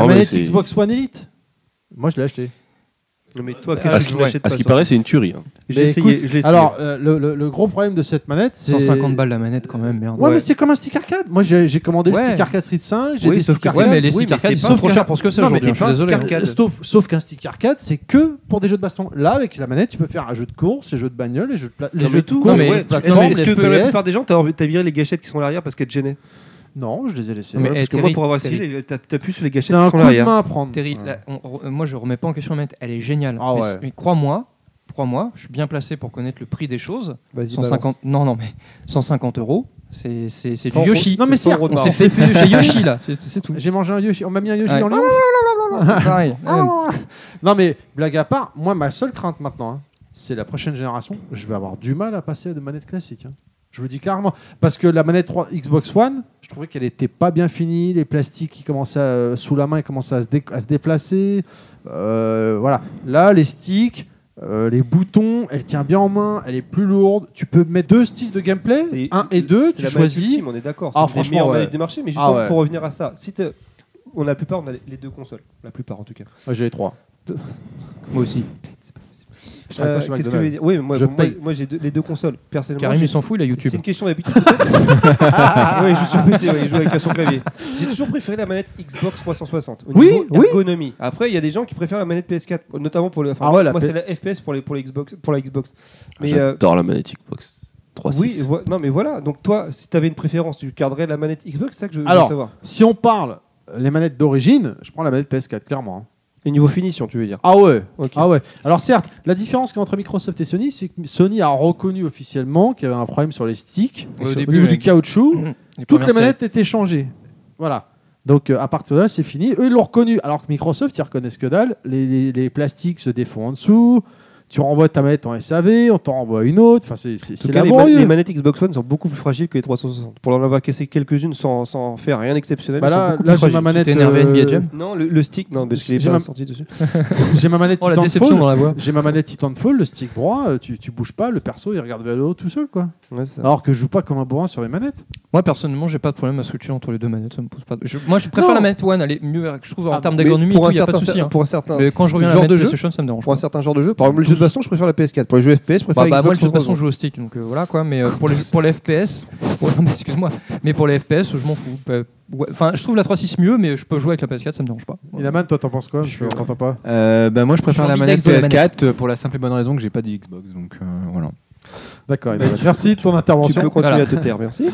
A: la
E: mais
A: manette
E: c'est-
A: Xbox One Elite Moi, je l'ai acheté.
H: Mais toi,
D: Ah,
H: qu'est-ce que tu
D: ouais.
H: l'achètes pas
E: À ce qui
H: toi
E: paraît, c'est une tuerie. hein.
H: J'ai
A: Mais
H: essayé,
A: écoute,
H: je l'ai essayé.
A: Alors, euh, le, le- le gros problème de cette manette, c'est.
D: 150 balles la manette quand même, merde.
A: Ouais, mais c'est comme un stick arcade. Moi, j'ai j'ai commandé
D: Ouais.
A: le stick arcade Street 5, j'ai
H: Oui,
A: des
H: sauf
A: stick
H: que-
A: arcade.
D: Ouais, mais les
H: Oui,
D: stick
H: mais
D: arcades,
H: c'est
D: ils
H: pas
D: sont
H: un
D: trop
H: stick
D: chers pour ce que c'est
A: Non, mais
D: aujourd'hui. hein, Je
A: c'est pas
D: suis
A: un
D: désolé.
H: stick arcade.
A: Sauf, sauf qu'un stick arcade, c'est que pour des jeux de baston. Là, avec la manette, tu peux faire un jeu de course, les jeux de bagnole, les jeux de, pla- les
H: Non,
A: jeux
H: mais
A: de
H: tout,
A: course,
D: non, mais-
A: les jeux
D: tu-
A: de
H: ouais, Est-ce
A: plateforme,
H: que- est-ce
A: les
H: que la
A: FPS.
H: plupart des gens, t'as envie- t'as viré les gâchettes qui sont à l'arrière parce qu'elles te gênaient
A: Non, je les ai laissés.
D: Mais,
H: Ouais,
D: eh,
H: Parce que
D: Terry,
H: moi, pour avoir
D: Terry.
H: essayé, t'as t'as pu sur les
A: C'est
H: gâchettes
A: un
H: qui sont
A: coup
H: à
A: de
H: l'arrière.
A: main à prendre.
D: Terry,
A: Ouais.
D: là, on- on- moi je remets pas en question la manette, elle est géniale.
A: Ah
D: mais,
A: ouais.
D: c- mais crois-moi, crois-moi, je suis bien placé pour connaître le prix des choses.
H: Vas-y,
D: 150, non, non, mais 150 euros, c'est c'est- c'est du
A: Sans-
D: Yoshi.
A: Non, mais
D: C'est-
A: c'est
D: on s'est fait chez Yoshi là, c'est c'est tout.
A: J'ai mangé un Yoshi. On m'a mis un Yoshi
D: Ouais.
A: dans le
D: Pareil.
A: Ah. Non mais blague à part, moi ma seule crainte maintenant, hein, c'est la prochaine génération. Je vais avoir du mal à passer à des manettes classiques. hein. Je vous le dis clairement, parce que la manette 3 Xbox One, je trouvais qu'elle était pas bien finie, les plastiques qui commençaient à- sous la main, ils commençaient à se, dé- à se déplacer. Euh, voilà. Là, les sticks, euh, les boutons, elle tient bien en main, elle est plus lourde. Tu peux mettre deux styles de gameplay,
H: C'est-
A: un et deux,
H: C'est
A: tu
H: la manette
A: choisis.
H: ultime, on est d'accord.
A: Ah,
H: C'est une des
A: franchement,
H: meilleures
A: ouais.
H: manettes du marché, mais
A: Ah,
H: justement,
A: ouais.
H: pour revenir à ça, si t'es- on a la plupart, on a les- les deux consoles. La plupart, en tout cas.
A: Moi, J'ai les trois.
D: Moi aussi.
A: Je travaille
H: Euh,
A: pas chez
H: Qu'est-ce que je voulais
A: McDonald's.
H: dire Oui, moi,
A: Je
H: moi-
A: paye.
H: moi, j'ai deux- les deux consoles. Personnellement,
D: Karim
H: j'ai-
D: il s'en fout, il a
H: C'est
D: YouTube.
H: une question d'habitude. oui, je joue sur PC, ouais, il joue avec son clavier. J'ai toujours préféré la manette Xbox 360. Au
A: Oui,
H: niveau
A: oui.
H: ergonomie. Après, il y a des gens qui préfèrent la manette PS4, notamment pour le. enfin,
A: Ah ouais, la
H: moi,
A: P- Ah,
H: c'est la FPS pour les pour les Xbox pour la Xbox. Mais euh,
E: J'adore la manette Xbox
H: oui,
E: 3.6.
H: vo- non, mais voilà. Donc toi, si t'avais une préférence, tu garderais la manette Xbox, c'est ça que je veux
A: Alors.
H: savoir.
A: Si on parle euh, les manettes d'origine, je prends la manette PS4 clairement. hein.
H: Et niveau finition, tu veux dire
A: Ah ouais.
H: Ok.
A: Ah ouais. Alors certes, la différence qu'il y a entre Microsoft et Sony, c'est que Sony a reconnu officiellement qu'il y avait un problème sur les sticks,
D: Ouais, au
A: sur-
D: début,
A: niveau
D: ouais.
A: du caoutchouc.
H: Mmh.
D: Les
A: Toutes les
D: premières
A: manettes étaient changées. Voilà. Donc euh, à partir de là, c'est fini. Eux, ils l'ont reconnu. Alors que Microsoft, ils reconnaissent que dalle. Les, les- les plastiques se défont en dessous. Tu renvoies ta manette en SAV, on t'en renvoie une autre. Enfin, c'est- c'est
H: En tout
A: c'est
H: cas, les, man-
A: laborieux.
H: les manettes Xbox One sont beaucoup plus fragiles que les 360. Pour en avoir cassé quelques-unes sans, sans faire rien d'exceptionnel,
A: Bah
H: elles sont
A: là,
H: beaucoup
A: là
H: plus
A: j'ai ma
H: fragiles.
A: manette.
D: T'es énervé,
A: euh,
D: NBA Jam
H: Non, le, le stick, non, parce que j'ai
A: J'ai
H: pas
A: ma-
H: sorti dessus.
A: J'ai ma manette
D: Oh la déception
H: hein.
A: Titanfall.
D: dans la voix.
A: J'ai ma manette Titanfall, le stick droit, euh, tu, tu bouges pas, le perso il regarde vers le haut tout seul quoi.
H: Ouais, c'est ça.
A: Alors que je joue pas comme un bourrin sur les manettes.
D: Moi personnellement, j'ai pas de problème à switcher entre les deux manettes, ça me pose pas. de- Je- moi je préfère
A: Non.
D: la manette One, elle est mieux, je trouve en
A: Ah,
D: termes
H: Mais
D: d'ergonomie,
H: pour un
D: il y a pas de
H: certain
D: souci. hein.
H: pour un certain
D: Mais quand je reviens à la
H: genre
D: manette
H: de jeu,
D: PlayStation, ça me dérange.
H: pour un
D: pas.
H: certain genre de jeu, par exemple le jeu de baston, je préfère la PS4. Pour les jeux FPS, je préfère
D: Bah, bah,
H: Xbox
D: moi, de toute façon,
H: 360.
D: je joue au stick, donc euh, voilà quoi. Mais euh, pour, les, pour les FPS, oh, non, mais excuse-moi, mais pour les FPS, je m'en fous. Euh, ouais, Enfin, je trouve la 3.6 mieux, mais je peux jouer avec la PS4, ça me dérange pas. Voilà.
A: Inaman, toi, t'en penses quoi
D: Je suis-
A: Je t'entends pas.
B: Euh, bah, moi, je préfère
D: Je suis
B: la manette
D: ambidextre de la
B: PS4 euh, pour la simple et bonne raison que j'ai pas de Xbox. Donc euh, voilà.
A: D'accord.
D: Bah,
A: Inaman. Merci de ton intervention.
H: Tu peux
D: Voilà.
H: continuer à te taire, merci.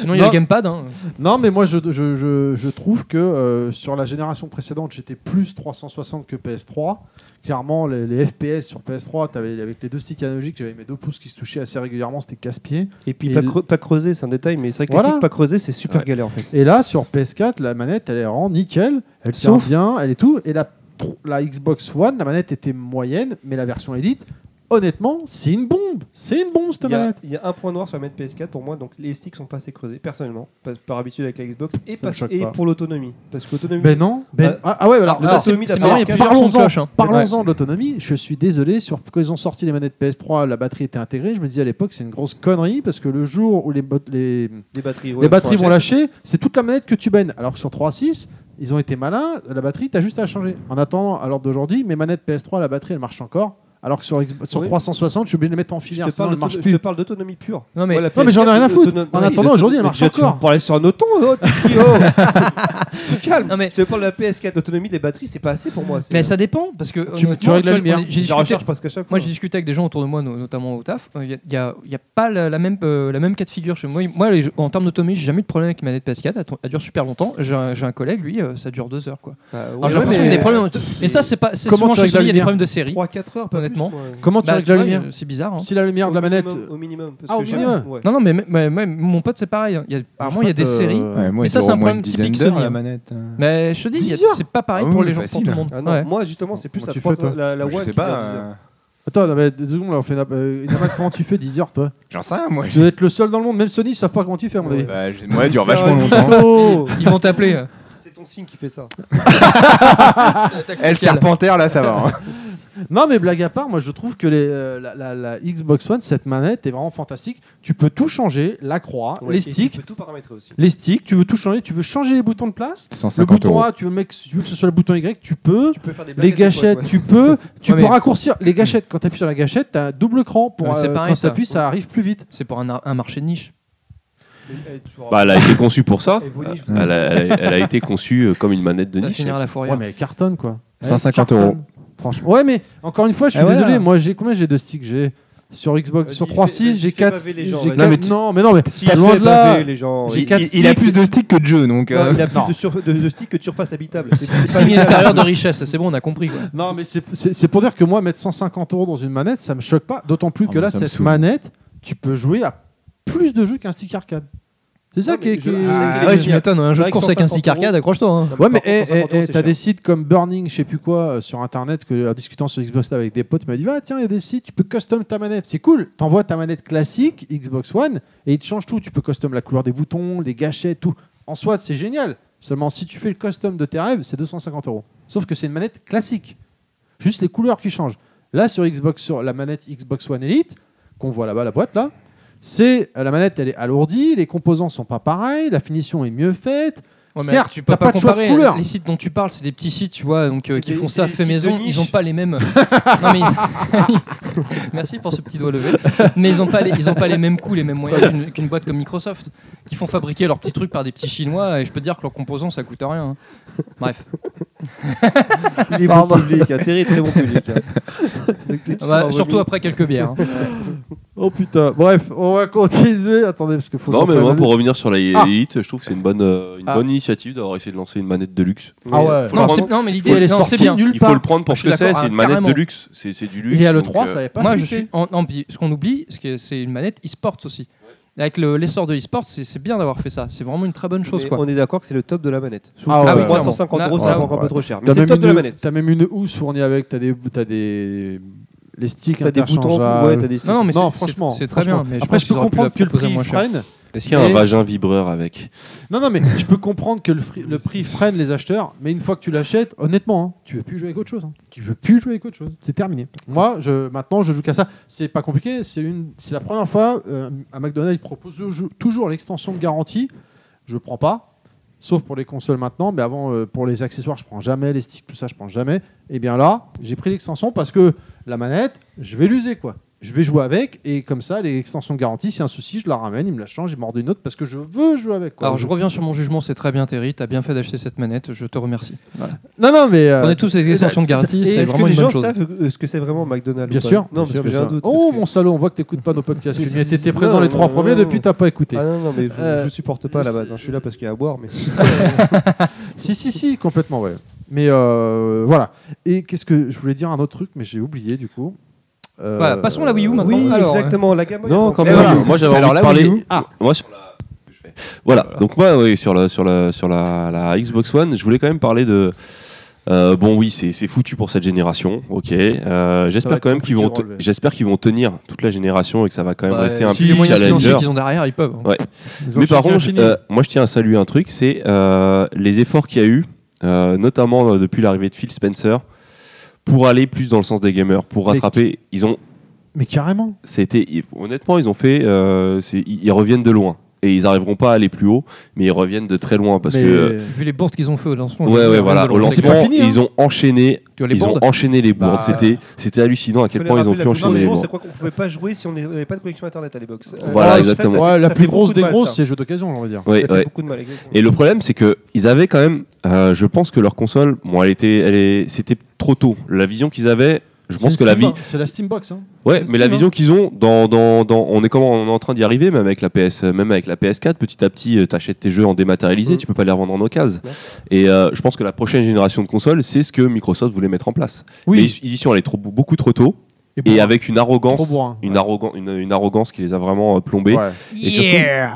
D: Sinon, il y a
A: Non.
D: le gamepad. hein.
A: Non, mais moi, je, je, je, je trouve que euh, sur la génération précédente, j'étais plus 360 que PS3. Clairement, les, les FPS sur PS3, t'avais- avec les deux sticks analogiques, j'avais mes deux pouces qui se touchaient assez régulièrement, c'était casse-pied.
H: Et puis
A: Et
H: pas,
A: le-
H: creu- pas creuser, c'est un détail, mais c'est vrai que
A: Voilà.
H: les sticks pas creuser, c'est super galère en fait.
A: Et là, sur PS4, la manette, elle est en nickel, elle tient
H: Sauf-
A: bien, elle est tout. Et la, tro- la Xbox One, la manette était moyenne, mais la version Elite, honnêtement, c'est une bombe. C'est une bombe cette
H: Il y, a,
A: manette.
H: il y a un point noir sur la manette PS4 pour moi, donc les sticks sont pas assez creusés, personnellement, par, par habitude avec la Xbox, et,
A: me
H: parce-
A: choque
H: et
A: pas.
H: pour l'autonomie. Parce que l'autonomie.
A: Ben non. Ben,
H: Bah,
A: ah, ah ouais, alors,
H: bah,
A: alors,
H: c'est-
D: c'est
H: c'est
D: marrant, il y a
H: marqué.
D: plusieurs sons de cloche. hein.
A: Parlons-en de l'autonomie. Je suis désolé, sur quand ils ont sorti les manettes PS3, la batterie était intégrée. Je me disais à l'époque, c'est une grosse connerie parce que le jour où les, bot- les,
H: les batteries,
A: les batteries vont lâcher, c'est toute la manette que tu baignes. Alors que sur 3.6, ils ont été malins, la batterie, t'as juste à la changer. En attendant, à l'heure d'aujourd'hui, mes manettes PS3, la batterie, elle marche encore. Alors que sur, X- sur
H: Oui.
A: 360, je suis obligé de les mettre en
H: Je
A: filière,
H: te
A: sinon
H: parle
A: elle marche
H: d'auto- je te
A: plus.
H: parle d'autonomie pure.
D: Non, mais
H: Moi, la
A: Non, mais j'en ai
H: PS4,
A: rien à foutre.
H: l'autonomie-
A: En
H: Oui,
A: attendant, aujourd'hui, elle
H: mais
A: marche
H: déjà, Tu
A: encore.
H: me parlais sur un auton, oh, Tiki, oh. Tu te calmes.
D: Non, mais-
H: Je te parle de la PS4, l'autonomie des batteries, c'est pas assez pour moi. c'est-
D: mais ça dépend parce que
A: tu
D: honnêtement,
A: règles la
D: tu vois,
A: lumière.
D: j'ai- j'ai
H: Je la
D: discuté-
H: recharge parce qu'à chaque
D: Moi,
H: fois.
D: j'ai discuté avec des gens autour de moi, no- notamment au taf. Il n'y a, y a pas la, la même, euh, la même cas de figure chez moi. Moi, les jeux- en termes d'autonomie, j'ai jamais eu de problème avec ma manette PS4. Elle, t- elle dure super longtemps. J'ai un, j'ai un collègue, lui, euh, ça dure deux heures. Quoi.
H: Ah, ouais,
D: Alors, j'ai
A: ouais,
D: l'impression
A: mais-
D: qu'il y a des problèmes. en- Mais ça, c'est pas. c'est
A: Comment
D: souvent
A: tu
D: chez
A: règles la
D: celui, il y a des
A: lumière
D: problèmes de série.
H: 3-4 heures, pas plus,
D: Honnêtement.
H: moi.
A: Comment tu
D: Bah,
A: règles la
D: ouais,
A: lumière
D: euh, C'est bizarre. hein.
A: Si la lumière de la
H: Au
A: manette.
H: minimum, Au minimum. parce
A: Ah,
H: que
A: au
H: j'ai-
A: minimum.
H: ouais.
D: Non, non, mais mais- mais- mais mon pote, c'est pareil. hein. Il y a- Apparemment, il y a des
A: Franchement,
D: séries.
A: euh,
B: Ouais, moi,
D: Mais
B: elle
D: ça,
B: dure
D: c'est
B: au
D: un
B: moins
D: problème
B: une dizaine
D: typique
B: d'heures
D: Sony,
B: la
D: hein.
B: manette. hein.
D: Mais je te dis, il y a-
A: 10 heures
D: c'est pas pareil
B: Ah oui,
D: pour les gens, pour
B: facile.
D: tout le monde.
H: Ah non,
D: Ouais.
H: Moi, justement, c'est plus
A: Comment
H: la
A: tu
H: 300
A: fais, toi
H: la, la
B: Moi, je
H: One
B: sais
H: qui va
B: pas.
H: à 10 heures.
B: euh,
A: Attends, non, mais deux secondes, là, on fait. na- euh, Inaman, comment tu fais 10 heures, toi
B: J'en sais rien, moi.
A: Tu dois être le seul dans le monde, même Sony, ils savent pas comment tu fais, à mon avis.
B: Bah, j'ai- Moi, elle dure
H: Putain,
B: vachement
H: ouais,
B: longtemps.
H: mytho.
D: Ils vont t'appeler. euh,
H: C'est ton signe qui fait ça.
B: Elle, Serpentaire, là, ça va. hein.
A: Non, mais blague à part, moi je trouve que les, euh, la, la- la Xbox One, cette manette est vraiment fantastique. Tu peux tout changer, la croix,
H: Ouais,
A: les
H: et tu
A: sticks.
H: peux tout paramétrer aussi.
A: Les sticks, tu veux tout changer, tu veux changer les boutons de place. Le
B: 150
A: bouton
B: euros.
A: A, tu veux, mec, tu veux que ce soit le bouton Y, tu peux.
H: Tu peux faire des blagues
A: Les
H: à tes potes,
A: gâchettes,
H: ouais.
A: tu peux. Tu
D: Ouais,
A: peux
D: mais-
A: raccourcir. Les gâchettes, quand tu appuies sur la gâchette, tu as un double cran. Pour,
D: Ouais, c'est
A: euh,
D: pareil,
A: quand tu
D: ça.
A: appuies, ça arrive plus vite.
D: C'est pour un, ar- un marché de niche.
H: Eh, tu vois,
E: Bah, elle a été conçue pour ça.
H: Et vous, ni-
E: Elle a, elle a- elle a été conçue euh, comme une manette de
D: Ça
E: niche.
D: finira à la
A: Ouais,
D: fourrière.
A: mais elle cartonne quoi.
B: 150
A: Elle
B: euros.
A: Franchement. Ouais, mais encore une fois, je suis
B: Eh ouais.
A: désolé. Moi, j'ai combien j'ai de sticks J'ai sur Xbox,
H: Vas-y,
A: sur
H: fais-
A: 3.6,
H: vas-y,
A: j'ai
H: fais
A: 4.
H: baver les gens, vas-y.
A: non,
B: Non,
A: mais
B: mais tu-
A: non, mais non, mais
H: Si,
A: t'as
H: je
A: loin
H: fais
A: de là.
H: baver les gens.
A: J'ai
H: Il-
B: Il,
A: quatre
B: il- il a
A: sticks.
B: plus de sticks que de jeux, donc. euh,
H: Non, il a plus
A: Non.
H: de, sur- de- de sticks que de surface habitable. C'est- c'est pas
D: Signe
H: habitable.
D: extérieur de richesse, c'est bon, on a compris. Quoi.
A: Non, mais c'est- c'est c'est pour dire que moi, mettre 150 euros dans une manette, ça me choque pas. D'autant plus
B: Ah
A: que
B: non,
A: là,
B: ça me
A: cette
B: saoule.
A: manette, tu peux jouer à plus de jeux qu'un stick arcade. C'est ça
H: Non,
A: qui est.
H: mais je-
A: qui est-
H: je sais
A: Ah,
H: qu'il y a-
A: ouais,
D: Ouais, tu m'étonnes, un
H: c'est
D: jeu
H: vrai
D: de
H: que
D: course avec un stick
H: 150 euros,
D: arcade, accroche-toi. hein.
H: Non,
A: Ouais, mais
H: par contre,
A: eh,
H: 150
A: eh,
H: euros,
A: eh,
H: c'est
A: t'as
H: cher.
A: des sites comme Burning, je sais plus quoi, euh, sur internet, que, en discutant sur Xbox Live avec des potes, il m'a dit Va, tiens, il y a des sites, tu peux custom ta manette, c'est cool. T'envoies ta manette classique, Xbox One, et ils te changent tout. Tu peux custom la couleur des boutons, les gâchettes, tout. En soi, c'est génial. Seulement, si tu fais le custom de tes rêves, c'est 250 euros. Sauf que c'est une manette classique. Juste les couleurs qui changent. Là, sur Xbox, sur la manette Xbox One Elite, qu'on voit là-bas, la boîte là, c'est euh, la manette, elle est alourdie, les composants sont pas pareils, la finition est mieux faite.
D: Ouais, mais
A: Certes,
D: tu peux
A: t'as
D: pas,
A: pas de choix de
D: comparer.
A: couleur.
D: Les sites dont tu parles, c'est des petits sites, tu vois, donc euh,
H: C'est
D: qui
H: des-
D: font
H: c'est
D: ça
H: des
D: fait
H: sites de
D: maison.
H: niche.
D: Ils ont pas les mêmes. non, mais ils- Merci pour ce petit doigt levé. Mais ils ont pas les, ils ont pas les mêmes coûts, les mêmes moyens qu'une- qu'une boîte comme Microsoft, qui font fabriquer leurs petits trucs par des petits Chinois. Et je peux te dire que leurs composants, ça coûte rien. hein. Bref.
H: Il est bon public,
A: hein.
H: un très très bon public.
D: Bah, surtout après quelques bières. hein.
A: Oh putain, bref, on va continuer. Attendez, parce que faut. que
E: Non,
A: je
E: mais
A: reprenne
E: moi,
A: la
E: pour revenir sur la
A: Ah.
E: Elite, je trouve que c'est une bonne, euh, une
H: Ah.
E: bonne initiative d'avoir essayé de lancer une manette de luxe.
A: Ah ouais.
E: Faut
D: Non,
E: le
D: c'est-
E: prendre.
D: non, mais l'idée,
A: liste. Elle est
D: non, c'est
A: sortie
D: bien.
A: nulle
E: Il faut le
A: part.
E: prendre pour
D: Je
E: ce
D: suis
E: que c'est,
D: d'accord,
E: c'est
D: hein,
E: une manette de
D: carrément.
E: luxe. C'est c'est du luxe.
A: Il y a le
E: donc,
A: 3,
E: euh,
A: ça avait pas
D: Moi, je
A: flippé.
D: suis. En, non, puis ce qu'on oublie, c'est que c'est une manette e-sport aussi. Avec le- l'essor de e-sport, c'est c'est bien d'avoir fait ça. C'est vraiment une très bonne chose,
H: Mais
D: quoi.
H: On est d'accord que c'est le top de la manette.
A: Ah ouais,
H: Ah oui,
A: clairement.
H: 350 euros,
D: Là,
H: c'est encore
B: ouais.
H: un peu trop cher. Mais
A: T'as
H: c'est le
A: même,
H: top de la
A: une-
H: manette.
A: t'as même une housse fournie avec. T'as des, t'as des. Les sticks
H: T'as des boutons,
A: interchangeables.
H: ouais, t'as des sticks.
D: Non, non, mais
A: non,
D: c'est-
A: franchement,
D: c'est c'est très
A: franchement.
D: bien. Mais
A: Après,
D: pense
A: je peux
D: qu'ils auraient pu
A: comprendre
D: la
A: que le
D: proposer
A: prix
D: moins cher.
A: freine.
E: Est-ce qu'il y a un
A: Et-
E: vagin vibreur avec
A: Non, non, mais je peux comprendre que le, fri- le prix freine les acheteurs. Mais une fois que tu l'achètes, honnêtement, hein, tu veux plus jouer avec autre chose. hein. Tu veux plus jouer avec autre chose. C'est terminé. Moi, je, maintenant, je joue qu'à ça. C'est pas compliqué. C'est une, c'est la première fois euh, à McDonald's ils proposent toujours- toujours l'extension de garantie. je prends pas. Sauf pour les consoles maintenant, mais avant euh, pour les accessoires, je prends jamais, les sticks, tout ça, je prends jamais. Et bien là, j'ai pris l'extension parce que la manette, je vais l'user quoi. Je vais jouer avec et comme ça, les extensions garanties, s'il y a un souci, je la ramène, il me la change, il mord une autre parce que je veux jouer avec quoi.
D: Alors je reviens sur mon jugement, c'est très bien Terry, t'as bien fait d'acheter cette manette, je te remercie.
A: Non, non, mais. euh,
D: On est tous les extensions de garantie,
H: Et
D: c'est
H: est-ce que
D: vraiment
H: les
D: une
H: gens
D: bonne chose.
H: savent euh, ce que c'est vraiment McDonald's
A: Bien
H: ou pas
A: sûr. bien
H: Non, parce
A: sûr,
H: que j'ai
A: bien
H: un
A: sûr.
H: doute.
A: Oh
H: parce que-
A: mon salaud, on voit que t'écoutes pas nos podcasts.
H: Mais
A: Tu étais
H: c'est-
A: présent
H: non,
A: les trois
H: non,
A: premiers,
H: non,
A: depuis
H: non.
A: t'as pas écouté.
H: Ah non, non, mais je,
A: Euh,
H: je supporte pas à la base. hein. Je suis là parce qu'il y a à boire, mais
A: Si, si, si, complètement, ouais. Mais euh, voilà. Et qu'est-ce que je voulais dire un autre truc, mais j'ai oublié du coup. Euh,
D: Voilà, passons à la Wii U maintenant.
H: oui,
D: Alors,
H: exactement. La gamme.
A: Non, quand
H: quand
E: Mais
A: même.
H: même.
E: voilà,
A: oui.
E: Moi, j'avais
B: Alors
E: envie de
B: là, oui,
E: parler.
B: nous-
A: Ah.
E: Moi, sur la. je fais- Voilà. Donc moi, oui, sur la sur la sur la, la Xbox One, je voulais quand même parler de Euh, bon, oui, c'est c'est foutu pour cette génération. Ok. Euh,
A: va
E: J'espère
A: être
E: quand même qu'ils vont,
A: compliqué à
E: te-
A: relever.
E: j'espère qu'ils vont tenir toute la génération et que ça va quand même
D: Bah,
E: rester un
D: si les
E: petit
D: moyens
E: challenger.
D: financiers qu'ils ont derrière, ils peuvent.
E: Ouais. Mais par contre, euh, moi je tiens à saluer un truc, c'est euh, les efforts qu'il y a eu, euh, notamment euh, depuis l'arrivée de Phil Spencer, pour aller plus dans le sens des gamers, pour
A: Mais-
E: rattraper. Ils ont,
A: Mais carrément.
E: c'était ils- honnêtement, ils ont fait, euh, c'est- ils ils reviennent de loin et ils n'arriveront pas à aller plus haut, mais ils reviennent de très loin parce
A: Mais-
E: que. euh,
D: Vu les bourdes qu'ils ont fait au lancement. je
E: Ouais,
D: me
E: ouais,
D: souviens
E: voilà.
D: de
E: Au
D: leur-
A: C'est
E: lancement,
A: pas fini, hein.
E: ils ont enchaîné,
D: Tu vois, les
E: ils ont
D: bourdes
E: enchaîné les bourdes.
A: Bah,
E: C'était, c'était hallucinant à quel point ils ont pu enchaîner les
H: les
E: bourdes.
H: C'est quoi qu'on pouvait pas jouer si on n'avait pas de connexion internet à l'époque. Euh,
E: Voilà,
H: ça,
E: exactement.
H: ça fait-
A: Ah, Ouais, la
H: ça
A: plus
H: fait beaucoup
A: grosse
H: de
A: des
H: mal,
A: grosses,
H: ça.
A: c'est jeux d'occasion, on va dire.
E: Ouais,
H: Ça fait
E: ouais.
H: beaucoup de mal, exactement.
E: Et le problème, c'est que ils avaient quand même. euh, je pense que leur console, bon, elle était, elle est- c'était trop tôt. La vision qu'ils avaient, je pense
A: C'est
E: que la
A: Steam,
E: vie,
A: hein. C'est la Steambox. Hein.
E: ouais,
D: c'est
E: mais la
D: Steam,
E: vision qu'ils ont, dans, dans, dans- on est comment, on est en train d'y arriver, même avec la PS, euh, même avec la PS4, petit à petit, euh, t'achètes tes jeux en dématérialisé,
H: Mhm.
E: tu peux pas les revendre en occasion.
H: Ouais.
E: Et euh, je pense que la prochaine génération de consoles, c'est ce que Microsoft voulait mettre en place.
A: Oui.
E: Mais ils, ils y sont allés trop, beaucoup trop tôt
A: bon,
E: et avec une
A: Trop
E: arrogance,
A: bourrin.
E: une, arrogan- une, une arrogance qui les a vraiment euh, plombés.
A: Ouais.
E: Et surtout-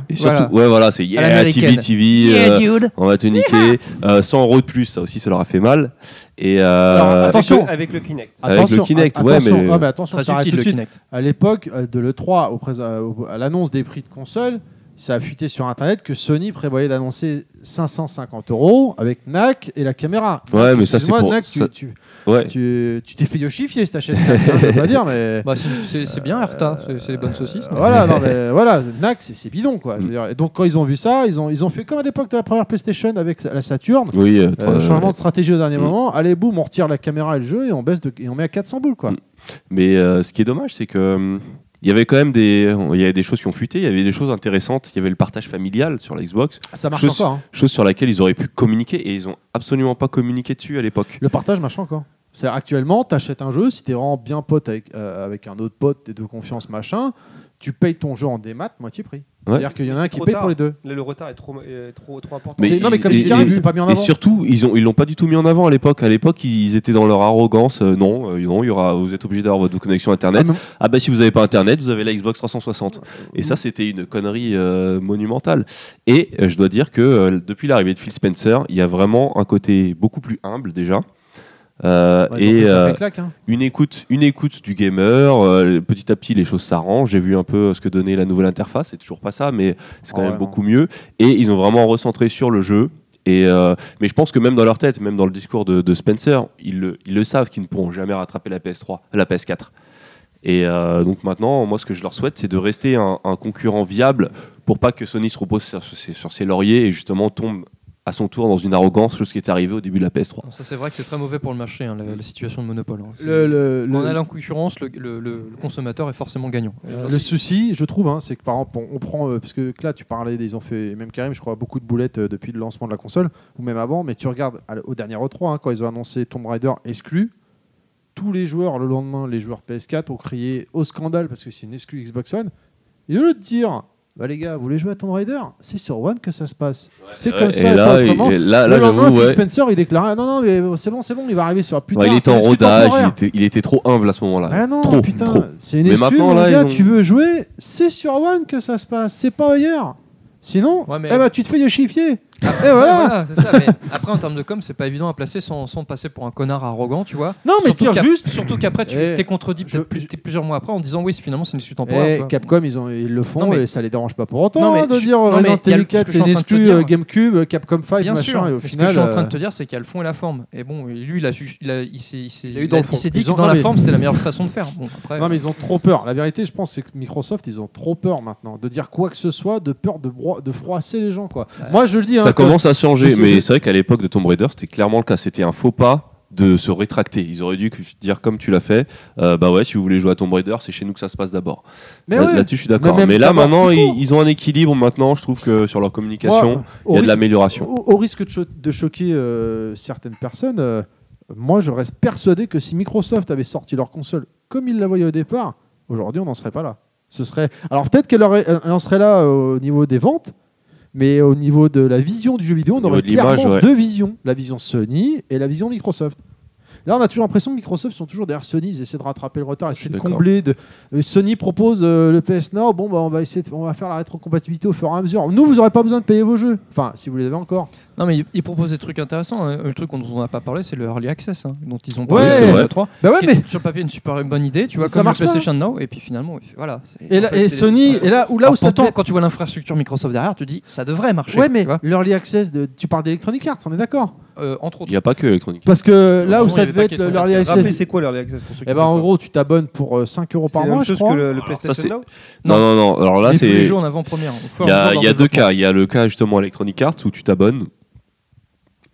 E: Et surtout,
D: Voilà.
E: ouais, voilà, c'est yeah, TV,
D: l'américaine.
E: TV. euh,
D: dude
E: on va te niquer. Euh, 100 euros de plus, ça aussi, ça leur a fait mal. Et euh,
H: Alors, avec
A: attention.
H: le- Avec le Kinect.
E: Avec le Kinect,
A: a-
E: ouais,
A: attention,
E: mais-
A: ah, attention,
D: Très
A: je t'arrête
D: utile le
A: tout de suite.
D: Kinect.
A: À l'époque euh, de l'E3, au prés- euh, au- à l'annonce des prix de console, ça a fuité sur Internet que Sony prévoyait d'annoncer 550 euros avec NAC et la caméra.
E: Ouais, mais ça,
A: Excuse-moi,
E: c'est pour-
A: NAC, tu-
E: ça-
A: tu,
E: ouais.
A: tu, tu t'es fait yoshifier si t'achètes NAC, hein, je veux pas dire, mais...
D: Bah, c'est- c'est c'est bien, Erta. c'est- C'est les bonnes saucisses.
A: Euh, voilà, non, mais voilà, NAC, c'est c'est bidon, quoi. je veux dire. Et donc, quand ils ont vu ça, ils ont, ils ont fait comme à l'époque de la première PlayStation avec la Saturn,
E: Oui, euh,
A: euh,
E: euh,
A: changement de stratégie au dernier
E: Mm.
A: moment. Allez, boum, on retire la caméra et le jeu et on baisse de, et on met à 400 boules, quoi.
E: Mm. mais euh, ce qui est dommage, c'est que hum, il y avait quand même des, il y avait des choses qui ont fuité, il y avait des choses intéressantes, il y avait le partage familial sur la Xbox,
A: Ça marche
E: Je-
A: encore. hein.
E: chose sur laquelle ils auraient pu communiquer et ils ont absolument pas communiqué dessus à l'époque.
A: Le partage marche encore. C'est actuellement, t'achètes un jeu, si t'es vraiment bien pote avec, euh, avec un autre pote, t'es de confiance, machin, tu payes ton jeu en démat moitié prix. C'est-à-dire qu'il y en a
H: Mais
A: un
H: c'est
A: qui
H: trop
A: paye
H: tard.
A: pour les deux.
H: Là, le retard est trop, est trop, trop important.
E: Mais
A: C'est- non mais
E: ils-
A: comme
E: et-
A: dit Karim,
E: et-
A: c'est pas mis en
E: Et
A: avant.
E: surtout, ils ont, ils l'ont pas du tout mis en avant à l'époque. À l'époque, ils étaient dans leur arrogance. euh, non, euh, non, il y aura, vous êtes obligé d'avoir votre connexion
A: Ah,
E: internet.
A: mais-
E: Ah bah si vous avez pas internet, vous avez la Xbox 360. Et ça c'était une connerie euh, monumentale. Et euh, je dois dire que euh, depuis l'arrivée de Phil Spencer, il y a vraiment un côté beaucoup plus humble déjà. Euh,
A: Ouais, surtout
E: et
A: que ça
E: euh,
A: fait claque, hein.
E: une écoute, une écoute du gamer. euh, petit à petit, les choses s'arrangent. J'ai vu un peu euh, ce que donnait la nouvelle interface. C'est toujours pas ça, mais c'est quand
A: Ouais,
E: même
A: non.
E: beaucoup mieux. Et ils ont vraiment recentré sur le jeu. Et euh, mais je pense que même dans leur tête, même dans le discours de, de Spencer, ils le, ils le savent qu'ils ne pourront jamais rattraper la PS3, la PS4. Et euh, donc maintenant, moi, ce que je leur souhaite, c'est de rester un, un concurrent viable pour pas que Sony se repose sur, ses- sur ses lauriers et justement tombe à son tour dans une arrogance, chose qui est arrivée au début de la PS3.
D: Non, Ça, c'est vrai que c'est très mauvais pour le marché, hein, la, la situation de monopole. hein. C'est-
A: Le, le- le-
D: Quand on a la concurrence, le, le- le- le consommateur est forcément gagnant.
A: Euh, le souci, je trouve, hein, c'est que par exemple, on, on prend, euh, parce que là tu parlais, des- ils ont fait, et même Karim, je crois, beaucoup de boulettes euh, depuis le lancement de la console, ou même avant, mais tu regardes à l- au dernier E3, hein, quand ils ont annoncé Tomb Raider exclu, tous les joueurs le lendemain, les joueurs PS4, ont crié au scandale parce que c'est une exclu Xbox One, et au lieu de dire, bah les gars, vous voulez jouer à Tomb Raider C'est sur One que ça se passe. c'est comme ça,
E: et
A: et pas
E: là, et-
A: autrement.
E: et là, là,
A: le lendemain,
E: j'avoue,
A: Phil
E: ouais.
A: Spencer, il déclarait, non, non, mais euh, c'est bon, c'est bon, il va arriver sur plus
E: Ouais,
A: tard,
E: il était
A: c'est
E: en
A: une exclu
E: rodage, il
A: temporaire.
E: était, il était trop humble à ce moment-là.
A: Ah non,
E: trop,
A: putain,
E: trop.
A: c'est une
E: Mais
A: excuse,
E: maintenant,
A: mon
E: là,
A: gars,
E: ils ont-
A: tu veux jouer, c'est sur One que ça se passe, c'est pas ailleurs. Sinon,
D: Ouais, mais- Ah,
A: eh ben, tu te fais yoshifier.
D: Après,
A: Et voilà.
D: c'est ça, mais après, en termes de com, c'est pas évident à placer sans, sans passer pour un connard arrogant, tu vois.
A: Non, mais
D: Surtout
A: tire
D: qu'ap-
A: juste.
D: Surtout qu'après, tu
A: Eh,
D: t'es contredit
A: je-
D: peut-être plus-
A: je-
D: t'es plusieurs mois après en disant oui, c'est- finalement, c'est une issue
A: Eh,
D: temporaire. quoi.
A: Capcom, ils, ont, ils le font
D: Non, mais-
A: et ça les dérange pas pour autant
D: Non, mais
A: hein, de
D: je-
A: dire
D: non, mais
A: Resident
D: y a le-
A: Evil 4
D: ce que je
A: c'est une
D: suis en train de te
A: exclu
D: dire.
A: euh, GameCube, euh, Capcom 5,
D: Bien
A: machin,
D: sûr.
A: et
D: mais
A: au
D: ce que je
A: final.
D: suis en train de
A: euh,
D: te dire, c'est qu'il y a le fond et la forme. Et bon, lui, il a su- il a- il s'est il s'est-
A: Il a eu
D: il
A: dans
D: a-
A: le fond.
D: il s'est dit
A: Ils
D: que
A: ont-
D: dans
A: non,
D: la
A: mais-
D: forme, c'était la meilleure façon de faire. Bon, après,
A: Non, mais ils ont trop peur. La vérité, je pense, c'est que Microsoft, ils ont trop peur maintenant de dire quoi que ce soit, de peur de, broi- de froisser les gens. Quoi.
D: Bah,
A: Moi, je le dis. hein,
E: ça
A: que-
E: commence à changer,
A: je sais- je-
E: mais c'est vrai qu'à l'époque de Tomb Raider, c'était clairement le cas. C'était un faux pas de se rétracter. Ils auraient dû dire comme tu l'as fait, euh, bah ouais, si vous voulez jouer à Tomb Raider, c'est chez nous que ça se passe d'abord.
A: Mais
E: Là-
A: ouais.
E: Là-dessus, je suis d'accord.
A: Mais
E: Mais,
A: même
E: là,
A: d'abord,
E: maintenant,
A: tout
E: ils,
A: court.
E: ils ont un équilibre. Maintenant, je trouve que sur leur communication,
A: Moi, au
E: il y a de
A: risque-
E: l'amélioration.
A: Au, au risque de, cho- de choquer euh, certaines personnes, euh, moi je reste persuadé que si Microsoft avait sorti leur console comme ils la voyaient au départ, aujourd'hui on n'en serait pas là. Ce serait alors peut-être qu'elle aurait- elle en serait là euh, au niveau des ventes, mais au niveau de la vision du jeu vidéo, on
E: Au niveau
A: aurait
E: de l'image,
A: clairement
E: ouais.
A: deux visions, la vision Sony et la vision Microsoft. Là, on a toujours l'impression que Microsoft sont toujours derrière Sony, ils essaient de rattraper le retard, ils
E: suis
A: essaient de
E: d'accord.
A: combler. De... euh, Sony propose euh, le PS Now, bon, bah, on, va essayer de- on va faire la rétrocompatibilité au fur et à mesure. Nous, vous n'aurez pas besoin de payer vos jeux. Enfin, si vous les avez encore.
D: Non, mais ils- ils proposent des trucs intéressants. hein. Le truc dont on n'a pas parlé, c'est le Early Access, hein, dont ils ont parlé
A: Ouais.
D: sur
A: Oui, c'est
D: le
E: vrai.
D: 3.
A: Bah ouais,
D: qui
A: mais
D: est sur le papier une super bonne idée, tu vois,
A: Ça
D: comme le
A: marche pas.
D: PlayStation Now, et puis finalement, voilà. c'est-
A: Et,
D: en
A: là-
D: fait,
A: et
D: c'est-
A: Sony, et là où, là où
D: Alors,
A: ça
D: pourtant,
A: devait-
D: quand tu vois l'infrastructure Microsoft derrière, tu dis ça devrait marcher.
A: Ouais, mais
D: tu vois.
A: l'early access, de- tu parles d'Electronic Arts, on est d'accord
D: Euh, entre
E: Il
D: autres.
E: n'y a pas que Electronic.
A: Parce que
D: Non,
A: là
D: non,
A: où
D: il y
A: ça
D: avait
A: devait
D: pas
A: être
D: qu'Electronic
A: l'early
D: Arts.
A: access.
H: Rappelez, c'est quoi l'Early Access pour ceux qui
A: Eh ben, en
H: savent pas
A: gros, tu t'abonnes pour 5 euros
H: C'est
A: par
H: la
A: mois,
H: même
A: je
H: chose
A: crois.
H: que le, le
E: Alors, ça,
H: PlayStation
E: c'est-
H: Now
E: Non, non, non. Alors là,
D: Mais tous les
E: c'est.
D: jeux en avant-première. Au fur
E: Il
D: et
E: y
D: à
E: a,
D: mesure de
E: il y a
D: leur
E: deux
D: développement.
E: cas. Il y a le cas justement Electronic Arts où tu t'abonnes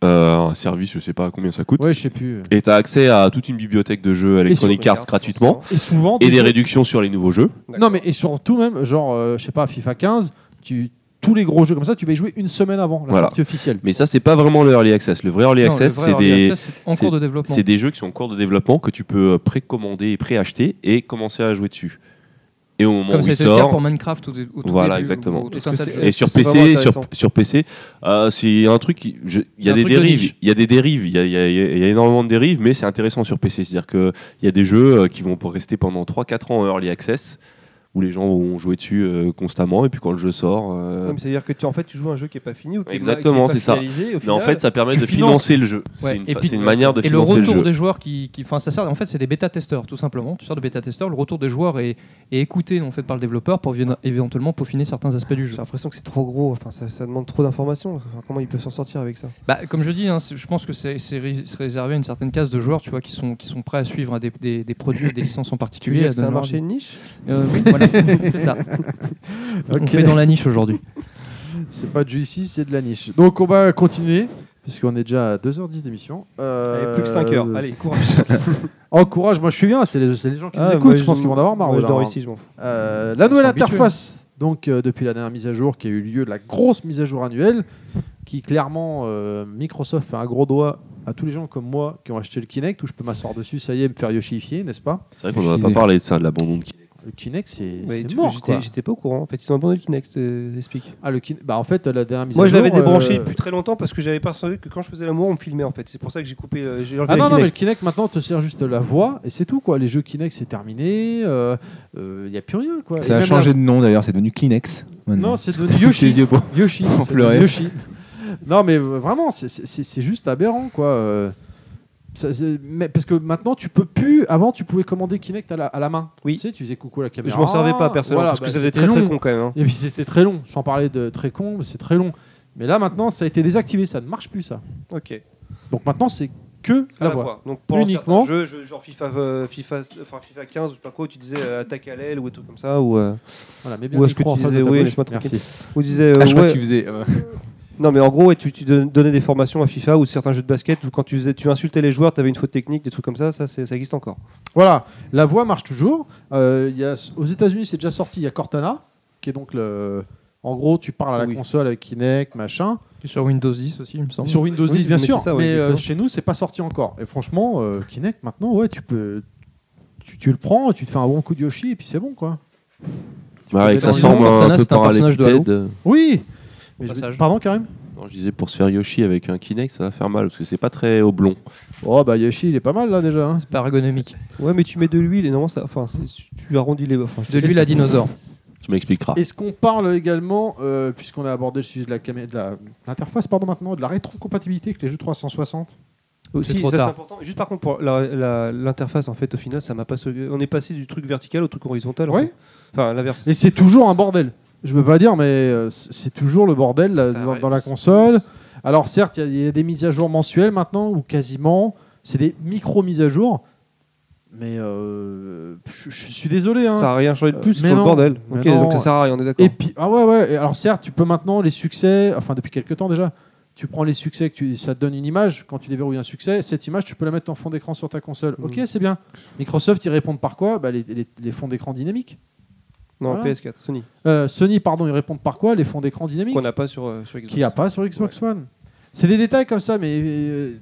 E: euh, un service, je sais pas combien ça coûte,
A: Ouais, je sais plus.
E: et tu as accès à toute une bibliothèque de jeux Electronic Arts gratuitement
A: Et souvent,
E: et
A: tu-
E: des réductions sur les nouveaux jeux.
A: Non, mais et surtout même, genre, euh, je sais pas, FIFA 15, tu... tous les gros jeux comme ça, tu vas y jouer une semaine avant la
E: Voilà.
A: sortie officielle.
E: Mais ça, c'est pas vraiment le early access. Le vrai early
D: Non, le
E: access,
D: vrai
E: c'est
D: Early
E: des,
D: Access, c'est en cours de développement.
E: c'est des jeux qui sont en cours de développement que tu peux euh, précommander et préacheter et commencer à jouer dessus. Et au moment
D: Comme
E: où il
D: c'était le cas pour
E: sort,
D: Minecraft au, dé- au tout
E: Voilà,
D: début,
E: exactement.
D: ou- ou tout un tas de jeux.
E: et sur
H: C'est vraiment
E: PC, sur,
H: intéressant.
E: sur PC, euh, c'est un truc. qui- je- Il y
D: C'est
E: a
D: un
E: des
D: truc de
E: dérives.
D: niche.
E: Il y a des dérives. Il y a, il y a- il y a énormément de dérives, mais c'est intéressant sur PC. C'est-à-dire que il y a des jeux euh, qui vont pour rester pendant 3-4 ans en early access où les gens vont jouer dessus euh, constamment et puis quand le jeu sort. euh,
H: Ouais, mais C'est-à-dire que tu, en fait, tu joues à un jeu qui n'est pas fini ou qui est ma- qui est
E: Exactement,
H: pas
E: c'est ça.
H: finalisé, au
E: mais en
H: final,
E: fait, ça permet
H: tu
E: de
H: finances.
E: financer le jeu.
D: Ouais.
E: C'est une,
D: Et
E: fa-
D: puis-
E: c'est une manière de
D: Et le
E: financer le
D: retour
E: jeu.
D: des joueurs qui, qui- enfin, ça sert. En fait, c'est des bêta-testeurs, tout simplement. Tu sers de bêta-testeurs. Le retour des joueurs est, est écouté en fait par le développeur pour vi- éventuellement peaufiner certains aspects du jeu.
H: J'ai l'impression que c'est trop gros, enfin, ça, ça demande trop d'informations. Enfin, comment ils peuvent s'en sortir avec ça
D: Bah, comme je dis, hein, c'est- je pense que c'est c'est ré- c'est réservé à une certaine case de joueurs, tu vois, qui sont qui sont prêts à suivre hein, des, des- des produits et des licences en
H: Tu veux
D: particulier.
H: dire
D: à
H: que c'est un
D: donner leur
H: marché de niche
D: avis. Euh, oui, voilà, c'est ça. On
A: Ok.
D: fait dans la niche aujourd'hui.
A: C'est pas du ici, c'est de la niche. Donc on va continuer, puisqu'on est déjà à 2h10 d'émission. Euh,
H: Allez, plus que 5 heures. Allez, Ah, courage.
A: Oh, courage, moi je suis bien, c'est les, c'est les gens qui nous écoutent, je pense qu'ils vont en avoir marre.
H: bah,
A: hein. au
H: Moi,
A: bout
H: je
A: d'un
H: dors
A: moment.
H: ici, je m'en fous.
A: Euh, la nouvelle
D: Ils sont habitués.
A: interface, donc euh, depuis la dernière mise à jour qui a eu lieu, la grosse mise à jour annuelle, qui clairement, euh, Microsoft fait un gros doigt à tous les gens comme moi qui ont acheté le Kinect, où je peux m'asseoir dessus, ça y est, me faire yoshifier, n'est-ce pas
E: C'est vrai qu'on n'en a pas parlé de ça, de l'abandon de Kinect.
A: Le Kinect, c'est
H: Mais
A: c'est
H: tu-
A: mort.
H: j'étais-
A: quoi.
H: J'étais pas au courant. En fait, ils ont abandonné le Kinect, euh, explique.
A: Ah, le Kin- bah, en fait, la dernière mise
H: Moi,
A: à
H: je
A: jour.
H: l'avais débranché
A: euh,
H: depuis très longtemps parce que j'avais perçu que quand je faisais l'amour, on me filmait en fait. C'est pour ça que j'ai coupé. euh, j'ai enlevé
A: Ah
H: le
A: non, non, mais le
H: Kinect.
A: Kinect maintenant te sert juste la voix et c'est tout quoi. Les jeux Kinect c'est terminé, il n'y a plus rien quoi. Et
B: Ça a
A: même
B: changé de nom d'ailleurs, c'est devenu Kleenex.
A: la-
B: maintenant.
A: Non, c'est devenu
B: Tes
A: Yoshi.
B: yeux pour-
A: Yoshi,
B: pour
A: c'est
B: pleurer.
A: devenu Yoshi. Non, mais euh, vraiment, c'est- c'est c'est- c'est juste aberrant quoi. Euh, ça, c'est- mais- parce que maintenant tu peux plus. Avant tu pouvais commander Kinect à la, à la main.
H: Oui.
A: Tu sais, tu faisais coucou à la caméra.
H: Je m'en servais pas personnellement
A: Voilà,
H: parce que
A: bah,
H: ça faisait
A: c'était
H: très très
A: long.
H: con quand même. hein.
A: Et puis c'était très long. Sans parler de très con, mais c'est très long. Mais là maintenant ça a été désactivé, ça ne marche plus ça.
H: Ok. À
A: Donc maintenant c'est que la,
H: la
A: voix.
H: voix. Donc pendant
A: Uniquement.
H: certains jeux, jeux genre FIFA, euh, FIFA, enfin FIFA 15 ou je sais pas quoi, où tu disais euh, attaque à l'aile ou des trucs comme ça ou euh,
A: Voilà, mets bien
H: Ou
A: le
H: est-ce que
A: micro en
H: tu
A: face de
H: disais
A: ta
H: oui,
A: bouche.
H: laisse-moi tranquille.
A: Merci.
H: où tu disais euh,
B: Ah, je crois
H: ouais.
B: que tu faisais. euh,
H: non mais en gros ouais, tu, tu don- donnais des formations à FIFA ou certains jeux de basket où quand tu faisais tu insultais les joueurs, t'avais une faute technique, des trucs comme ça, ça c'est- ça existe encore.
A: Voilà, la voix marche toujours. Euh, il y a, aux États-Unis, c'est déjà sorti. Il y a Cortana, qui est donc le. En gros, tu parles à la
H: Oui.
A: console avec Kinect, machin.
D: Et sur Windows 10 aussi, il me semble.
A: Sur Windows
H: Oui,
A: 10, bien
H: mais
A: sûr.
H: c'est ça, ouais,
A: mais euh,
H: exactement.
A: chez nous, c'est pas sorti encore. Et franchement, euh, Kinect, maintenant, ouais, tu peux. Tu, tu le prends, tu te fais un bon coup de Yoshi, et puis c'est bon, quoi.
E: Ouais, avec
D: peux
E: sa
D: mettre-
E: forme
D: Sinon,
E: un
D: Cortana,
E: peu
D: c'est un personnage de
E: parallélépipède.
A: Oui mais je-
D: passage.
A: Pardon, Karim
E: Non, je disais pour se faire Yoshi avec un Kinect, ça va faire mal parce que c'est pas très oblong.
A: Oh, bah Yoshi, il est pas mal, là, déjà. hein.
D: C'est pas ergonomique.
H: Ouais mais tu mets de l'huile et normalement ça, enfin c'est- tu arrondis les. Enfin, je
D: De
H: sais
D: l'huile
H: pas.
D: à dinosaure.
E: Tu m'expliqueras.
A: Est-ce qu'on parle également, euh, puisqu'on a abordé le sujet de la caméra, de la- l'interface, pardon, maintenant, de la rétrocompatibilité avec les jeux 360
H: Aussi,
D: trop
H: ça, c'est
D: tard.
H: important. Juste par contre, pour la- la- l'interface, en fait, au final, ça m'a pas. sauvé. On est passé du truc vertical au truc horizontal. en
A: Ouais.
H: fait. Enfin, l'inverse.
A: Et c'est toujours un bordel. Je peux pas dire, mais euh, c- c'est toujours le bordel là,
H: Ça
A: dans,
H: arrive.
A: dans la console. Alors certes, il y a- il y, a des mises à jour mensuelles maintenant, ou quasiment. C'est des micro-mises à jour. Mais euh, je, je suis désolé. hein.
H: Ça a rien changé de
A: Euh,
H: plus, c'est
A: mais
H: toujours
A: non.
H: le bordel.
A: Mais
H: Ok,
A: non.
H: donc ça sert à rien, on est d'accord.
A: Et puis, ah ouais, ouais. et Alors certes, tu peux maintenant les succès, enfin depuis quelques temps déjà, tu prends les succès, que tu, ça te donne une image. Quand tu déverrouilles un succès, cette image, tu peux la mettre en fond d'écran sur ta console.
H: Mhm.
A: Ok, c'est bien. Microsoft, ils répondent par quoi bah, les- les- les fonds d'écran dynamiques.
H: Non,
A: voilà.
H: PS4, Sony,
A: Euh, Sony, pardon, ils répondent par quoi Les fonds d'écran dynamiques
H: qu'on n'a pas sur, euh, sur Xbox.
A: qui a pas sur Xbox One. C'est des détails comme ça, mais euh,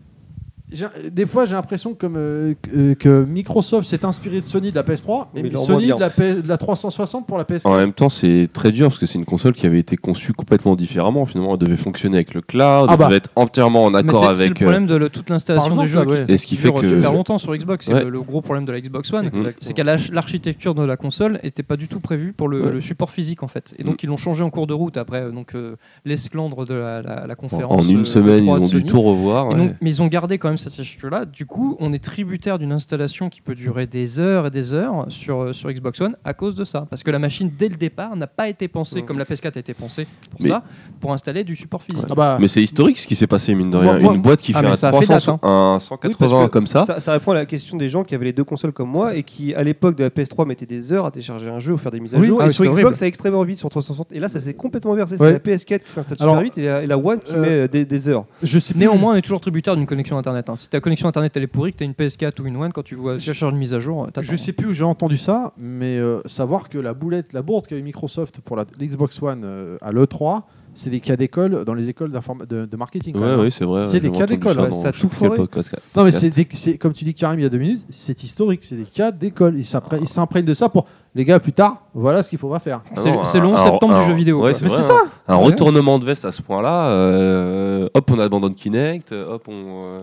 A: j'ai- des fois, j'ai l'impression comme, euh, que, que Microsoft s'est inspiré de Sony de la PS3 et
H: Oui, leur
A: Sony
H: moins bien.
A: de la, PS de la 360 pour la PS4.
E: En même temps, c'est très dur parce que c'est une console qui avait été conçue complètement différemment. Finalement, elle devait fonctionner avec le cloud,
A: Ah bah.
E: elle devait être entièrement en
D: Mais
E: accord
D: c'est- c'est le
E: avec. euh,
D: problème de le- toute l'installation
A: Par
D: du jeu
A: exemple, là, ouais.
E: Et ce qui
D: qui
E: fait
D: dure
E: que.
D: super longtemps sur Xbox. C'est
E: Ouais.
D: le, le gros problème de la Xbox One.
E: Exactement.
D: Mmh. C'est qu'à l'architecture de la console n'était pas du tout prévue pour le,
E: Ouais. Mm.
D: le support physique en fait. Et donc ils l'ont changé en cours de route après euh, donc euh, l'esclandre de la, la- la conférence.
E: En
D: euh,
E: une semaine, ils
D: E3 de
E: ont dû
D: Sony.
E: tout revoir.
D: Et
E: ouais.
D: donc- mais ils ont gardé quand même cette architecture-là. Du coup, on est tributaire d'une installation qui peut durer des heures et des heures sur, euh, sur Xbox One à cause de ça. Parce que la machine, dès le départ, n'a pas été pensée,
H: Mhm.
D: comme la PS4 a été pensée pour
E: Mais-
D: ça, pour installer du support physique.
A: Ah bah,
E: Mais c'est historique ce qui s'est passé, mine de
A: Moi-
E: rien.
A: moi-
E: Une boîte qui
D: Ah,
E: fait
D: mais
E: un,
D: ça a fait
E: 300
D: date, hein.
E: un
H: Oui, parce
E: 180
H: que
E: comme ça.
H: ça répond à la question des gens qui avaient les deux consoles comme moi et qui, à l'époque de la PS3, mettaient des heures à télécharger un jeu ou faire des mises à
D: Oui.
H: jour.
D: Ah
H: et
D: oui,
H: sur
D: c'était
H: Xbox,
D: horrible.
H: ça a extrêmement vite sur 360. Et là, ça s'est complètement versé.
A: Ouais.
H: C'est la PS4 qui s'installe
A: Alors,
H: super vite et la, et la One qui
A: euh,
H: met euh, des, des heures.
A: je sais plus.
D: Néanmoins, on est toujours tributaire d'une connexion internet. hein. Si ta connexion internet elle est pourrie, que t'as une PS4 ou une One, quand tu vois
A: Je-
D: tu cherches une mise à jour, t'as
A: Je sais plus où j'ai entendu ça, mais euh, savoir que la boulette, la bourde qu'a eu Microsoft pour la- l'Xbox One euh, à l'E3, c'est des cas d'école dans les écoles d'informa- de, de marketing. quand
E: Ouais,
A: même. hein.
E: ouais, c'est vrai.
A: C'est
E: j'ai
A: des
E: entendu
A: cas d'école,
E: ça
A: ouais,
E: dans
H: ça a
E: je
H: tout
E: sais plus quel
H: foiré.
E: podcast.
A: Non, mais c'est des- c'est- comme tu dis, Karim, il y a deux minutes, c'est historique, c'est des cas d'école. Ils s'apprè- ils s'imprègnent de ça pour les gars, plus tard, voilà ce qu'il faudra faire.
E: Ah
D: C'est-
E: non,
D: c'est
E: un-
D: le 11
E: un-
D: septembre du
E: un-
D: jeu vidéo,
E: ouais,
D: quoi.
A: Mais c'est
E: vrai, Un, un retournement de veste à ce point-là. euh, hop, on abandonne Kinect. euh, Hop, on. euh,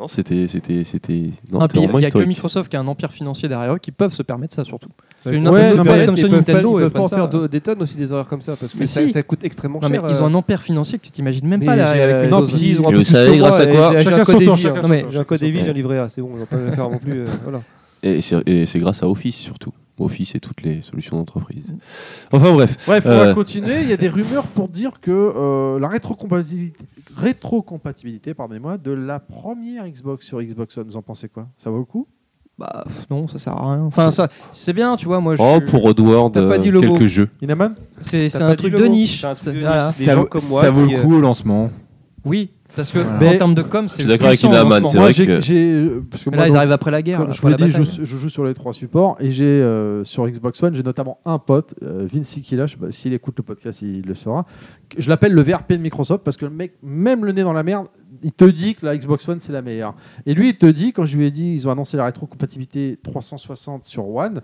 E: Non, c'était, c'était, c'était. Non,
D: Ah,
E: c'était
D: puis Il
E: vraiment
D: n'y a que
E: historique.
D: Microsoft qui a un empire financier derrière eux qui peuvent se permettre ça surtout.
H: Ouais,
D: Une
A: non, mais
D: entreprise
A: ils
D: comme
H: ils
D: Sony
H: peuvent pas,
D: Nintendo,
H: ils
D: ils
H: peuvent
D: prennent
H: pas en
D: ça.
H: faire de- des tonnes aussi des horaires comme ça parce que
D: Mais
H: ça,
D: si.
H: ça coûte extrêmement
D: Non, mais
H: cher.
D: ils
H: euh,
D: ont un empire financier que tu t'imagines même
H: mais
D: pas là,
H: j'ai-
D: avec
H: avec
D: les
H: les
A: non,
D: autres.
A: puis
H: ils auront tout
E: Et vous
H: plus que
E: savez
H: moi,
E: grâce à
H: et
E: quoi
H: j'ai- J'ai
A: Chacun
H: un
A: son
H: code
A: tour,
H: EVI,
A: chacun son
H: hein. Non, mais
D: tour,
H: J'ai un
D: chacun
H: code
D: son
H: EVI, j'ai un
D: tour.
H: livret A, c'est bon, on va pas le faire non plus. euh, voilà.
E: Et c'est, et c'est grâce à Office surtout. Office et toutes les solutions d'entreprise. Enfin bref.
A: Bref, on va
E: Euh.
A: continuer. Il y a des rumeurs pour dire que euh, la rétrocompatibilité, rétrocompatibilité pardonnez-moi, de la première Xbox sur Xbox One, vous en pensez quoi Ça vaut le coup
D: Bah pff, non, ça sert à rien. Enfin ça, c'est bien, tu vois. Moi, je
E: Oh,
D: suis-
E: pour Oddworld,
H: T'as pas
E: euh,
H: dit le mot.
E: quelques jeux.
A: Inaman
D: c'est c'est
H: T'as
D: un
H: pas
D: truc
H: dit le
D: de
H: mot.
D: niche.
H: C'est un truc
D: C'est-
H: de
D: voilà.
H: niche. Des
B: ça
H: gens
B: vaut-
H: comme moi
B: ça vaut
H: qui,
B: le coup au lancement.
D: Oui, parce que
B: Voilà.
A: Mais-
D: en termes de com, c'est
E: suis d'accord avec
D: puissant,
E: Inaman,
D: lancement.
E: c'est
A: Moi,
E: vrai
A: j'ai-
E: que-
A: j'ai euh, parce que
D: Mais
A: moi,
D: Là,
A: donc,
D: ils arrivent après la guerre.
A: Comme
D: là,
A: je vous
D: après
A: l'ai
D: la
A: dit, je,
D: bataille.
A: joue- je joue sur les trois supports et j'ai euh, sur Xbox One, j'ai notamment un pote, euh, Vinci Killa, je sais pas, s'il écoute le podcast, il le saura. que- Je l'appelle le VRP de Microsoft parce que le mec, même le nez dans la merde, il te dit que la Xbox One c'est la meilleure. Et lui, il te dit, quand je lui ai dit, ils ont annoncé la rétrocompatibilité 360 sur One.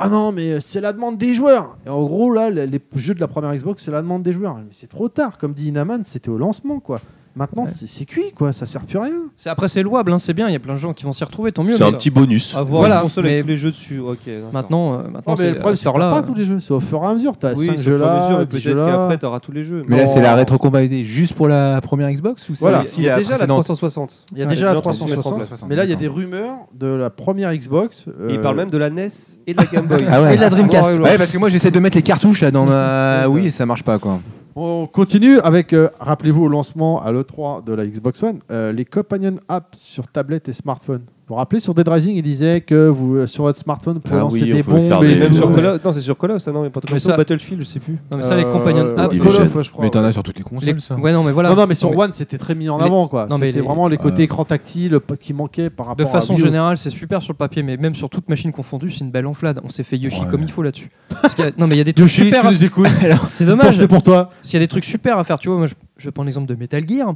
A: Ah non, mais c'est la demande des joueurs. Et en gros, là, les les jeux de la première Xbox, c'est la demande des joueurs. Mais c'est trop tard. Comme dit Inaman, c'était au lancement, quoi. Maintenant,
D: Ouais.
A: c'est- c'est cuit, quoi. Ça sert plus à rien.
D: C'est- Après, c'est louable, hein, c'est bien. Il y a plein de gens qui vont s'y retrouver, tant mieux.
E: C'est un
D: mais-
E: petit bonus.
H: Avoir
D: Voilà,
H: une console avec
D: mais-
H: tous les jeux dessus, ok. d'accord.
D: Maintenant, euh, maintenant,
A: Non, mais
D: c'est-
A: le problème,
D: ça
A: c'est que
D: sort là,
A: t'as pas
D: euh,
A: tous les jeux. C'est au fur et à mesure. T'as
H: oui,
A: 5
H: sur
A: jeux
H: le fur et à mesure,
A: là,
H: et
A: 10 jeux
H: peut-être qu'après,
A: là.
H: t'auras tous les jeux.
B: Mais là,
A: Non.
B: c'est la rétrocompatibilité juste pour la première Xbox ou c'est
A: Voilà.
B: aussi
H: Oh. Il y a déjà la
B: précédente
H: 360.
A: Il y a
H: Ah,
A: déjà
H: les
A: la
H: gens sont mis en
A: 360.
H: place.
A: Mais là, il y a des rumeurs de la première Xbox.
H: Et il
A: euh,
H: parle même de la NES et de la Game Boy.
B: Ah ouais. Et de la
H: Dreamcast.
B: Ouais, parce que moi j'essaie de mettre les cartouches là dans ma.
H: Ouais,
B: oui,
H: ça.
B: et ça marche pas quoi.
A: On continue avec, euh, rappelez-vous, au lancement à l'E3 de la Xbox One, euh, les Companion apps sur tablette et smartphone. Vous vous rappelez, sur Dead Rising, il disait que vous, euh, sur votre smartphone, vous pouvez
E: Ah
A: lancer
E: oui, on
A: des
E: pouvait faire
A: bombes.
E: des-
A: et
H: Même
A: tout.
H: sur
E: Ouais.
H: Call of, non, c'est sur Call of, ça, non, mais pas
D: Mais
H: comme
D: ça-
H: ça. Battlefield, je sais plus.
D: non, mais ça, les
A: Euh,
D: companion apps.
A: Call of,
E: Division.
A: ouais, je crois.
B: Mais t'en as sur toutes les consoles
D: les-
B: ça.
D: Ouais, non, mais voilà.
A: Non, non, mais sur
D: Ouais.
A: One, c'était très mis en
D: Mais-
A: avant, quoi.
D: Non, mais
A: C'était
D: les-
A: vraiment les côtés
B: Euh.
A: écran tactile p- qui manquaient par
D: De
A: rapport à
D: façon
A: Wii U.
D: générale, c'est super sur le papier, mais même sur toute machine confondue, c'est une belle enflade. On s'est fait Yoshi
B: Ouais.
D: comme il faut là-dessus. Parce qu'il y a- Non, mais il y a des trucs
A: Yoshi, si
D: super.
A: tu nous écoutes,
D: C'est
A: pensez
D: dommage.
A: pour toi.
D: S'il y a des trucs super à faire, tu vois, moi je, je vais prendre l'exemple de Metal Gear.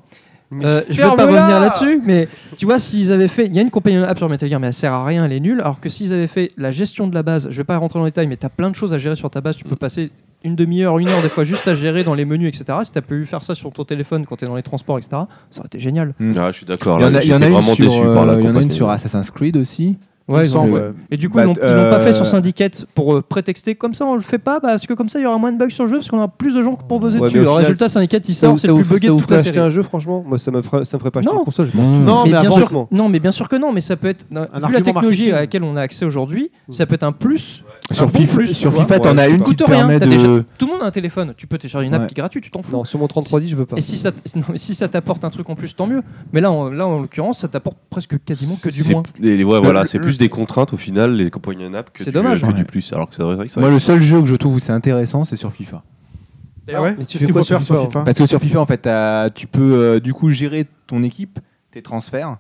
H: Mais
D: Euh, je vais pas
H: ferme-la
D: revenir là-dessus, mais tu vois, s'ils avaient fait. Il y a une compagnie app sur Metal Gear, mais elle sert à rien, elle est nulle. Alors que s'ils avaient fait la gestion de la base, je vais pas rentrer dans les détails, mais t'as plein de choses à gérer sur ta base, tu peux passer une demi-heure, une heure, des fois juste à gérer dans les menus, etc. Si t'as pu faire ça sur ton téléphone quand t'es dans les transports, etc., ça aurait été génial.
E: Ah, je suis d'accord.
B: Il y en
E: là,
B: a, il y en
E: j'étais
B: a une
E: vraiment
B: sur,
E: déçu par la
B: euh, il y en a une
E: compagnie.
B: sur Assassin's Creed aussi.
A: Il me
D: ils ont-
A: semble,
B: ouais.
A: ouais.
D: Et du coup,
B: Bah,
D: ils l'ont- ils l'ont pas
B: euh,
D: fait sur Syndicate pour euh, prétexter comme ça, on le fait pas parce que comme ça il y aura moins de bugs sur le jeu parce qu'on aura plus de gens pour bosser
H: Ouais,
D: dessus.
H: mais au
D: Le
H: final,
D: résultat, Syndicate il sort, c'est le plus bugué de toute la série.
H: acheter un jeu, franchement. Moi, ça me ferait, ça me ferait pas acheter
D: Non.
H: une console. je-
B: Hmm.
A: Non,
D: mais
A: mais
D: bien
A: avant,
D: sûr-
H: franchement.
D: non, mais bien sûr que non, mais ça peut être. non, vu
A: argument
D: la technologie
A: marketing.
D: à laquelle on a accès aujourd'hui, ça peut être un plus.
B: Sur
D: Un bon
B: FIFA,
D: plus, tu
B: sur
D: vois.
B: FIFA,
H: Ouais,
B: t'en
H: je
B: as
H: sais
B: une
H: pas.
B: qui te
D: Coûte rien,
B: permet
D: hein, t'as
B: de.
D: déjà- Tout le monde a un téléphone, tu peux télécharger une app
B: Ouais.
D: qui est gratuite, tu t'en fous.
H: Non, sur mon 3310, je veux pas.
D: Et si ça, t- non, mais si ça t'apporte un truc en plus, tant mieux. Mais là, en, là, en l'occurrence, ça t'apporte presque quasiment que du
E: C'est-
D: moins.
E: les- les- ouais, voilà,
B: le-
E: c'est
B: le-
E: plus des contraintes au final, les compagnon app que,
D: C'est
E: du,
D: dommage.
E: que
B: Ouais.
E: du plus. Alors que c'est vrai que ça
B: Moi, le seul jeu que je trouve où c'est intéressant, c'est sur FIFA.
A: Ah ouais
H: Mais tu
A: Qu'est-ce
H: fais
A: qu'il
H: quoi
A: faut
H: sur
A: faire sur
H: FIFA,
A: FIFA
B: Parce que sur FIFA, en fait, t'as- tu peux euh, du coup gérer ton équipe, tes transferts.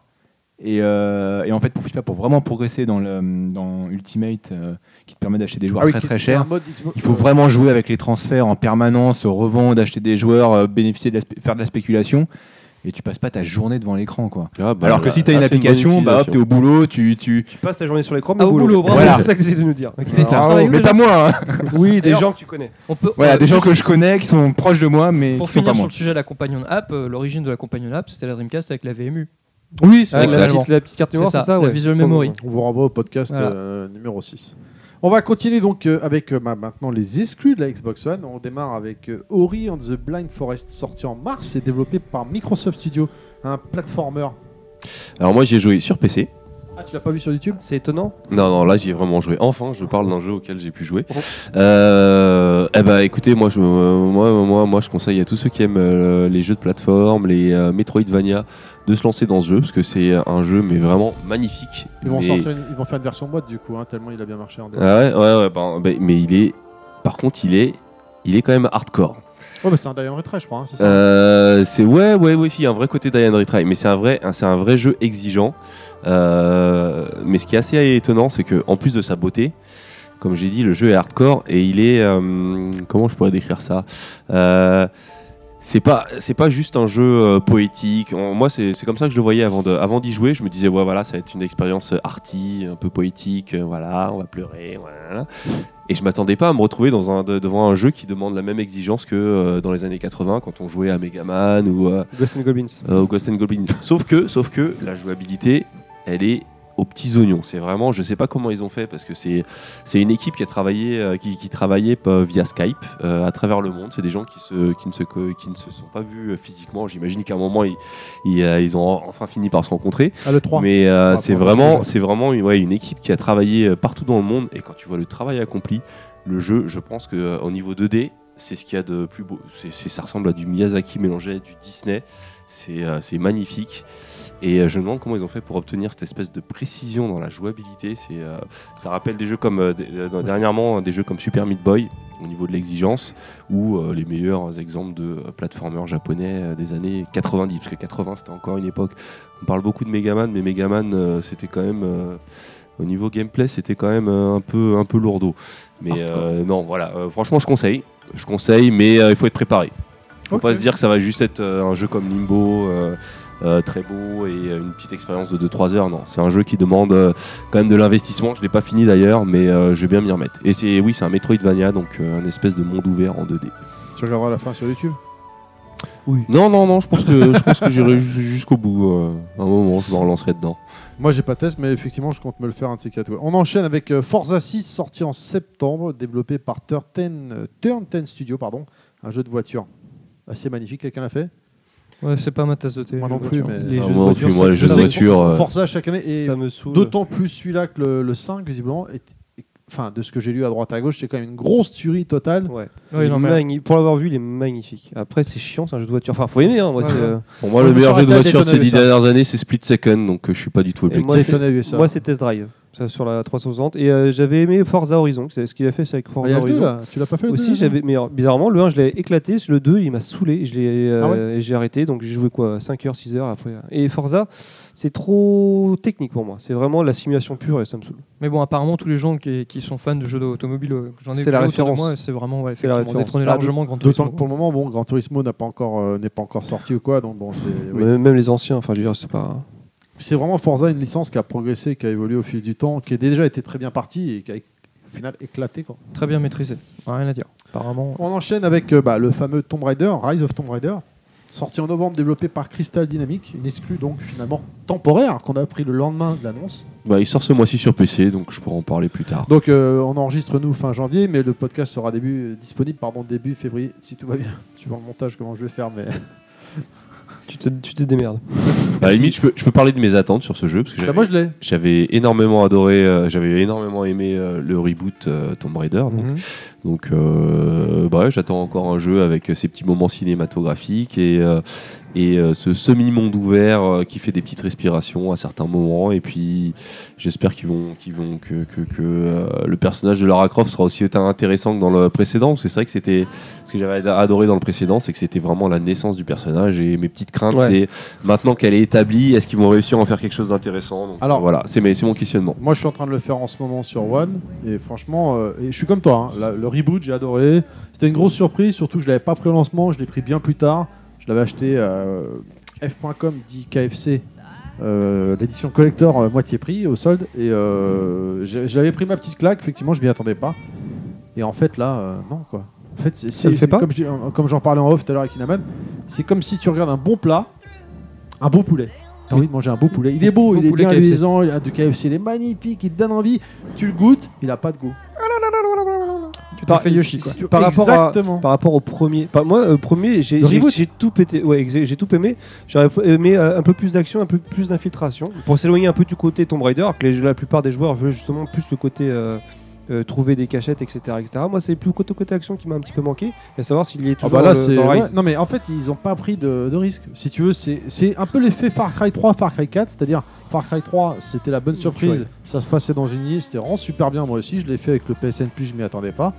B: Et, euh, et en fait, pour FIFA, pour vraiment progresser dans, le, dans Ultimate, euh, qui te permet d'acheter des joueurs
A: Ah oui,
B: très
A: qui-
B: très
A: qui a un
B: chers,
A: mode Xbox-
B: il faut vraiment jouer avec les transferts en permanence, revendre, acheter des joueurs, euh, bénéficier de la spé- faire de la spéculation. et tu passes pas ta journée devant l'écran quoi.
E: Ah, bah,
B: Alors que
E: là,
B: si tu as
E: là,
B: une
E: c'est bonne
B: application, bah hop, t'es au boulot, tu. tu...
H: Tu passes ta journée sur l'écran, mais
D: Ah, au boulot, bravo,
B: Voilà.
H: C'est ça que j'essaie de nous dire.
D: Fais ça.
B: Ah,
D: Travaille où,
B: mais
D: déjà
B: pas moi hein.
H: Oui, des
D: D'ailleurs-
H: gens que tu connais.
D: On peut,
B: Voilà,
D: euh,
B: des gens
D: juste
B: que je connais qui sont proches de moi, mais
D: Pour
B: qui sont pas
D: finir sur
B: moi.
D: le sujet de la compagnon app, euh, l'origine de la compagnon app, c'était la Dreamcast avec la VMU.
B: Oui,
D: Ah,
B: vrai.
D: la- Exactement.
H: petite carte
D: C'est ça, la visual memory.
A: On vous renvoie au podcast
D: Voilà.
A: euh, numéro 6. On va continuer donc euh, avec euh, bah, maintenant les exclus de la Xbox One. On démarre avec euh, Ori and the Blind Forest, sorti en mars et développé par Microsoft Studio, un platformer.
E: Alors moi j'ai joué sur PC.
A: Ah, tu l'as pas vu sur YouTube
H: C'est étonnant.
E: Non, non, là j'y ai vraiment joué. Enfin, je parle d'un jeu auquel j'ai pu jouer.
D: Oh.
E: Euh, eh ben, écoutez, moi je, euh, moi, moi, moi, je conseille à tous ceux qui aiment euh, les jeux de plateforme, les euh, Metroidvania, de se lancer dans ce jeu parce que c'est un jeu mais vraiment magnifique.
A: ils vont,
E: Mais-
A: sortir une- ils vont faire une version boîte du coup, hein, tellement il a bien marché en démo.
E: Ah ouais, ouais, ouais, ben, ben, mais il est, par contre, il est, il est quand même hardcore.
A: Ouais, mais c'est un Dying Retry, je crois, hein, c'est ça
E: Euh, c'est ouais, ouais, ouais, si, il y a un vrai côté Diane Retry, mais c'est un vrai, un- c'est un vrai jeu exigeant. Euh, mais ce qui est assez étonnant, c'est que en plus de sa beauté, comme j'ai dit, le jeu est hardcore et il est, euh, comment je pourrais décrire ça Euh, c'est pas, c'est pas juste un jeu euh, poétique. En- moi, c'est c'est comme ça que je le voyais avant de- avant d'y jouer. Je me disais, ouais, voilà, ça va être une expérience euh, arty, un peu poétique. euh, voilà, on va pleurer. Voilà. Et je m'attendais pas à me retrouver dans un, de- devant un jeu qui demande la même exigence que euh, dans les années 80 quand on jouait à Megaman ou euh,
H: Ghost and Goblins.
E: euh, au Ghost and Goblins. Sauf que, sauf que la jouabilité, elle est aux petits oignons. C'est vraiment, je sais pas comment ils ont fait parce que c'est c'est une équipe qui a travaillé, euh, qui, qui travaillait euh, via Skype euh, à travers le monde. C'est des gens qui se qui ne se co- qui ne se sont pas vus euh, physiquement. J'imagine qu'à un moment ils ils, euh, ils ont enfin fini par se rencontrer.
A: Ah, le 3.
E: Mais euh,
A: Trois
E: c'est
A: points,
E: vraiment,
A: parce
E: c'est vraiment une- ouais, une équipe qui a travaillé euh, partout dans le monde. Et quand tu vois le travail accompli, le jeu, je pense que euh, au niveau 2D, c'est ce qu'il y a de plus beau. C'est, c'est- ça ressemble à du Miyazaki mélangé à du Disney. C'est, euh, c'est magnifique. Et euh, je me demande comment ils ont fait pour obtenir cette espèce de précision dans la jouabilité. C'est, euh, ça rappelle des jeux comme euh, des- euh, dernièrement des jeux comme Super Meat Boy au niveau de l'exigence ou euh, les meilleurs exemples de euh, platformers japonais euh, des années 90 parce que 80 c'était encore une époque on parle beaucoup de Megaman, mais Megaman, euh, c'était quand même. euh, au niveau gameplay, c'était quand même euh, un peu, un peu lourdeau. Mais euh, non, voilà. euh, franchement, je conseille. Je conseille, mais euh, il faut être préparé. Faut
A: Ok.
E: pas se dire que ça va juste être euh, un jeu comme Limbo, euh, euh, très beau et euh, une petite expérience de 2-3 heures. Non, c'est un jeu qui demande euh, quand même de l'investissement. Je l'ai pas fini d'ailleurs, mais euh, je vais bien m'y remettre. Et c'est, oui, c'est un Metroidvania, donc euh, un espèce de monde ouvert en 2D.
A: Tu regarderas la fin sur YouTube
E: Non, non, non, je pense que, je pense que j'irai ju- jusqu'au bout. euh, un moment, je me relancerai dedans.
A: Moi, j'ai pas test, mais effectivement, je compte me le faire un de ces quatre. ouais. On enchaîne avec euh, Forza 6, sorti en septembre, développé par Turn 10 Turn 10 Studio, pardon, un jeu de voiture. Assez magnifique, quelqu'un l'a fait
D: Ouais, c'est pas ma tasse de thé.
A: Moi
D: les
A: non
D: jeux de
A: plus,
D: voiture.
A: mais-
D: Les
E: Ah,
D: jeux de
E: moi non
D: voiture,
E: plus, moi,
D: c'est-
E: les jeux de
D: c'est-
A: Je sais que
E: voiture,
A: For-
E: euh,
A: Forza chaque année, et
H: Ça me saoule.
A: d'autant plus celui-là que le, le 5, visiblement, est- est- enfin, de ce que j'ai lu à droite à gauche, c'est quand même une grosse tuerie totale.
H: Ouais.
D: Ouais,
H: Il
D: non,
H: est
D: mais-
H: magni- Pour l'avoir vu, il est magnifique. Après, c'est chiant, c'est un jeu de voiture. Enfin, faut aimer. Hein, moi,
A: Ouais,
H: c'est,
A: ouais.
H: euh,
E: Pour moi,
A: Ouais,
E: le
A: mais
E: meilleur
A: ça
E: jeu de
A: aurait été
E: voiture de ces
A: étonnant,
E: dix
A: ça.
E: dernières années, c'est Split Second, donc euh, je suis pas du
H: Et
E: tout objectif.
H: moi,
A: J'ai
H: c'est-
A: étonné, oui, ça.
H: moi, c'est Test Drive. Ça, sur la 360. Et euh, j'avais aimé Forza Horizon. C'est ce qu'il a fait c'est avec
A: Ah, il y
H: Forza
A: a le deux,
H: Horizon.
A: là. Tu l'as pas fait le deux,
H: Aussi,
A: là
H: j'avais, mais alors, bizarrement, le 1, je l'ai éclaté. Le 2, il m'a saoulé. Je l'ai, euh,
A: Ah
H: et j'ai arrêté. Donc, j'ai joué quoi 5 heures, 6 heures après. Et Forza, c'est trop technique pour moi. C'est vraiment la simulation pure et ça me saoule.
D: Mais bon, apparemment, tous les gens qui, qui sont fans de jeux d'automobile, euh, j'en ai
H: C'est
D: vu
H: la
D: autour de
H: référence.
D: moi, C'est vraiment, ouais,
H: C'est la
D: effectivement,
H: référence.
D: détrôner
A: Alors,
D: largement Grand
A: D'autant
D: Turismo.
A: que pour le moment, bon, Gran Turismo n'a pas encore, euh, n'est pas encore sorti ou quoi, donc bon, c'est. oui.
H: Mais Même les anciens, enfin, je veux dire, c'est pas.
A: C'est vraiment Forza, une licence qui a progressé, qui a évolué au fil du temps, qui a déjà été très bien partie et qui a au final éclaté. Quoi.
D: Très bien maîtrisé. Rien à dire. Apparemment.
A: On enchaîne avec euh, bah, le fameux Tomb Raider, Rise of Tomb Raider, sorti en novembre, développé par Crystal Dynamics, une exclue donc finalement temporaire qu'on a pris le lendemain de l'annonce.
E: Bah, il sort ce mois-ci sur PC, donc je pourrai en parler plus tard.
A: Donc euh, on enregistre nous fin janvier, mais le podcast sera début, euh, disponible pardon, début février, si tout va bien. Tu vois le montage, comment je vais faire, mais.
H: Tu te, tu te démerdes.
E: À la Bah, limite, je peux, je peux parler de mes attentes sur ce jeu, parce que
A: Bah,
E: j'avais-
A: moi je l'ai.
E: j'avais énormément adoré, euh, j'avais énormément aimé euh, le reboot euh, Tomb Raider. Donc, donc, euh, bah ouais, j'attends encore un jeu avec euh, ses petits moments cinématographiques et, euh, et euh, ce semi-monde ouvert euh, qui fait des petites respirations à certains moments. Et puis, j'espère qu'ils vont, qu'ils vont que, que, que, euh, le personnage de Lara Croft sera aussi intéressant que dans le précédent. Parce que c'est vrai que c'était ce que j'avais ad- adoré dans le précédent, c'est que c'était vraiment la naissance du personnage. Et mes petites craintes,
H: Ouais.
E: c'est maintenant qu'elle est établie, est-ce qu'ils vont réussir à en faire quelque chose d'intéressant Donc,
A: Alors-
E: euh, voilà, c'est mes- c'est mon questionnement.
A: Moi, je suis en train de le faire en ce moment sur One, et franchement, euh, et je suis comme toi. hein, la- le reboot, j'ai adoré. C'était une grosse surprise, surtout que je l'avais pas pris au lancement, je l'ai pris bien plus tard. Je l'avais acheté euh, F.com dit KFC, euh, l'édition collector euh, moitié prix au solde. Et euh, j'ai- j'avais pris ma petite claque, effectivement, je m'y attendais pas. Et en fait, là, euh, non, quoi. En fait, c'est- c'est
C: le fait
A: c'est
C: pas
A: comme je dis- en- comme j'en parlais en off tout à l'heure avec Inaman, c'est comme si tu regardes un bon plat, un beau poulet. T'as envie de manger un beau poulet. Il est beau,
C: Bon
A: il est
C: poulet
A: bien
C: KFC.
A: luisant, il a du KFC, il est magnifique, il te donne envie. Tu le goûtes, il a pas de goût.
C: Tu
A: Par-
C: fais Yoshi, quoi.
A: si- si-
C: Par rapport à-
A: Exactement.
C: par rapport au premier. par- moi, euh, premier, j'ai
A: Le
C: j'ai-
A: reboot.
C: j'ai tout pété. Ouais, exa- j'ai tout aimé. J'aurais aimé euh, un peu plus d'action, un peu plus d'infiltration. Pour s'éloigner un peu du côté Tomb Raider, que les- la plupart des joueurs veulent justement plus le côté. euh, euh, trouver des cachettes, etc. etc. Moi, c'est plus côté, côté action qui m'a un petit peu manqué. Et à savoir s'il y est
A: Ah
C: toujours
A: bah là,
C: euh,
A: c'est.
C: dans Rise.
A: ouais, non, mais en fait, ils ont pas pris de, de risque. Si tu veux, c'est c'est un peu l'effet Far Cry 3, Far Cry 4. C'est-à-dire, Far Cry 3, c'était la bonne surprise.
C: Ouais.
A: Ça se passait dans une île, c'était vraiment super bien. Moi aussi, je l'ai fait avec le PSN, plus je m'y attendais pas.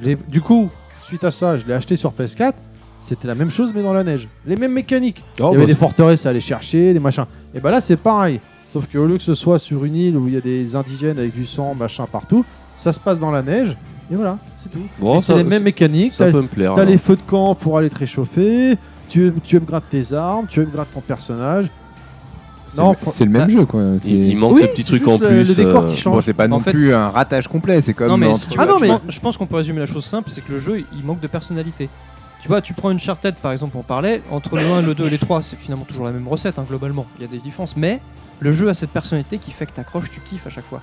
A: Je l'ai- du coup, suite à ça, je l'ai acheté sur PS4. C'était la même chose, mais dans la neige. Les mêmes mécaniques. il y
E: Oh, bah,
A: avait des forteresses à aller chercher, des machins. Et bah là, c'est pareil. Sauf qu'au lieu que ce soit sur une île où il y a des indigènes avec du sang, machin partout, ça se passe dans la neige. Et voilà, c'est tout.
E: bon,
A: Et c'est
E: ça-
A: les mêmes mécaniques.
E: Ça
A: t'as-
E: peut me plaire. hein.
A: T'as
E: alors.
A: les feux de camp pour aller te réchauffer, tu, tu upgrades tes armes, tu upgrades ton personnage.
B: C'est
A: Non,
B: le-
A: fran-
B: c'est le même
D: Bah,
B: jeu, quoi. C'est-
E: Il, il manque
A: Oui,
E: ce petit
A: c'est
E: truc
A: juste
E: en
A: le-
E: plus. euh,
A: le décor qui change.
B: Bon, c'est pas non
D: fait-
B: plus un ratage complet, c'est comme
D: Non, mais
B: entre-
D: si tu
A: Ah
D: veux,
A: non,
D: je
A: mais-
D: pense- je pense qu'on peut résumer la chose simple, c'est que le jeu, il manque de personnalité. Tu vois, tu prends une Uncharted, par exemple, on parlait, entre le 1, le 2 et les 3, c'est finalement toujours la même recette, hein, globalement. Il y a des différences, mais le jeu a cette personnalité qui fait que t'accroches, tu kiffes à chaque fois.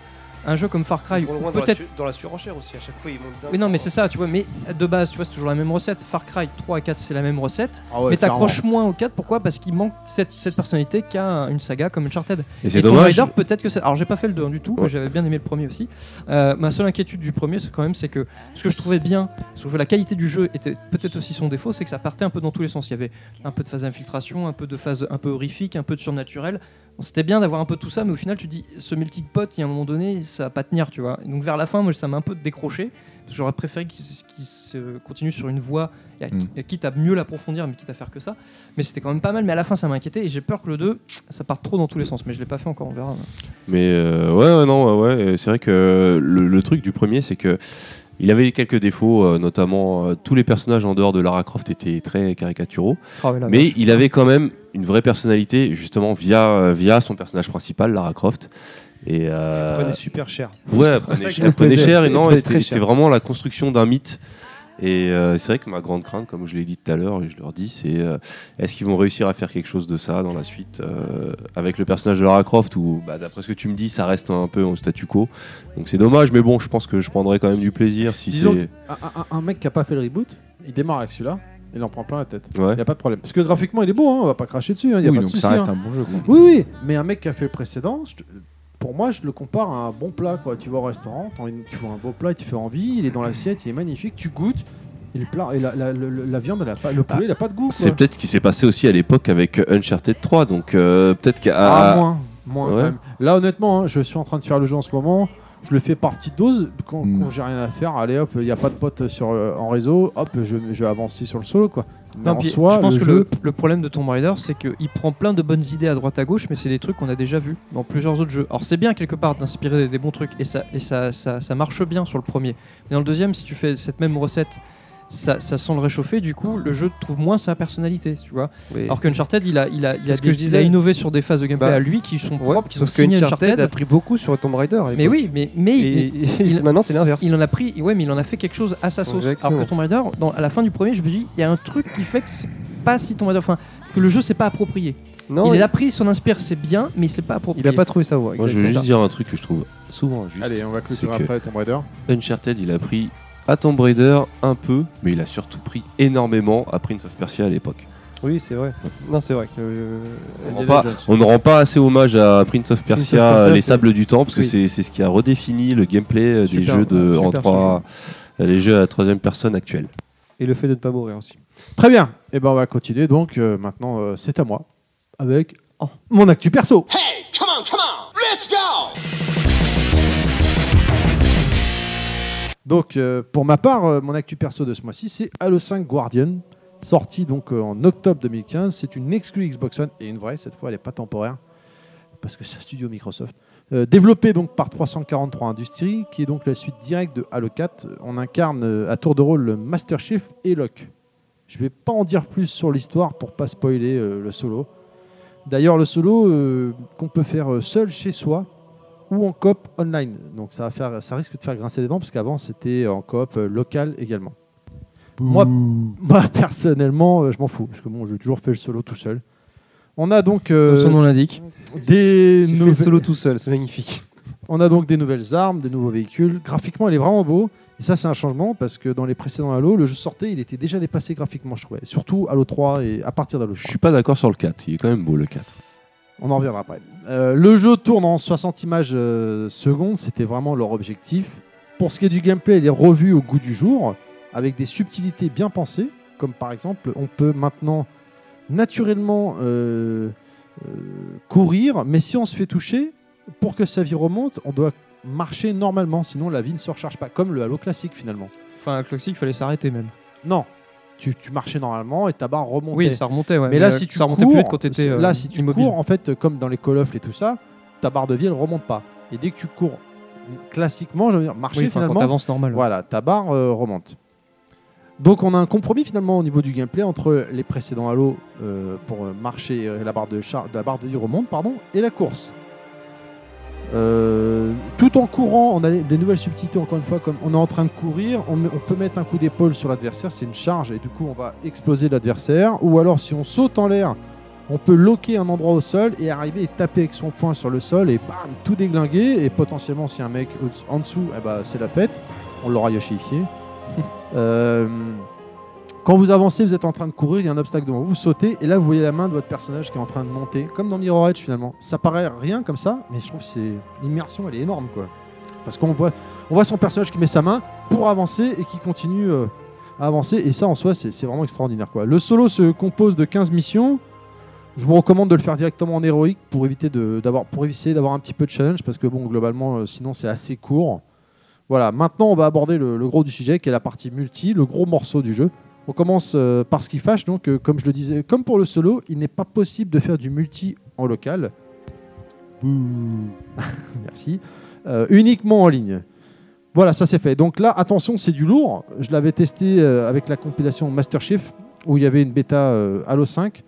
D: Un jeu comme Far Cry,
H: Ils vont
D: ou
H: loin dans la,
D: peut-être...
H: su- dans la surenchère aussi. À chaque fois, ils montent. d'un hein.
D: Oui, non, mais
H: cran.
D: c'est ça, tu vois, mais de base, tu vois, c'est toujours la même recette. Far Cry 3 et 4, c'est la même recette,
A: Ah ouais,
D: mais
A: clairement.
D: t'accroches moins au 4, pourquoi Parce qu'il manque cette, cette personnalité qu'a une saga comme Uncharted.
E: Et
D: Et
E: c'est
D: Tomb
E: dommage.
D: Raider, peut-être que c'est. Alors, j'ai pas fait le 2 du tout, mais
E: Ouais.
D: j'avais bien aimé le premier aussi. Euh, ma seule inquiétude du premier, c'est quand même, c'est que ce que je trouvais bien, ce que je- la qualité du jeu était peut-être aussi son défaut, c'est que ça partait un peu dans tous les sens. Il y avait un peu de phase d'infiltration, un peu de phase un peu horrifique, un peu de surnaturel. Bon, C'était bien d'avoir un peu tout ça, mais au final, tu dis, ce multi pot, il y a un moment donné, ça va pas tenir, tu vois. Et donc, vers la fin, moi, ça m'a un peu décroché. parce que J'aurais préféré qu'il s- qu'il se continue sur une voie, et à-
E: Hmm.
B: Mm.
D: quitte à mieux l'approfondir, mais quitte à faire que ça. Mais c'était quand même pas mal, mais à la fin ça m'inquiétait et j'ai peur que le 2 ça parte trop dans tous les sens. Mais je l'ai pas fait encore, on verra.
E: Mais euh, ouais, ouais, non, ouais, ouais, euh, c'est vrai que le, le truc du premier, c'est que il avait quelques défauts, euh, notamment euh, tous les personnages en dehors de Lara Croft étaient très caricaturaux.
C: Ah,
E: mais il avait quand même une vraie personnalité, justement via euh, via son personnage principal, Lara Croft. Et euh,
H: Prenez super cher.
E: ouais, elle
A: ça
E: prenait,
A: qui
E: cher-
A: nous
E: elle prenait
A: plaisait.
E: cher. Et
A: Elle
E: non,
A: prenait
E: et
A: très
E: c'était c'était
A: cher.
E: vraiment la construction d'un mythe. Et euh, c'est vrai que ma grande crainte, comme je l'ai dit tout à l'heure, et je leur dis, c'est euh, est-ce qu'ils vont réussir à faire quelque chose de ça dans la suite euh, avec le personnage de Lara Croft ou bah, d'après ce que tu me dis, ça reste un peu en statu quo. Donc c'est dommage, mais bon, je pense que je prendrai quand même du plaisir si
A: Disons
E: c'est.
A: Un, un- un mec qui a pas fait le reboot, il démarre avec celui-là, il en prend plein la tête.
E: Ouais.
A: Il y a pas de problème. Parce que graphiquement, il est beau, hein, on va pas cracher dessus, hein, il y a
B: Oui,
A: pas de
B: donc
A: souci.
B: ça reste
A: hein.
B: un bon jeu. quoi.
A: Oui, oui, mais un mec qui a fait le précédent, je te- pour moi, je le compare à un bon plat. Quoi. Tu vas au restaurant, t'as envie de- tu vois un beau plat, il te fait envie, il est dans l'assiette, il est magnifique, tu goûtes, et, le plat, et la, la- le- le- la viande, elle a pas, le poulet, il a pas de goût.
E: C'est
A: quoi.
E: peut-être ce qui s'est passé aussi à l'époque avec Uncharted 3, donc euh, peut-être qu'à.
A: Ah, moins, moins
E: Ouais.
A: quand même. Là, honnêtement, hein, je suis en train de faire le jeu en ce moment. Je le fais par petite dose. Quand,
B: Mm.
D: Hmm.
A: quand j'ai rien à faire, allez hop, il n'y a pas de potes sur, euh, en réseau, hop, je, je vais avancer sur le solo quoi. Mais
D: Non,
A: en
D: puis,
A: soi,
D: je pense
A: le
D: que
A: jeu-
D: le, le problème de Tomb Raider, c'est qu'il prend plein de bonnes idées à droite à gauche, mais c'est des trucs qu'on a déjà vus dans plusieurs autres jeux. Alors c'est bien quelque part d'inspirer des, des bons trucs, et, ça, et ça, ça, ça marche bien sur le premier. Mais dans le deuxième, si tu fais cette même recette, ça, ça sent le réchauffer, du coup le jeu trouve moins sa personnalité, tu vois.
I: Oui.
D: Alors qu'Uncharted, il a, il a, il
I: C'est
D: a,
I: ce
D: des-
I: que je
D: il a
I: disais.
D: innové sur des phases de gameplay
I: Bah,
D: à lui qui sont
I: Ouais,
D: propres, qui sont
I: sauf que
D: signées
I: Uncharted
D: Uncharted.
I: a pris beaucoup sur Tomb Raider. à
D: Mais
I: l'époque.
D: oui, mais, mais
I: Et, et-
D: il-
I: maintenant, c'est l'inverse.
D: Il en a pris, ouais, mais il en a fait quelque chose à sa sauce.
I: Exactement.
D: Alors que Tomb Raider, dans- à la fin du premier, je me dis, il y a un truc qui fait que c'est pas si Tomb Raider, enfin, que le jeu c'est pas approprié.
I: Non,
D: il,
I: il,
D: a pris, il s'en inspire, c'est bien, mais c'est pas approprié.
I: il a pas trouvé sa voix.
E: Moi, je
I: exactement.
E: veux juste dire un truc que je trouve souvent juste.
A: Allez, on va clôturer
E: c'est que-
A: après Tomb Raider.
E: Uncharted, il a pris à Tomb Raider un peu, mais il a surtout pris énormément à Prince of Persia à l'époque.
I: Oui, c'est vrai. Non, c'est vrai que. euh,
E: On
A: Indiana
E: rend pas-
A: Jones.
E: On ne rend pas assez hommage à Prince of Persia,
I: Prince of Persia,
E: les
I: c'est-
E: sables du temps, parce que
I: oui.
E: c'est c'est ce qui a redéfini le gameplay euh, des
I: Super,
E: jeux de,
I: super
E: en
I: ce
E: trois, euh, les jeux à la troisième personne actuelle.
I: Et le fait de ne pas mourir aussi.
A: Très bien. Et ben on va continuer donc euh, maintenant euh, c'est à moi avec mon actu perso. Donc euh, pour ma part, euh, mon actu perso de ce mois-ci, c'est Halo 5 Guardian, sorti donc euh, en octobre 2015. C'est une exclue Xbox One et une vraie cette fois, elle n'est pas temporaire parce que c'est un studio Microsoft. Euh, développé donc par 343 Industries, qui est donc la suite directe de Halo 4. On incarne euh, à tour de rôle le Master Chief et Locke. Je vais pas en dire plus sur l'histoire pour pas spoiler euh, le solo. D'ailleurs, le solo euh, qu'on peut faire euh, seul chez soi ou en coop online. Donc ça, va faire, ça risque de faire grincer des dents parce qu'avant c'était en coop euh, local également. Moi, moi, personnellement, euh, je m'en fous parce que bon, j'ai toujours fait le solo tout seul. On a donc euh,
D: Son nom l'indique.
A: des
H: J'ai fait le
A: nouvelles-
H: solo tout seul, c'est magnifique.
A: on a donc des nouvelles armes, des nouveaux véhicules. Graphiquement, il est vraiment beau. Et ça, c'est un changement parce que dans les précédents Halo, le jeu sortait, il était déjà dépassé graphiquement, je trouvais. Surtout Halo 3 et à partir d'Halo 3.
E: Je suis pas d'accord sur le 4. Il est quand même beau le 4.
A: On en reviendra après. Euh, le jeu tourne en 60 images euh, secondes, c'était vraiment leur objectif. Pour ce qui est du gameplay, il est revu au goût du jour, avec des subtilités bien pensées, comme par exemple, on peut maintenant naturellement euh, euh, courir, mais si on se fait toucher, pour que sa vie remonte, on doit marcher normalement, sinon la vie ne se recharge pas, comme le Halo classique finalement.
D: Enfin, un classique, il fallait s'arrêter même.
A: Non, tu, tu marchais normalement et ta barre remontait.
D: Oui, ça remontait, ouais. Euh,
A: Mais là, si tu
D: ça remontait
A: cours,
D: plus vite quand t'étais
A: c'est-
D: euh,
A: là, si tu
D: immobile.
A: cours, en fait, euh, comme dans les Call of et tout ça, ta barre de vie elle remonte pas. Et dès que tu cours, classiquement, je veux dire, marcher
D: Oui, enfin, quand
A: finalement,
D: t'avances normal.
A: voilà, ta barre euh, remonte. Donc on a un compromis finalement au niveau du gameplay entre les précédents Halo euh, pour euh, marcher euh, la barre de char- la barre de vie remonte pardon et la course. Euh, tout en courant, on a des nouvelles subtilités encore une fois comme on est en train de courir, on, met- on peut mettre un coup d'épaule sur l'adversaire, c'est une charge et du coup on va exploser l'adversaire ou alors si on saute en l'air, on peut loquer un endroit au sol et arriver et taper avec son poing sur le sol et bam tout déglinguer et potentiellement si un mec au- en dessous, eh ben, c'est la fête on l'aura yoshifié. Euh, quand vous avancez, vous êtes en train de courir, il y a un obstacle devant vous, vous sautez, et là vous voyez la main de votre personnage qui est en train de monter, comme dans Mirror Edge finalement. Ça paraît rien comme ça, mais je trouve que c'est l'immersion, elle est énorme quoi. Parce qu'on voit, on voit son personnage qui met sa main pour avancer et qui continue euh, à avancer, et ça en soi c'est c'est vraiment extraordinaire quoi. Le solo se compose de 15 missions. Je vous recommande de le faire directement en héroïque pour éviter de- d'avoir pour essayer d'avoir un petit peu de challenge parce que bon globalement euh, sinon c'est assez court. Voilà, maintenant on va aborder le, le gros du sujet qui est la partie multi, le gros morceau du jeu. On commence euh, par ce qui fâche, donc euh, comme je le disais, comme pour le solo, il n'est pas possible de faire du multi en local. Merci. Euh, uniquement en ligne. Voilà, ça c'est fait. Donc là, attention, c'est du lourd. Je l'avais testé euh, avec la compilation Master Chief où il y avait une bêta euh, Halo 5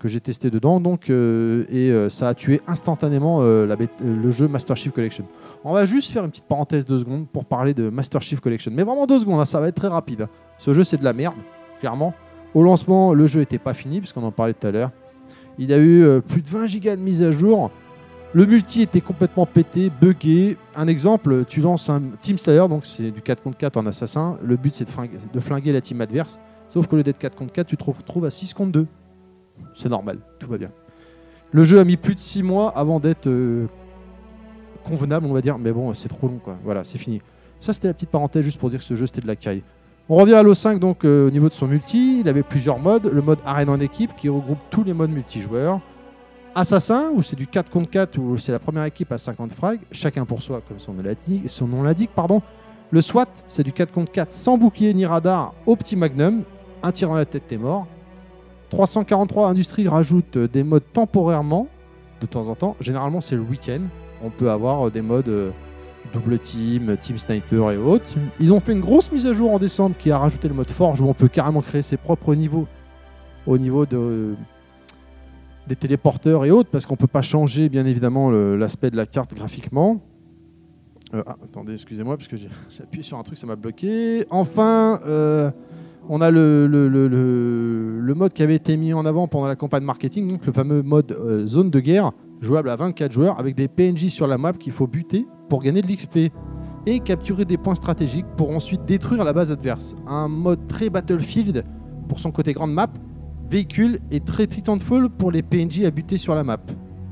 A: que j'ai testé dedans, donc euh, et euh, ça a tué instantanément euh, la bêta- euh, le jeu Master Chief Collection. On va juste faire une petite parenthèse deux secondes pour parler de Master Chief Collection. Mais vraiment deux secondes, hein, ça va être très rapide. Ce jeu, c'est de la merde, clairement. Au lancement, le jeu n'était pas fini, puisqu'on en parlait tout à l'heure. Il y a eu euh, plus de 20 gigas de mise à jour. Le multi était complètement pété, buggé. Un exemple, tu lances un Team Slayer, donc c'est du 4 contre 4 en assassin. Le but, c'est de, fringuer- de flinguer la team adverse. Sauf qu'au lieu d'être 4 contre 4, tu te retrouves à 6 contre 2. C'est normal, tout va bien. Le jeu a mis plus de 6 mois avant d'être euh, convenable, on va dire, mais bon, c'est trop long, quoi. Voilà, c'est fini. Ça, c'était la petite parenthèse juste pour dire que ce jeu, c'était de la caille. On revient à Halo 5, donc euh, au niveau de son multi, il avait plusieurs modes. Le mode arène en équipe qui regroupe tous les modes multijoueurs. Assassin, où c'est du 4 contre 4, où c'est la première équipe à 50 frags, chacun pour soi, comme son nom l'indique. son nom l'indique, pardon. Le SWAT, c'est du 4 contre 4 sans bouclier ni radar au petit magnum. Un tir dans la tête, t'es mort. 343 Industrie rajoute euh, des modes temporairement, de temps en temps. Généralement, c'est le week-end on peut avoir euh, des modes euh, double team, team sniper et autres. Ils ont fait une grosse mise à jour en décembre qui a rajouté le mode forge où on peut carrément créer ses propres niveaux au niveau de, euh, des téléporteurs et autres parce qu'on peut pas changer bien évidemment le- l'aspect de la carte graphiquement. Euh, ah, attendez, excusez-moi parce que j'ai j'ai appuyé sur un truc, ça m'a bloqué. Enfin, euh, on a le, le- le- le- le mode qui avait été mis en avant pendant la campagne marketing, donc le fameux mode euh, zone de guerre jouable à 24 joueurs avec des PNJ sur la map qu'il faut buter pour gagner de l'XP et capturer des points stratégiques pour ensuite détruire la base adverse. Un mode très Battlefield pour son côté grande map, véhicule et très Titanfall pour les PNJ à buter sur la map.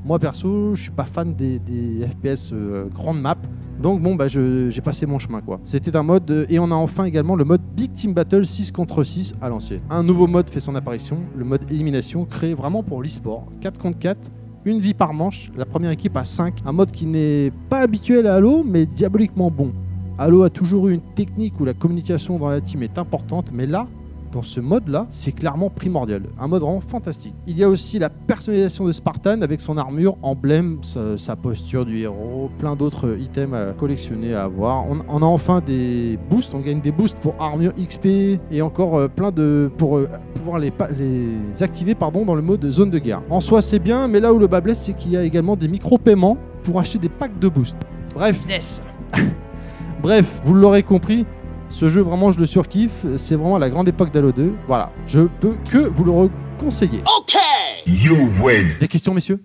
A: Moi perso, je suis pas fan des, des FPS euh, grande map, donc bon bah je- j'ai passé mon chemin quoi. C'était un mode euh, et on a enfin également le mode Big Team Battle 6 contre 6 à l'ancienne. Un nouveau mode fait son apparition, le mode élimination créé vraiment pour l'e-sport, 4 contre 4 une vie par manche, la première équipe à 5, un mode qui n'est pas habituel à Halo, mais diaboliquement bon. Halo a toujours eu une technique où la communication dans la team est importante, mais là, dans ce mode-là, c'est clairement primordial. Un mode vraiment fantastique. Il y a aussi la personnalisation de Spartan avec son armure, emblème, sa, sa posture du héros, plein d'autres items à collectionner, à avoir. On, on a enfin des boosts, on gagne des boosts pour armure XP et encore euh, plein de... pour euh, pouvoir les, pa- les activer pardon, dans le mode zone de guerre. En soi, c'est bien, mais là où le bas blesse, c'est qu'il y a également des micro-paiements pour acheter des packs de boosts. Bref,
D: Business.
A: Bref, vous l'aurez compris, ce jeu vraiment je le surkiffe, c'est vraiment la grande époque d'Halo 2. Voilà, je peux que vous le reconseiller. OK Des questions messieurs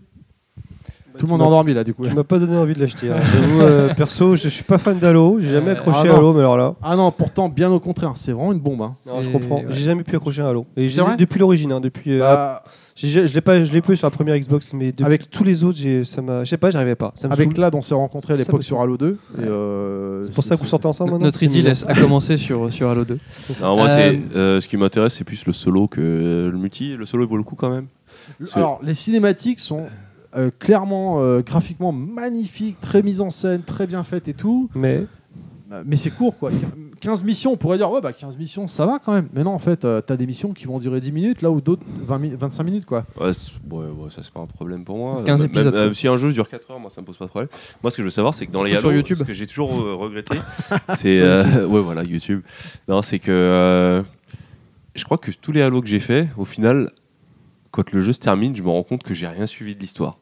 A: Tout le monde est endormi là du coup.
I: Bah, Tu m'as pas donné envie de l'acheter. hein. J'avoue, euh, perso, je, je suis pas fan d'Halo. J'ai jamais
D: Euh,
I: accroché
A: ah non.
I: à Halo, mais alors là,
A: Ah non, pourtant bien au contraire, c'est vraiment une bombe. hein.
I: non, je
D: C'est-
I: comprends.
D: ouais.
I: J'ai jamais pu accrocher à Halo. Et j'ai-
A: vrai
I: depuis l'origine, hein, depuis. euh,
A: Bah,
I: j'ai- je l'ai pas, je l'ai peu sur la première Xbox, mais depuis
A: Avec-
I: avec tous les autres, j'ai, ça m'a, je sais pas, j'arrivais pas. Ça me
A: avec
I: saoule.
A: Clad, on s'est rencontrés à
I: Ça
A: l'époque
I: me
A: sur Halo 2. et, euh,
I: C'est pour ça que vous sortez ensemble. maintenant
D: Notre
I: C'est
D: idylle
I: bizarre.
D: a commencé sur, sur Halo 2.
E: Non,
D: Euh,
E: moi, c'est, euh, ce qui m'intéresse, c'est plus le solo que euh, le multi. Le solo, il vaut le coup quand même.
A: Alors, les cinématiques sont euh, clairement euh, graphiquement magnifiques, très mises en scène, très bien faites et tout.
I: Mais
A: Euh, mais c'est court quoi. Quin- 15 missions, on pourrait dire ouais bah 15 missions ça va quand même. Mais non en fait euh, t'as des missions qui vont durer 10 minutes là ou d'autres 20 mi- 25 minutes quoi.
E: Ouais, c'est- ouais, ouais, ça, c'est pas un problème pour moi.
D: 15
E: Même-
D: épisodes,
E: même, euh,
D: quoi.
E: si un jeu dure 4 heures, moi, ça me pose pas de problème. Moi, ce que je veux savoir, c'est que dans les
D: Surtout sur
E: Halo,
D: YouTube.
E: ce que j'ai toujours euh, regretté, c'est. euh, ouais, voilà, YouTube. Non, c'est que. euh, je crois que tous les Halo que j'ai fait, au final, quand le jeu se termine, je me rends compte que j'ai rien suivi de l'histoire.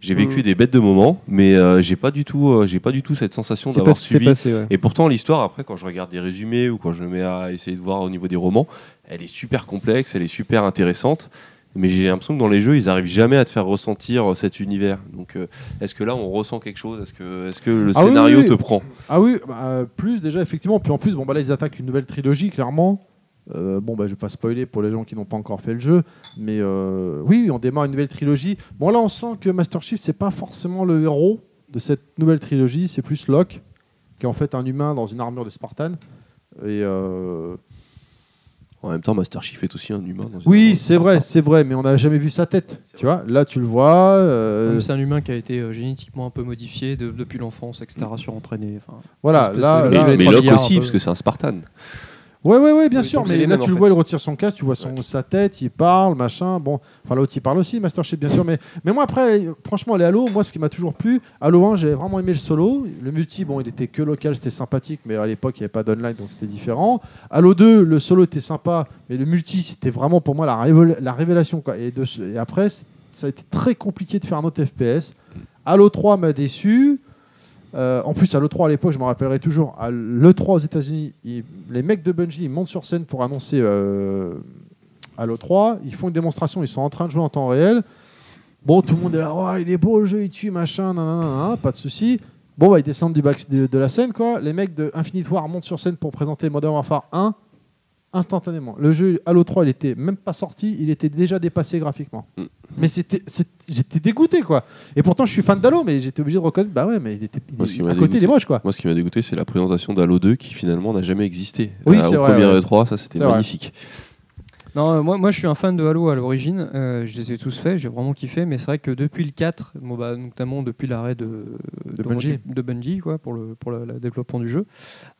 E: J'ai vécu des bêtes de moments, mais euh, j'ai pas du tout, euh, j'ai pas du tout cette sensation
I: c'est pas
E: d'avoir
I: ce qui s'est
E: suivi
I: passé. ouais.
E: et pourtant, l'histoire, après, quand je regarde des résumés ou quand je me mets à essayer de voir au niveau des romans, elle est super complexe, elle est super intéressante. Mais j'ai l'impression que dans les jeux, ils arrivent jamais à te faire ressentir euh, cet univers. Donc, euh, est-ce que là, on ressent quelque chose Est-ce que, est-ce que le
A: Ah oui,
E: scénario
A: oui, oui.
E: te prend
A: Ah oui bah, euh, plus déjà effectivement puis en plus bon bah là ils attaquent une nouvelle trilogie clairement. Euh, bon bah je vais pas spoiler pour les gens qui n'ont pas encore fait le jeu mais euh, oui oui, on démarre une nouvelle trilogie. Bon là on sent que Master Chief c'est pas forcément le héros de cette nouvelle trilogie c'est plus Locke qui est en fait un humain dans une armure de Spartan et euh,
E: En même temps, Master Chief est aussi un humain. dans une
A: Oui,
E: armure.
A: c'est vrai, c'est vrai, mais on n'a jamais vu sa tête. Tu vois, là, tu le vois. euh,
D: C'est un humain qui a été euh, génétiquement un peu modifié de- depuis l'enfance, etc., surentraîné. enfin.
A: voilà,
D: espèce
A: là,
D: de-
A: là- bah
E: Mais,
D: les
E: mais
D: trois
E: Locke
D: milliards,
E: aussi,
D: un peu.
E: parce que c'est un Spartan.
A: ouais, ouais, ouais, bien
I: Oui,
A: sûr.
I: donc c'est
A: Mais
I: les
A: là,
I: mêmes,
A: tu le
I: en
A: vois, il retire son casque, tu vois son, sa tête, il parle, machin. Bon, enfin, l'autre, il parle aussi, Master Chief, bien sûr. Mais, mais moi, après, franchement, les Halo, moi, ce qui m'a toujours plu, Halo 1, j'ai vraiment aimé le solo. Le multi, bon, il était que local, c'était sympathique, mais à l'époque, il n'y avait pas d'online, donc c'était différent. Halo 2, le solo était sympa, mais le multi, c'était vraiment pour moi la, révél- la révélation. Quoi. Et, de ce- et après, c- ça a été très compliqué de faire un autre FPS.
I: Mm.
A: Halo 3 m'a déçu. Euh, en plus, Halo 3 à l'époque, je m'en rappellerai toujours. À l'E3 aux États-Unis, ils- les mecs de Bungie ils montent sur scène pour annoncer euh, Halo 3. Ils font une démonstration, ils sont en train de jouer en temps réel. Bon, tout le monde est là, Ouais, il est beau le jeu, il tue, machin, nanana, nanana, pas de souci. Bon, bah, ils descendent du back de, de la scène, quoi. Les mecs de Infinite War montent sur scène pour présenter Modern Warfare 1 instantanément. Le jeu Halo 3, il était même pas sorti, il était déjà dépassé graphiquement.
E: Mm.
A: Mais c'était, c'est- j'étais dégoûté, quoi. Et pourtant, je suis fan d'Halo, mais j'étais obligé de reconnaître, bah ouais, mais il était il-
E: Moi, ce qui m'a
A: à côté,
E: dégoûté.
A: il est moche, quoi.
E: Moi, ce qui m'a dégoûté, c'est la présentation d'Halo 2 qui finalement n'a jamais existé.
A: Oui,
E: Euh,
A: c'est
E: au
A: vrai,
E: premier
A: ouais.
E: E3, ça c'était
A: C'est vrai.
E: magnifique.
D: Non, euh, moi, moi je suis un fan de Halo à l'origine, euh, je les ai tous faits, j'ai vraiment kiffé, mais c'est vrai que depuis le 4, bon, bah, notamment depuis l'arrêt de, de,
A: Bungie.
D: de Bungie, quoi, pour le pour le- le développement du jeu,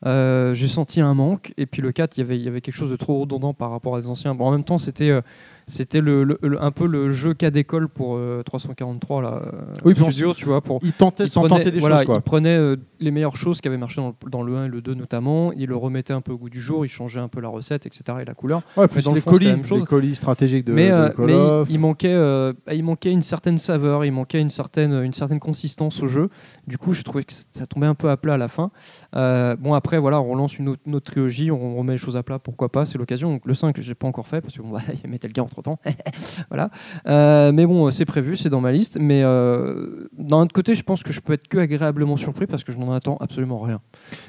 D: euh, j'ai senti un manque, et puis le 4, il y avait- il y avait quelque chose de trop redondant par rapport à des anciens. Bon, en même temps, c'était euh, c'était le, le- le- un peu le jeu cas d'école pour euh, 343, là, euh,
A: Oui, puis on
D: studio, tu vois, pour,
A: Il tentait
D: il
A: sans
D: prenait-
A: tenter des
D: voilà,
A: choses, quoi.
D: Il prenait euh, les meilleures choses qui avaient marché dans le, dans le 1 et le 2 notamment, il le remettait un peu au goût du jour, il changeait un peu la recette, etc. et la couleur.
A: Ouais, plus
D: dans le
A: les
D: fond, c'était la
A: colis,
D: même chose.
A: les colis stratégiques de,
D: mais,
A: de
D: euh,
A: Call
D: mais
A: of.
D: il, il manquait, euh, bah, il manquait une certaine saveur, il manquait une certaine, une certaine consistance au jeu. Du coup, je trouvais que ça tombait un peu à plat à la fin. Euh, bon, après, voilà, on lance une autre, une autre trilogie, on remet les choses à plat, pourquoi pas, c'est l'occasion. Donc, le 5, je n'ai pas encore fait, parce que bon, bah, il y a Metal Gear entre temps. voilà. Euh, mais bon, c'est prévu, c'est dans ma liste. Mais euh, d'un autre côté, je pense que je peux être que agréablement surpris, parce que je n'en attends absolument rien.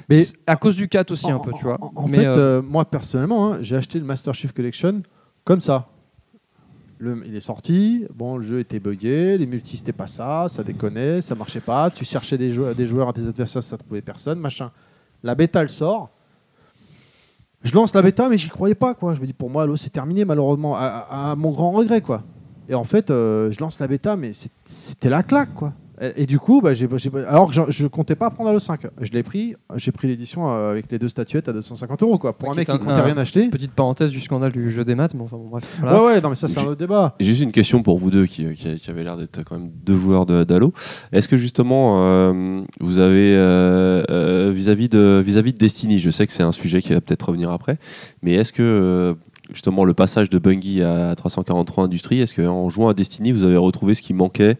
A: Mais-
D: Mais à cause du 4 aussi, un
A: En-
D: peu, tu vois.
A: En, en
D: Mais,
A: fait,
D: euh,
A: euh, moi personnellement, hein, j'ai acheté le Master Chief Collection comme ça. Le- il est sorti, bon, le jeu était buggé, les multis c'était pas ça, ça déconnait, ça marchait pas, tu cherchais des, jou- des joueurs à tes adversaires, ça trouvait personne, machin. La bêta elle sort. Je lance la bêta, mais j'y croyais pas, quoi. Je me dis, pour moi, Halo, c'est terminé, malheureusement, à, à- à mon grand regret, quoi. Et en fait, euh, je lance la bêta, mais c'est- c'était la claque, quoi. Et, et du coup, bah, j'ai- j'ai- alors que je, je comptais pas prendre à le 5, je l'ai pris, j'ai pris l'édition euh, avec les deux statuettes à 250 euros quoi. Pour un
D: Ouais,
A: mec
D: Bah, qui
A: qui
D: est un-
A: comptait rien acheter.
D: Petite parenthèse du scandale du jeu des maths, mais enfin bon, bref. voilà.
A: Ouais ouais, non mais ça c'est un autre débat.
E: J'ai juste une question pour vous deux qui, qui, qui avez l'air d'être quand même deux joueurs de- d'Halo. Est-ce que justement euh, vous avez euh, euh, vis-à-vis de vis-à-vis de Destiny, je sais que c'est un sujet qui va peut-être revenir après, mais est-ce que euh, justement le passage de Bungie à 343 Industries, est-ce qu'en jouant à Destiny, vous avez retrouvé ce qui manquait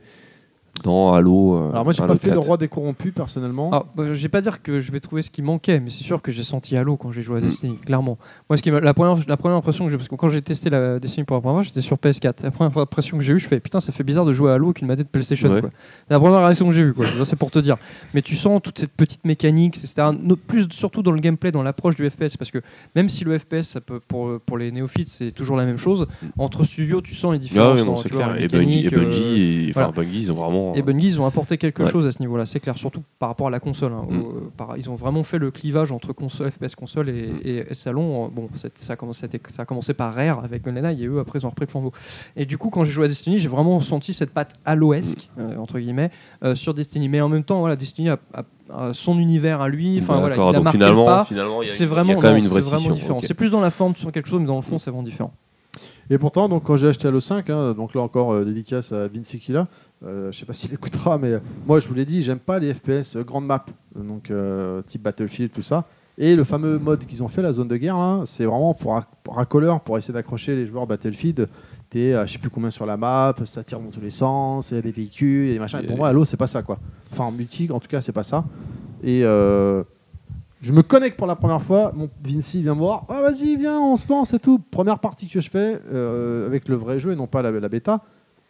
E: dans Halo euh,
A: Alors moi j'ai
E: Halo
A: pas fait le
E: 4?
A: roi des corrompus personnellement.
D: Alors, bah, je vais pas dire que je vais trouver ce qui manquait, mais c'est sûr que j'ai senti Halo quand j'ai
E: Mm.
D: joué à Destiny, clairement. Moi, ce qui m'a- la, première, la première impression que j'ai, parce que quand j'ai testé la Destiny pour la première fois, j'étais sur PS4. La première impression que j'ai eue, je fais putain, ça fait bizarre de jouer à Halo qu'une manette PlayStation.
E: Ouais.
D: quoi. C'est La première réaction que j'ai eue, quoi. Là, c'est pour te dire. Mais tu sens toute cette petite mécanique, c'est c'est un- no- plus surtout dans le gameplay, dans l'approche du FPS, parce que même si le FPS, ça peut, pour, pour les néophytes, c'est toujours la même chose, entre studios, tu sens les
E: Mm. Ah
D: différences.
E: oui, non,
D: dans-
E: c'est
D: tu vois,
E: clair.
D: en
E: Et Bungie, et
D: mécanique, euh,
E: Bungie, et- enfin,
D: voilà.
E: Bungie, ils ont vraiment.
D: et Bungie, ils ont apporté quelque
E: Ouais.
D: chose à ce niveau-là, c'est clair, surtout par rapport à la console. hein,
E: Mm.
D: au- par- ils ont vraiment fait le clivage entre console, FPS console et,
E: Mm.
D: et- et salon. Euh, Bon, c'est- ça a, commencé, c'était- ça a commencé par Rare avec GoldenEye et eux, après, ils ont repris le flambeau. Et du coup, quand j'ai joué à Destiny, j'ai vraiment senti cette patte haloesque,
E: Mm.
D: euh, entre guillemets, euh, sur Destiny. Mais en même temps, voilà, Destiny a, a- a son univers à lui, enfin voilà, il
E: Mm, D'accord,
D: a
E: donc
D: marqué
E: finalement,
D: le pas.
E: finalement, il y a-
D: C'est
E: il
D: vraiment,
E: y a quand même
D: non,
E: une vraie
D: c'est vraiment
E: scission.
D: différent.
E: ok.
D: C'est plus dans la forme, tu sens quelque chose, mais dans le fond, c'est vraiment différent.
A: Et pourtant, donc, quand j'ai acheté Halo 5, hein, donc là encore euh, dédicace à Vinci Killa, euh, je sais pas s'il écoutera, mais euh, moi je vous l'ai dit, j'aime pas les FPS euh, grande map, donc euh, type Battlefield, tout ça. Et le fameux mode qu'ils ont fait, la zone de guerre, là, c'est vraiment pour rac- pour racoleur, pour essayer d'accrocher les joueurs Battlefield. T'es, euh, je sais plus combien sur la map, ça tire dans tous les sens, il y a des véhicules, et des machins. Et pour moi, Halo, c'est pas ça, quoi. Enfin, en multi, en tout cas, c'est pas ça. Et euh, je me connecte pour la première fois. Mon Vinci vient me voir. Ah, vas-y, viens, on se lance et tout. Première partie que je fais euh, avec le vrai jeu et non pas la, la bêta,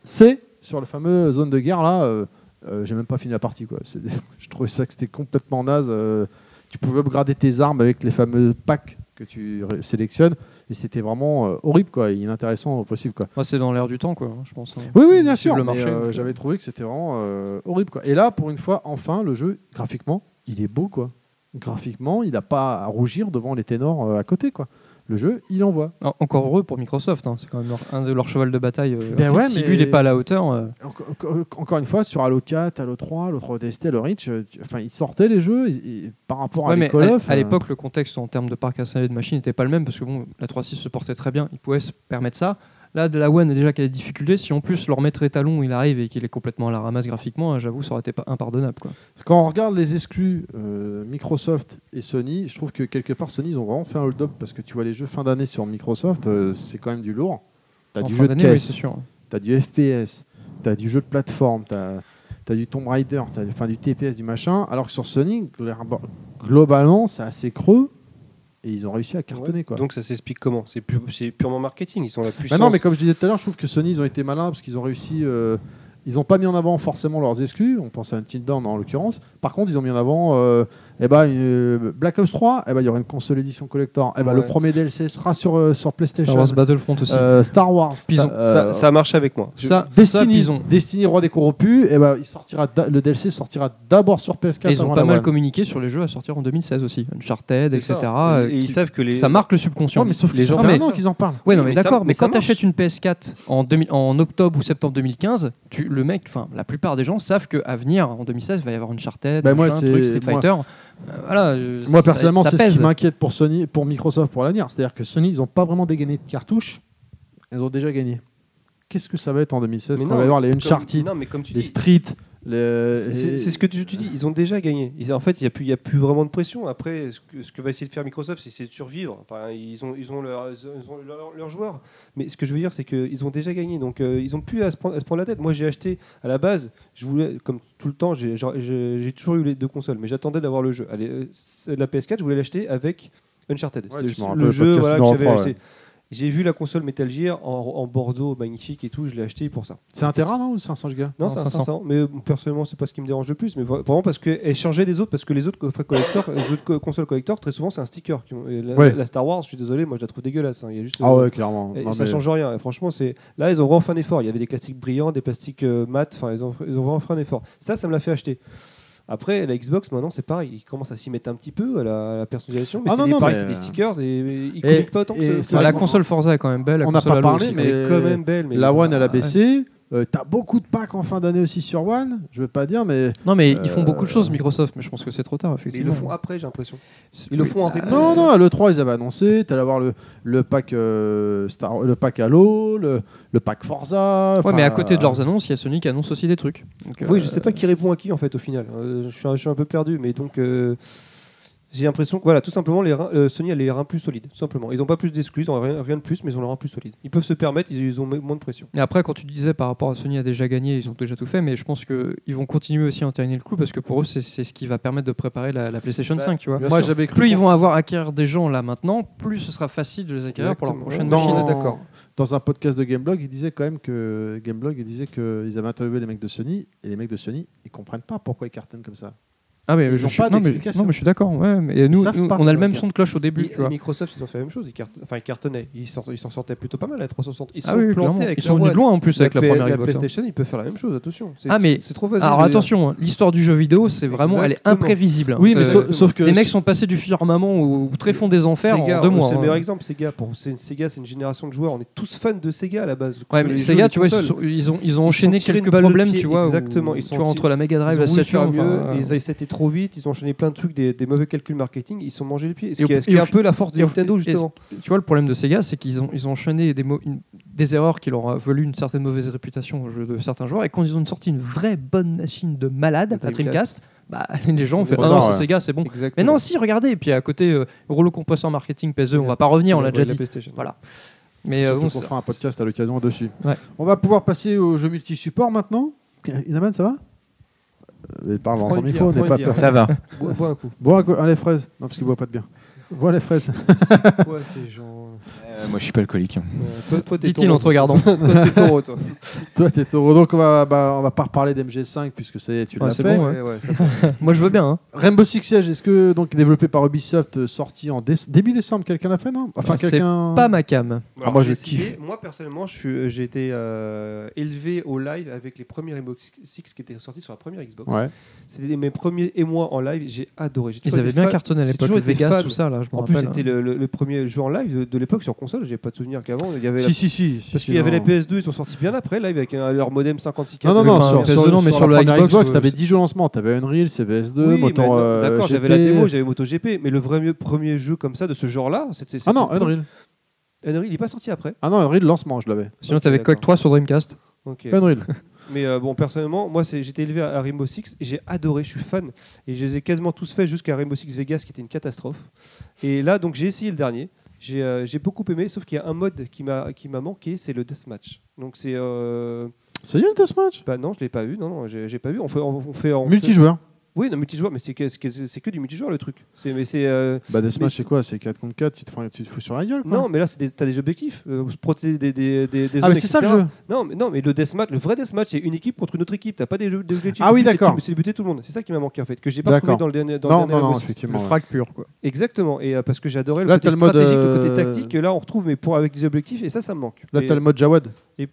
A: c'est sur la fameuse zone de guerre là. euh, euh, j'ai même pas fini la partie quoi. C'est- je trouvais ça que c'était complètement naze. euh, tu pouvais upgrader tes armes avec les fameux packs que tu ré- sélectionnes et c'était vraiment euh, horrible quoi, et inintéressant au possible quoi.
D: Moi, c'est dans l'air du temps, quoi, hein, je pense. hein.
A: Oui, oui, bien
D: Suivre
A: sûr.
D: le
A: mais,
D: marché,
A: euh,
D: donc, euh.
A: J'avais trouvé que c'était vraiment euh, horrible. Quoi. Et là, pour une fois, enfin, le jeu, graphiquement, il est beau. quoi. Graphiquement, il n'a pas à rougir devant les ténors euh, à côté. quoi. Le jeu, il envoie.
D: En- Encore heureux pour Microsoft, hein, c'est quand même leur- un de leurs chevals de bataille. euh,
A: Ben
D: en fait,
A: ouais,
D: si
A: mais-
D: lui il n'est pas à la hauteur, euh,
A: Encore, encore- encore une fois, sur Halo 4, Halo 3, Halo 3 DST, Halo Reach, euh, tu- enfin, ils sortaient les jeux ils- ils- par rapport
D: ouais,
A: à
D: mais
A: les Call
D: à-
A: of,
D: à
A: euh,
D: l'époque, le contexte en termes de parc installé et de machines n'était pas le même parce que bon, la 3.6 se portait très bien, ils pouvaient se permettre ça. Là, de la One a déjà qu'elle a des difficultés. Si en plus leur maître étalon il arrive et qu'il est complètement à la ramasse graphiquement, hein, j'avoue, ça aurait été pas impardonnable. Quoi.
A: Parce que Quand on regarde les exclus euh, Microsoft et Sony, je trouve que quelque part Sony ils ont vraiment fait un hold-up parce que tu vois les jeux fin d'année sur Microsoft, euh, c'est quand même du lourd. T'as
D: En
A: du
D: fin
A: jeu de
D: d'année, oui,
A: caisse,
D: c'est sûr. hein.
A: T'as du FPS, t'as du jeu de plateforme, t'as as du Tomb Raider, t'as enfin, du TPS, du machin. Alors que sur Sonic, gl- globalement, c'est assez creux et ils ont réussi à cartonner. Quoi.
H: Donc ça s'explique comment C'est pu- c'est purement marketing. Ils sont la
A: Bah
H: puissance.
A: non, mais comme je disais tout à l'heure, je trouve que Sony, ils ont été malins parce qu'ils ont réussi. euh, ils n'ont pas mis en avant forcément leurs exclus. On pense à Until Dawn en l'occurrence. Par contre, ils ont mis en avant euh, eh ben, une- Black Ops 3. eh ben, Il y aura une console édition collector. Eh ben, Le
H: Ouais.
A: premier DLC sera sur, euh, sur PlayStation.
D: Star Wars Battlefront aussi.
A: Euh, Star Wars.
D: Puis ils ont-
A: Euh,
H: ça, ça a marché avec moi.
A: Je-
D: ça, ça,
A: Destiny,
D: ils ont,
A: Destiny Roi des Corrompus, et ben, il sortira da- le DLC sortira d'abord sur PS4.
D: et ils ont
A: avant
D: pas
A: la
D: mal
A: One.
D: communiqué sur les jeux à sortir en 2016 aussi. Uncharted,
H: C'est
D: etc.
H: ça.
D: euh,
H: Et ils
D: qui-
H: Ah, savent que les.
D: ça marque le subconscient.
A: Ouais, mais sauf que
H: Les
A: ça
H: gens
A: fait
H: font
A: un an
H: ça.
A: qu'ils en parlent.
D: Ouais, non, mais,
H: Mais ça-
D: d'accord, mais,
H: mais ça
D: quand tu achètes une PS4 en, 2000 en octobre ou septembre 2015, tu, le mec, enfin, la plupart des gens savent qu'à venir, en 2016, il va y avoir Uncharted,
A: Bah, moi,
D: machin,
A: c'est-
D: truc, Street
A: moi-
D: Fighter. Euh, voilà, euh,
A: Moi
D: ça-
A: personnellement,
D: ça
A: c'est ce
D: pèse.
A: qui m'inquiète pour Sony, pour Microsoft pour l'avenir. C'est-à-dire que Sony, ils n'ont pas vraiment dégainé de cartouches. Ils ont déjà gagné. Qu'est-ce que ça va être en 2016
H: Mais
A: On
H: non,
A: va avoir les
H: comme-
A: Uncharted,
H: Non, mais comme tu
A: les
H: dis.
A: Street,
H: C'est c'est- c'est ce que tu, tu dis, ils ont déjà gagné. Ils- en fait, il n'y a, plus- il y a plus vraiment de pression. Après, ce que, ce que va essayer de faire Microsoft, c'est essayer de survivre. Enfin, ils ont, ils ont leurs ils ont leurs- leurs joueurs. Mais ce que je veux dire, c'est qu'ils ont déjà gagné. Donc, euh, ils n'ont plus à se, prendre, à se prendre la tête. Moi, j'ai acheté à la base, je voulais, comme tout le temps, j'ai genre, j'ai- j'ai toujours eu les deux consoles, mais j'attendais d'avoir le jeu. Allez, euh, c'est- la PS4, je voulais l'acheter avec Uncharted.
A: Ouais, tu
H: C'était
A: m'en
H: le
A: rappelles,
H: jeu
A: podcast
H: voilà, que
A: numéro
H: j'avais
A: trois,
H: acheté. J'ai vu la console Metal Gear en, en Bordeaux magnifique et tout, je l'ai acheté pour ça.
A: C'est un terrain non ou 500 gigas
H: Non,
D: Non,
H: c'est un
D: 500.
H: 500. Mais euh, personnellement, c'est pas ce qui me dérange le plus. Mais vra- vraiment parce qu'elle changeait des autres, parce que les autres, co- collector, les autres co- consoles collector, très souvent, c'est un sticker. qui ont- et la,
A: Ouais.
H: la Star Wars, je suis désolé, moi je la trouve dégueulasse. hein. Il y a juste.
A: Ah
H: euh,
A: ouais, clairement.
H: et
A: Non,
H: ça
A: mais-
H: change rien. Et franchement, c'est là ils ont vraiment fait un effort. Il y avait des plastiques brillants, des plastiques euh, mat. Enfin, ils ont, ils ont vraiment fait un effort. Ça, ça me l'a fait acheter. Après, la Xbox, maintenant, c'est pareil. Ils commencent à s'y mettre un petit peu à la, à la personnalisation, mais
A: Ah
H: c'est
A: non,
H: des,
A: non,
H: pareil,
A: mais-
H: c'est des stickers et, et ils
A: Et-
H: communiquent pas autant que
A: et
H: que-
A: c'est
D: Enfin, Bah, la
A: Ouais.
D: console Forza est quand même belle. la
A: On n'a
D: console
A: pas
D: Halo
A: parlé,
D: aussi.
A: mais-
H: Elle est quand même belle. Mais
A: La One, elle a
D: Ah, ouais.
A: baissé. Euh, T'as beaucoup de packs en fin d'année aussi sur One. Je veux pas dire, mais
D: Non, mais
A: Euh,
D: ils font beaucoup de choses, Microsoft, mais je pense que c'est trop tard,
H: Mais ils
D: effectivement.
H: le font après, j'ai l'impression. Ils le font en rythme.
A: Bah, non, non, le 3 ils avaient annoncé. T'allais avoir le, le pack euh, Star, le pack Halo, le, le pack Forza.
D: Ouais,
A: enfin, euh,
D: mais à côté de leurs annonces, il y a Sony qui annonce aussi des trucs. Donc, euh,
H: Oui, je sais pas qui répond à qui en fait au final. Euh, je, suis un, je suis un peu perdu, mais donc euh, j'ai l'impression que voilà, tout simplement, les reins- euh, Sony a les reins plus solides, tout simplement. Ils n'ont pas plus d'excuses, ils ont rien, rien de plus, mais ils ont les reins plus solides. Ils peuvent se permettre, ils, ils ont m- moins de pression.
D: Et après, quand tu disais par rapport à Sony a déjà gagné, ils ont déjà tout fait, mais je pense qu'ils vont continuer aussi à entériner le coup parce que pour eux, c'est c'est ce qui va permettre de préparer la, la PlayStation
H: Bah,
D: 5, tu vois.
H: bien
A: Moi
H: sûr.
A: j'avais cru
D: Plus ils vont avoir acquérir des gens là maintenant, plus ce sera facile de les acquérir pour leur
H: Exactement.
D: prochaine
H: Dans-
D: machine.
H: est d'accord.
A: Dans un podcast de Gameblog, il disait quand même que Gameblog, il disait qu'ils avaient interviewé les mecs de Sony et les mecs de Sony, ils comprennent pas pourquoi ils cartonnent comme ça.
D: Ah mais
A: Ils
D: je
A: ont
D: suis,
A: pas
D: non, mais,
A: d'explication.
D: non, mais je suis d'accord. Ouais, mais nous,
A: savent
D: nous,
A: pas
D: on a le
A: comment
D: même
A: dire.
D: son de cloche au début,
H: Et-
D: tu vois.
H: Microsoft, ils ont fait la même chose. Ils, cart- enfin, ils cartonnaient. Ils s'en ils s'en sortaient plutôt pas mal à 360. Ils
D: Ah
H: sont
D: oui, clairement.
H: plantés avec
D: Ils
H: la
D: sont venus de
H: One.
D: loin en plus avec la,
H: P-
D: première Xbox. hein.
H: PlayStation, ils peuvent faire la même chose. Attention. C'est-
D: Ah, mais-
H: c'est trop facile.
D: Alors
H: de-
D: attention, hein, l'histoire du jeu vidéo, c'est vraiment, elle est
H: Exactement.
D: imprévisible. hein.
A: Oui, mais
D: Euh,
A: sauf, sauf que
D: les mecs sont passés du firmament au, au tréfonds des enfers
H: Sega,
D: en deux
H: euh,
D: mois.
H: C'est le
D: hein.
H: meilleur exemple, Sega. Pour, c'est une, Sega, c'est une génération de joueurs. On est tous fans de Sega à la base.
D: Ouais,
H: Les
D: mais
H: jeux,
D: Sega,
H: les
D: tu vois, ils,
H: consoles.
D: sont- ils ont, ils ont
H: ont
D: enchaîné
H: tiré une
D: quelques
H: balle au
D: problèmes,
H: pied,
D: tu vois. où-
H: exactement, ils
D: tu
H: sont
D: vois,
H: tirés-
D: entre la Mega Drive,
H: ils ont
D: la
H: voulu
D: Saturn,
H: faire mieux,
D: enfin,
H: et
D: euh,
H: ils a- c'était trop vite, ils ont enchaîné plein de trucs, des, des mauvais calculs marketing, ils se sont mangés les pieds. Ce
D: Et
H: qui
D: au-
H: est, ce
D: et
H: qui est
D: au
H: un
D: fi-
H: peu la force de
D: et au-
H: Nintendo,
D: et-
H: justement.
D: tu vois, le problème de Sega, c'est qu'ils ont, ils ont enchaîné des, mo- une- des erreurs qui leur a valu une certaine mauvaise réputation au jeu de certains joueurs. Et quand ils ont sorti une vraie bonne machine de malade, la
H: La Dreamcast.
D: Dreamcast, bah, les gens ont fait
A: Trop
D: Ah non,
A: tard,
D: c'est
A: ouais.
D: Sega, c'est bon. Mais
H: Exactement.
D: non, si, regardez. Et puis à côté, euh, rouleau compresseur marketing PSE, on
H: Ouais.
D: va pas revenir, on l'a
H: Ouais,
D: déjà
H: de la
D: dit.
H: PlayStation.
D: Voilà. Mais euh,
A: Surtout
D: bon,
A: qu'on
D: ça-
A: fera un podcast à l'occasion dessus.
D: Ouais.
A: On va pouvoir passer au jeu multi-support maintenant. Inaman, ça va Euh, mais Parle
H: Prends
A: dans ton
H: une
A: micro,
H: bière,
A: n'aie
H: prends
A: pas
H: une
A: peur.
H: bière.
A: Ça va.
H: Bois, bois un coup.
A: Bois quoi ah, les fraises. Non, parce qu'il boit pas de bien. Bois les fraises.
H: Ouais, c'est genre.
B: moi, je suis pas alcoolique.
H: euh, toi- toi, t'es
D: dit-il
H: taureau.
D: en te regardant.
H: Toi, t'es taureau, toi.
A: Toi, t'es taureau. Donc, on va, bah, on va pas reparler d'MG5 puisque ça y est, tu
D: Ouais,
A: l'as
D: c'est
A: fait.
D: bon, ouais.
H: Ouais, ouais, ça-
D: Moi, je veux bien. hein.
A: Rainbow Six Siege, est-ce que, donc, développé par Ubisoft, euh, sorti en déce- début décembre, quelqu'un l'a fait, non Enfin,
D: Ah, c'est
A: quelqu'un.
D: Pas ma cam.
A: Ah, moi,
H: j'ai
A: je kiffe.
H: essayé. Moi, personnellement, je suis- j'ai été euh, élevé au live avec les premiers Xbox 6 qui étaient sortis sur la première Xbox.
A: Ouais.
H: C'était mes premiers émois en live, j'ai adoré. J'ai
D: Ils
H: toujours
D: avaient
H: été
D: bien
H: fan-
D: cartonné à
H: j'ai
D: l'époque.
H: toujours été
D: Vegas,
H: fan.
D: tout ça, là, je me
H: En plus,
D: rappelle. hein.
H: c'était le, le- le premier jeu en live de, de l'époque sur console. J'ai pas de souvenir qu'avant. Il y avait la-
A: Si, si, si. si,
H: Parce
A: si,
H: qu'il y avait
A: non.
H: les PS2, ils sont sortis bien après, live avec un- leur modem 56
A: Non, non,
D: Mais
A: non,
D: enfin,
A: sur,
D: PS2,
A: sur,
D: non, mais
A: sur
D: sur
A: la
D: la
A: première
D: Xbox,
A: Xbox,
D: euh,
A: t'avais 10 jeux lancement. T'avais Unreal, CVS2,
H: Oui, mais
A: Motor.
H: d-
A: euh,
H: D'accord, j'avais la
A: GP.
H: démo, j'avais MotoGP, mais le vrai mieux- premier jeu comme ça de ce genre-là, c'était.
A: Ah non,
H: c'était-
A: Unreal.
H: Unreal, il est pas sorti après.
A: Ah non, Unreal, lancement, je l'avais.
D: Sinon,
H: Ok,
D: t'avais
H: d'accord.
D: Quake 3 sur Dreamcast.
H: Ok.
A: Unreal.
H: Mais euh, bon, personnellement, moi, c'est- j'étais élevé à à Rainbow Six, j'ai adoré, je suis fan, et je les ai quasiment tous faits jusqu'à Rainbow Six Vegas, qui était une catastrophe. Et là, donc, j'ai essayé le dernier. J'ai euh, j'ai beaucoup aimé, sauf qu'il y a un mode qui m'a qui m'a manqué, c'est le deathmatch. Donc c'est euh,
A: Ça y est, le Deathmatch
H: bah non, je l'ai pas vu, non, non, j'ai j'ai pas vu. On fait, on, on fait, on fait-
A: Multijoueur.
H: Oui, non, multijoueur, mais c'est que, c'est que, c'est que du multijoueur le truc. C'est mais c'est euh,
A: Bah,
H: Mais
A: Deathmatch, c'est
H: c'est-
A: quoi C'est 4 contre 4, tu te, fous- tu te fous sur la gueule, quoi.
H: non, mais là c'est des, t'as des objectifs, euh, se protéger des des des, des
A: ah, mais
H: zones,
A: c'est ça le
H: etc..
A: jeu.
H: Non, mais non, mais le deathmatch, le vrai deathmatch, c'est une équipe contre une autre équipe. T'as pas des des objectifs.
A: Ah oui,
H: Le but, c'est de-
A: d'accord.
H: C'est de buter tout le monde. C'est ça qui m'a manqué en fait, que j'ai pas
A: D'accord.
H: trouvé dans le dernier. Dans le
A: Non,
H: dernier
A: non, non,
H: Rainbow Six.
A: effectivement.
D: Le
A: ouais.
D: frag pur, quoi.
H: Exactement. Et euh, parce que j'adorais le
A: Là,
H: côté
A: t'as le mode,
H: stratégique, le
A: euh,
H: côté tactique. Et là, on retrouve, mais pour avec des objectifs. Et ça, ça me manque.
A: Là,
H: Et,
A: t'as le mode Jawad.
H: euh,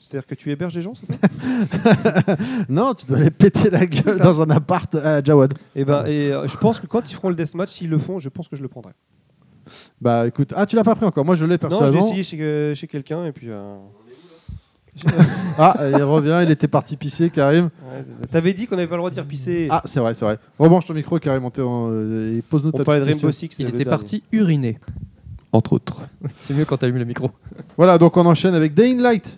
H: C'est-à-dire que tu héberges les gens, c'est ça
A: Non, tu dois aller péter la gueule
H: ça.
A: dans un appart à Jawad.
H: Et ben, et euh, je pense que quand ils feront le deathmatch, s'ils le font, je pense que je le prendrai.
A: Bah écoute, ah tu l'as pas pris encore, moi je l'ai
H: Non, j'ai
A: personnellement.
H: essayé chez, euh, chez quelqu'un et puis. euh,
A: ah, il revient, il était parti pisser Karim.
H: ouais, c'est ça. T'avais dit qu'on n'avait pas le droit de dire pisser.
A: Ah, c'est vrai, c'est vrai. Rebranche ton micro Karim, on euh, te- on- et pose-nous
H: on
A: ta
H: parlait de
A: petite
H: Rainbow
A: question.
H: Six.
D: Il
H: le
D: était
H: dernier.
D: parti uriner.
E: Entre autres.
D: C'est mieux quand t'allumes le micro.
A: Voilà, donc on enchaîne avec Day in Light,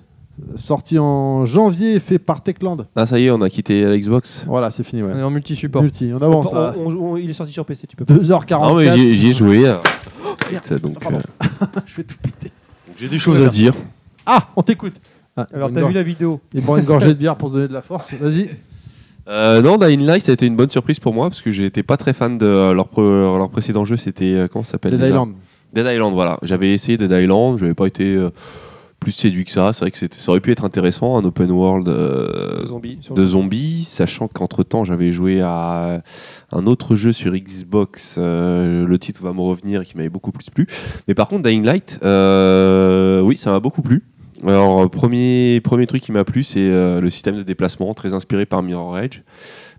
A: sorti en janvier, fait par Techland.
E: Ah, ça y est, on a quitté la Xbox.
A: Voilà, c'est fini,
D: On
A: ouais.
D: est en multi-support.
A: Multi, on avance
H: On-
A: là.
H: on- on- il est sorti sur PC, tu peux pas.
A: 2h44.
E: Non, mais j'y j'y ai joué. hein. Et ça, donc,
A: pardon.
E: euh,
A: je vais tout péter.
E: donc j'ai des choses à dire.
A: Ah, on t'écoute. Ah,
H: Alors,
A: il
H: t'as
A: boit une
H: vu
A: gor-
H: la vidéo
A: Il prend une gorgée de bière pour se donner de la force. Vas-y.
E: Euh, non, Dying Light, ça a été une bonne surprise pour moi parce que j'étais pas très fan de euh, leur, pré- leur précédent jeu. C'était. euh, Comment ça s'appelle
A: Dead
E: déjà
A: Island.
E: Dead Island, voilà. J'avais essayé Dead Island, j'avais pas été euh, plus séduit que ça. C'est vrai que c'était- ça aurait pu être intéressant, un open world euh,
H: Zombie. sur-
E: de zombies, sachant qu'entre temps j'avais joué à un autre jeu sur Xbox, euh, le titre va me revenir, qui m'avait beaucoup plus plu. Mais par contre, Dying Light, euh, oui, ça m'a beaucoup plu. Alors, euh, premier, premier truc qui m'a plu, c'est euh, le système de déplacement, très inspiré par Mirror Edge.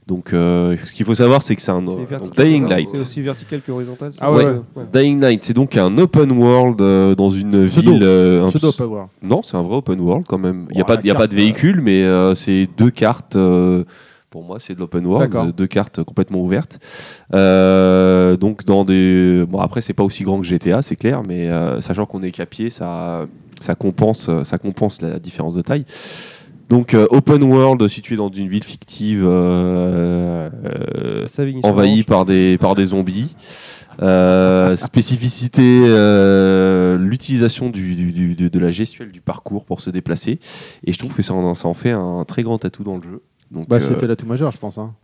E: Donc, euh, ce qu'il faut savoir, c'est que c'est un
H: C'est
E: donc,
H: vertical, ça,
E: Dying Light.
H: C'est aussi vertical qu'horizontal. ça.
A: Ah ouais,
E: ouais. Dying Light, c'est donc un open world euh, dans une
A: Pseudo.
E: ville. euh, un
A: Pseudo
E: ps-
A: Power.
E: Non, c'est un vrai open world quand même. Il n'y a,
A: Ouais,
E: pas
A: Oh, la
E: de- y a pas de
A: carte,
E: véhicule, mais euh, c'est deux cartes. euh, pour moi, c'est de l'open world,
A: D'accord.
E: euh, deux cartes complètement ouvertes. Euh, donc, dans des. Bon, après, c'est pas aussi grand que GTA, c'est clair, mais euh, sachant qu'on est qu'à pied, ça, ça, compense, ça compense la différence de taille. Donc, euh, open world situé dans une ville fictive euh, euh, envahi par des, par des zombies. Euh, spécificité, euh, l'utilisation du, du- du- de- de la gestuelle du parcours pour se déplacer. Et je trouve que ça en, ça en fait un très grand atout dans le jeu. Donc,
A: Bah,
E: euh,
A: c'était l'atout majeur, je pense. hein.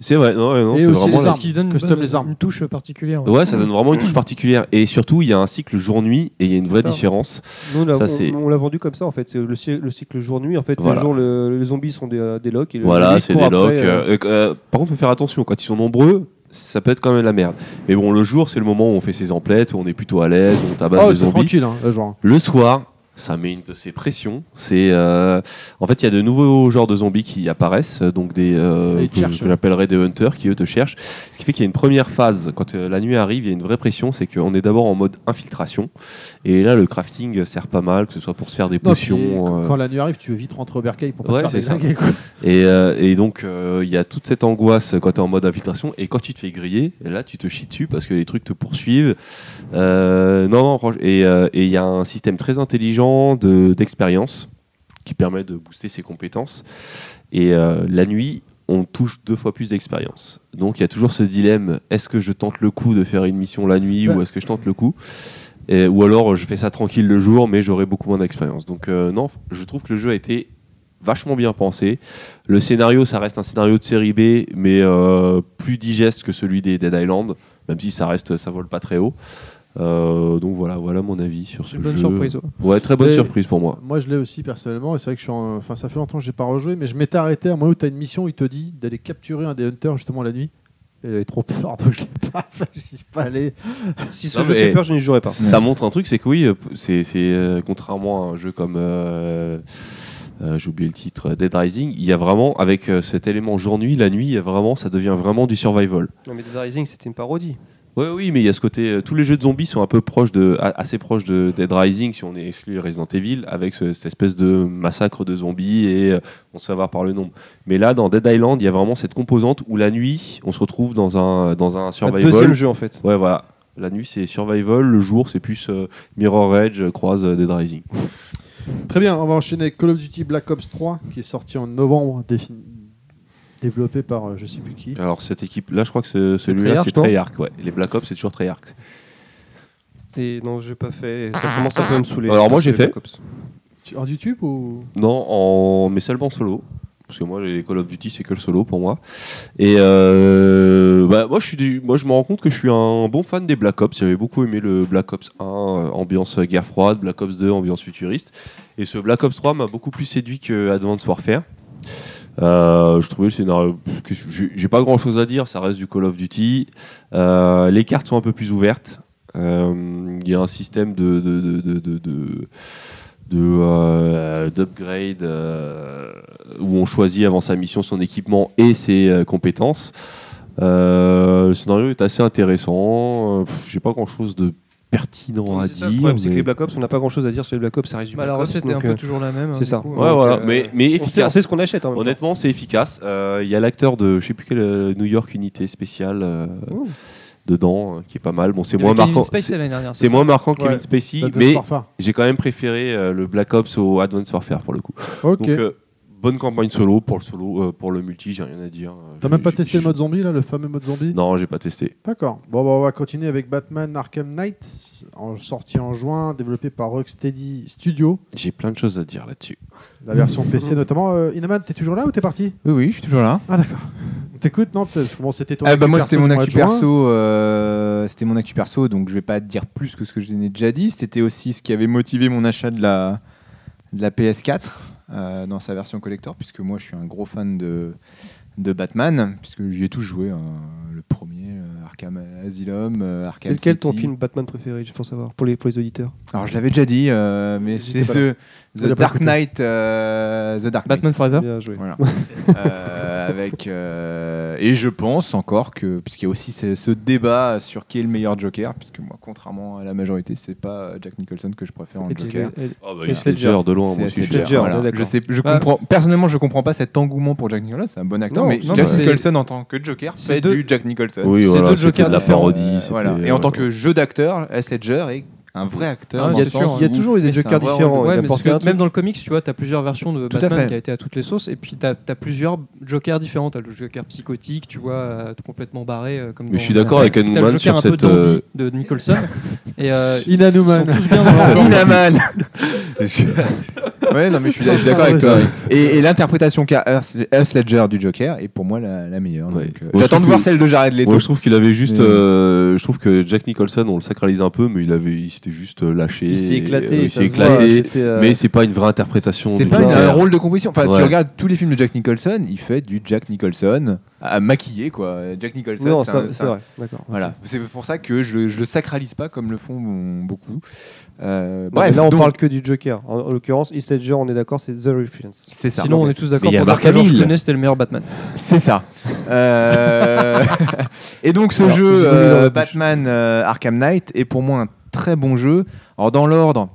E: c'est vrai, non, ouais, non,
A: Et
E: c'est
A: aussi
E: vraiment
A: les
E: la-
A: armes.
D: Ce qui donne une
A: Ah, Custom
D: bonne-
A: les armes.
D: une touche particulière.
E: Ouais, ça donne vraiment une touche particulière. Et surtout, il y a un cycle jour-nuit et il y a une vraie
H: ça.
E: différence.
H: Nous, on l'a-
E: Ça, c'est-
H: on on l'a vendu comme ça en fait. C'est le, cy- le cycle jour-nuit. En fait,
E: Voilà.
H: le jour, le- les zombies sont des, euh, des locks. Et le-
E: Voilà,
H: les
E: c'est
H: courent
E: des
H: après,
E: locks.
H: euh,
E: euh, euh, par contre, faut faire attention. Quand ils sont nombreux, ça peut être quand même la merde. Mais bon, le jour, c'est le moment où on fait ses emplettes, où on est plutôt à l'aise, où on tabasse
A: Oh,
E: des
A: c'est
E: zombies.
A: tranquille, hein, le genre.
E: Le soir, ça met une de ces pressions. C'est euh, en fait, il y a de nouveaux genres de zombies qui apparaissent, euh, donc des euh,
A: Ils te
E: que,
A: cherchent.
E: que j'appellerais des hunters qui eux te cherchent. Ce qui fait qu'il y a une première phase quand euh, la nuit arrive, il y a une vraie pression, c'est qu'on est d'abord en mode infiltration. Et là, le crafting sert pas mal, que ce soit pour se faire des
A: Non,
E: potions.
A: puis, quand-
E: euh,
A: Quand la nuit arrive, tu veux vite rentrer au bercail pour pas
E: Ouais,
A: te
E: c'est ça.
A: faire des quoi.
E: et, euh, et donc, euh, il y a toute cette angoisse quand tu es en mode infiltration. Et quand tu te fais griller, là, tu te chies dessus parce que les trucs te poursuivent. Euh, non, non, franch- et euh, et il y a un système très intelligent de- d'expérience qui permet de booster ses compétences. Et euh, la nuit, on touche deux fois plus d'expérience. Donc, il y a toujours ce dilemme est-ce que je tente le coup de faire une mission la nuit
A: Bah.
E: ou est-ce que je tente le coup Et- ou alors je fais ça tranquille le jour, mais j'aurai beaucoup moins d'expérience. Donc euh, non, je trouve que le jeu a été vachement bien pensé. Le scénario, ça reste un scénario de série B, mais euh, plus digeste que celui des Dead Island, même si ça reste, ça vole pas très haut. Euh, donc voilà, voilà mon avis sur ce
D: Une bonne
E: jeu.
D: surprise. ouais.
E: Ouais, très bonne
A: Mais-
E: surprise pour moi.
A: Moi, je l'ai aussi personnellement, et c'est vrai que je suis en- Enfin, ça fait longtemps que j'ai pas rejoué, mais je m'étais arrêté à un moment où tu as une mission où il te dit d'aller capturer un des hunters justement la nuit. Et j'avais trop peur, donc je l'ai pas fait, je suis pas allé.
H: Si ce
E: euh, Non,
H: jeu
E: mais-
H: fait peur, je n'y jouerai pas.
E: Ça montre un truc, c'est que oui, euh, p- c'est c'est, euh, contrairement à un jeu comme euh, euh, j'ai oublié le titre euh, Dead Rising, il y a vraiment avec euh, cet élément jour-nuit, la nuit, il y a vraiment, ça devient vraiment du survival.
H: Non, mais Dead Rising, c'était une parodie.
E: Oui, oui, mais il y a ce côté. euh, tous les jeux de zombies sont un peu proches de, a- assez proches de Dead Rising, si on est exclu Resident Evil, avec ce- cette espèce de massacre de zombies et euh, on se fait avoir par le nombre. Mais là, dans Dead Island, il y a vraiment cette composante où la nuit, on se retrouve dans un dans un
H: Un
E: survival.
H: deuxième jeu en fait.
E: Ouais, voilà. La nuit, c'est survival. Le jour, c'est plus euh, Mirror Edge euh, croise euh, Dead Rising.
A: Très bien, on va enchaîner avec Call of Duty Black Ops 3, qui est sorti en novembre, défini- développé par euh, je sais plus qui.
E: Alors cette équipe, là, je crois que ce- celui-là,
H: Treyarch,
E: c'est
H: non
E: Treyarch. Ouais. Les Black Ops, c'est toujours Treyarch.
H: Et non, j'ai pas fait. Ça commence un peu à me saouler.
E: Alors, moi, j'ai
H: Les
E: fait.
H: Black Ops.
A: Tu- En YouTube ou
E: Non, en... mais seulement en solo. Parce que moi, les Call of Duty, c'est que le solo pour moi. Et euh, bah, moi, je suis, du- moi, je me rends compte que je suis un bon fan des Black Ops. J'avais beaucoup aimé le Black Ops 1, euh, ambiance guerre froide, Black Ops 2, ambiance futuriste. Et ce Black Ops 3 m'a beaucoup plus séduit que Advanced Warfare. Euh, je trouvais le scénario. que J'ai j'ai pas grand chose à dire, ça reste du Call of Duty. Euh, les cartes sont un peu plus ouvertes. Euh, Il y a un système de- de- de- de- de- de de euh, d'upgrade euh, où on choisit avant sa mission son équipement et ses euh, compétences. Euh, le scénario est assez intéressant. Euh, pff, J'ai pas grand chose de pertinent à
H: C'est ça, le
E: dire.
H: problème, c'est que
E: mais-
H: les Black Ops, on n'a pas grand chose à dire sur les Black Ops. Ça reste du
D: Bah, la
H: Black Ops,
D: recette est un
H: donc,
D: peu
H: euh,
D: toujours la même. hein,
H: c'est
D: du
H: ça.
D: coup,
E: Ouais,
D: hein.
H: Donc,
E: voilà.
H: euh,
E: mais, mais
H: on sait- on
E: efficace.
H: sait ce qu'on achète en même temps.
E: Honnêtement, c'est efficace. Euh, Il y a l'acteur de, je sais plus quelle euh, New York unité spéciale euh, dedans, euh, qui est pas mal. Bon, c'est
D: Il y
E: moins
D: avait Kevin
E: marquant.
D: Space
E: c'est-
D: l'année dernière.
E: C'est
D: ça
E: moins marquant que
A: Ouais.
E: Kevin Spacey,
A: Advanced
E: mais
A: Warfare
E: j'ai quand même préféré euh, le Black Ops au Advanced Warfare pour le coup.
A: Ok.
E: Donc, euh, bonne campagne solo pour le solo, euh, pour le multi, j'ai rien à dire. Euh,
A: T'as
E: j'ai-
A: même pas
E: j'ai-
A: testé le
E: j'ai-
A: mode zombie là, le fameux mode zombie
E: Non, j'ai pas testé.
A: D'accord. Bon, bah, on va continuer avec Batman Arkham Knight, en- sorti en juin, développé par Rocksteady Studio,
E: J'ai plein de choses à dire là-dessus.
A: la version
H: Mhm.
A: PC notamment. Euh, Inaman, t'es toujours là ou t'es parti
B: Oui, oui, je suis toujours là.
A: Ah d'accord. On t'écoute, non Parce que bon, c'était ton
B: Ah bah
A: actu
B: moi
A: perso
B: c'était mon
A: du mois
B: actu
A: de juin.
B: perso, euh, c'était mon actu perso, donc je vais pas dire plus que ce que je n'ai déjà dit. C'était aussi ce qui avait motivé mon achat de la, de la PS4 euh, dans sa version collector, puisque moi je suis un gros fan de, de Batman, puisque j'y ai tous joué, hein. le premier, euh, Arkham Asylum, euh,
H: C'est
B: Arkham
H: lequel ton
B: City.
H: film Batman préféré, juste pour savoir, pour les, pour les auditeurs
B: Alors je l'avais déjà dit, euh, mais c'est
H: J'étais pas
B: The,
A: Il a
B: The
A: pas
B: Dark
A: écouté.
B: Knight, euh, The Dark Knight.
D: Batman Forever.
H: Bien joué.
B: Voilà. Euh, avec, euh, et je pense encore que, puisqu'il y a aussi ce, ce débat sur qui est le meilleur Joker, puisque moi, contrairement à la majorité, c'est pas Jack Nicholson que je préfère en Joker.
E: Ah bah,
C: Et
E: Heath
C: Sledger.
E: Ledger, de loin,
B: C'est
E: moi aussi,
B: Heath
E: je-
B: Ledger,
C: Ledger,
B: voilà.
C: on est
B: Je sais, je
C: Bah-
B: comprends. Personnellement, je comprends pas cet engouement pour Jack Nicholson. C'est un bon acteur,
C: Non,
B: mais
C: non,
B: Jack
C: mais c'est-
B: Nicholson en tant que Joker,
C: C'est
B: c'est
C: deux-
B: du Jack Nicholson.
E: Oui,
C: C'est
E: voilà,
C: deux
E: c'était
C: jokers
E: de la
C: différents.
E: parodie.
B: Euh,
E: c'était-
B: voilà. Et en tant
E: ouais.
B: que jeu d'acteur, S. Ledger est un vrai acteur.
D: Ah,
B: dans
D: bien
B: le
D: sûr,
B: sens
C: il y a
B: où
C: toujours eu des
B: c'est un
C: jokers
B: vrai
C: différents.
B: rôle.
C: il
D: Ouais,
C: a
D: parce
C: porté
D: que
C: un truc.
D: même dans le comics, tu vois, t'as plusieurs versions de
B: Tout à
D: Batman
B: fait.
D: qui a été à toutes les sauces, et puis t'as as plusieurs jokers différents. T'as le joker psychotique, tu vois, euh, tout complètement barré, euh, comme.
E: Mais je
D: dans-
E: suis d'accord avec
D: T'as le
E: Hanuman
D: joker
E: sur
D: un peu
E: cette.
D: dandy
E: euh,
D: de Nicholson. et euh, ils sont
A: Inanuman.
D: tous bien dans leur genre.
B: Inaman.
E: je-
B: Ouais, non, mais je suis, je suis d'accord avec toi. Et, et l'interprétation qu'a Heath Heath Ledger du Joker est pour moi la, la meilleure.
E: Ouais.
B: donc, euh,
E: Moi, je
B: J'attends
E: trouve
B: de voir
E: que-
B: celle de Jared Leto.
E: Moi, je trouve qu'il avait juste.
B: Mais-
E: euh, je trouve que Jack Nicholson, on le sacralise un peu, mais il avait, il s'était juste euh, lâché.
H: Il s'est
E: et-
H: éclaté.
E: euh, Il
H: ça
E: s'est
H: se voit,
E: éclaté.
H: c'était, euh,
E: Mais c'est pas une vraie interprétation.
B: C'est
E: du
B: pas une-
E: Joker.
B: un rôle de composition. Enfin,
E: Ouais.
B: tu regardes tous les films de Jack Nicholson, il fait du Jack Nicholson à, à maquiller quoi. Jack Nicholson,
H: non,
B: c'est
H: ça,
B: un- c'est
H: c'est
B: un-
H: vrai. D'accord.
B: Voilà, c'est pour ça que je, je le sacralise pas comme le font beaucoup.
H: Non,
B: Euh,
H: mais
B: bref,
H: là, on
B: donc,
H: parle que du Joker. En, en l'occurrence, Heath Ledger, on est d'accord, c'est The Reference.
B: C'est ça.
D: hein. Sinon, on est tous d'accord
E: il y a
D: pour dire
E: Marc
D: que George
E: Hamill.
D: Clooney, c'était le meilleur Batman.
B: C'est ça. Euh, Et donc ce
H: Alors, je vous
B: jeu
H: ai mis dans
B: euh,
H: la bouche.
B: Batman euh, Arkham Knight est pour moi un très bon jeu. Alors dans l'ordre,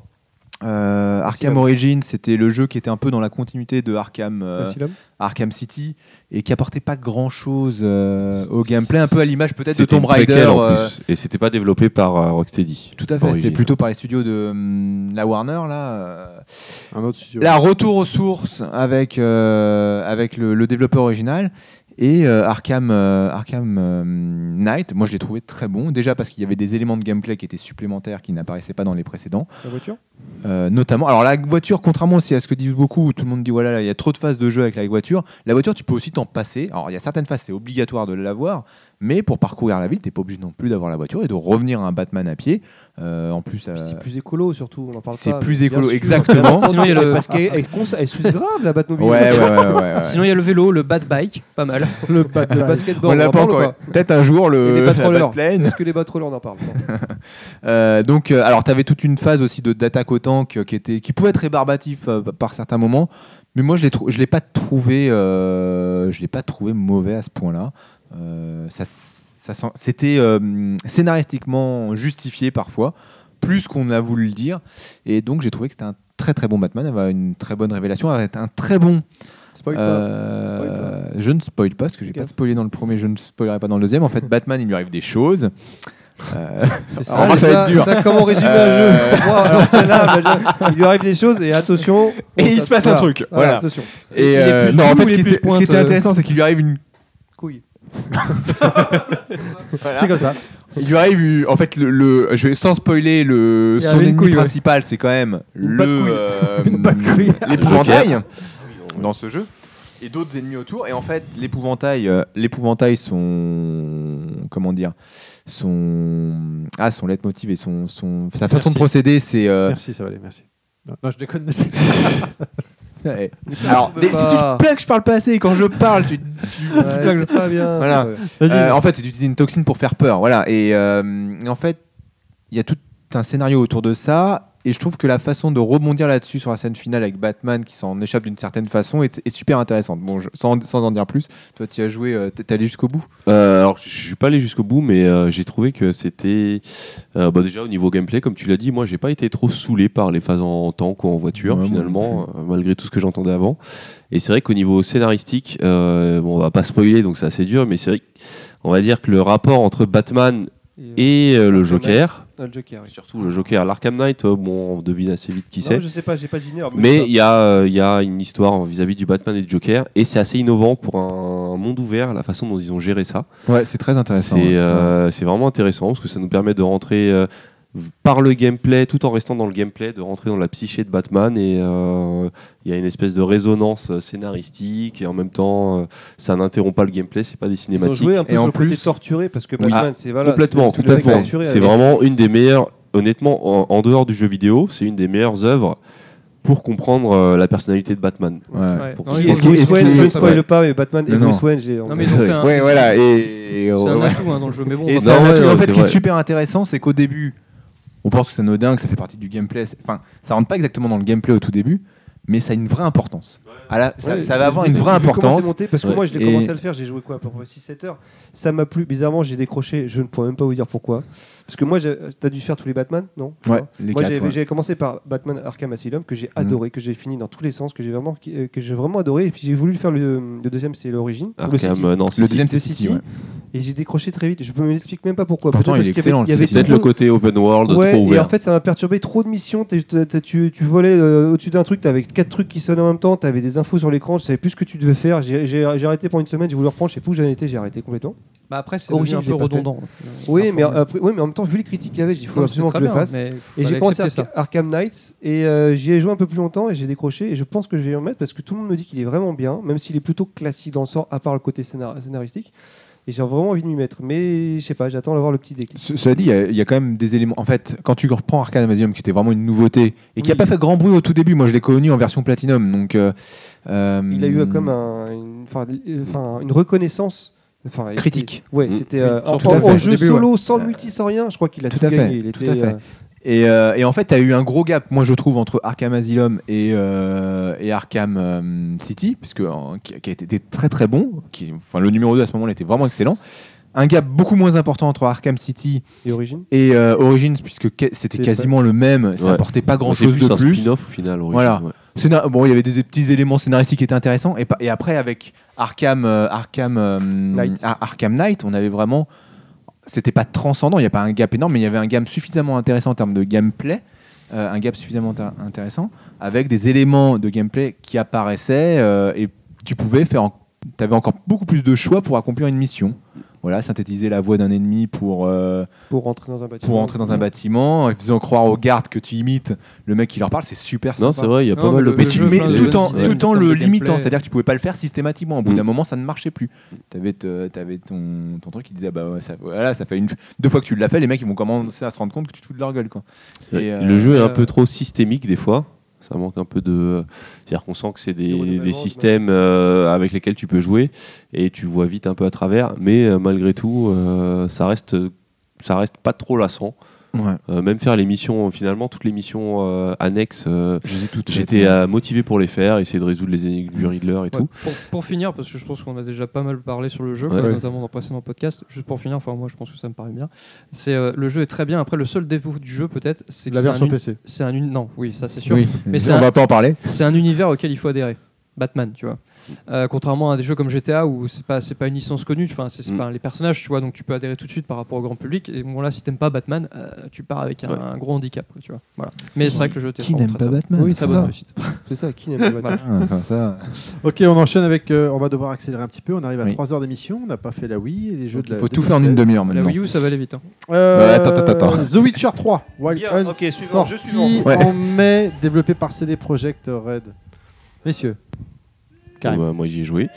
B: euh, Arkham Origins c'était le jeu qui était un peu dans la continuité de Arkham, euh,
H: Asylum
B: Arkham City et qui apportait pas grand chose au gameplay, un peu à l'image peut-être de
E: C'était
B: Tomb
E: une préquelle,
B: Raider.
E: en
B: euh,
E: plus. Et c'était pas développé par euh, Rocksteady.
B: Tout à fait, c'était
E: Origins.
B: plutôt par les studios de hum, la Warner là. euh,
A: Un autre studio.
B: Là, retour aux sources avec, euh, avec le, le développeur original et euh, Arkham, euh, Arkham euh, Knight. Moi, je l'ai trouvé très bon. Déjà parce qu'il y avait des éléments de gameplay qui étaient supplémentaires qui n'apparaissaient pas dans les précédents.
H: La voiture
B: Euh, notamment, alors la voiture, contrairement aussi à ce que disent beaucoup, où tout le monde dit voilà, là, il y a trop de phases de jeu avec la voiture. La voiture, tu peux aussi t'en passer. Alors, il y a certaines phases, c'est obligatoire de l'avoir, mais pour parcourir la ville, t'es pas obligé non plus d'avoir la voiture et de revenir à un Batman à pied. Euh, en plus, euh,
H: Puis C'est plus écolo, surtout. On en parle
B: c'est
H: pas,
B: plus
H: mais
B: écolo,
H: bien sûr.
B: exactement.
D: Sinon, il y a le-
H: Parce qu'elle elle cons- elle suce grave, la Batmobile.
B: Ouais, ouais, ouais, ouais, ouais.
D: Sinon, il y a le vélo, le bat bike, pas mal.
H: Le, ba- le basketball,
B: on l'a
H: en
B: pas
H: parle ou
B: encore. eu. Peut-être un jour
H: Et
B: le
H: les
B: la
H: patrolleurs.
B: Batplane.
H: Est-ce que les Battrollers, on en parle Non.
B: Euh, donc, euh, alors, tu avais toute une phase aussi de d'attaque au tank euh, qui était, qui pouvait être rébarbatif euh, par certains moments, mais moi je l'ai trou- je l'ai pas trouvé, euh, je l'ai pas trouvé mauvais à ce point-là. Euh, ça, ça sent- c'était euh, scénaristiquement justifié parfois, plus qu'on a voulu le dire, et donc j'ai trouvé que c'était un très très bon Batman, avait une très bonne révélation, avec un très bon
H: Spoil pas.
B: euh,
H: Spoil
B: je ne spoil pas, parce que j'ai
H: Ok.
B: pas spoilé dans le premier, je ne spoilerai pas dans le deuxième. En fait, Batman, il lui arrive des choses. Euh,
H: C'est
B: alors, remarque, ça va être dur.
H: Ça, comment résumer
B: Euh.
H: un jeu Wow, alors celle-là, bah, je- il lui arrive des choses et attention.
B: Et il se passe un
H: Voilà.
B: truc, voilà.
H: Attention.
B: et
D: Il est
B: euh,
D: plus
B: non, en
D: cool
B: fait,
D: ou
B: ce
D: il
B: qui,
D: est
B: était,
D: plus
B: ce qui était
D: pointe, euh
B: intéressant, c'est qu'il lui arrive une.
H: Couille.
A: C'est comme ça.
B: Il lui arrive, une- en fait, le, le- je vais sans spoiler, le
D: Il
B: son
D: arrive une
B: ennemi
D: couille, ouais.
B: principal, c'est quand même
A: Une
B: le
A: patte couille.
B: euh,
A: Une patte couille.
D: Ah
B: l'épouvantail dans ce jeu et d'autres ennemis autour. Et en fait, l'épouvantail, euh, l'épouvantail, son comment dire, son ah, son leitmotiv et son son sa façon
A: Merci.
B: de procéder, c'est euh,
A: Merci, ça va aller, merci. Non, non, je déconne.
B: Ouais. eh, Alors,
H: peut
B: dès- si
H: pas.
B: tu te plains que je parle pas assez, et quand je parle, tu, tu-
H: Ouais, c'est pas bien.
B: Voilà.
H: c'est pas-
B: Euh, en fait, c'est d'utiliser une toxine pour faire peur. Voilà. Et, euh, et en fait, il y a tout un scénario autour de ça. Et je trouve que la façon de rebondir là-dessus sur la scène finale avec Batman qui s'en échappe d'une certaine façon est, est super intéressante. Bon, je- sans, sans en dire plus, toi, tu as joué, euh, t'es t'es allé jusqu'au bout.
E: Euh, alors, je je suis pas allé jusqu'au bout, mais euh, j'ai trouvé que c'était. euh, bah, déjà, au niveau gameplay, comme tu l'as dit, moi, j'ai pas été trop saoulé par les phases en, en tank ou en voiture,
B: Ouais, moi non
E: finalement, euh, malgré tout ce que j'entendais avant. Et c'est vrai qu'au niveau scénaristique, euh, bon, on va pas spoiler, donc c'est assez dur, mais c'est vrai qu'on va dire que le rapport entre Batman et euh, le
H: Arkham
E: Joker,
H: Ah, le Joker, oui.
E: surtout le Joker, l'Arkham Knight, euh, bon, on devine assez vite qui c'est.
H: Non, je sais pas, j'ai pas deviné. alors,
E: Mais il y, a, euh, il y a une histoire vis-à-vis du Batman et du Joker, et c'est assez innovant pour un monde ouvert, la façon dont ils ont géré ça.
B: Ouais, c'est très intéressant.
E: C'est euh, c'est vraiment intéressant parce que ça nous permet de rentrer euh, v- par le gameplay, tout en restant dans le gameplay, de rentrer dans la psyché de Batman. Et euh, il y a une espèce de résonance euh, scénaristique et en même temps, euh, ça n'interrompt pas le gameplay, c'est pas des
H: Ils ont
E: cinématiques.
H: joué un peu
B: Et
H: sur
B: en
H: le côté
B: plus- Ah,
H: torturé parce que
E: Oui.
H: Batman, c'est voilà,
E: complètement,
H: c'est- c'est le mec
E: complètement.
H: torturé,
E: C'est
H: avec-
E: vraiment une des meilleures, honnêtement, en, en dehors du jeu vidéo, c'est une des meilleures œuvres pour comprendre euh, la personnalité de Batman.
B: Ouais.
D: Ouais.
E: Pour
D: Non,
E: qui
D: ils
H: Qui est
D: ont-
B: Est-ce qu'il-
H: Bruce
B: est-ce
H: Wayne,
B: qu'il-
H: je ne spoil
B: Ouais.
H: pas, mais Batman et
B: Non.
H: Bruce Wayne, j'ai.
D: Non, mais ils ont fait un.
B: Ouais, voilà. Et, et-
D: C'est un
B: Euh, ouais.
D: atout hein, dans le jeu, mais bon.
B: Et
D: on
B: c'est un
E: Non,
B: atout,
E: ouais,
B: en
E: ouais,
B: fait,
E: c'est
B: ce qui est
E: vrai.
B: super intéressant, c'est qu'au début, on pense que c'est anodin, que ça fait partie du gameplay. c'est- Enfin, ça rentre pas exactement dans le gameplay au tout début. mais ça a une vraie importance. Ah là, ça,
H: Ouais,
B: ça va
H: je-
B: avoir
H: je-
B: une
H: je-
B: vraie
H: je vais commencer
B: importance.
H: à monter parce que
B: Ouais.
H: moi, je l'ai
B: Et-
H: commencé à le faire. J'ai joué quoi, à peu près 6-7 heures. Ça m'a plu. Bizarrement, j'ai décroché. Je ne pourrais même pas vous dire pourquoi. Parce que moi, j'ai- t'as dû faire tous les Batman, non Je crois.
B: Ouais, les
H: hein. Moi,
B: quatre,
H: j'avais
B: ouais.
H: j'avais commencé par Batman Arkham Asylum que j'ai adoré, que j'ai fini dans tous les sens, que j'ai vraiment, qui- euh, que j'ai vraiment adoré. Et puis j'ai voulu faire le, le deuxième, c'est l'origine. ou le
E: Arkham,
H: City.
E: euh, non,
B: Le
E: c'est-
B: deuxième, c'est
H: Le
B: City.
H: City,
B: ouais.
H: Et j'ai décroché très vite. Je ne m'explique même pas pourquoi.
B: Pourtant,
H: Peut-être
B: il est
H: parce qu'il y avait-
B: excellent, le
H: il y avait
B: City.
E: peut-être
H: trop
E: le
H: de-
E: côté open world
H: Ouais,
E: trop
H: et
E: ouvert.
H: en fait, ça m'a perturbé trop de missions. T'es- t'es- t'es- tu, tu volais euh, au-dessus d'un truc, t'avais quatre trucs qui sonnent en même temps, t'avais des infos sur l'écran, je savais plus ce que tu devais faire. J'ai j'ai- j'ai arrêté pendant une semaine, j'ai voulu reprendre, je sais plus où j'en étais, j'ai arrêté complètement.
D: Bah après, c'est devenu
H: Origine,
D: un
H: je l'ai
D: peu
H: pas fait.
D: redondant.
H: Oui,
D: Parfois,
H: mais,
D: mais-
H: après- oui, mais en même temps, vu les critiques qu'il y avait, j'ai dit, il faut
D: Non,
H: absolument
D: c'est
H: que je le
D: très bien,
H: fasse.
D: mais
H: Et j'ai
D: fallait
H: commencé à
D: accepter
H: Arkham Knights et euh, j'y ai joué un peu plus longtemps et j'ai décroché et je pense que je vais y remettre parce que tout le monde me dit qu'il est vraiment bien, même s'il est plutôt classique dans le sort, à part le côté scénar- scénaristique. Et j'ai vraiment envie de m'y mettre, mais je sais pas, j'attends d'avoir le petit déclic.
B: Ce- Cela dit, il y a- il y, a quand même des éléments. En fait, quand tu reprends Arkham Asylum, qui était vraiment une nouveauté et qui n'a
H: Oui.
B: pas fait grand bruit au tout début, moi je l'ai connu en version Platinum. Donc, euh, euh,
H: Il a eu euh, comme un- une, enfin, euh, enfin, une reconnaissance. Enfin, il
B: Critique.
H: était- Ouais,
E: Mm.
H: c'était euh,
B: Oui,
H: en,
B: surtout à
H: en-
B: fait.
H: en
B: Au
H: jeu
B: début,
H: solo, sans le multi, sans rien. Je crois qu'il a
B: tout
H: tout,
B: à fait,
H: gagné. Il
B: tout
H: était,
B: à fait.
H: euh,
B: Et, euh, et en fait, tu as eu un gros gap, moi je trouve, entre Arkham Asylum et, euh, et Arkham euh, City, puisque, euh, qui, qui a été très très bon. Qui, enfin, le numéro 2 à ce moment-là était vraiment excellent. Un gap beaucoup moins important entre Arkham City
H: et Origin.
B: et euh, Origins, puisque que- c'était
H: C'est
B: quasiment le même, ça
E: Ouais.
B: apportait pas
E: On
B: grand
E: sait
B: chose de
E: un
B: plus.
E: spin-off au final. Origin,
B: Voilà.
E: ouais.
B: Scénar- bon, il y avait des petits éléments scénaristiques qui étaient intéressants. Et, pa- et après, avec Arkham, euh, Arkham, euh,
H: Knight.
B: Ar- Arkham Knight, on avait vraiment. C'était pas transcendant, il n'y a pas un gap énorme, mais il y avait un gap suffisamment intéressant en termes de gameplay. euh, un gap suffisamment intér- intéressant avec des éléments de gameplay qui apparaissaient euh, et tu pouvais faire. tu avais encore beaucoup plus de choix pour accomplir une mission. Voilà, synthétiser la voix d'un ennemi pour. euh,
H: Pour rentrer dans un bâtiment.
B: pour entrer dans
A: Mmh.
B: un bâtiment, en faisant croire aux gardes que tu imites le mec qui leur parle, c'est super
E: Non,
B: sympa.
E: c'est vrai, il y a
D: Non,
E: pas
D: mais
E: mal de
D: le-
B: Mais,
E: petits.
B: tu-
D: jeu,
B: mais
D: plein de
B: tout le
D: bonnes
B: temps,
D: idées en
B: tout le temps
D: termes
B: le
D: de
B: limitant,
D: gameplay.
B: c'est-à-dire que tu pouvais pas le faire systématiquement. Au bout
E: Mm.
B: d'un moment, ça ne marchait plus. Tu avais, ton, ton truc qui disait ah bah ouais, ça, voilà, ça fait une, deux fois que tu l'as fait, les mecs ils vont commencer à se rendre compte que tu te fous de leur gueule quoi. Et, euh,
E: Le jeu est un
D: euh,
E: peu trop systémique des fois. Ça manque un peu de. C'est-à-dire qu'on sent que c'est
H: De
E: des,
H: renouvellement,
E: des systèmes euh, avec lesquels tu peux jouer et tu vois vite un peu à travers, mais euh, malgré tout, euh, ça reste. Ça reste pas trop lassant.
B: ouais,
E: Euh, même faire les missions, finalement, toutes les missions euh, annexes, euh,
B: je les ai toutes
E: j'étais
B: faites.
E: euh, motivé pour les faire, essayer de résoudre les énigmes du Riddler et
D: Ouais,
E: tout.
D: Pour, pour finir, parce que je pense qu'on a déjà pas mal parlé sur le jeu,
E: Ouais.
D: là,
E: Ouais.
D: notamment dans le précédent podcast, juste pour finir, enfin moi je pense que ça me paraît bien, c'est euh, le jeu est très bien, après le seul défaut du jeu peut-être, c'est que
A: La
D: c'est un
A: version
D: uni-
A: PC.
D: c'est un, uni- non, oui, ça c'est sûr,
B: Oui.
D: Mais
B: Mais
D: c'est
B: on
D: un-
B: va pas en parler.
D: c'est un univers auquel il faut adhérer. Batman, tu vois. Euh, contrairement à des jeux comme GTA où c'est pas c'est pas une licence connue, enfin c'est c'est
E: Mm.
D: pas les personnages, tu vois, donc tu peux adhérer tout de suite par rapport au grand public. Et bon là, si t'aimes pas Batman, euh, tu pars avec un,
E: Ouais.
D: un gros handicap, tu vois. Voilà. Mais c'est vrai que le jeu était
B: Qui
D: vraiment
B: n'aime
D: très,
B: pas
D: très bon.
B: Batman
D: Oui, très bonne réussite.
H: C'est ça, qui n'aime pas le bâtiment.
B: Ah, comme ça.
A: Ok, on enchaîne avec. euh, on va devoir accélérer un petit peu. On arrive à
B: Oui.
A: 3 heures d'émission. On n'a pas fait la Wii et les jeux de
B: Il
A: la.
B: faut tout faire en une
A: 2016.
B: demi-heure
D: La
B: maintenant.
D: Wii U, ça va aller vite. hein.
A: Euh,
B: attends, attends, attends.
A: The Witcher 3. Wild
H: Bien,
A: Hunt
H: ok, suivant,
A: sorti
H: jeu suivant.
B: Ouais.
A: en mai, développé par CD Projekt Red. Messieurs, Karim.
E: Bon, bah, moi j'y ai joué.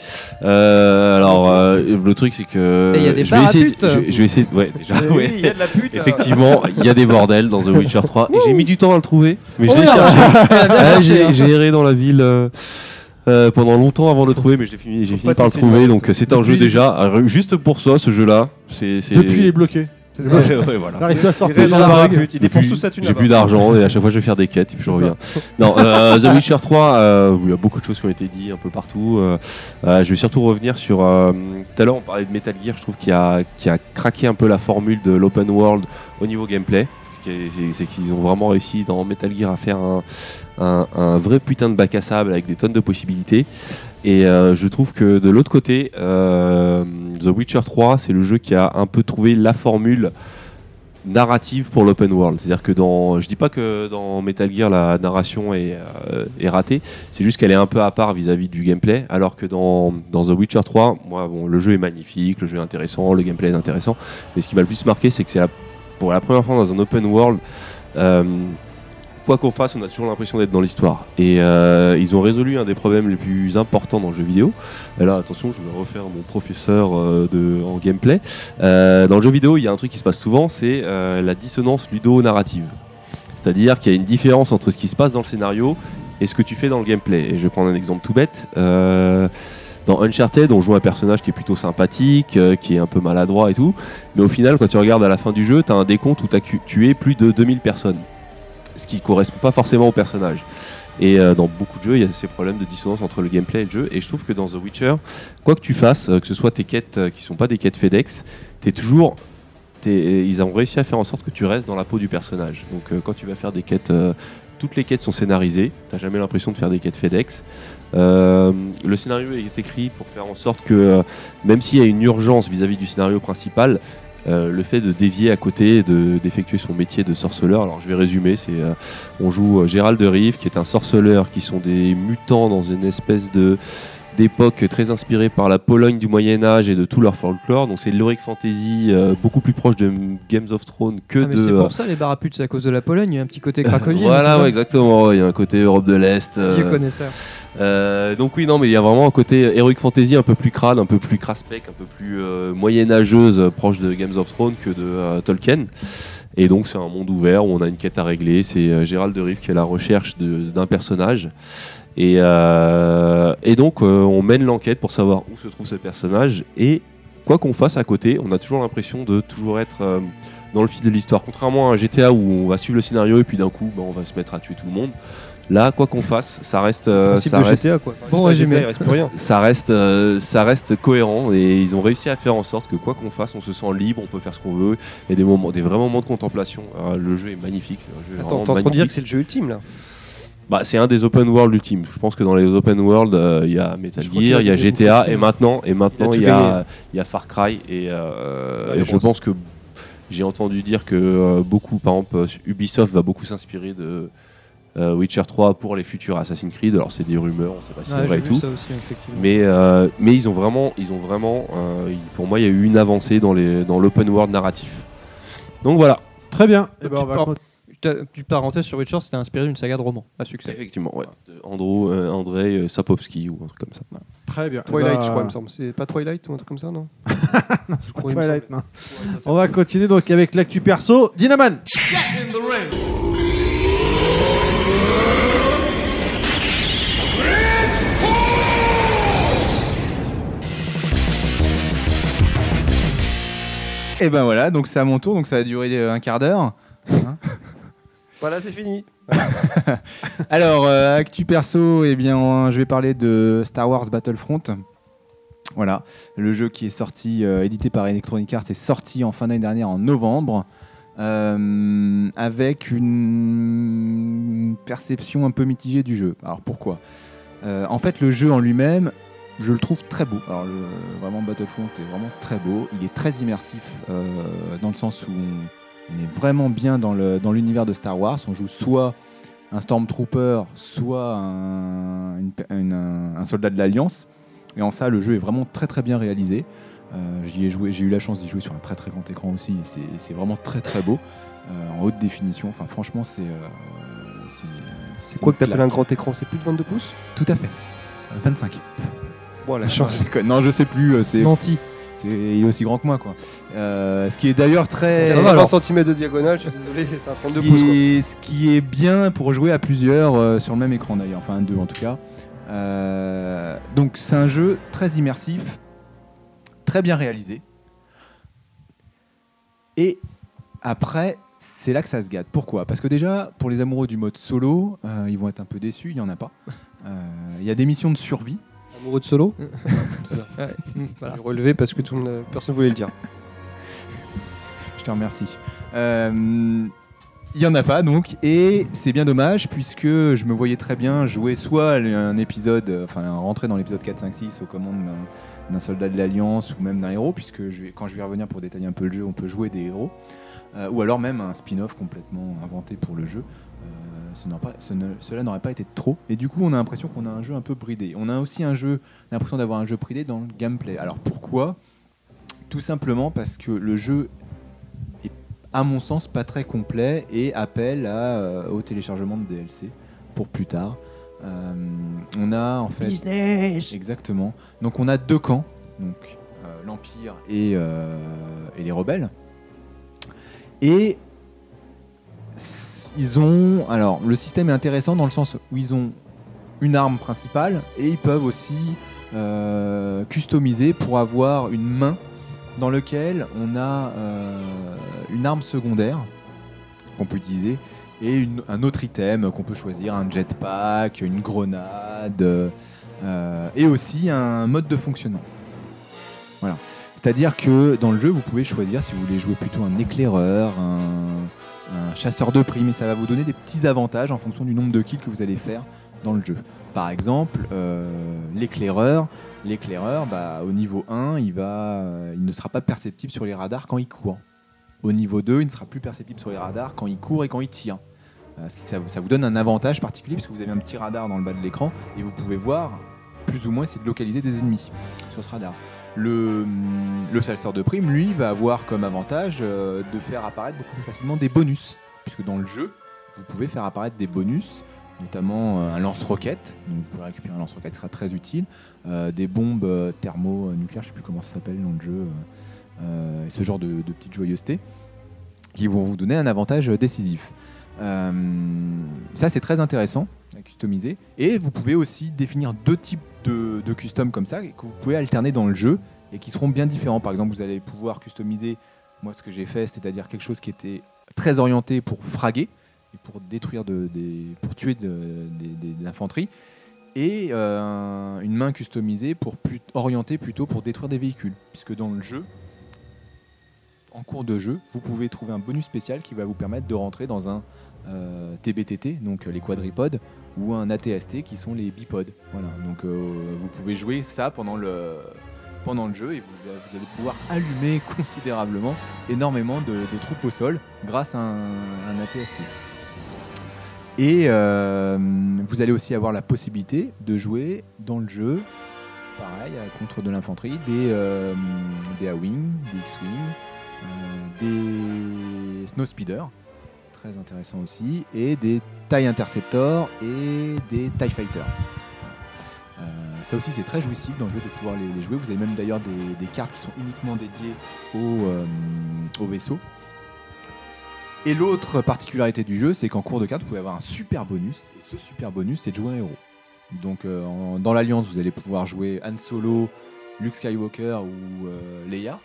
E: Euh, alors euh, le truc c'est que
D: Et il y a des
E: je vais essayer,
D: barres à putes.
E: je, je vais essayer. Ouais déjà. ouais.
H: Il y a de la pute.
E: Effectivement, il y a des bordels dans The Witcher 3. Et J'ai mis du temps à le trouver, mais je l'ai
A: merde.
E: cherché.
D: Elle a bien
E: Ah,
D: cherché,
E: j'ai
D: hein.
E: j'ai erré dans la ville euh, euh, pendant longtemps avant de le trouver, mais j'ai fini, j'ai fini
H: pas
E: par le
H: te laisser
E: trouver.
H: une
E: Donc euh, c'est un jeu déjà. Alors, Juste pour ça, ce jeu-là, c'est. c'est-
A: depuis les bloqués.
E: Ouais, ouais, voilà.
A: On arrive plus à sortir.
H: reste
A: de
H: dans la
A: la
H: barre.
A: règle.
H: Il
E: J'ai
H: dépense
E: plus-
H: tout sa thune
E: J'ai
H: là-bas.
E: plus d'argent et à chaque fois je vais faire des quêtes et puis je reviens. Non, euh, The Witcher 3, euh, il y a beaucoup de choses qui ont été dites un peu partout. euh, euh, je vais surtout revenir sur. euh, Tout à l'heure on parlait de Metal Gear, je trouve qu'il a, qu'il a craqué un peu la formule de l'open world au niveau gameplay. Ce qui est- c'est- C'est qu'ils ont vraiment réussi dans Metal Gear à faire un, un- un vrai putain de bac à sable avec des tonnes de possibilités. Et euh, je trouve que de l'autre côté, euh, The Witcher 3, c'est le jeu qui a un peu trouvé la formule narrative pour l'open world. C'est-à-dire que dans, je dis pas que dans Metal Gear la narration est, euh, est ratée, c'est juste qu'elle est un peu à part vis-à-vis du gameplay, alors que dans, dans The Witcher 3, moi, bon, le jeu est magnifique, le jeu est intéressant, le gameplay est intéressant, mais ce qui m'a le plus marqué, c'est que c'est la, pour la première fois dans un open world, euh, quoi qu'on fasse, on a toujours l'impression d'être dans l'histoire. Et euh, ils ont résolu un des problèmes les plus importants dans le jeu vidéo. Et là, attention, je vais refaire mon professeur euh, de, en gameplay. Euh, dans le jeu vidéo, il y a un truc qui se passe souvent, c'est euh, la dissonance ludo-narrative. C'est-à-dire qu'il y a une différence entre ce qui se passe dans le scénario et ce que tu fais dans le gameplay. Et je vais prendre un exemple tout bête. Euh, dans Uncharted, on joue un personnage qui est plutôt sympathique, euh, qui est un peu maladroit et tout. Mais au final, quand tu regardes à la fin du jeu, tu as un décompte où tu as tué plus de 2000 personnes. Ce qui correspond pas forcément au personnage. Et euh, dans beaucoup de jeux, il y a ces problèmes de dissonance entre le gameplay et le jeu. Et je trouve que dans The Witcher, quoi que tu fasses, euh, que ce soit tes quêtes euh, qui sont pas des quêtes FedEx, t'es toujours. t'es- ils ont réussi à faire en sorte que tu restes dans la peau du personnage. Donc euh, quand tu vas faire des quêtes. euh, toutes les quêtes sont scénarisées, t'as jamais l'impression de faire des quêtes FedEx. Euh, le scénario est écrit pour faire en sorte que, euh, même s'il y a une urgence vis-à-vis du scénario principal, euh, le fait de dévier à côté, de- d'effectuer son métier de sorceleur, alors je vais résumer, c'est euh, on joue euh, Gérald de Rive qui est un sorceleur, qui sont des mutants dans une espèce de d'époque très inspirée par la Pologne du Moyen Âge et de tout leur folklore. Donc c'est de l'heroic fantasy euh, beaucoup plus proche de Games of Thrones que
D: Ah, mais
E: de...
D: c'est
E: euh,
D: pour ça les baraputes, c'est à cause de la Pologne, il y a un petit côté cracovien.
E: voilà,
D: hein, c'est
E: ouais, exactement. Il y a un côté Europe de l'Est.
D: ça
E: euh,
D: Vieux connaisseur.
E: euh, donc oui, non, mais il y a vraiment un côté heroic fantasy un peu plus crade, un peu plus craspec, un peu plus euh, moyenâgeuse, euh, proche de Games of Thrones que de euh, Tolkien. Et donc c'est un monde ouvert où on a une quête à régler. C'est euh, Gérald de Rive qui est à la recherche de- d'un personnage. Et, euh, et donc euh, on mène l'enquête pour savoir où se trouve ce personnage. Et quoi qu'on fasse à côté, on a toujours l'impression de toujours être euh, dans le fil de l'histoire. Contrairement à un GTA où on va suivre le scénario et puis d'un coup bah, on va se mettre à tuer tout le monde. Là, quoi qu'on fasse, ça reste, euh,
I: principe
E: ça
I: de
E: reste
I: GTA, quoi.
D: Bon
I: Ça,
D: résumé.
I: GTA, Il reste plus rien.
E: ça reste, euh, ça reste cohérent et ils ont réussi à faire en sorte que quoi qu'on fasse, on se sent libre, on peut faire ce qu'on veut. Il y a des moments, des vrais moments de contemplation. Euh, le jeu est magnifique. le jeu est
I: Attends,
E: vraiment
I: t'es en train de dire
E: magnifique.
I: que c'est le jeu ultime là
E: Bah, c'est un des open world ultimes. Je pense que dans les open world, euh, il y a Metal
I: Je crois qu'il a
E: Gear, il y a
I: gagné
E: GTA
I: beaucoup.
E: et maintenant, et maintenant
I: tout
E: il y a,
I: gagné.
E: il y a Far Cry et, euh,
I: Ah, les
E: et je
I: grosses.
E: pense que j'ai entendu dire que euh, beaucoup, par exemple, euh, Ubisoft va beaucoup s'inspirer de euh, Witcher 3 pour les futurs Assassin's Creed. Alors c'est des rumeurs, on sait pas si c'est
D: Ouais,
E: vrai
D: j'ai
E: et
D: vu
E: tout.
D: ça aussi, effectivement.
E: Mais, euh, mais ils ont vraiment, ils ont vraiment euh, il- pour moi, il y a eu une avancée dans les- dans l'open world narratif. Donc voilà.
A: Très bien. Eh
D: Le
A: ben, on
D: petit
A: va
D: port-
A: con-
D: T'as- Tu parenthèse sur Witcher, c'était inspiré d'une saga de romans à succès.
E: Effectivement, ouais. De Andro, euh, Andrei euh, Sapowski ou un truc comme ça.
A: Très bien.
H: Twilight,
A: Bah,
H: je crois, il me semble. C'est pas Twilight ou un truc comme ça, non
A: c'est
H: crois, il me
A: Twilight, non. On va continuer donc avec l'actu perso. Dynaman
B: Et ben voilà, donc c'est à mon tour, donc ça va durer euh, un quart d'heure.
H: Hein Voilà, c'est fini.
B: Alors, euh, actu perso, eh bien, euh, je vais parler de Star Wars Battlefront. Voilà, le jeu qui est sorti, euh, édité par Electronic Arts, est sorti en fin d'année dernière, en novembre, euh, avec une perception un peu mitigée du jeu. Alors pourquoi Euh, En fait, le jeu en lui-même, je le trouve très beau. Alors, le- vraiment, Battlefront est vraiment très beau. Il est très immersif euh, dans le sens où on, on est vraiment bien dans le- dans l'univers de Star Wars. On joue soit un stormtrooper, soit un, une pe- une- un- un soldat de l'Alliance. Et en ça, le jeu est vraiment très très bien réalisé. Euh, j'y ai joué, j'ai eu la chance d'y jouer sur un très très grand écran aussi. et C'est, c'est vraiment très très beau, euh, en haute définition. Enfin, franchement, c'est euh, c'est,
H: C'est quoi que
B: une
H: t'appelles un
B: claque.
H: grand écran C'est plus de 22 pouces
B: Tout à fait. Euh, 25.
H: Bon, la
B: Je déconne. Non, je sais plus. euh, C'est,
D: Menti.
B: c'est- il est aussi grand que moi, quoi. Euh, ce qui est d'ailleurs très.
I: Eh,
H: 20 cm de diagonale, je suis désolé, c'est un
B: Ce
H: 32
B: qui
H: pouces. Quoi.
B: est- Ce qui est bien pour jouer à plusieurs euh, sur le même écran d'ailleurs, enfin deux en tout cas. Euh, donc c'est un jeu très immersif, très bien réalisé. Et après, c'est là que ça se gâte. Pourquoi Parce que déjà, pour les amoureux du mode solo, euh, ils vont être un peu déçus, il n'y en a pas. Euh, Il y a des missions de survie.
H: Amoureux de solo Mm,
D: Voilà.
H: J'ai relevé parce que tout le monde- personne voulait le dire.
B: Je te remercie. Euh, Il y en a pas donc, et c'est bien dommage puisque je me voyais très bien jouer soit un épisode, euh, enfin rentrer dans l'épisode 4, 5, 6 aux commandes d'un- d'un soldat de l'Alliance ou même d'un héros, puisque je vais- quand je vais revenir pour détailler un peu le jeu, on peut jouer des héros, Euh, ou alors même un spin-off complètement inventé pour le jeu. Euh, ce n'aurait pas- ce ne- cela n'aurait pas été de trop, et du coup on a l'impression qu'on a un jeu un peu bridé. On a aussi un jeu, l'impression d'avoir un jeu bridé dans le gameplay. Alors pourquoi Tout simplement parce que le jeu à mon sens pas très complet et appelle à, euh, au téléchargement de DLC pour plus tard. Euh, on a en fait exactement. Donc on a deux camps, donc euh, l'Empire et, euh, et les rebelles. Et s- ils ont alors le système est intéressant dans le sens où ils ont une arme principale et ils peuvent aussi euh, customiser pour avoir une main dans lequel on a euh, une arme secondaire qu'on peut utiliser et une- un autre item qu'on peut choisir, un jetpack, une grenade, euh, euh, et aussi un mode de fonctionnement. Voilà. C'est-à-dire que dans le jeu, vous pouvez choisir si vous voulez jouer plutôt un éclaireur, un, un chasseur de primes, et ça va vous donner des petits avantages en fonction du nombre de kills que vous allez faire dans le jeu. Par exemple, euh, l'éclaireur, l'éclaireur, bah, au niveau 1, il, va, il ne sera pas perceptible sur les radars quand il court. Au niveau 2, il ne sera plus perceptible sur les radars quand il court et quand il tire. Euh, ce qui- ça, vous- ça vous donne un avantage particulier puisque vous avez un petit radar dans le bas de l'écran et vous pouvez voir plus ou moins essayer de localiser des ennemis sur ce radar. Le, hum, le chasseur de primes, lui, va avoir comme avantage euh, de faire apparaître beaucoup plus facilement des bonus. Puisque dans le jeu, vous pouvez faire apparaître des bonus, notamment euh, un lance-roquette. Donc vous pouvez récupérer un lance-roquette, ce sera très utile. Euh, des bombes euh, thermo-nucléaires, je ne sais plus comment ça s'appelle dans le jeu. euh, euh, et ce genre de, de petites joyeusetés qui vont vous donner un avantage euh, décisif. Euh, ça, c'est très intéressant à customiser. Et vous pouvez aussi définir deux types de, de custom comme ça, et que vous pouvez alterner dans le jeu et qui seront bien différents. Par exemple, vous allez pouvoir customiser, moi ce que j'ai fait, c'est-à-dire quelque chose qui était très orienté pour fraguer et pour détruire de- des, pour tuer de, des- des- de l'infanterie, et euh, une main customisée pour plus, orienter plutôt pour détruire des véhicules, puisque dans le jeu, en cours de jeu, vous pouvez trouver un bonus spécial qui va vous permettre de rentrer dans un euh, TBTT, donc euh, les quadripodes, ou un ATST qui sont les bipodes. Voilà, donc euh, vous pouvez jouer ça pendant le, pendant le jeu et vous, vous allez pouvoir allumer considérablement énormément de, de troupes au sol grâce à un, un ATST. Et euh, vous allez aussi avoir la possibilité de jouer dans le jeu, pareil, euh, contre de l'infanterie, des, euh, des A-Wing, des X-Wing, euh, des Snow Speeder, très intéressant aussi, et des TIE Interceptor et des TIE Fighter. Euh, ça aussi, c'est très jouissif dans le jeu de pouvoir les, les jouer. Vous avez même d'ailleurs des, des cartes qui sont uniquement dédiées au, euh, au vaisseau. Et l'autre particularité du jeu, c'est qu'en cours de carte, vous pouvez avoir un super bonus. Et ce super bonus, c'est de jouer un héros. Donc euh, en- dans l'Alliance, vous allez pouvoir jouer Han Solo, Luke Skywalker ou euh, Leia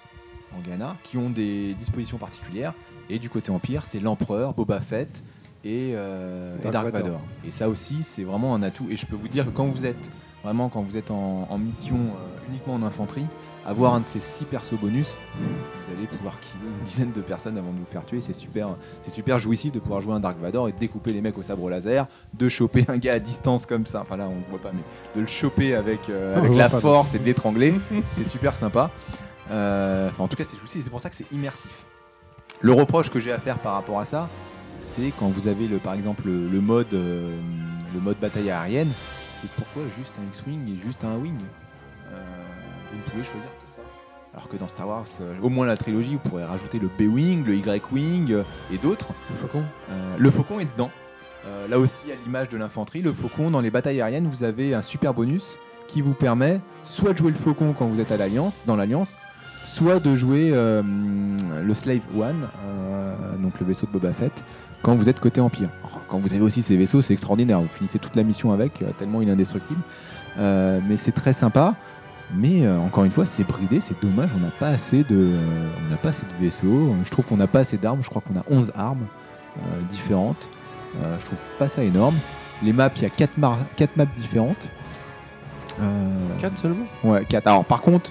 B: en Ghana, qui ont des dispositions particulières. Et du côté Empire, c'est l'Empereur, Boba Fett et, euh, et
H: Dark
B: Dark
H: Vador.
B: Vador. Et ça aussi, c'est vraiment un atout. Et je peux vous dire que quand vous êtes vraiment quand vous êtes en, en mission euh, uniquement en infanterie, avoir un de ces six persos bonus, vous allez pouvoir killer une dizaine de personnes avant de vous faire tuer. C'est super, c'est super jouissif de pouvoir jouer un Dark Vador et de découper les mecs au sabre laser, de choper un gars à distance comme ça. Enfin là, on le voit pas, mais de le choper avec, euh,
A: Ah, on
B: avec
A: le
B: la
A: voit pas,
B: force et de l'étrangler, c'est super sympa. Euh, enfin, en tout cas, c'est jouissif. C'est pour ça que c'est immersif. Le reproche que j'ai à faire par rapport à ça, c'est quand vous avez le, par exemple le, le mode, euh, le mode bataille aérienne c'est pourquoi juste un X-Wing et juste un Wing Euh, Vous ne pouvez choisir que ça. Alors que dans Star Wars, euh, au moins la trilogie, vous pourrez rajouter le B-Wing, le Y-Wing euh, et d'autres.
A: Le faucon.
B: Euh, le faucon est dedans. Euh, là aussi, à l'image de l'infanterie, le faucon, dans les batailles aériennes, vous avez un super bonus qui vous permet soit de jouer le faucon quand vous êtes à l'Alliance, dans l'Alliance, soit de jouer euh, le Slave One, euh, donc le vaisseau de Boba Fett, quand vous êtes côté Empire. Oh, Quand vous avez aussi ces vaisseaux, c'est extraordinaire. Vous finissez toute la mission avec, euh, tellement il est indestructible. Euh, mais c'est très sympa. Mais euh, encore une fois, c'est bridé, c'est dommage, on n'a pas assez de, euh, on n'a pas assez de vaisseaux. Je trouve qu'on n'a pas assez d'armes. Je crois qu'on a 11 armes euh, différentes. Euh, je trouve pas ça énorme. Les maps, il y a 4, maps différentes. Euh,
C: 4 seulement
B: Ouais, 4. Alors par contre,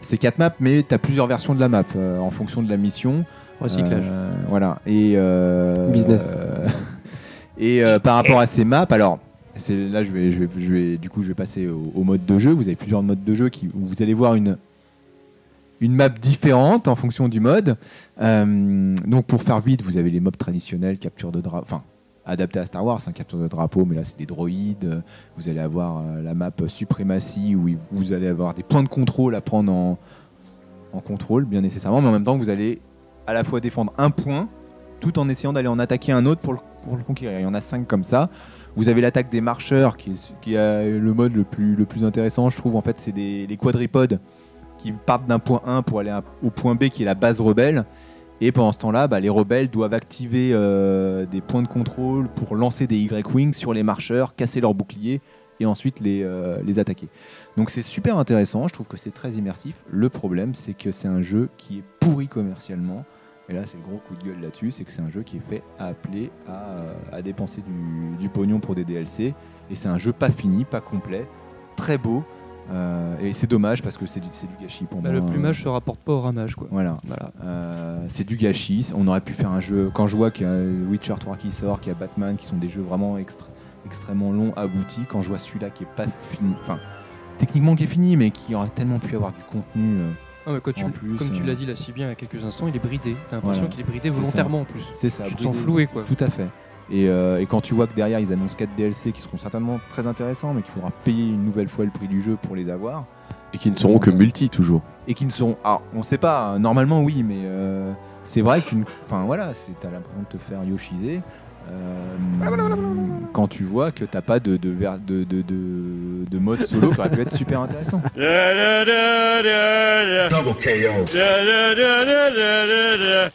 B: c'est 4 maps, mais tu as plusieurs versions de la map euh, en fonction de la mission.
D: Recyclage.
B: Euh, voilà. Et euh,
C: Business.
B: euh, et euh, par rapport à ces maps, alors c'est là je vais, je vais, je vais, du coup je vais passer au, au mode de jeu. Vous avez plusieurs modes de jeu qui où vous allez voir une une map différente en fonction du mode. Euh, donc pour faire vite, vous avez les mobs traditionnels, capture de drapeau, enfin adapté à Star Wars, hein, capture de drapeau, mais là c'est des droïdes. Vous allez avoir euh, la map suprématie où il- vous allez avoir des points de contrôle à prendre en, en contrôle, bien nécessairement, mais en même temps vous allez à la fois défendre un point tout en essayant d'aller en attaquer un autre pour le, pour le conquérir. Il y en a cinq comme ça. Vous avez l'attaque des marcheurs qui est, qui est le mode le plus, le plus intéressant, je trouve. En fait, c'est des- les quadripodes qui partent d'un point 1 pour aller à- au point B qui est la base rebelle. Et pendant ce temps-là, bah, les rebelles doivent activer euh, des points de contrôle pour lancer des Y-Wings sur les marcheurs, casser leurs boucliers et ensuite les, euh, les attaquer. Donc c'est super intéressant, je trouve que c'est très immersif. Le problème, c'est que c'est un jeu qui est pourri commercialement. Et là, c'est le gros coup de gueule là-dessus, c'est que c'est un jeu qui est fait appelé à, euh, à dépenser du, du pognon pour des DLC. Et c'est un jeu pas fini, pas complet, très beau. euh, et c'est dommage parce que c'est du, c'est du gâchis pour
D: Bah,
B: moi. hein.
D: le plumage se rapporte pas au ramage, quoi.
B: Voilà.
D: Voilà.
B: Euh, c'est du gâchis. On aurait pu faire un jeu. Quand je vois qu'il y a Witcher 3 qui sort, qu'il y a Batman, qui sont des jeux vraiment extra- extrêmement longs, aboutis, quand je vois celui-là qui est pas fini, enfin techniquement qui est fini, mais qui aurait tellement pu avoir du contenu. euh,
D: Ah, mais quand tu-
B: En plus,
D: comme tu
B: euh,
D: l'as dit là si bien il y a quelques instants, il est bridé. T'as l'impression
B: Voilà.
D: qu'il est bridé
B: C'est ça.
D: volontairement en plus.
B: c'est ça.
D: Tu te
B: brûler-
D: sens floué, quoi.
B: Tout à fait. Et, euh, et quand tu vois que derrière ils annoncent 4 DLC qui seront certainement très intéressants, mais qu'il faudra payer une nouvelle fois le prix du jeu pour les avoir,
E: Et qui ne seront que multi toujours.
B: et qui ne seront. Alors, on sait pas, hein, normalement oui, mais euh, c'est vrai qu'une. Enfin voilà, c'est- t'as l'impression de te faire yoshiser. euh, quand tu vois que t'as pas de, de, ver- de, de, de- de mode solo qui aurait pu être super intéressant.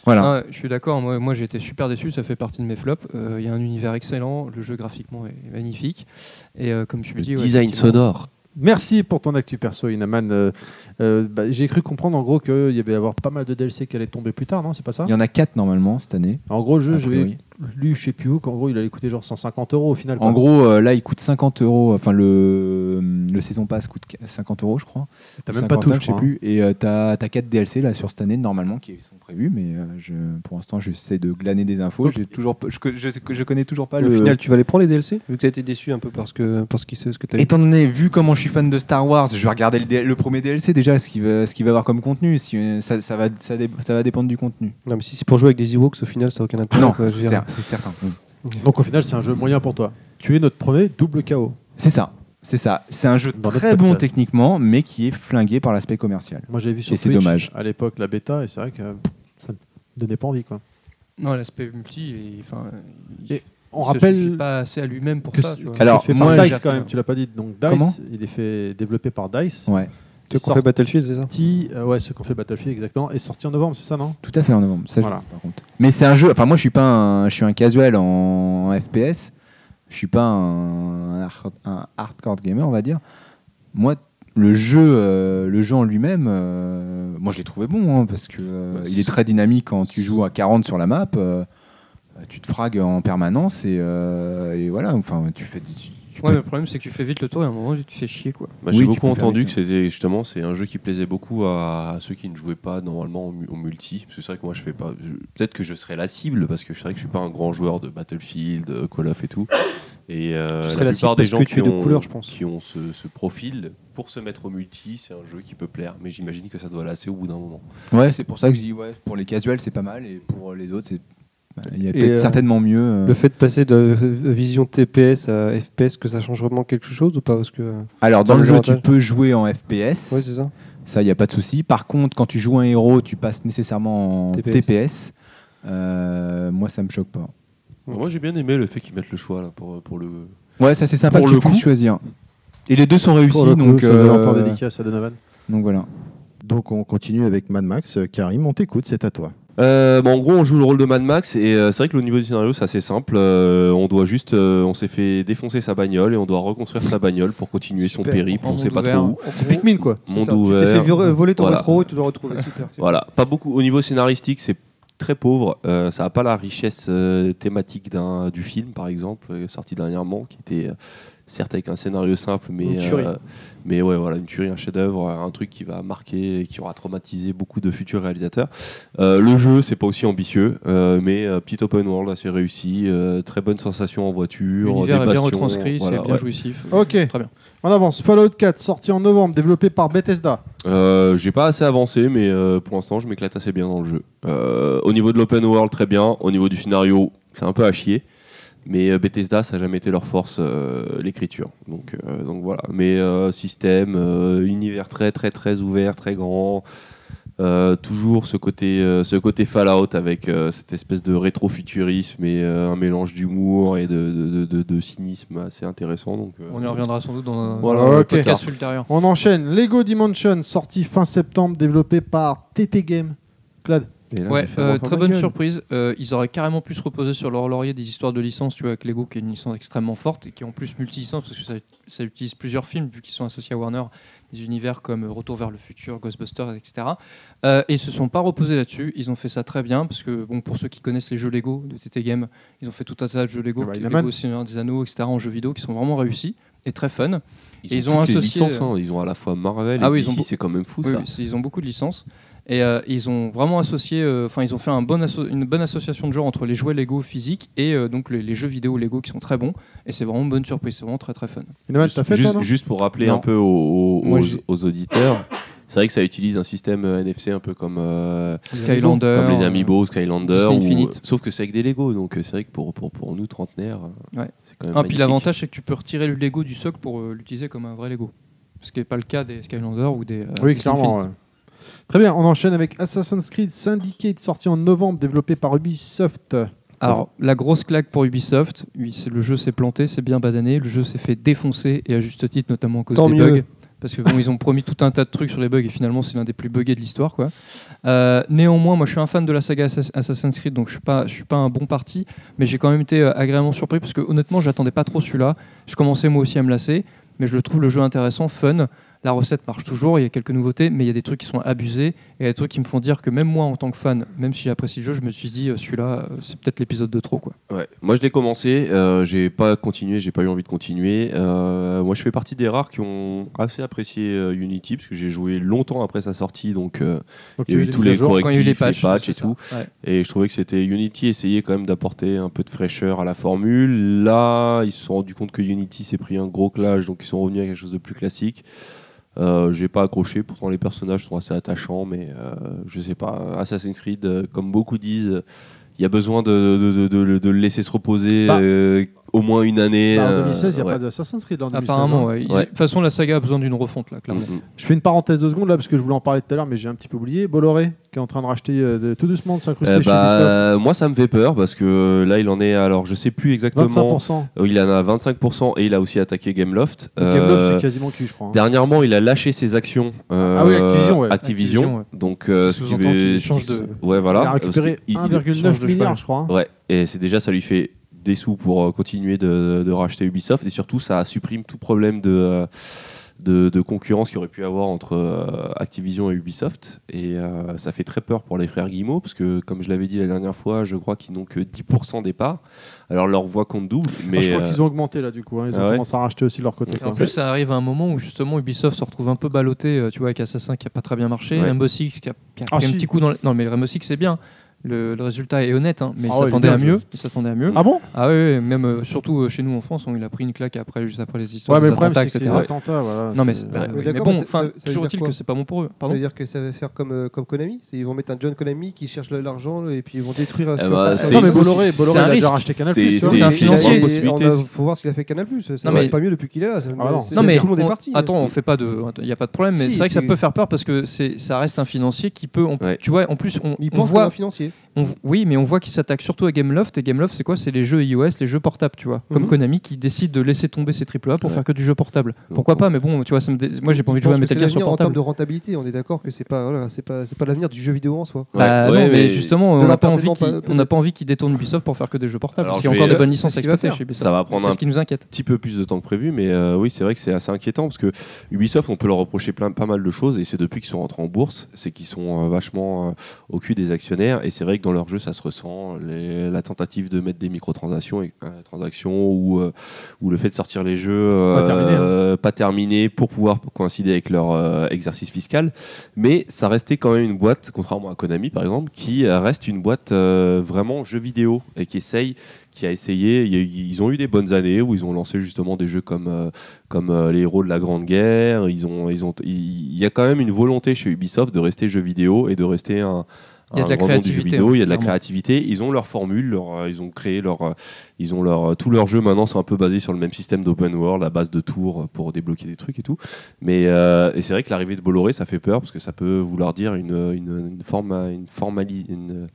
B: Voilà.
D: Ah ouais, je suis d'accord, moi, moi j'ai été super déçu, ça fait partie de mes flops. Euh, Il y a un univers excellent, le jeu graphiquement est magnifique. Et euh, comme tu le dis, ouais, effectivement,
E: sonore.
A: Merci pour ton actu perso, Inaman. Euh, euh, bah, J'ai cru comprendre en gros qu'il y avait avoir pas mal de DLC qui allaient tomber plus tard, non C'est pas ça
B: Il y en a 4 normalement cette année.
A: En gros, le jeu,
B: a
A: j'ai
B: priori.
A: lu, je sais plus où, qu'en gros, il allait coûter genre 150 euros au final. Bah, quoi.
B: En gros, euh, là il coûte 50 euros, enfin le, le saison pass coûte 50 euros je crois.
A: t'as
B: Ou
A: même pas tout,
B: 59,
A: je
B: sais
A: crois, hein.
B: plus. Et euh, t'as 4 DLC là sur cette année normalement qui sont prévus, mais euh, je, pour l'instant j'essaie de glaner des infos. J'ai toujours, pas- je, co- je, je connais toujours pas
I: Au
B: le.
I: final, tu vas les prendre les DLC Vu que t'as été déçu un peu parce que parce qu'il sait ce que t'as eu.
B: Étant donné, vu comment je suis fan de Star Wars, je vais regarder le, D- le premier DLC déjà, ce qu'il va, ce qu'il va avoir comme contenu. Si, euh, ça, ça va, ça, dé- ça va dépendre du contenu.
I: Non, mais si c'est pour jouer avec des Ewoks, au final, ça n'a aucun intérêt.
B: Non,
I: quoi, je veux
B: c'est
I: dire.
B: c'est Mm. certain.
A: hein. Donc au final, c'est un jeu moyen pour toi. Tu es notre premier double KO.
B: C'est ça. C'est ça. C'est un jeu
A: Dans notre
B: très bon
A: podcast.
B: techniquement, mais qui est flingué par l'aspect commercial.
A: Moi, j'avais vu sur
B: Et c'est
A: Twitch,
B: dommage.
A: à l'époque la bêta, et c'est vrai que euh, ça me donnait pas envie. Quoi.
D: Non, l'aspect multi, et, enfin, il,
A: Et On
D: il se suffit
A: rappelle
D: pas assez à lui-même pour
A: que,
D: ça.
A: c'est-
D: tu vois.
A: que
B: Alors,
A: c'est fait
B: moi,
A: par
B: j'ai-
A: Dice quand même, tu l'as pas dit. Donc Dice,
B: Comment
A: il est fait développé par Dice.
B: Ouais.
I: Tu
A: Sorti-
I: qu'on fait Battlefield, c'est ça
A: euh, ouais, ceux qui ont fait Battlefield exactement, et sorti en novembre, c'est ça, non
B: Tout à fait en novembre. Ça, je-
A: Voilà.
B: par contre. Mais c'est un jeu. Enfin, moi, je suis pas un, je suis un casual en FPS. Je suis pas un, hard- un hardcore gamer, on va dire. Moi, le jeu, euh, le jeu en lui-même, euh, moi, je l'ai trouvé bon hein, parce que euh,
E: Ouais,
B: il
E: c'est-
B: est très dynamique quand tu joues à 40 sur la map. euh, tu te fragues en permanence et, euh, et voilà. Enfin, tu fais. des- tu- tu
D: Ouais, mais
B: peux-
D: le problème c'est que tu fais vite le tour et à un moment tu te fais chier quoi.
B: Oui,
E: Bah, J'ai
B: tu
E: beaucoup
B: peux faire
E: entendu
B: vite.
E: que
I: hein.
E: c'était justement c'est un jeu qui plaisait beaucoup à, à ceux qui ne jouaient pas normalement au, mu- au multi. Parce que c'est vrai que moi je fais pas. je- Peut-être que je serais la cible parce que je vrai que je suis pas un grand joueur de Battlefield, euh, Call of et tout. Et euh,
I: Tu serais
E: la,
I: la cible
E: plupart des
I: parce
E: gens
I: que
E: qui
I: tu es de
E: ont,
I: couleur, je pense.
E: qui ont ce, ce profil pour se mettre au multi, c'est un jeu qui peut plaire. Mais j'imagine que ça doit lasser au bout d'un moment.
B: Ouais, c'est pour ça que je dis ouais. Pour les casuals, c'est pas mal et pour les autres, c'est. bah, Il y a
I: Et,
B: peut-être
I: euh,
B: certainement mieux. euh,
I: Le fait de passer de euh, vision TPS à FPS, que ça change vraiment quelque chose ou pas Parce que. euh,
B: Alors dans
I: Dans
B: le
I: le
B: jeu, tu
I: avantage.
B: peux jouer en FPS.
I: Ouais, c'est ça.
B: Ça, il n'y a pas de souci. Par contre, quand tu joues un héros, tu passes nécessairement en TPS.
I: TPS.
B: Euh, moi, ça me choque pas.
I: Ouais.
E: Moi j'ai bien aimé le fait qu'ils mettent le choix là, pour, pour le.
B: Ouais, ça c'est sympa
E: Pour
B: que
E: le
B: tu puisses
E: coup.
B: choisir. Et les deux sont réussis,
A: Pour le coup,
B: donc,
A: ça,
B: euh,
A: de l'entendre dédicace à Donovan.
B: donc voilà.
J: Donc on continue avec Mad Max. Euh, Karim, on t'écoute, c'est à toi.
E: Euh, bah, en gros, on joue le rôle de Mad Max et euh, c'est vrai que le niveau du scénario c'est assez simple. Euh, on doit juste, euh, on s'est fait défoncer sa bagnole et on doit reconstruire sa bagnole pour continuer son
A: Super.
E: périple.
D: En
E: On sait
D: monde
E: pas
D: ouvert.
E: trop où.
A: C'est Pikmin, quoi.
E: Monde
I: Ça, Tu t'es
E: ouvert.
I: fait vir- euh, voler ton
E: Voilà.
I: métro et tu dois le retrouver. Super.
E: Voilà, pas beaucoup. Au niveau scénaristique, c'est très pauvre. Euh, ça n'a pas la richesse euh, thématique d'un du film, par exemple, euh, sorti dernièrement, qui était euh, certes avec un scénario simple, mais
I: Une tuerie.
E: euh, mais ouais, voilà, une tuerie, un chef-d'œuvre, euh, un truc qui va marquer, et qui aura traumatisé beaucoup de futurs réalisateurs. Euh, le jeu, c'est pas aussi ambitieux, euh, mais euh, petit open world assez réussi, euh, très bonne sensation en voiture,
D: L'univers
E: des
D: est bien
E: passions,
D: retranscrit,
E: voilà,
D: c'est bien
E: ouais.
D: jouissif.
A: Ok.
D: Très bien.
A: On avance. Fallout 4, sorti en novembre, développé par Bethesda.
E: Euh, j'ai pas assez avancé, mais euh, pour l'instant, je m'éclate assez bien dans le jeu. Euh, au niveau de l'open world, très bien. Au niveau du scénario, c'est un peu à chier. Mais euh, Bethesda, ça n'a jamais été leur force, euh, l'écriture. Donc, euh, donc voilà. Mais euh, système, euh, univers très, très, très ouvert, très grand. Euh, toujours ce côté, euh, ce côté Fallout avec euh, cette espèce de rétro-futurisme et euh, un mélange d'humour et de, de- de- de- de cynisme assez intéressant. Donc, euh,
D: On y reviendra sans doute dans un
E: Voilà,
D: dans un
A: ok.
D: podcast ultérieur.
A: On enchaîne. Lego Dimension, sorti fin septembre, développé par TT Game. Clad,
J: Et là,
D: Ouais,
J: j'ai fait,
D: euh,
J: bon,
D: très
J: ma
D: bonne
J: gueule.
D: surprise. Euh, ils auraient carrément pu se reposer sur leur laurier des histoires de licence, tu vois, avec Lego, qui est une licence extrêmement forte et qui est en plus multi-licence parce que ça, ça utilise plusieurs films, vu qu'ils sont associés à Warner, des univers comme euh, Retour vers le futur, Ghostbusters, etc. Euh, et ils se sont pas reposés là-dessus. Ils ont fait ça très bien parce que, bon, pour ceux qui connaissent les jeux Lego de TT Game, ils ont fait tout un tas de jeux Lego,
A: Ah bah,
D: les
A: Inaman.
D: Lego Seigneur des Anneaux, etc., en jeux vidéo qui sont vraiment réussis et très fun.
E: Ils
D: Et
E: ont,
D: ils ont
E: toutes les
D: associé, euh,
E: licences, hein. Ils ont à la fois Marvel
D: Ah
E: et
D: oui, ils
E: DC,
D: ont beau-
E: c'est quand même fou
D: Oui,
E: ça.
D: oui, c'est- ils ont beaucoup de licences. Et euh, ils ont vraiment associé, euh, enfin, ils ont fait un bon asso- une bonne association de genre entre les jouets Lego physiques et euh, donc les, les jeux vidéo Lego qui sont très bons. Et c'est vraiment une bonne surprise, c'est vraiment très très fun.
A: Inaman, t'as fait
E: juste,
A: toi, non
E: juste pour rappeler un
B: Non.
E: peu aux, aux-
B: Moi,
E: aux-
B: j'ai-
E: aux auditeurs, c'est vrai que ça utilise un système euh, NFC un peu comme, euh,
D: Skylander.
E: comme les
D: euh,
E: Amiibo, Skylander,
D: Disney
E: ou- euh,
D: Infinite.
E: sauf que c'est avec des Lego, donc euh, c'est vrai que pour, pour, pour nous trentenaires, euh,
D: Ouais.
E: c'est
D: Ah,
E: quand même
D: puis
E: magnifique.
D: l'avantage, c'est que tu peux retirer le Lego du socle pour euh, l'utiliser comme un vrai Lego. Ce qui n'est pas le cas des Skylander ou des. euh, Disney
A: Oui, clairement.
D: Infinite.
A: ouais. Très bien, on enchaîne avec Assassin's Creed Syndicate, sorti en novembre, développé par Ubisoft.
D: Alors, la grosse claque pour Ubisoft, oui, c'est- le jeu s'est planté, c'est bien badané, le jeu s'est fait défoncer, et à juste titre, notamment à cause
A: Tant
D: des
A: mieux.
D: bugs. Parce que bon, ils ont promis tout un tas de trucs sur les bugs, et finalement, c'est l'un des plus buggés de l'histoire. quoi. Euh, néanmoins, moi, je suis un fan de la saga Assas- Assassin's Creed, donc je suis pas, je suis pas un bon parti, mais j'ai quand même été euh, agréablement surpris, parce que honnêtement, je n'attendais pas trop celui-là. Je commençais moi aussi à me lasser, mais je le trouve le jeu intéressant, fun. La recette marche toujours, il y a quelques nouveautés, mais il y a des trucs qui sont abusés, et il y a des trucs qui me font dire que même moi, en tant que fan, même si j'apprécie le jeu, je me suis dit, euh, celui-là, euh, c'est peut-être l'épisode de trop, quoi.
E: Ouais. Moi, je l'ai commencé. Euh, j'ai pas continué. J'ai pas eu envie de continuer. Euh, moi, je fais partie des rares qui ont assez apprécié euh, Unity parce que j'ai joué longtemps après sa sortie, donc euh,
A: Donc,
E: il y a eu tous
A: mises à
E: les
A: jour.
E: correctifs,
D: quand il y a eu les patchs,
E: et
D: c'est ça.
E: tout.
D: Ouais.
E: Et je trouvais que c'était Unity essayait quand même d'apporter un peu de fraîcheur à la formule. Là, ils se sont rendus compte que Unity s'est pris un gros clash, donc ils sont revenus à quelque chose de plus classique. Euh, j'ai pas accroché, pourtant les personnages sont assez attachants, mais euh, je sais pas. Assassin's Creed, euh, comme beaucoup disent, il y a besoin de, de, de- de- de le laisser se reposer
A: Bah.
E: euh, au moins une année.
A: Bah, en
E: euh,
A: 2016, il n'y a
E: ouais.
A: pas d'Assassin's Creed là, en 2016.
D: Apparemment,
A: hein.
D: ouais. Il-
E: Ouais.
D: De toute façon, la saga a besoin d'une refonte, là, clairement.
E: Mm, mm.
A: Je fais une parenthèse de secondes là parce que je voulais en parler tout à l'heure, mais j'ai un petit peu oublié. Bolloré qui est en train de racheter euh, de- tout doucement de s'incruster
E: Euh,
A: chez
E: bah,
A: Ubisoft.
E: moi, ça me fait peur parce que euh, là, il en est. Alors, je sais plus exactement.
A: 25%.
E: Euh, Il en a 25% et il a aussi attaqué Gameloft.
A: Donc, Gameloft,
E: Euh,
A: c'est quasiment cul, je crois. hein.
E: Dernièrement, il a lâché ses actions. euh,
A: Ah oui, Activision, ouais.
E: Activision,
D: Activision, ouais.
E: Donc, euh,
D: Ce qui
E: ce qui
D: sous-entend
E: veut-
D: qu'il
E: ce
D: change
E: qui-
D: de-
E: Ouais, voilà.
A: il a récupéré
E: Parce qu'il- il-
I: change de
A: 1,9 milliard,
I: cheval.
A: je crois. hein.
E: Ouais. Et c'est déjà, ça lui fait des sous pour euh, continuer de, de racheter Ubisoft. Et surtout, ça supprime tout problème de. euh, de, de concurrence qu'il aurait pu avoir entre euh, Activision et Ubisoft. Et euh, ça fait très peur pour les frères Guillemot, parce que, comme je l'avais dit la dernière fois, je crois qu'ils n'ont que 10% des parts. Alors leur voix compte double. Mais,
A: Ah, je crois
E: euh,
A: qu'ils ont augmenté là, du coup. hein. Ils ont
E: Ah ouais.
A: commencé à racheter aussi de leur
E: Mm-hmm.
A: côté.
D: Et en
A: quoi.
D: plus, ça arrive à un moment où justement Ubisoft se retrouve un peu ballotté, euh, tu vois, avec Assassin qui a pas très bien marché,
E: Ouais.
D: Rainbow Six qui a, qui a
A: Ah,
D: pris
A: si.
D: un petit coup dans le... Non, mais Rainbow Six, c'est bien. Le, le résultat est honnête, hein, mais
A: Ah
D: il
A: ouais,
D: s'attendait
A: il est
D: à
A: bien,
D: mieux. Il s'attendait à mieux.
A: Ah bon
D: Ah oui, oui, même euh, surtout euh, chez nous en France, on, il a pris une claque après, juste après les histoires
A: Ouais, mais
D: des
A: le problème,
D: attentats,
A: c'est que c'est
D: etc.
A: des attentats. voilà.
D: Non, mais,
A: C'est-
D: c'est- bah,
E: Ouais.
D: oui,
I: Mais
D: mais
I: d'accord, mais ça-
D: bon,
I: ça-
D: enfin,
I: ça veut
D: toujours
I: dire
D: est-il
I: quoi
D: que c'est pas bon pour eux.
I: Ça
D: Pardon.
I: veut dire que ça va faire comme, euh, comme Konami C'est- Ils vont mettre un John Konami qui cherche le- l'argent et puis ils vont détruire. euh, ce
E: Eh
I: que-
E: bah,
I: Ah,
E: c'est-
A: Non, mais
E: c'est-
A: Bolloré, Bolloré,
E: c'est
A: il
E: un
A: a déjà
E: risque.
A: racheté Canal+.
E: C'est-
A: tu vois.
D: c'est
I: Et-
D: un
I: et-
D: financier.
I: et- et-
E: Possibilité,
I: on a-
E: c'est- Ah
I: faut voir ce qu'il a fait Canal Plus. Ça
D: mais-
I: va pas mieux depuis qu'il est là. ça-
E: bah
A: non.
I: c'est-
D: Non mais
I: tout le monde est
D: on-
I: parti.
D: attends, on fait pas de, il y a pas de problème, mais
I: Si,
D: c'est vrai que ça
I: tu-
D: peut faire peur parce que c'est, ça reste un financier qui peut, on-
E: Ouais.
D: tu vois, en plus on,
I: Il
D: on
I: pense
D: voit,
I: un financier.
D: On v- oui, mais on voit qu'ils s'attaquent surtout à Gameloft. Et Gameloft, c'est quoi C'est les jeux iOS, les jeux portables, tu vois. Comme
I: Mhm.
D: Konami qui décide de laisser tomber ses AAA pour
E: Ouais.
D: faire que du jeu portable.
E: Donc,
D: Pourquoi
E: on-
D: pas Mais bon, tu vois, ça me dé- moi j'ai pas envie de
I: Je
D: jouer à
I: pense que
D: Metal
I: c'est
D: Gear sur
I: l'avenir en termes
D: portable.
I: de rentabilité. On est d'accord que c'est pas, voilà, c'est pas, c'est pas l'avenir du jeu vidéo en soi.
E: Ouais,
D: Bah,
E: ouais,
D: non, mais,
E: mais
D: justement, on
I: de
D: n'a pas envie,
I: l'entertainment,
D: qu'ils-
I: pas-
D: on n'a pas envie qu'ils détournent Ubisoft pour faire que des jeux portables.
E: Alors,
D: parce qu'il y
E: je
D: a encore
E: vais-
D: de bonnes licences
I: c'est
D: à
I: ce qu'il va
D: exploiter
I: faire.
D: chez Ubisoft.
E: Ça va prendre
D: C'est
E: un
D: ce qui nous inquiète.
E: petit peu plus de temps que prévu, mais euh, oui, c'est vrai que c'est assez inquiétant parce que Ubisoft, on peut leur reprocher plein, pas mal de choses, et c'est depuis qu'ils sont rentrés en bourse, c'est qu'ils sont euh, vachement euh, au cul des actionnaires, et c'est vrai que dans leur jeu, ça se ressent, les- la tentative de mettre des microtransactions et, euh, transactions, ou, euh, ou le fait de sortir les jeux euh,
A: Pas terminés, hein.
E: euh, pas terminés pour pouvoir coïncider avec leur euh, exercice fiscal, mais ça restait quand même une boîte, contrairement à Konami par exemple, qui euh, reste une boîte euh, vraiment jeu vidéo, et qui essaye qui a essayé. il y a eu- ils ont eu des bonnes années où ils ont lancé justement des jeux comme, euh, comme euh, les héros de la Grande Guerre. Ils ont, ils ont, il il y a quand même une volonté chez Ubisoft de rester jeu vidéo et de rester un.
D: Il y a
E: un
D: de la
E: grand nom du jeu
D: créativité,
E: vidéo,
D: hein,
E: il y a de la
D: clairement.
E: créativité. Ils ont leur formule, leur, euh, ils ont créé leur, euh, ils ont leur, tous leurs jeux maintenant sont un peu basés sur le même système d'open world à base de tours pour débloquer des trucs et tout. Mais euh, et c'est vrai que l'arrivée de Bolloré, ça fait peur parce que ça peut vouloir dire une, une, une forme, une formalité, une,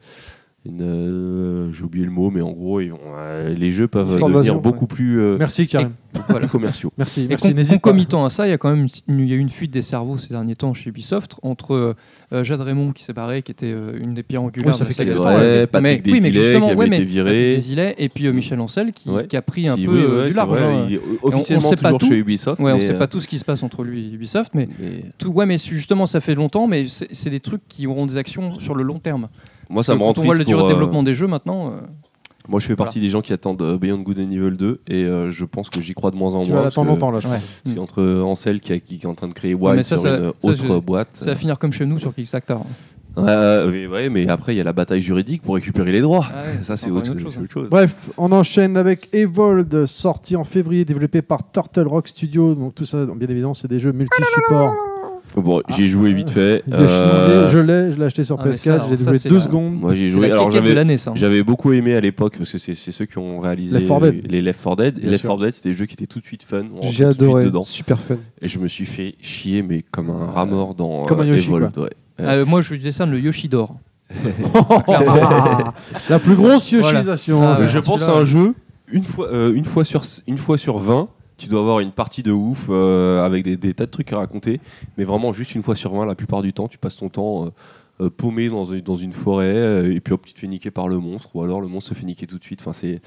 E: une, euh, j'ai oublié le mot, mais en gros, ils vont, euh, les jeux peuvent
I: Formation,
E: devenir beaucoup plus euh,
A: Merci, Karim.
E: plus commerciaux.
A: Merci,
D: Et
A: merci.
D: con-
A: N'hésite pas.
D: concomitant à ça, il y a quand même une, il y a eu une fuite des cerveaux ces derniers temps chez Ubisoft entre euh, Jade Raymond qui s'est barrée, qui était euh, une des pierres angulaires.
A: Oui, ça
D: de la
A: fait
E: C'est
D: saga
A: quelques
D: Star Wars.
A: années.
E: vrai, Patrick
D: mais, oui, mais
E: Desilets qui
D: justement,
E: avait
D: ouais, mais
E: été viré. Mm.
D: Patrick Desilets et puis euh, Michel Ancel qui,
E: Ouais.
D: qui a pris un
E: Si,
D: peu
E: oui,
D: euh,
E: ouais,
D: du
E: c'est
D: large.
E: vrai,
D: hein.
E: il est
D: Et on-
E: officiellement
D: on sait pas
E: toujours
D: tout.
E: chez Ubisoft.
D: Ouais, on
E: mais,
D: sait
E: euh,
D: pas tout ce qui se passe entre lui et Ubisoft, mais
E: mais
D: tout, ouais, mais c'est- justement, ça fait longtemps, mais c'est c'est des trucs qui auront des actions sur le long terme.
E: Moi,
D: Parce
E: ça
D: que
E: me rend
D: quand on voit
E: triste
D: le durée
E: pour,
D: de
E: euh,
D: développement des jeux maintenant. euh,
E: Moi, je fais partie des gens qui attendent euh, Beyond Good and Evil 2 et euh, je pense que j'y crois de moins en
A: Tu
E: moins.
A: vas l'attendre
E: hein,
A: longtemps
E: parce que-
A: là. je
D: ouais.
A: pense.
E: Parce qu'entre Ansel qui, a- qui est en train de créer Wild
D: Hmm. mais ça,
E: sur
D: ça-
E: une
D: ça,
E: autre
D: je-
E: boîte.
D: Ça va finir comme chez nous sur Kickstarter.
E: Euh, oui, ouais, mais après, il y a la bataille juridique pour récupérer les droits.
D: Ah ouais,
E: ça, c'est
D: encore
E: autre,
D: une autre chose,
E: c'est autre chose.
A: Bref, on enchaîne avec Evolved, sorti en février, développé par Turtle Rock Studio. Donc tout ça, bien évidemment, c'est des jeux multi-support.
D: hein.
E: Bon, j'ai joué vite
A: Ah,
E: fait.
A: Il est
E: Euh,
A: chemisé, Je l'ai, je l'ai acheté sur
D: Ah, mais ça,
A: PS4,
D: alors, ça,
A: j'ai développé
D: c'est
A: 2
D: la-
A: secondes.
E: Moi, j'ai
D: C'est
E: joué.
D: la
E: Alors,
D: claquette de
E: j'avais.
D: l'année, ça. hein.
E: J'avais beaucoup aimé à l'époque parce que c'est c'est ceux qui ont réalisé
A: Left 4 Dead.
E: les Left 4 Dead.
A: Bien
E: Left
A: sûr.
E: 4 Dead, c'était des jeux qui étaient tout de suite fun. on
A: J'ai
E: rentrait tout de suite
A: adoré,
E: dedans.
A: super fun.
E: Et je me suis fait chier, mais comme un rat mort dans euh,
A: Comme un Yoshi,
E: Evolved, ouais.
D: Ah, euh, moi, je lui décerne le Yoshi d'or.
A: Ah, la plus grosse yoshisation.
D: Voilà. Ah ouais,
E: je pense à
D: celui-là,
E: un
D: ouais.
E: jeu, une fois, euh, une, fois sur, une fois sur 20, tu dois avoir une partie de ouf euh, avec des, des tas de trucs à raconter, mais vraiment juste une fois sur 20, la plupart du temps, tu passes ton temps euh, euh, paumé dans, une- dans une forêt, euh, et puis hop, tu te fais niquer par le monstre, ou alors le monstre se fait niquer tout de suite. Enfin, c'est.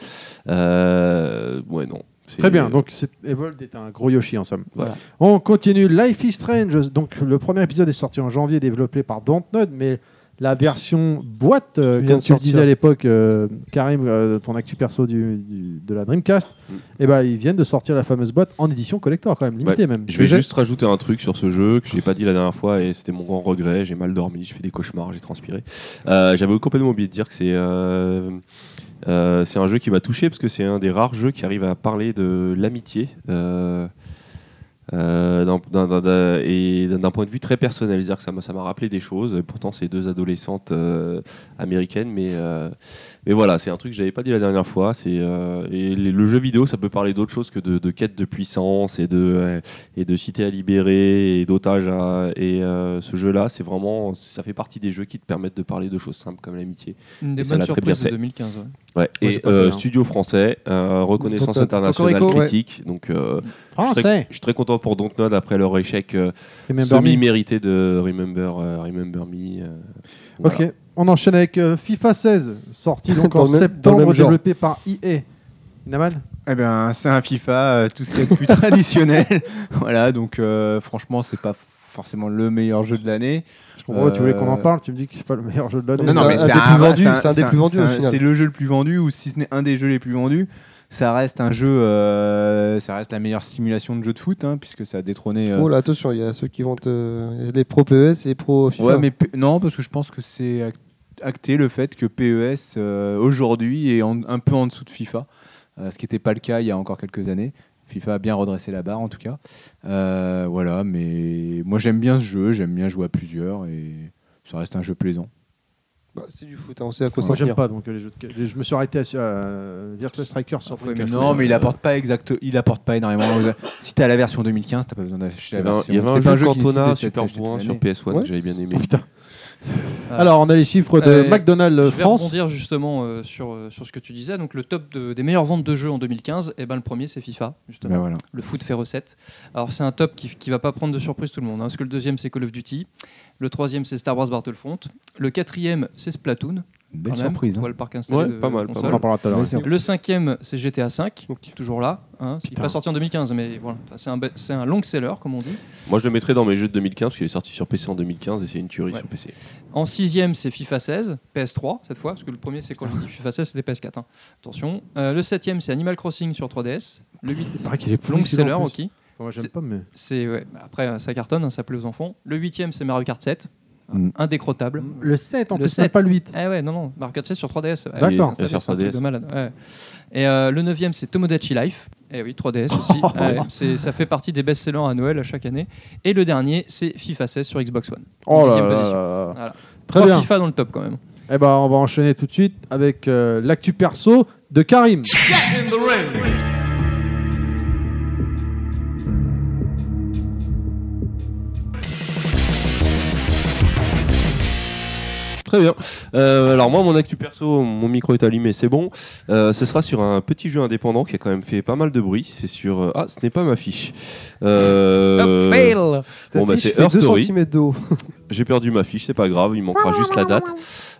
E: euh, ouais, non. c'est-
A: Très bien, donc c'est- Evolved est un gros Yoshi en somme.
E: Voilà.
A: On continue, Life is Strange. Donc le premier épisode est sorti en janvier, développé par Dontnod, mais la version boîte, euh,
H: Qui vient
A: comme
H: de
A: tu le disais
H: sortir.
A: à l'époque, euh, Karim, euh, ton actu perso du, du- de la Dreamcast,
E: Mm.
A: eh ben, ils viennent de sortir la fameuse boîte en édition collector, quand même, limitée même.
E: Je vais
A: J'ai-
E: juste rajouter un truc sur ce jeu que j'ai pas dit la dernière fois et c'était mon grand regret. J'ai mal dormi, j'ai fait des cauchemars, j'ai transpiré. Euh, J'avais complètement oublié de dire que c'est euh, euh, c'est un jeu qui m'a touché parce que c'est un des rares jeux qui arrive à parler de l'amitié. euh, euh, d'un- d'un- d'un- d'un- et d'un d'un point de vue très personnel, c'est-à-dire que ça m'a ça m'a rappelé des choses. Et Pourtant, c'est deux adolescentes euh, américaines, mais euh, mais voilà, c'est un truc que j'avais pas dit la dernière fois. C'est euh, et les- le jeu vidéo, ça peut parler d'autre chose que de, de quête de puissance et de euh, et de cités à libérer et d'otages à et euh, ce jeu-là, c'est vraiment ça fait partie des jeux qui te permettent de parler de choses simples comme l'amitié.
D: Une des
E: Et ça
D: bonnes
E: l'a très bien
D: surprises de
E: fait.
D: 2015. ouais.
E: Ouais.
A: Moi, j'ai
E: et
A: pas
E: euh,
A: fait, hein.
E: studio français, euh, reconnaissance
A: Toco-
E: internationale
D: Cocorico, ouais.
E: critique. Donc euh, je suis très-
A: Français
E: je suis très content pour Dontnod après leur échec euh,
A: Remember
E: semi
A: Me.
E: mérité de Remember euh, Remember Me. euh, voilà.
A: Ok, on enchaîne avec euh, FIFA 16, sorti donc
H: Dans
A: en
H: le même- dans le
A: septembre,
H: même genre.
A: développé par E EA. Naman
B: Eh ben, c'est un FIFA, euh, tout ce qu'il y a de plus traditionnel. voilà, donc euh, franchement, c'est pas forcément le meilleur jeu de l'année.
A: Je comprends, tu voulais qu'on en
B: Euh,
A: parle, tu me dis que c'est pas le meilleur jeu de l'année.
B: Non, non,
A: Ça-
B: mais
A: Ah,
B: c'est
A: t'es
B: un,
A: plus vendu.
B: c'est un-
H: c'est un des
B: c'est un-
H: plus vendus
B: c'est
H: au
B: un-
H: final.
B: C'est le jeu le plus vendu, ou si ce n'est un des jeux les plus vendus. Ça reste un jeu, euh, ça reste la meilleure simulation de jeu de foot, hein, puisque ça a détrôné. euh,
H: Oh là, attention, il y a ceux qui vont te- les pro PES et les pro FIFA.
B: Ouais, mais P- non, parce que je pense que c'est ac- acté le fait que PES euh, aujourd'hui est en- un peu en dessous de FIFA, euh, ce qui n'était pas le cas il y a encore quelques années. FIFA a bien redressé la barre en tout cas. Euh, voilà, mais moi j'aime bien ce jeu, j'aime bien jouer à plusieurs et ça reste un jeu plaisant.
H: Bah, c'est du foot, hein, on sait à quoi
A: Moi,
H: s'en
A: j'aime
H: tenir.
A: pas donc euh, les jeux de ca- les- Je me suis arrêté à euh, Virtua Striker sur Dreamcast.
B: non, mais il
E: euh,
B: apporte pas exact, il apporte pas énormément. aux- si t'as la version 2015, t'as pas besoin d'acheter
E: Il y avait
B: la
E: un,
B: version.
E: il y avait un
B: C'est pas
E: jeu,
B: qui est
E: Cantona
B: cité,
E: super
B: c'est acheté
E: bourrin
B: toute
E: sur
B: l'année.
E: PS1
A: Ouais.
E: que j'avais bien aimé.
A: Oh, putain. Alors, on a les chiffres de
D: Euh,
A: McDonald's
D: Je vais
A: France.
D: rebondir justement euh, sur, euh, sur ce que tu disais. Donc, le top de- des meilleures ventes de jeux en 2015, et ben, le premier, c'est FIFA, justement.
B: Ben voilà.
D: Le foot fait recette. Alors, c'est un top qui, qui va pas prendre de surprise tout le monde. hein, parce que le deuxième, c'est Call of Duty. Le troisième, c'est Star Wars Battlefront. Le quatrième, c'est Splatoon.
B: Une
D: quand
B: Belle
D: même.
B: surprise.
D: On
B: hein.
D: voit le parc installé
E: Ouais,
D: de-
E: pas mal,
D: de
E: pas
D: consoles.
E: mal.
A: parlera tout à l'heure.
B: Belle
D: Le cinquième, c'est GTA V,
H: Ok.
D: toujours là. hein, c'est
A: Putain.
D: pas sorti en 2015, mais voilà. Enfin, C'est un, be- c'est un long seller, comme on dit.
E: Moi, je le mettrais dans mes jeux de 2015 parce qu'il est sorti sur PC en 2015 et c'est une tuerie
D: Ouais.
E: sur PC.
D: En sixième, c'est FIFA 16, PS3 cette fois, parce que le premier, c'est quand je dis FIFA 16, c'était PS4. hein. Attention. Euh, le septième, c'est Animal Crossing sur 3DS. Le huit,
A: Il paraît qu'il est plus
D: long
A: excellent,
D: seller,
A: en
D: ok.
A: plus. Enfin, Moi, j'aime pas, mais.
D: C'est ouais, bah, après euh, ça cartonne, hein, ça plaît aux enfants. Le huitième, c'est Mario Kart 7,
B: Mm.
D: indécrottable.
A: Le 7, en
D: Le
A: plus, même
D: 7.
A: pas le 8.
D: Ah ouais, non non, Mario Kart 7 sur 3DS. ouais, Eh
A: D'accord.
D: oui,
A: Bien
D: installé,
E: sûr,
D: c'est un truc
E: 3DS.
D: de malade, ouais. Et euh, le neuvième, c'est Tomodachi Life. Eh oui, 3DS aussi. Ouais, c'est- ça fait partie des best-sellers à Noël à chaque année. Et le dernier, c'est FIFA 16 sur Xbox One.
A: Oh là
D: Dixième
A: là
D: position.
A: là là.
D: Voilà.
A: Très
D: Trois
A: bien.
D: FIFA dans le top quand même.
A: Eh ben, on va enchaîner tout de suite avec euh, l'actu perso de Karim.
E: Très bien. Euh, alors moi, mon actu perso, mon micro est allumé, c'est bon. Euh, ce sera sur un petit jeu indépendant qui a quand même fait pas mal de bruit. C'est sur... euh, Ah, ce n'est pas ma fiche. Euh,
D: Fail
E: Bon, bah, c'est Earth
C: 2
E: Story.
C: cm d'eau.
E: J'ai perdu ma fiche, c'est pas grave, il manquera juste la date.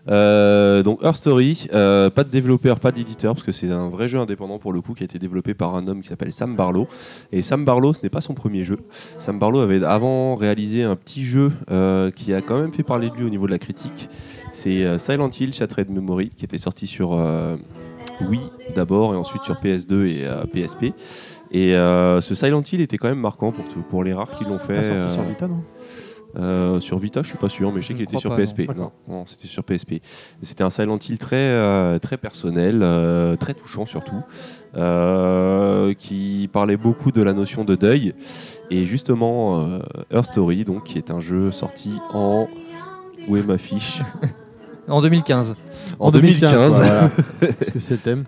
E: Euh, donc Earth Story, euh, pas de développeur, pas d'éditeur, parce que c'est un vrai jeu indépendant pour le coup qui a été développé par un homme qui s'appelle Sam Barlow. Et Sam Barlow, ce n'est pas son premier jeu. Sam Barlow avait avant réalisé un petit jeu euh, qui a quand même fait parler de lui au niveau de la critique. C'est euh, Silent Hill Shattered Memory, qui était sorti sur euh, Wii d'abord et ensuite sur PS2 et euh, PSP. Et euh, ce Silent Hill était quand même marquant pour, tout- pour les rares qui l'ont fait.
A: T'as sorti sur
E: euh,
A: Vita, non
E: euh, sur Vita, je suis pas sûr, mais je sais
C: Je
E: qu'il
C: ne
E: était
C: crois
E: sur
C: pas,
E: PSP.
A: non.
E: Non, non, c'était sur PSP. C'était un Silent Hill très, euh, très personnel, euh, très touchant surtout, euh, qui parlait beaucoup de la notion de deuil. Et justement, euh, Her Story, donc, qui est un jeu sorti en où est ma fiche
D: En 2015.
E: En 2015.
A: quoi, voilà. Parce que c'est le thème.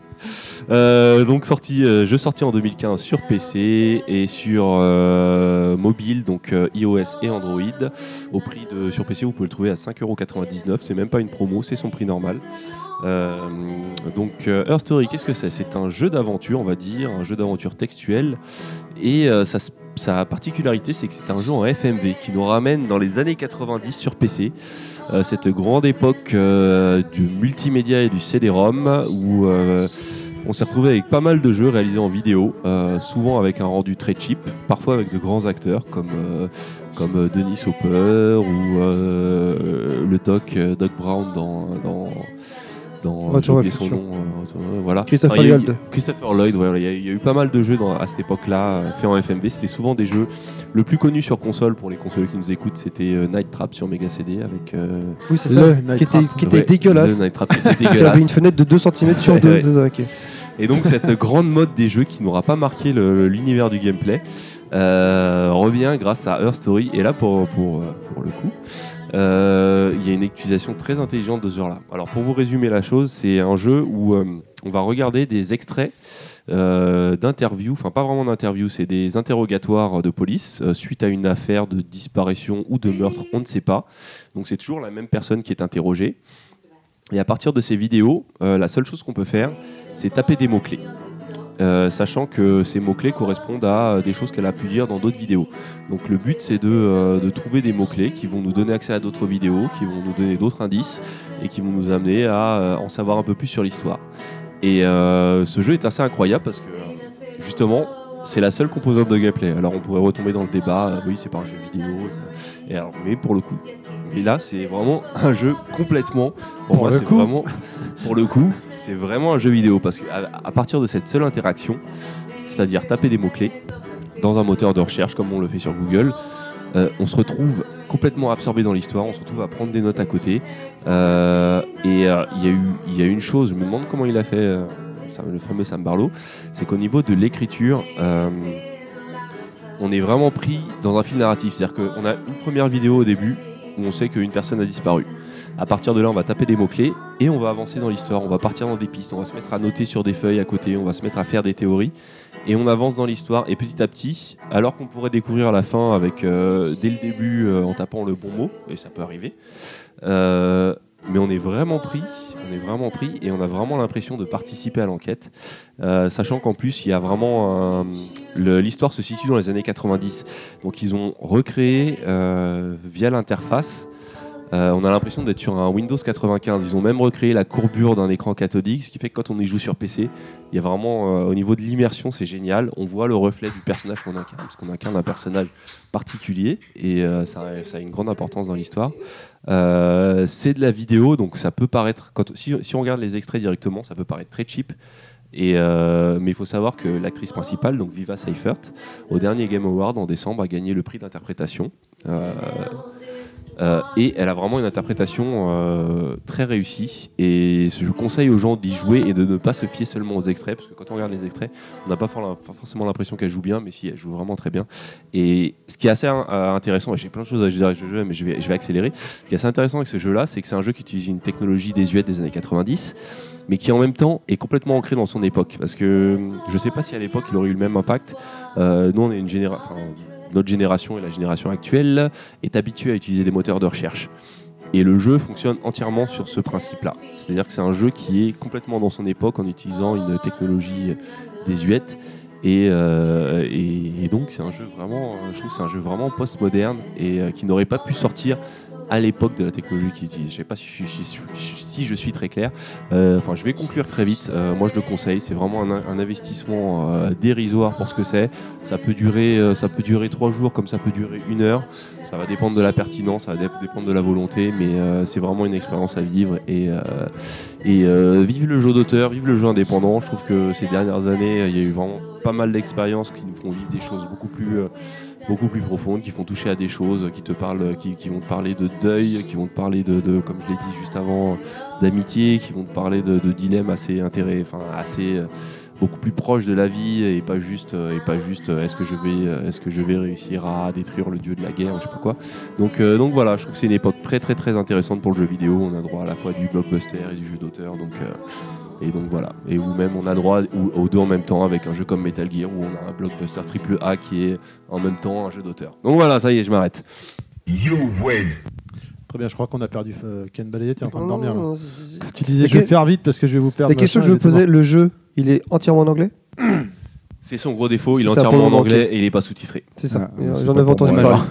E: Euh, donc sorti, euh, jeu sorti en 2015 sur PC et sur euh, mobile, donc euh, iOS et Android. Au prix de sur PC, vous pouvez le trouver à 5,99€. C'est même pas une promo, c'est son prix normal. Euh, donc euh, Earth Story, qu'est-ce que c'est C'est un jeu d'aventure, on va dire, un jeu d'aventure textuel. Et euh, sa, s- sa particularité, c'est que c'est un jeu en FMV qui nous ramène dans les années 90 sur PC. Euh, cette grande époque euh, du multimédia et du CD-ROM où euh, on s'est retrouvé avec pas mal de jeux réalisés en vidéo, euh, souvent avec un rendu très cheap, parfois avec de grands acteurs comme, euh, comme euh, Denis Hopper ou euh, le doc, euh, Doc Brown dans. dans dans
C: Retour
E: j'ai
C: à
E: oublié
C: le
E: son
C: futur.
E: nom, euh, retour- euh, voilà.
C: Christopher
E: il y a eu-
C: Lloyd.
E: Christopher Lloyd, ouais, il y, a eu- il y a eu pas mal de jeux dans- à cette époque-là, euh, faits en FMV. C'était souvent des jeux. Le plus connu sur console, pour les consoles qui nous écoutent, c'était euh, Night Trap sur Mega CD avec euh,
C: Oui, c'est
A: Le
C: ça.
A: Night
C: Qui était,
A: Trap.
C: qui était
E: Ouais,
C: dégueulasse.
E: le Night Trap était
C: Qui avait une
E: dégueulasse.
C: fenêtre de 2 cm sur
E: Ouais,
C: 2.
E: ouais. Et donc cette grande mode des jeux qui n'aura pas marqué le- l'univers du gameplay euh, revient grâce à Her Story. Et là, pour, pour, euh, pour le coup, euh, il y a une accusation très intelligente de ce genre-là. Alors pour vous résumer la chose, c'est un jeu où euh, on va regarder des extraits euh, d'interviews, enfin pas vraiment d'interviews, c'est des interrogatoires de police euh, suite à une affaire de disparition ou de meurtre, on ne sait pas. Donc c'est toujours la même personne qui est interrogée. Et à partir de ces vidéos, euh, la seule chose qu'on peut faire, c'est taper des mots-clés. Euh, sachant que ces mots-clés correspondent à euh, des choses qu'elle a pu dire dans d'autres vidéos. Donc le but c'est de, euh, de trouver des mots-clés qui vont nous donner accès à d'autres vidéos, qui vont nous donner d'autres indices et qui vont nous amener à euh, en savoir un peu plus sur l'histoire. Et euh, ce jeu est assez incroyable parce que euh, justement c'est la seule composante de gameplay. Alors on pourrait retomber dans le débat, euh, oui c'est pas un jeu vidéo, ça. Et alors, mais pour le coup. Et là c'est vraiment un jeu complètement, pour, moi
A: le
E: c'est
A: coup.
E: vraiment, pour le coup, c'est vraiment un jeu vidéo parce que à, à partir de cette seule interaction, c'est-à-dire taper des mots-clés dans un moteur de recherche comme on le fait sur Google, euh, on se retrouve complètement absorbé dans l'histoire, on se retrouve à prendre des notes à côté. Euh, et euh, il y, a eu- il y a eu une chose, je me demande comment il a fait euh, Sam- le fameux Sam Barlow, c'est qu'au niveau de l'écriture, euh, on est vraiment pris dans un fil narratif. C'est-à-dire qu'on a une première vidéo au début où on sait qu'une personne a disparu. À partir de là, on va taper des mots-clés et on va avancer dans l'histoire. On va partir dans des pistes, on va se mettre à noter sur des feuilles à côté, on va se mettre à faire des théories. Et on avance dans l'histoire. Et petit à petit, alors qu'on pourrait découvrir à la fin avec euh, dès le début euh, en tapant le bon mot, et ça peut arriver, euh, mais on est vraiment pris. On est vraiment pris et on a vraiment l'impression de participer à l'enquête, Euh, sachant qu'en plus il y a vraiment un- le- l'histoire se situe dans les années 90, donc ils ont recréé euh, via l'interface euh, on a l'impression d'être sur un Windows 95. Ils ont même recréé la courbure d'un écran cathodique, ce qui fait que quand on y joue sur PC, il y a vraiment, euh, au niveau de l'immersion, c'est génial. On voit le reflet du personnage qu'on incarne, parce qu'on incarne un personnage particulier, et euh, ça, a- ça a une grande importance dans l'histoire. Euh, c'est de la vidéo, donc ça peut paraître, quand, si, si on regarde les extraits directement, ça peut paraître très cheap. Et euh, mais il faut savoir que l'actrice principale, donc Viva Seifert, au dernier Game Award en décembre, a gagné le prix d'interprétation. Euh, euh, et elle a vraiment une interprétation euh, très réussie. Et je conseille aux gens d'y jouer et de ne pas se fier seulement aux extraits, parce que quand on regarde les extraits, on n'a pas for- for- forcément l'impression qu'elle joue bien, mais si, elle joue vraiment très bien. Et ce qui est assez euh, intéressant, et j'ai plein de choses à dire avec ce jeu, mais je vais, je vais accélérer. Ce qui est assez intéressant avec ce jeu-là, c'est que c'est un jeu qui utilise une technologie désuète des années 90, mais qui en même temps est complètement ancré dans son époque. Parce que hum, je ne sais pas si à l'époque il aurait eu le même impact. Euh, nous, on est une génération. Notre génération et la génération actuelle, est habitué à utiliser des moteurs de recherche. Et le jeu fonctionne entièrement sur ce principe-là. C'est-à-dire que c'est un jeu qui est complètement dans son époque en utilisant une technologie désuète. Et, euh, et, et donc c'est un jeu vraiment, euh, je trouve que c'est un jeu vraiment post-moderne et euh, qui n'aurait pas pu sortir à l'époque de la technologie qu'il utilise. Je sais pas si je suis, si je suis très clair. Euh, Enfin, je vais conclure très vite. Euh, moi, je le conseille. C'est vraiment un, un investissement euh, dérisoire pour ce que c'est. Ça peut durer, euh, ça peut durer trois jours, comme ça peut durer une heure. Ça va dépendre de la pertinence, ça va dé- dépendre de la volonté, mais euh, c'est vraiment une expérience à vivre. Et, euh, et euh, vive le jeu d'auteur, vive le jeu indépendant. Je trouve que ces dernières années, il y a eu vraiment pas mal d'expériences qui nous font vivre des choses beaucoup plus euh, beaucoup plus profondes, qui font toucher à des choses, qui te parlent, qui, qui vont te parler de deuil, qui vont te parler de, de- comme je l'ai dit juste avant, d'amitié, qui vont te parler de, de dilemmes assez intérêts, enfin assez euh, beaucoup plus proches de la vie et pas juste euh, et pas juste euh, est-ce que je vais euh, est-ce que je vais réussir à détruire le dieu de la guerre, ou je sais pas quoi. Donc euh, donc voilà, je trouve que c'est une époque très très très intéressante pour le jeu vidéo. On a droit à la fois du blockbuster et du jeu d'auteur, donc euh, et donc voilà. Et ou même on a droit ou- aux deux en même temps avec un jeu comme Metal Gear où on a un blockbuster triple A qui est en même temps un jeu d'auteur. Donc voilà, ça y est, je m'arrête.
A: Très bien, je crois qu'on a perdu euh, Ken Balayet, il est en train de
H: Non,
A: dormir.
H: non,
A: Là.
H: non, si, si, si.
A: Tu disais,
H: Oh. Mais
A: je vais
H: que-
A: faire vite parce que je vais vous perdre.
H: La question que je me posais, le jeu, il est entièrement en anglais
E: C'est son gros défaut, il est
H: C'est ça,
E: entièrement
H: pour
E: en
H: le moment,
E: anglais et il est pas sous-titré.
H: C'est
B: Ah,
H: ça.
B: non, c'est
H: J'en
B: pas
H: avais
B: pour
H: entendu
B: moi.
H: parler.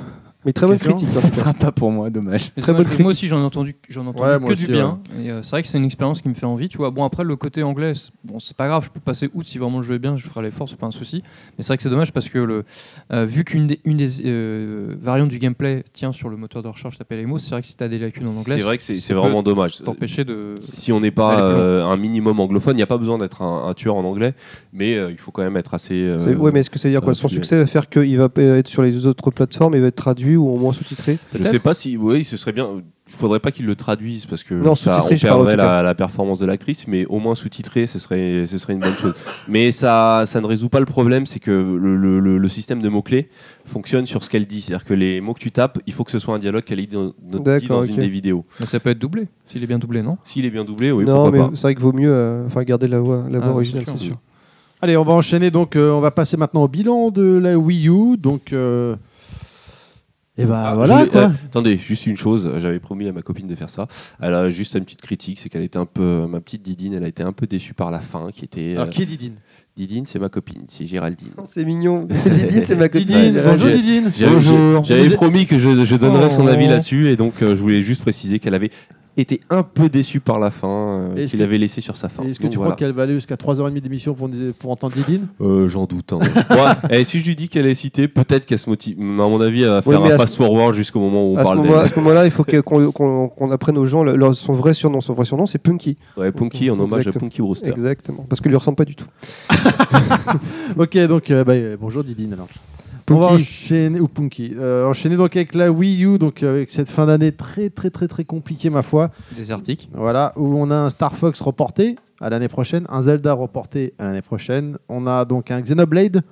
H: Mais très bonne
A: Question
H: critique. en
B: Ça
H: tout cas.
B: sera pas pour moi, dommage.
D: Mais
H: Très
D: c'est
H: bonne
D: dommage,
H: critique.
D: moi aussi j'en ai entendu, j'en ai entendu
A: Ouais,
D: que
A: moi aussi,
D: du bien. Et euh, c'est vrai que c'est une expérience qui me fait envie, tu vois. Bon après le côté anglais, c'est- bon c'est pas grave, je peux passer août si vraiment le jeu est bien, je ferai l'effort, c'est pas un souci. Mais c'est vrai que c'est dommage parce que le, euh, vu qu'une des, une des euh, variantes du gameplay tient sur le moteur de recherche s'appelle MO, c'est vrai que si t'as des lacunes en anglais,
E: C'est vrai que c'est- c'est
D: peut
E: vraiment dommage.
D: t'empêcher de.
E: Si on n'est pas
D: Allez, plus loin.
E: euh, un minimum anglophone, il n'y a pas besoin d'être un, un tueur en anglais, mais euh, il faut quand même être assez. euh,
H: C'est- Ouais, mais est-ce que ça veut dire quoi
E: euh,
H: Son
E: tu-
H: succès va faire qu'il va être sur les autres plateformes, il va être traduit ou au moins sous-titré
E: Je sais pas si, oui, ce serait bien. Il faudrait pas qu'ils le traduisent parce que
H: Non,
E: ça,
H: sous-titré,
E: on
H: je parle, en
E: perdrait
H: tout cas.
E: la, la performance de l'actrice, mais au moins sous-titré, ce serait, ce serait une bonne chose. Mais ça, ça ne résout pas le problème, c'est que le, le- le- le système de mots-clés fonctionne sur ce qu'elle dit. C'est-à-dire que les mots que tu tapes, il faut que ce soit un dialogue qu'elle ait dans, dans- dit dans
H: D'accord,
E: une
H: ok.
E: des vidéos.
D: Mais ça peut être doublé, s'il est bien doublé, non
E: S'il est bien doublé, oui,
H: Non,
E: pourquoi
H: mais
E: pas.
H: c'est vrai qu'il vaut mieux euh, enfin, garder la voix, la voix
D: Ah,
H: originale,
D: c'est
H: c'est
D: sûr.
H: sûr.
A: Allez, on va enchaîner. Donc, euh, on va passer maintenant au bilan de la Wii U. Donc, euh, et ben
E: Ah, je
A: voilà
E: voulais-
A: quoi.
E: euh, attendez, juste une chose, euh, j'avais promis à ma copine de faire ça. Elle a juste une petite critique, c'est qu'elle était un peu, ma petite Didine, elle a été un peu déçue par la fin, qui était.
A: Alors,
E: euh,
A: qui est Didine
E: Didine, c'est ma copine, c'est Géraldine.
H: C'est mignon. Didine, c'est ma
E: Ouais,
A: Didine,
E: j'ai-
A: bonjour
E: j'ai-
A: Didine.
E: J'avais-
A: Bonjour.
E: J'avais
A: Vous êtes-
E: promis que je, je donnerais son
A: Oh.
E: avis là-dessus et donc euh, je voulais juste préciser qu'elle avait été un peu déçue par la fin, euh,
A: Est-ce
E: qu'il
A: que-
E: avait laissé sur sa fin.
A: Est-ce que
E: Donc,
A: tu
E: voilà.
A: crois qu'elle va aller jusqu'à 3h30 d'émission pour, pour entendre Didine
E: Euh, J'en doute. hein. Ouais, et si je lui dis qu'elle est citée, peut-être qu'elle se motive. Non, à mon avis, elle va faire
H: mais à
E: un
H: ce-
E: fast-forward jusqu'au moment où on
H: À ce
E: parle
H: moment- à
E: d'elle.
H: ce moment-là, il faut que- qu'on qu'on- qu'on apprenne aux gens le- leur- son vrai surnom. Son vrai surnom, c'est Punky.
E: Ouais, Punky, en hommage à
H: Exactement.
E: Punky Brewster.
H: Exactement. Parce qu'il lui ressemble pas du tout.
A: Ok, donc euh, bah, euh, bonjour Didine alors. On va
H: Punky.
A: enchaîner, ou Punky, Euh, enchaîner donc avec la Wii U, donc euh, avec cette fin d'année très très très très compliquée ma foi.
D: Des articles.
A: Voilà, où on a un Star Fox reporté à l'année prochaine, un Zelda reporté à l'année prochaine. On a donc un Xenoblade.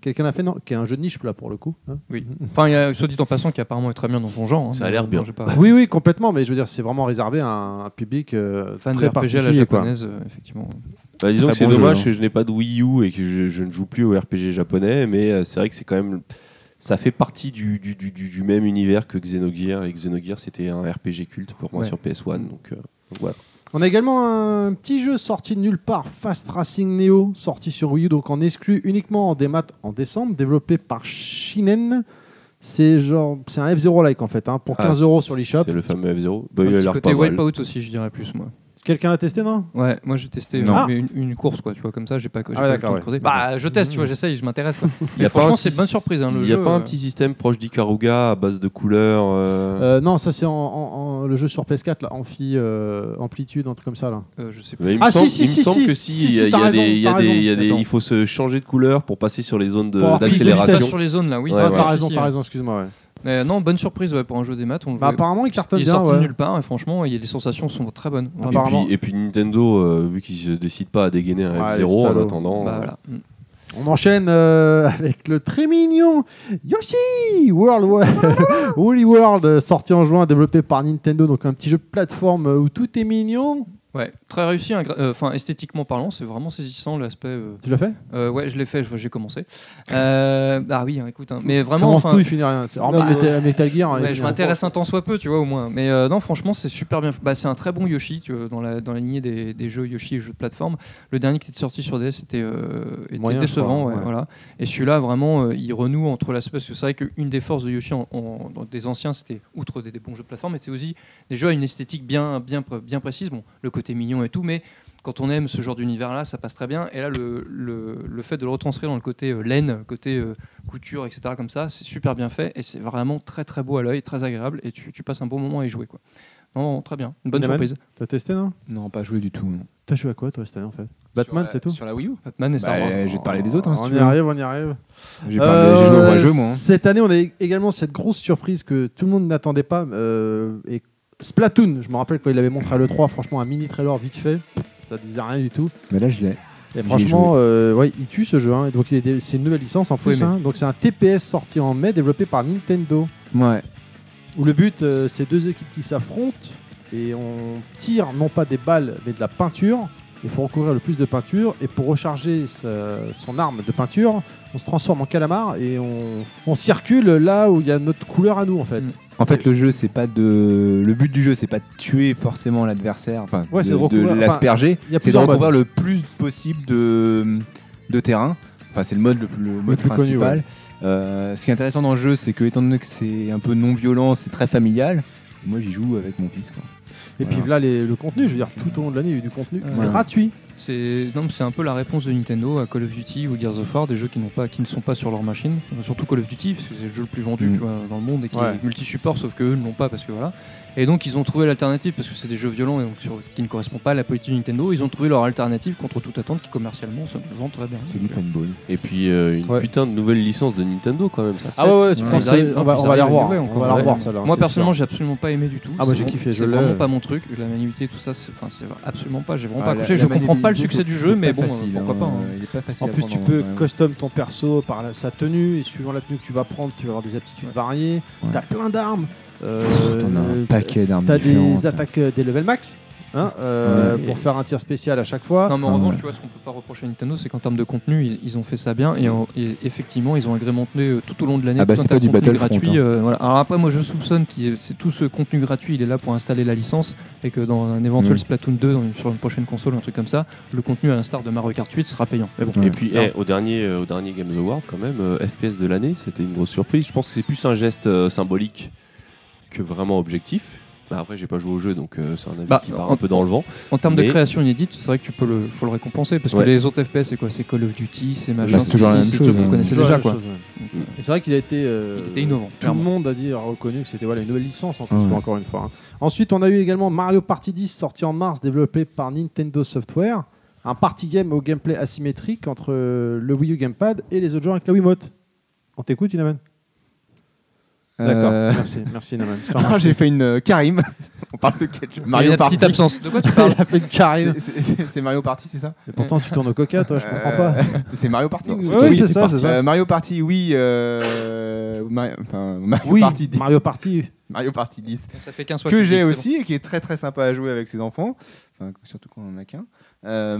A: Quelqu'un l'a fait, non Qui est un jeu de niche là pour le coup. hein.
D: Enfin, il y a, soit dit en passant, qui apparemment est très bien dans son genre. hein.
E: Ça a l'air
D: Non,
E: bien.
D: j'ai pas-
A: oui, oui, complètement, mais je veux dire, c'est vraiment réservé à un public euh,
D: Fan de
A: très
D: RPG à la
A: particulier, quoi.
D: japonaise, euh, effectivement.
E: Bah, disons
B: Très
E: que c'est
B: bon jeu,
E: dommage
B: hein.
E: que je n'ai pas de Wii U et que je, je ne joue plus au RPG japonais, mais euh, c'est vrai que c'est quand même. Ça fait partie du, du, du- du- du même univers que Xenogears, et Xenogears c'était un RPG culte pour moi
D: Ouais.
E: sur PS1, donc, euh, donc voilà.
A: On a également un petit jeu sorti de nulle part, Fast Racing Neo, sorti sur Wii U, donc en exclu uniquement en démat en décembre, développé par Shinen. C'est genre, c'est un F0-like en fait, hein, pour
E: Ah,
A: 15 euros sur l'eShop.
E: C'est le fameux F0. Bah,
D: Un
E: il a
D: petit
E: l'air
D: côté
E: pas mal.
D: Wipeout aussi, je dirais plus, moi.
A: Quelqu'un l'a testé, non
D: Ouais, moi j'ai testé
B: Non.
D: euh,
A: Ah.
D: mais une, une course, quoi, tu vois, comme ça, j'ai pas, j'ai
A: Ah
D: pas
A: ouais,
D: eu le
A: d'accord,
D: temps
A: ouais.
D: de creuser. Bah, je teste, tu vois, j'essaye, je m'intéresse. quoi.
E: Il y
D: Mais
E: a pas un
D: franchement,
E: petit-
D: c'est une bonne surprise. hein, le
E: Il n'y a
D: jeu,
E: pas
D: euh,
E: un petit système proche d'Ikaruga à base de couleurs euh,
A: Euh, Non, ça c'est en, en- en- le jeu sur PS4, là, Amphi, euh, Amplitude, un truc comme ça. Là.
D: euh, je sais pas.
E: mais il me
A: ah, si,
E: semble,
A: si,
E: il me
A: si,
E: semble
A: si.
E: que si,
A: Si,
E: il y a-
A: si,
E: il y
A: t'as
E: a
A: raison,
E: des- il y a
A: t'as
E: des-
A: raison.
E: il y a des-
A: Attends.
E: il faut se changer de couleur pour passer sur les zones de-
A: Pour avoir plus
D: Pas
A: de vitesse.
E: d'accélération.
D: sur les zones là, oui.
E: Ouais,
D: c'est
A: Ah,
D: vrai,
A: T'as
E: voilà.
D: si,
A: raison,
D: si.
A: t'as raison, excuse-moi. ouais.
D: Euh, non, bonne surprise ouais, pour un jeu des maths. On le
A: Bah,
D: voit-
A: apparemment, il cartonne
D: il est
A: bien.
D: sorti
A: ouais.
D: de nulle part et franchement, il y a- les sensations sont très bonnes.
E: Et
A: Apparemment.
E: puis, et puis Nintendo, euh, vu qu'ils ne décident pas à dégainer un
A: Ah, les
E: F0 en
A: salauds.
E: attendant,
D: Bah,
E: euh,
D: voilà. Mm.
A: On enchaîne euh, avec le très mignon Yoshi World Wa- Woolly World, euh, sorti en juin, développé par Nintendo, donc un petit jeu de plateforme euh, où tout est mignon.
D: Ouais, très réussi, hein, gra- euh, enfin esthétiquement parlant, c'est vraiment saisissant l'aspect. euh,
A: Tu l'as fait
D: euh, ouais, je l'ai fait, je- j'ai commencé. Euh, ah oui, hein, écoute, hein, mais vraiment.
A: Commence
D: enfin,
A: tout, il finit rien. C'est hormis
D: Non,
A: Metal- Metal Gear. hein, il
D: Ouais,
A: finit
D: je
A: rien.
D: m'intéresse un temps soit peu, tu vois, au moins. Mais euh, non, franchement, c'est super bien. Bah, c'est un très bon Yoshi tu vois, dans, la, dans la lignée des, des jeux Yoshi et jeux de plateforme. Le dernier qui était sorti sur DS était, euh, était
A: Moyen, je
D: décevant.
A: crois,
D: ouais,
A: ouais.
D: Voilà. Et celui-là, vraiment, euh, il renoue entre l'aspect. Parce que c'est vrai qu'une des forces de Yoshi en- en- dans des anciens, c'était, outre des, des bons jeux de plateforme, mais c'est aussi des jeux à une esthétique bien, bien, pr- bien précise. Bon, le côté mignon et tout, mais. Quand on aime ce genre d'univers-là, ça passe très bien. Et là, le, le, le fait de le retranscrire dans le côté euh, laine, côté euh, couture, etc. comme ça, c'est super bien fait et c'est vraiment très très beau à l'œil, très agréable et tu, tu passes un bon moment à y jouer quoi. Non, très bien, une bonne
A: Naman
D: surprise.
A: T'as testé, non
B: Non, pas joué du tout. non.
A: T'as joué à quoi, toi, cette année, en fait Batman,
B: Sur la-
A: c'est tout
B: Sur la Wii U
D: Batman et Star
B: Bah,
D: Wars.
B: Je vais te parler des autres, hein, si
A: On
B: tu
A: y
B: veux.
A: arrive, on y arrive.
B: J'ai parlé- j'ai joué au vrai
A: Euh,
B: jeu, moi. hein.
A: Cette année, on a également cette grosse surprise que tout le monde n'attendait pas. euh, et Splatoon, je me rappelle quand il avait montré à l'E3, franchement, un mini trailer vite fait. Ça disait rien du tout.
B: Mais là, je l'ai.
A: Et
B: J'y ai
A: franchement, euh, ouais, il tue ce jeu. hein. Donc, il est dé- c'est une nouvelle licence en plus.
D: mais-
A: hein. Donc, c'est un TPS sorti en mai, développé par Nintendo.
B: Ouais.
A: Où le but, euh, c'est deux équipes qui s'affrontent et on tire non pas des balles, mais de la peinture. Il faut recourir le plus de peinture et pour recharger sa- son arme de peinture, on se transforme en calamar et on, on circule là où il y a notre couleur à nous en fait.
D: Mm.
B: En fait, le jeu, c'est pas de. Le but du jeu, c'est pas de tuer forcément l'adversaire, enfin,
A: Ouais, c'est
B: de,
A: de recouvrir- enfin,
B: l'asperger.
A: il y a
B: c'est de
A: plusieurs
B: recouvrir le plus possible de, de terrain. Enfin, c'est le mode le, plus- le mode
A: plus connu,
B: principal.
A: ouais.
B: Euh, ce qui est intéressant dans le jeu, c'est que, étant donné que c'est un peu non violent, c'est très familial. Moi, j'y joue avec mon fils. Quoi.
A: Et
B: Voilà.
A: puis là, les- le contenu, je veux dire, tout au long de l'année, il y a eu du contenu
D: Ouais.
A: gratuit.
D: C'est non, mais c'est un peu la réponse de Nintendo à Call of Duty ou Gears of War, des jeux qui n'ont pas, qui ne sont pas sur leur machine. Euh, Surtout Call of Duty, parce que c'est le jeu le plus vendu
B: Mm.
D: tu vois, dans le monde et qui
A: Ouais.
D: est multi-support, sauf que eux ne l'ont pas parce que voilà. Et donc ils ont trouvé l'alternative parce que c'est des jeux violents et donc sur- qui ne correspondent pas à la politique de Nintendo. Ils ont trouvé leur alternative contre toute attente qui commercialement se vend très bien.
B: C'est du paintball.
E: Et puis euh, une
A: Ouais.
E: putain de nouvelle licence de Nintendo quand même. Ça se
A: Ah ouais, ouais,
E: fête.
A: je
D: Ouais,
A: pense
D: ils arrivent-
A: qu'on va,
D: ils
A: on va les
D: arrivent
A: revoir.
D: ouais,
A: On va les
D: ouais.
A: revoir, celle-là.
D: Moi
A: c'est sûr.
D: personnellement, j'ai absolument pas aimé du tout.
A: Ah, moi,
D: C'est
A: j'ai
D: vraiment-
A: kiffé, je
D: C'est
A: l'ai.
D: vraiment pas mon truc. La maniabilité, tout ça, c'est enfin, c'est absolument pas. J'ai vraiment pas
B: Ah,
D: accroché.
B: la-
D: Je
B: la
D: comprends pas le
B: maniabilité,
D: succès
B: c'est-
D: du
B: c'est
D: jeu,
B: pas
D: mais bon,
B: facile,
D: pourquoi
B: hein,
D: pas. hein.
B: Il est pas facile
A: En
B: à
A: plus,
B: prendre
A: tu peux
B: main, ouais.
A: custom ton perso par la- sa tenue et suivant la tenue que tu vas prendre, tu vas avoir des aptitudes
B: Ouais.
A: variées.
B: Ouais.
A: T'as plein d'armes. Euh,
B: T'en as un paquet d'armes
A: T'as
B: différentes.
A: des attaques euh, des level max hein, euh,
D: Ouais.
A: pour faire un tir spécial à chaque fois.
D: Non, mais en
B: Ah,
D: revanche,
B: ouais.
D: tu vois, ce qu'on peut pas reprocher à Nintendo, c'est qu'en termes de contenu, ils, ils ont fait ça bien et, en- et effectivement, ils ont agrémenté euh, tout au long de l'année.
B: Ah bah,
D: tout un
B: c'est
D: tas
B: pas
D: de
B: du
D: contenu
B: Battlefront,
D: gratuit.
B: hein.
D: euh, voilà. Alors après, moi, je soupçonne que c'est tout ce contenu gratuit, il est là pour installer la licence et que dans un éventuel
B: Oui.
D: Splatoon 2 dans une- sur une prochaine console ou un truc comme ça, le contenu à l'instar de Mario Kart 8 sera payant. Mais bon.
E: Et puis
D: Non.
E: eh, au dernier euh, au dernier Games Award quand même euh, FPS de l'année, c'était une grosse surprise. Je pense que c'est plus un geste euh, symbolique que vraiment objectif. Bah, après j'ai pas joué au jeu donc euh, c'est un avis
D: Bah,
E: qui part
D: en-
E: un peu dans le vent.
D: En termes de
E: Mais-
D: création inédite, c'est vrai que tu peux le, faut le récompenser parce que
E: Ouais.
D: les autres FPS, c'est quoi C'est Call of Duty, c'est machin,
B: Bah, c'est toujours la
D: ceci,
B: même
D: c'est
B: chose,
D: tout,
B: hein.
D: on connaissait
A: toujours la
D: déjà
A: même
D: quoi.
A: chose, ouais. Et c'est vrai qu'il a été. euh,
D: Il était innovant,
A: Tout le
D: clairement.
A: monde a dit a reconnu que c'était voilà une nouvelle licence en plus,
B: Ah ouais.
A: quoi, encore une fois. hein. Ensuite, on a eu également Mario Party 10 sorti en mars, développé par Nintendo Software. Un party game au gameplay asymétrique entre euh, le Wii U Gamepad et les autres joueurs avec la Wiimote. On t'écoute, Inaman D'accord.
B: Euh,
A: Merci, merci Inaman. Je te
B: non,
A: remercie.
B: J'ai fait une euh, Karim. On parle de quel
D: Il
B: jeu
D: y a
B: Mario
D: une petite
B: Party.
D: absence. De quoi tu parles
A: Il a fait une carré.
B: C'est- c'est- C'est Mario Party, c'est ça
A: Et pourtant, tu tournes au coca, toi, je comprends pas.
B: Euh, C'est Mario Party
A: Non,
B: ou-
A: c'est- Oui, c'est ça, c'est ça.
B: Euh, Mario Party, oui. euh, Mari- enfin, Mario,
A: Oui,
B: Party 10,
A: Mario Party.
B: Mario Party 10.
D: Ça fait 15
B: Que j'ai aussi et qui est très très sympa à jouer avec ses enfants. Enfin, surtout quand on en a qu'un. Euh,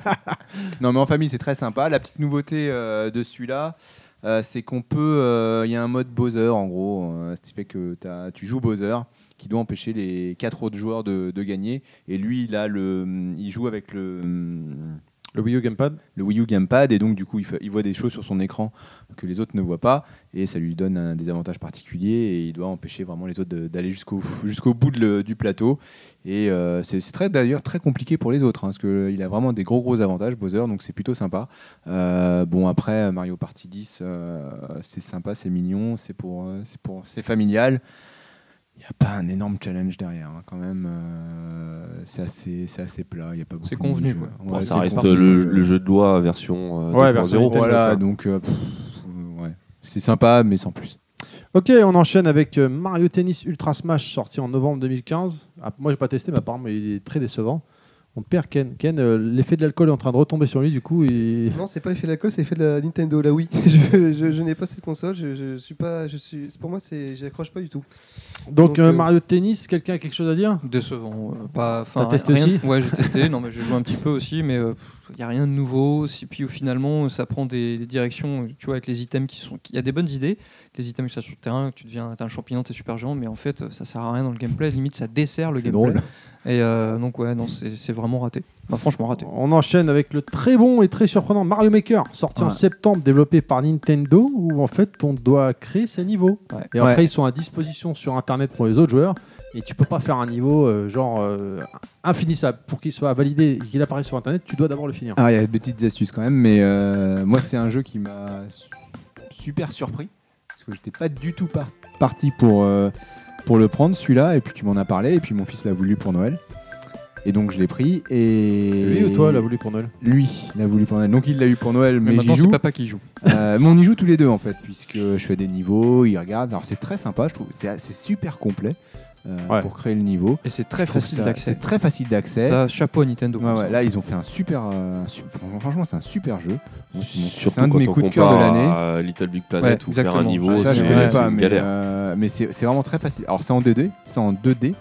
B: non, mais en famille, c'est très sympa. La petite nouveauté euh, de celui-là. euh, c'est qu'on peut. euh, Il y a un mode Bowser en gros, euh, ce qui fait que t'as- tu joues Bowser qui doit empêcher les quatre autres joueurs de, de gagner. Et lui, il, a le, il joue avec le,
A: Le Wii U Gamepad.
B: le Wii U Gamepad et donc du coup il, fait- il voit des choses sur son écran que les autres ne voient pas et ça lui donne un désavantage particulier et il doit empêcher vraiment les autres de- d'aller jusqu'au jusqu'au bout de le- du plateau et euh, c'est c'est très d'ailleurs très compliqué pour les autres hein, parce que il a vraiment des gros gros avantages Bowser donc c'est plutôt sympa Euh, bon après Mario Party 10 euh, c'est sympa c'est mignon c'est pour euh, c'est pour c'est familial il n'y a pas un énorme challenge derrière hein, quand même euh, c'est assez c'est assez plat il y a pas beaucoup de
D: convenu,
B: jeux.
D: quoi.
B: Ouais,
E: Bon, ça
B: c'est
E: reste
B: convenu,
E: le,
B: ouais.
E: le jeu de loi version euh,
A: Ouais,
E: 2.0.
A: version Nintendo,
B: Voilà,
A: quoi.
B: donc euh, pff, euh, ouais. c'est sympa, mais sans plus.
A: Ok, on enchaîne avec euh, Mario Tennis Ultra Smash sorti en novembre 2015. Ah, moi, j'ai pas testé ma part, mais il est très décevant. On perd Ken. Ken, euh, l'effet de l'alcool est en train de retomber sur lui, du coup. Et...
H: Non, c'est pas l'effet de l'alcool, c'est l'effet de la Nintendo, la Wii. je je- je n'ai pas cette console, je, je suis pas. Je suis, c'est- pour moi, c'est, j'accroche pas du tout.
A: Donc,
H: Donc,
A: euh,
H: euh,
A: Mario Tennis, quelqu'un a quelque chose à dire
D: Décevant. euh, pas, enfin,
A: T'as testé
D: rien-
A: aussi
D: Ouais, j'ai testé. non, mais j'ai joué un petit peu aussi, mais il n'y a rien de nouveau. Si- Puis au finalement, ça prend des, des directions, tu vois, avec les items qui sont. Il y a des bonnes idées. Les items qui sont sur le terrain, tu deviens t'es un champignon, t'es super géant, mais en fait, euh, ça sert à rien dans le gameplay. Limite, ça dessert le
J: C'est
D: gameplay.
J: drôle.
D: Et euh, donc, ouais, non, c'est c'est vraiment raté. Bah, franchement, raté.
A: On enchaîne avec le très bon et très surprenant Mario Maker, sorti en
B: Ouais.
A: septembre, développé par Nintendo, où en fait on doit créer ses niveaux.
D: Ouais.
A: Et après ils sont à disposition sur Internet pour les autres joueurs. Et tu peux pas faire un niveau euh, genre euh, infinissable. Pour qu'il soit validé et qu'il apparaisse sur Internet, tu dois d'abord le finir.
B: Alors, Ah, il y a des petites astuces quand même, mais euh, moi, c'est un jeu qui m'a su- super surpris. Parce que j'étais pas du tout par- parti pour, euh, pour le prendre, celui-là. Et puis, tu m'en as parlé. Et puis, mon fils l'a voulu pour Noël. Et donc, je l'ai pris. Et.
A: Lui ou toi l'a voulu pour Noël
B: Lui l'a voulu pour Noël. Donc, il l'a eu pour Noël,
D: Mais,
B: mais, j'y
D: maintenant, c'est
B: joue.
D: papa qui joue.
B: Euh, mais on y joue tous les deux en fait, puisque je fais des niveaux, il regarde. Alors c'est très sympa, je trouve. C'est assez- super complet euh,
A: Ouais.
B: pour créer le niveau.
D: Et c'est
B: Je
D: très
B: trouve
D: facile
B: ça-
D: d'accès.
B: C'est très facile d'accès.
D: Ça, chapeau à Nintendo.
B: Ouais,
D: pour
B: ouais,
D: ça.
B: là, ils ont fait un super. euh, un su- fran- franchement, c'est un super jeu. Moi, c'est mon-
E: Surtout
B: C'est un de
E: quand
B: mes
E: on
B: coups de cœur de
E: compare
B: l'année.
E: à Little Big Planet
D: Ouais,
E: ou faire un
D: exactement.
E: niveau,
D: Ah,
B: ça, je
E: c'est
D: mais
B: connais
E: c'est
B: pas,
E: une
B: mais,
E: galère.
B: euh, mais c'est c'est vraiment très facile. Alors, c'est en 2D, c'est en 2D.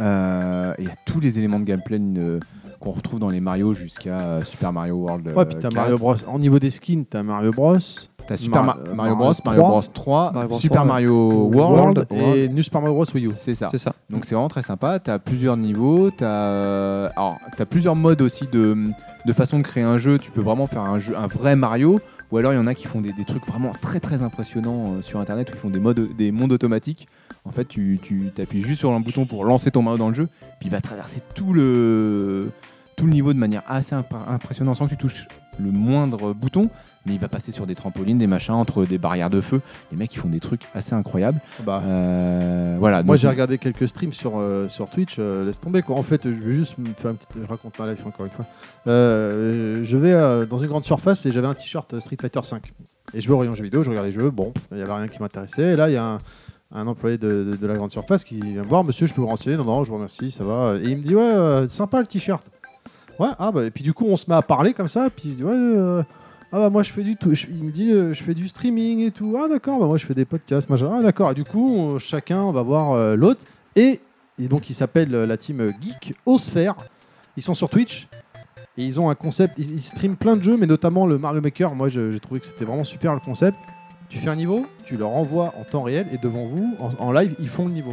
B: Euh, Il y a tous les éléments de gameplay euh, qu'on retrouve dans les Mario jusqu'à euh, Super Mario World. euh,
A: Ouais, puis t'as
B: 4.
A: Mario Bros. En niveau des skins, t'as Mario Bros.
B: T'as Super
A: Mar-
B: Ma-
A: euh,
B: Mario
A: Mario
B: Bros, Mario
A: 3,
B: Bros 3,
D: Mario Bros
B: Super
D: 3,
B: Mario
A: World,
B: World,
A: et New Super Mario Bros. Wii U.
B: c'est ça.
D: C'est ça.
B: Donc c'est vraiment très sympa. T'as plusieurs niveaux, t'as euh, alors t'as plusieurs modes aussi de, de façon de créer un jeu. Tu peux vraiment faire un jeu, un vrai Mario, ou alors il y en a qui font des, des trucs vraiment très très impressionnants euh, sur Internet où ils font des modes, des mondes automatiques. En fait, tu tu t'appuies juste sur un bouton pour lancer ton Mario dans le jeu, puis il va traverser tout le tout le niveau de manière assez imp- impressionnante sans que tu touches le moindre bouton, mais il va passer sur des trampolines, des machins, entre des barrières de feu. Les mecs, ils font des trucs assez incroyables.
A: Bah,
B: Euh, voilà.
A: Moi
B: donc-
A: j'ai regardé quelques streams sur, euh, sur Twitch, euh, laisse tomber quoi. En fait, je vais juste me faire un petit. Je raconte ma life encore une fois. Euh, je vais euh, dans une grande surface et j'avais un t-shirt euh, Street Fighter 5. Et je vais au rayon jeux vidéo, je regarde les jeux, bon, il n'y avait rien qui m'intéressait. Et là, il y a un, un employé de, de- de la grande surface qui vient me voir Monsieur, je peux vous renseigner Non, non, je vous remercie, ça va. Et il me dit Ouais, euh, sympa le t-shirt. Ouais, ah bah, et puis du coup, on se met à parler comme ça, puis il dit Ouais, euh, ah bah moi je fais du tout, je- il me dit euh, je fais du streaming et tout. Ah d'accord, bah moi je fais des podcasts, machin. Ah d'accord. Et du coup, on- chacun on va voir euh, l'autre et, et donc ils s'appellent euh, la team euh, Geek Osphère. Ils sont sur Twitch et ils ont un concept, ils, ils streament plein de jeux mais notamment le Mario Maker. Moi je- j'ai trouvé que c'était vraiment super le concept. Tu fais un niveau, tu leur envoies en temps réel et devant vous en, en live, ils font le niveau.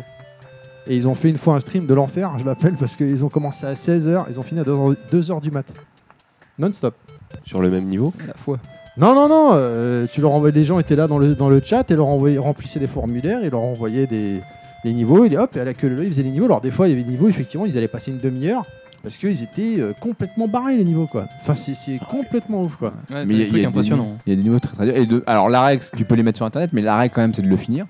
A: Et ils ont fait une fois un stream de l'enfer, je l'appelle parce qu'ils ont commencé à 16h, ils ont fini à 2h du mat. Non-stop.
B: euh,
E: Sur le même niveau
D: La foi.
A: Non, non, non, euh, tu leur envoyais, les gens étaient là dans le, dans le chat et leur envoyaient, remplissaient des formulaires et leur envoyaient des, les niveaux. Et hop, et à la queue leu, ils faisaient les niveaux. Alors, des fois, il y avait des niveaux, effectivement, ils allaient passer une demi-heure parce qu'ils étaient euh, complètement barrés, les niveaux, quoi. Enfin, c'est c'est complètement ouf, quoi.
D: Ouais,
B: Mais
D: mais
B: il y
D: des
B: a- il y
D: trucs
B: a des
D: impressionnants. hein.
B: Il y a des niveaux très très durs. Et de- alors la règle, tu peux les mettre sur internet, mais la règle quand même c'est de le finir.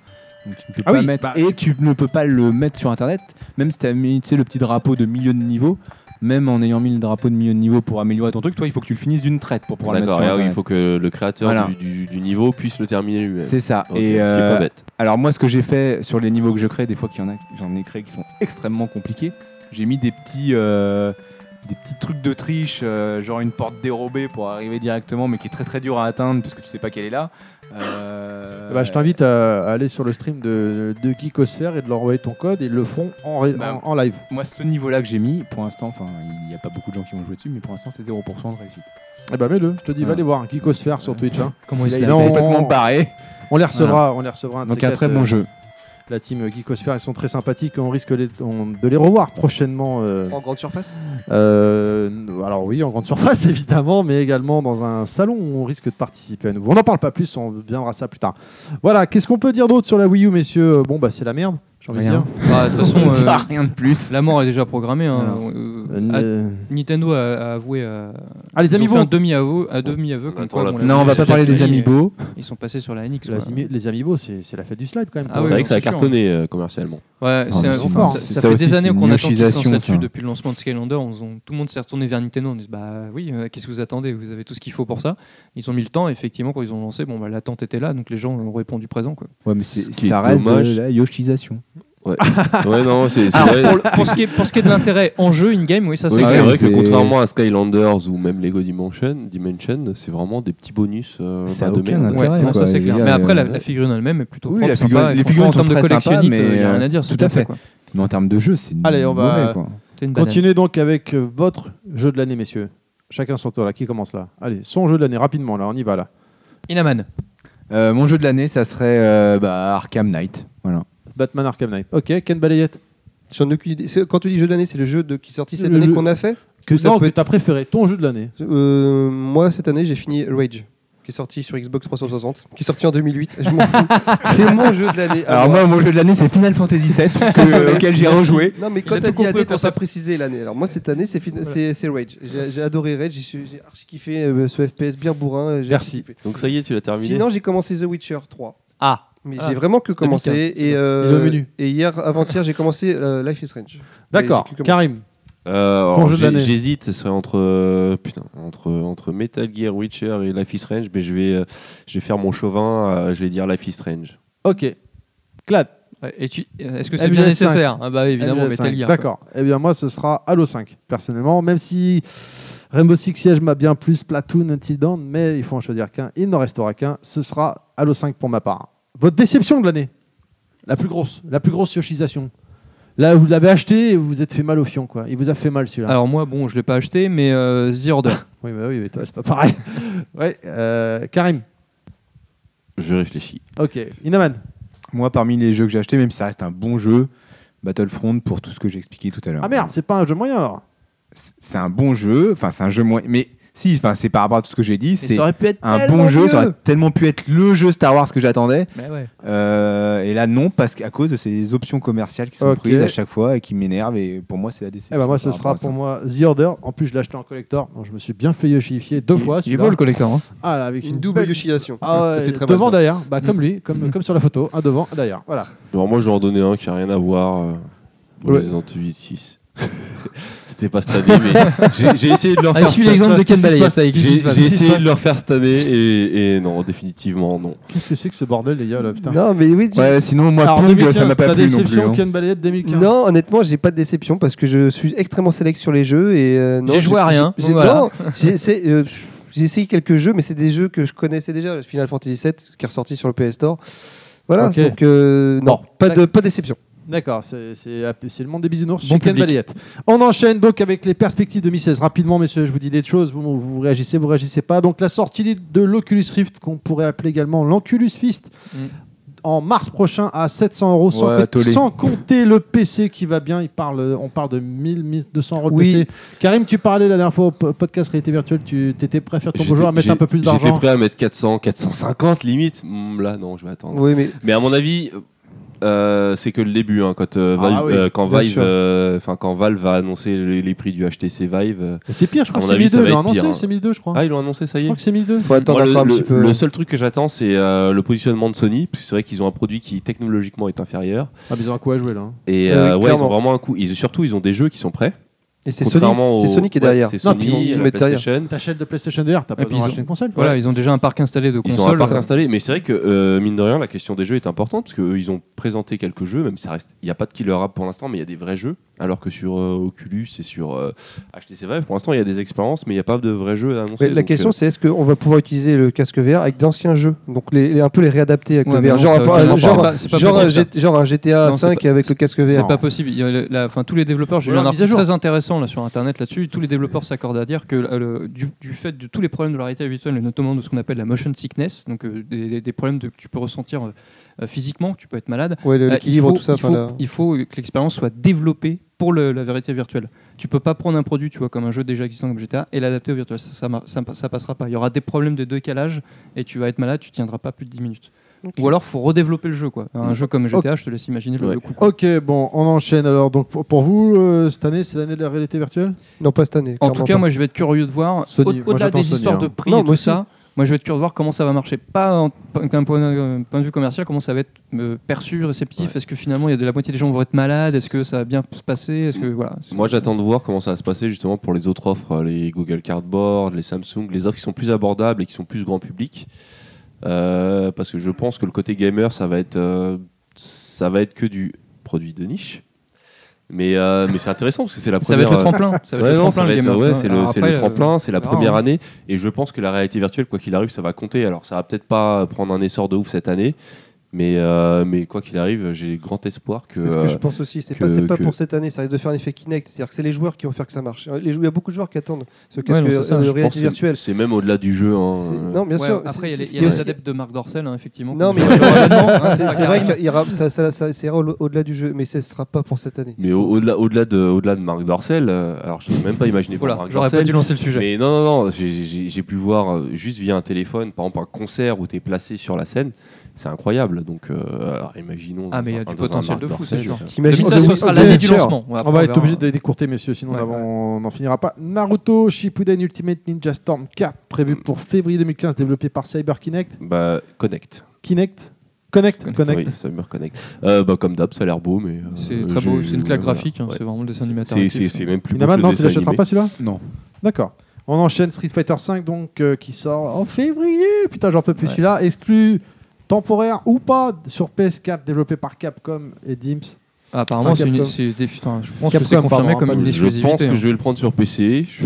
B: Donc, tu ne peux
A: Ah
B: pas
A: oui,
B: mettre-
A: bah-
B: Et tu ne peux pas le mettre sur internet, même si tu as mis tu sais, le petit drapeau de milieu de niveau. Même en ayant mis le drapeau de milieu de niveau pour améliorer ton truc, toi il faut que tu le finisses d'une traite pour pouvoir le mettre
E: D'accord,
B: sur
E: ah oui,
B: internet.
E: il faut que le créateur
B: Voilà.
E: du, du- du niveau puisse le terminer lui-même.
B: C'est ça.
E: Ok,
B: et
E: Ce qui est
B: euh,
E: pas bête.
B: alors moi ce que j'ai fait sur les niveaux que je crée, des fois qu'il y en a, j'en ai créé qui sont extrêmement compliqués. J'ai mis des petits, euh, des petits trucs de triche, euh, genre une porte dérobée pour arriver directement, mais qui est très très dur à atteindre parce que tu sais pas qu'elle est là. Euh,
A: Bah, je t'invite à, à aller sur le stream de, de Geekosphère et de leur envoyer ton code et ils le font en, ré-
B: Bah,
A: en, en live.
B: Moi, ce niveau-là que j'ai mis, pour l'instant, enfin, il n'y a pas beaucoup de gens qui ont joué dessus, mais pour l'instant, c'est 0% de réussite.
A: Et bah, mets-le, je te dis, va
B: Ouais.
A: les voir, Geekosphère sur Twitch. hein.
D: Comment ils se
A: Il y a-
D: la
A: non,
D: pètent.
B: Complètement barré.
A: On les recevra, on les recevra. de
B: Donc,
A: ces
B: un
A: quatre,
B: très
A: euh,
B: bon jeu.
A: La team Geekosphère, ils sont très sympathiques. On risque les- on- de les revoir prochainement. euh,
H: En grande surface
A: Euh, alors oui, en grande surface évidemment, mais également dans un salon où on risque de participer à nouveau. On n'en parle pas plus, on viendra à ça plus tard. Voilà, qu'est-ce qu'on peut dire d'autre sur la Wii U, messieurs Bon, bah c'est la merde, j'ai envie de
B: Rien.
A: dire.
D: Bah, De toute façon, euh,
B: rien de plus.
D: la mort est déjà programmée. hein.
B: Alors,
D: Euh,
A: Euh,
D: à-
A: euh,
D: Nintendo a, a avoué euh, à,
A: Ah, les
D: ils ont fait
A: amiibo
D: un demi aveu à demi aveu
E: Attends,
D: comme quoi
E: la
D: bon,
E: fin.
D: la
B: Non, on va
D: Nintendo
B: pas
D: a
B: parler des
D: failli,
B: amiibo.
D: et euh, Ils sont passés sur la NX.
A: Les
D: quoi.
A: ami- les amiibo, c'est c'est la fête du slide quand même.
D: Ah oui,
A: pour
E: c'est
A: eux.
E: vrai que ça a
D: c'est sûr.
E: cartonné euh, commercialement.
D: Ouais,
B: Ah,
D: c'est
B: mais
D: un-
B: c'est
D: enfin,
B: une-
D: ça,
B: c'est-
D: ça
B: ça
D: fait
B: aussi,
D: des
B: c'est
D: années
B: une
D: qu'on attend qu'ils se lancent
B: yoshisation, ça.
D: là-dessus depuis le lancement de Skylander. on- on- tout le monde s'est retourné vers Nintendo. On dit bah oui, euh, qu'est-ce que vous attendez Vous avez tout ce qu'il faut pour ça. Ils ont mis le temps. Effectivement, quand ils ont lancé, bon bah l'attente était là, donc les gens ont répondu présent quoi.
B: Ouais, mais
E: Ce
B: c'est-
E: qui est
B: ça reste euh,
E: dommage.
B: de la yoshisation.
E: Ouais, Ouais, non, c'est c'est
D: Alors,
E: vrai.
D: pour, le- pour ce qui est, pour ce qui est de l'intérêt en jeu, in-game, oui, ça c'est
E: Oui, c'est
D: clair.
E: vrai que
J: c'est-
E: contrairement à Skylanders ou même Lego Dimension, Dimension c'est vraiment des petits bonus. euh,
J: Ça
E: bah,
J: a
E: de
J: aucun
E: merde.
J: intérêt.
D: Ouais, non,
J: quoi,
D: ça c'est
J: les
D: clair.
J: gars,
D: Mais après, la,
J: euh,
D: la figurine elle-même est plutôt
J: Oui,
D: propre,
J: la
D: sympa,
J: figurine-
D: et
J: les
D: franchement,
J: figurines
D: en termes
J: sont
D: de
J: très sympas,
D: collectionnite,
J: mais,
D: il y a rien à dire.
J: euh,
D: c'est
J: tout à fait.
D: quoi.
J: Mais en termes de jeu, c'est
A: Allez, on va-
J: mauvais, quoi.
D: C'est une banane.
A: Continuez donc avec euh, votre jeu de l'année, messieurs. Chacun son tour là. Qui commence là Allez, son jeu de l'année rapidement là. On y va là.
D: Inaman.
B: Euh, mon jeu de l'année, ça serait euh, bah, Arkham Knight. Voilà.
A: Batman Arkham Knight. Ok, Ken Balayette.
H: J'en ai aucune idée. C'est- Quand tu dis jeu de l'année, c'est le jeu de, qui est sorti cette
A: Le-
H: année
A: le-
H: qu'on a fait
A: Que
H: ça
A: non,
H: peut
A: que t'as préféré ton jeu de l'année.
H: Euh, Moi, cette année, j'ai fini Rage, qui est sorti sur Xbox 360, qui est sorti en 2008. Je m'en fous. c'est mon jeu de l'année. à
B: Alors,
H: moi.
B: moi, mon jeu de l'année, c'est Final Fantasy VII, que- auquel j'ai
H: Merci.
B: rejoué.
H: Non, mais quand
D: a
H: t'as
D: tout
H: dit
D: compris
H: année,
D: au
H: t'as pas
D: concept.
H: précisé l'année. Alors, moi, cette année, c'est fin- c'est- c'est Rage. J'ai j'ai adoré Rage. J'ai j'ai archi kiffé euh, ce FPS bien bourrin. euh, j'ai
A: Merci.
H: archi kiffé.
E: Donc ça y est, tu l'as terminé.
H: Sinon, j'ai commencé The Witcher 3.
D: Ah.
H: Mais
D: Ah.
H: j'ai vraiment que
D: C'est 2015,
H: commencé.
D: c'est
H: Et,
D: bien.
H: euh,
A: Il est au menu.
H: et hier, avant-hier, j'ai commencé euh, Life is Strange.
A: D'accord.
H: j'ai que commencé.
A: Karim.
E: Euh,
A: Ton
E: alors,
A: jeu de
E: j'ai-
A: l'année.
E: J'hésite, ce serait entre, euh, putain, entre, entre Metal Gear, Witcher et Life is Strange, mais je vais, euh, je vais faire mon chauvin, euh, je vais dire Life is Strange.
A: Ok. Clat.
D: Ouais, et tu- euh, Est-ce que c'est bien
A: MGS5.
D: nécessaire Ah bah évidemment,
A: MGS5.
D: Metal Gear. quoi.
A: D'accord. Eh bien, moi, ce sera Halo 5, personnellement. Même si Rainbow Six Siege m'a bien plus Platoon Until Dawn, mais il faut en choisir qu'un. Il n'en restera qu'un. Ce sera Halo 5 pour ma part. Votre déception de l'année La plus grosse. La plus grosse yoshisation. Là, vous l'avez acheté et vous vous êtes fait mal au fion, quoi. Il vous a fait mal celui-là.
D: Alors moi, bon, je l'ai pas acheté, mais euh, The Order.
A: Oui, mais oui, mais toi, c'est pas pareil. ouais, euh, Karim.
E: Je réfléchis.
A: Ok. Inaman.
B: Moi, parmi les jeux que j'ai acheté, même si ça reste un bon jeu, Battlefront pour tout ce que j'ai expliqué tout à l'heure.
A: Ah merde, c'est pas un jeu moyen alors.
B: C'est- C'est un bon jeu, enfin, c'est un jeu moins. Mais si, enfin, c'est par rapport à tout ce que j'ai dit,
D: Mais
B: c'est
D: aurait pu être
B: un
D: tellement
B: bon jeu,
D: mieux.
B: ça aurait tellement pu être le jeu Star Wars que j'attendais.
D: Mais Bah ouais.
B: Euh, et là, non, parce qu'à cause de ces options commerciales qui sont
A: Ok.
B: prises à chaque fois et qui m'énervent, et pour moi, c'est la déception.
A: Eh ben moi, ce
B: par
A: sera
B: rapport
A: pour
B: à ça.
A: moi The Order. En plus, je l'ai acheté en collector. Donc, je me suis bien fait yoshifier deux fois.
D: Il est
A: celui-là.
D: beau le collector. hein.
A: Ah là, avec une,
H: Une double
A: belle-
H: yoshidation.
A: Ah
H: Ça
A: ouais,
H: fait très mal,
A: devant
H: ça.
A: d'ailleurs, bah, comme lui, comme, comme sur la photo, un devant, un derrière. Voilà.
E: Alors moi, je vais en donner un qui n'a rien à voir. Euh,
A: Ouais.
E: Resident Evil 6. C'était pas cette année, mais j'ai- j'ai essayé de leur
D: Ah,
E: faire
D: je suis
E: ça-
D: l'exemple de
E: ça-
D: Ken Balay. ça,
E: J'ai
D: existe pas.
E: j'ai essayé de leur faire cette année et, et non, définitivement non.
A: Qu'est-ce que c'est que ce bordel, les gars, là, putain
H: Non, mais oui, tu-
B: Ouais, sinon, moi,
A: Alors,
B: Pong,
A: 2015,
B: ça m'a
A: ta
B: pas plu non plus.
A: déception,
B: hein.
A: Ken Balayette 2015.
H: Non, honnêtement, j'ai pas de déception parce que je suis extrêmement sélect sur les jeux et euh, non,
D: J'ai joué à rien,
H: J'ai
D: donc voilà.
H: non, j'ai essayé, euh, pff, j'ai essayé quelques jeux, mais c'est des jeux que je connaissais déjà. Final Fantasy VII qui est ressorti sur le PS Store. Voilà,
A: Ok.
H: donc euh, non,
A: Bon.
H: pas de pas de déception.
A: D'accord, c'est c'est la- c'est le monde des bisounours
D: Bon
A: chez Ken
D: public.
A: Balayette. On enchaîne donc avec les perspectives 2016. Rapidement, messieurs, je vous dis des choses, vous, vous réagissez, vous réagissez pas. Donc, la sortie de l'Oculus Rift, qu'on pourrait appeler également l'Oculus Fist,
D: Mm.
A: en mars prochain à 700 euros, sans,
B: Ouais,
A: co-
B: tollé.
A: sans compter le PC qui va bien. Il parle, on parle de 1000, 1200 euros le
H: Oui.
A: PC. Karim, tu parlais la dernière fois au po- podcast réalité virtuelle, tu t'étais prêt à faire ton beau
E: J'étais-
A: jour, à mettre un
E: j'ai-
A: peu plus
E: J'étais
A: d'argent.
E: prêt à mettre 400, 450 limite. Hmm, Là, non, je vais attendre.
H: Oui, mais
E: Mais à mon avis, euh, c'est que le début. hein, quand, euh,
A: Ah
E: Valve,
A: oui,
E: euh, quand,
A: bien
E: Vive,
A: sûr.
E: euh, enfin, quand Valve va annoncer les, les prix du HTC Vive. euh,
A: C'est pire, je crois
E: À
A: que
E: mon
A: c'est
E: avis, ça
A: 1002.
E: va
A: Ils l'ont
E: être pire,
A: annoncé,
E: hein.
A: c'est 1002, je crois.
E: Ah, ils l'ont annoncé, ça
A: je
E: y est
A: crois que c'est 1002.
H: faut attendre
E: Moi, le,
H: encore un
E: le-
H: petit peu.
E: le seul truc que j'attends, c'est euh, le positionnement de Sony, parce que c'est vrai qu'ils ont un produit qui technologiquement est inférieur.
A: Ah, mais ils ont à quoi jouer là hein.
E: Et
H: Euh,
E: euh,
H: oui,
E: ouais, ils
H: clairement.
E: ont vraiment un coup. Ils, surtout, ils ont des jeux qui sont prêts.
H: Et c'est Sony,
E: Contrairement
H: c'est
E: au-
H: Sony qui est
E: ouais,
H: derrière.
E: c'est
A: Non, puis ils
E: Sony,
H: vont tout
E: euh,
H: mettre derrière.
E: PlayStation.
A: T'achètes de PlayStation VR, t'as pas
D: Et puis
A: besoin
D: ils ont-
A: d'acheter une console.
D: Voilà, ils ont déjà un parc installé de
E: Ils ont un
D: consoles.
E: parc installé, mais c'est vrai que euh, mine de rien, la question des jeux est importante parce qu'ils ont présenté quelques jeux, même si ça reste, il n'y a pas de killer app pour l'instant, mais il y a des vrais jeux. Alors que sur euh, Oculus et sur euh, HTC Vive, pour l'instant, il y a des expériences, mais il n'y a pas de vrais jeux à annoncer.
H: Mais la
E: donc,
H: question,
E: euh,
H: c'est est-ce qu'on va pouvoir utiliser le casque VR avec d'anciens jeux, donc les, les- un peu les réadapter avec
D: Ouais,
H: le
D: mais
H: VR,
D: non,
H: genre,
D: ça-
H: un-
D: clairement
H: genre,
D: pas. C'est pas
H: genre un,
D: possible,
H: G- genre un GTA
D: Non, c'est
H: 5
D: pas-
H: avec le casque VR.
D: C'est pas possible. Il y a le- la- enfin, tous les développeurs, j'ai
A: Ou
D: lu un
A: alors, mise à
D: article
A: jour.
D: très intéressant là, sur Internet là-dessus. Tous les développeurs s'accordent à dire que euh, le- du, du fait de tous les problèmes de la réalité virtuelle, et notamment de ce qu'on appelle la motion sickness, donc euh, des, des- des problèmes de- que tu peux ressentir euh, euh, physiquement, tu peux être malade.
H: Ouais, le-
D: Euh,
H: l'équilibre,
D: il faut-
H: tout ça.
D: Il
H: enfin,
D: faut,
H: la-
D: il faut que l'expérience soit développée pour le- la vérité virtuelle. Tu peux pas prendre un produit, tu vois, comme un jeu déjà existant comme GTA, et l'adapter au virtuel. Ça, ça, mar- ça, ça passera pas. Il y aura des problèmes de décalage et tu vas être malade, tu tiendras pas plus de 10 minutes. Ou alors, faut redévelopper le jeu, quoi. Un jeu comme GTA, je te laisse imaginer le,
E: Ouais.
D: le coup.
A: Ok, bon, on enchaîne alors. Donc pour, pour vous, euh, cette année, c'est l'année de la réalité virtuelle
H: Non, pas cette année.
D: En
H: clairement
D: tout cas,
H: pas.
D: moi, je vais être curieux de voir,
A: Sony,
D: au-
A: moi,
D: au-delà
A: j'attends
D: des
A: Sony,
D: histoires
A: hein.
D: de prix
H: Non,
D: et
H: moi
D: tout
H: aussi.
D: ça, moi, je vais être curieux de voir comment ça va marcher. Pas en- pas- d'un point, euh, point de vue commercial, comment ça va être euh, perçu, réceptif. Est-ce que finalement, il y a de la moitié des gens vont être malades Est-ce que ça va bien se passer Est-ce que voilà c'est-
E: Moi, j'attends de voir comment ça va se passer justement pour les autres offres, euh, les Google Cardboard, les Samsung, les offres qui sont plus abordables et qui sont plus grand public. Euh, parce que je pense que le côté gamer, ça va être, euh, ça va être que du produit de niche. Mais, euh, mais c'est intéressant parce que c'est la
D: Ça
E: première.
D: va être le
E: euh,
D: tremplin. Ça va
E: Ouais,
D: être le
E: non, ça
D: tremplin,
E: va
D: le
E: être-
D: Game of
E: ouais,
D: Thrones.
E: c'est le,
D: Alors
E: c'est le
D: après, euh,
E: tremplin, c'est la
D: verra,
E: première
D: hein.
E: année. Et je pense que la réalité virtuelle, quoi qu'il arrive, ça va compter. Alors, ça va peut-être pas prendre un essor de ouf cette année, mais, euh, mais quoi qu'il arrive, j'ai grand espoir que.
I: C'est ce que je
E: euh,
I: pense aussi. C'est
E: que-
I: pas, c'est pas
E: que-
I: pour cette année. Ça risque de faire un effet Kinect. C'est-à-dire que c'est les joueurs qui vont faire que ça marche. Les jou- Il y a beaucoup de joueurs qui attendent ce casque
D: non, c'est ça,
I: euh, de
E: je pense que
I: réalité
E: c'est-
I: virtuelle.
E: C'est même au-delà du jeu. hein.
I: C'est- Non, bien
D: ouais,
I: sûr. c'est-
D: Après, il y a les,
I: c'est-
D: il y a les
I: aussi-
D: adeptes de Marc Dorcel, hein, effectivement.
I: Non, mais
H: euh,
D: qui jouent à l'événement,
H: ah,
D: hein,
I: c'est
D: pas
I: c'est vrai
D: Karim.
I: qu'il ira, ça, ça, ça- ça ira au- au-delà du jeu, mais ce sera pas pour cette année.
E: Mais au- au-delà au-delà de, au-delà de Marc Dorcel, euh, alors je ne même pas imaginer voir
D: Voilà,
E: Marc
D: j'aurais pas
E: Dorcel,
D: dû lancer le sujet.
E: Mais non, non, non, j'ai- j'ai j'ai pu voir euh, juste via un téléphone, par exemple un concert où tu es placé sur la scène, c'est incroyable. Donc, euh, alors, imaginons.
D: Ah, mais il y a
E: dans
D: du
E: un- dans un
D: potentiel
E: Marc
D: de fou, c'est
E: Dorcel,
D: sûr.
E: euh,
I: T'imagines
D: ça, ce
I: The-
D: sera
I: The
D: l'année du
I: Witcher.
D: lancement. Après,
A: on va être
D: verra.
A: obligé de décourter, messieurs, sinon
D: Ouais.
A: on n'en- on n'en finira pas. Naruto Shippuden Ultimate Ninja Storm 4, prévu
D: Mm.
A: pour février 2015, développé par CyberKinect.
E: Bah, connect.
A: Kinect Connect Connect.
E: Oui, ça me reconnecte. Euh, bah, comme d'hab, ça a l'air beau, mais. euh,
D: C'est très
E: je-
D: beau, c'est une
E: ouais,
D: claque
E: voilà.
D: graphique, hein,
E: Ouais.
D: c'est hein. vraiment le dessin
E: C'est-
D: animateur.
E: C'est c'est même plus
A: Il y en a
E: beau que le
A: maintenant, tu
E: dessin
A: l'achèteras
E: animé.
A: pas celui-là
B: Non.
A: D'accord. On enchaîne Street Fighter 5 donc euh, qui sort en février. Putain, j'en peux plus
D: Ouais.
A: celui-là. Exclu temporaire ou pas sur PS4 développé par Capcom et Dimps.
D: Ah, apparemment,
A: Ah,
D: c'est une-
A: Capcom.
D: c'est des- enfin, je pense que
A: Capcom,
D: c'est confirmé
A: pardon,
D: comme
A: pas
D: une
A: nous.
E: Je pense
D: exclusivité.
E: que
D: hein.
E: je vais le prendre sur PC. Je,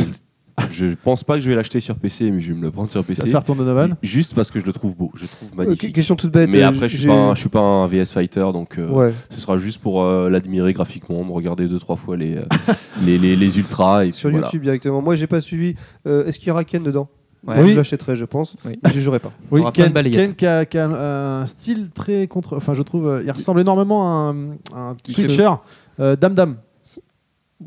E: je pense pas que je vais l'acheter sur PC, mais je vais me le prendre sur
A: Ça
E: PC.
A: va faire ton Donovan.
E: Juste parce que je le trouve beau, je le trouve
I: Euh, que-
E: magnifique.
I: Question toute bête.
E: Mais
I: euh,
E: après, je suis
I: j'ai-
E: pas, un- je suis pas un VS Fighter, donc euh,
I: Ouais.
E: ce sera juste pour euh, l'admirer graphiquement, me regarder deux trois fois les euh, les, les, les ultras et puis
I: Sur
E: voilà.
I: YouTube directement. Moi, j'ai pas suivi. Euh, Est-ce qu'il y aura Ken dedans
D: Ouais.
I: Je l'achèterai, je pense.
D: Oui.
I: mais Je jouerai pas.
A: Oui,
D: T'auras plein
A: Ken,
D: de balayettes.
A: Ken qui a, qui a un un style très contre. Enfin, je trouve, euh, il ressemble énormément à un, à un
D: fait
A: Twitcher. euh, Dame Dame.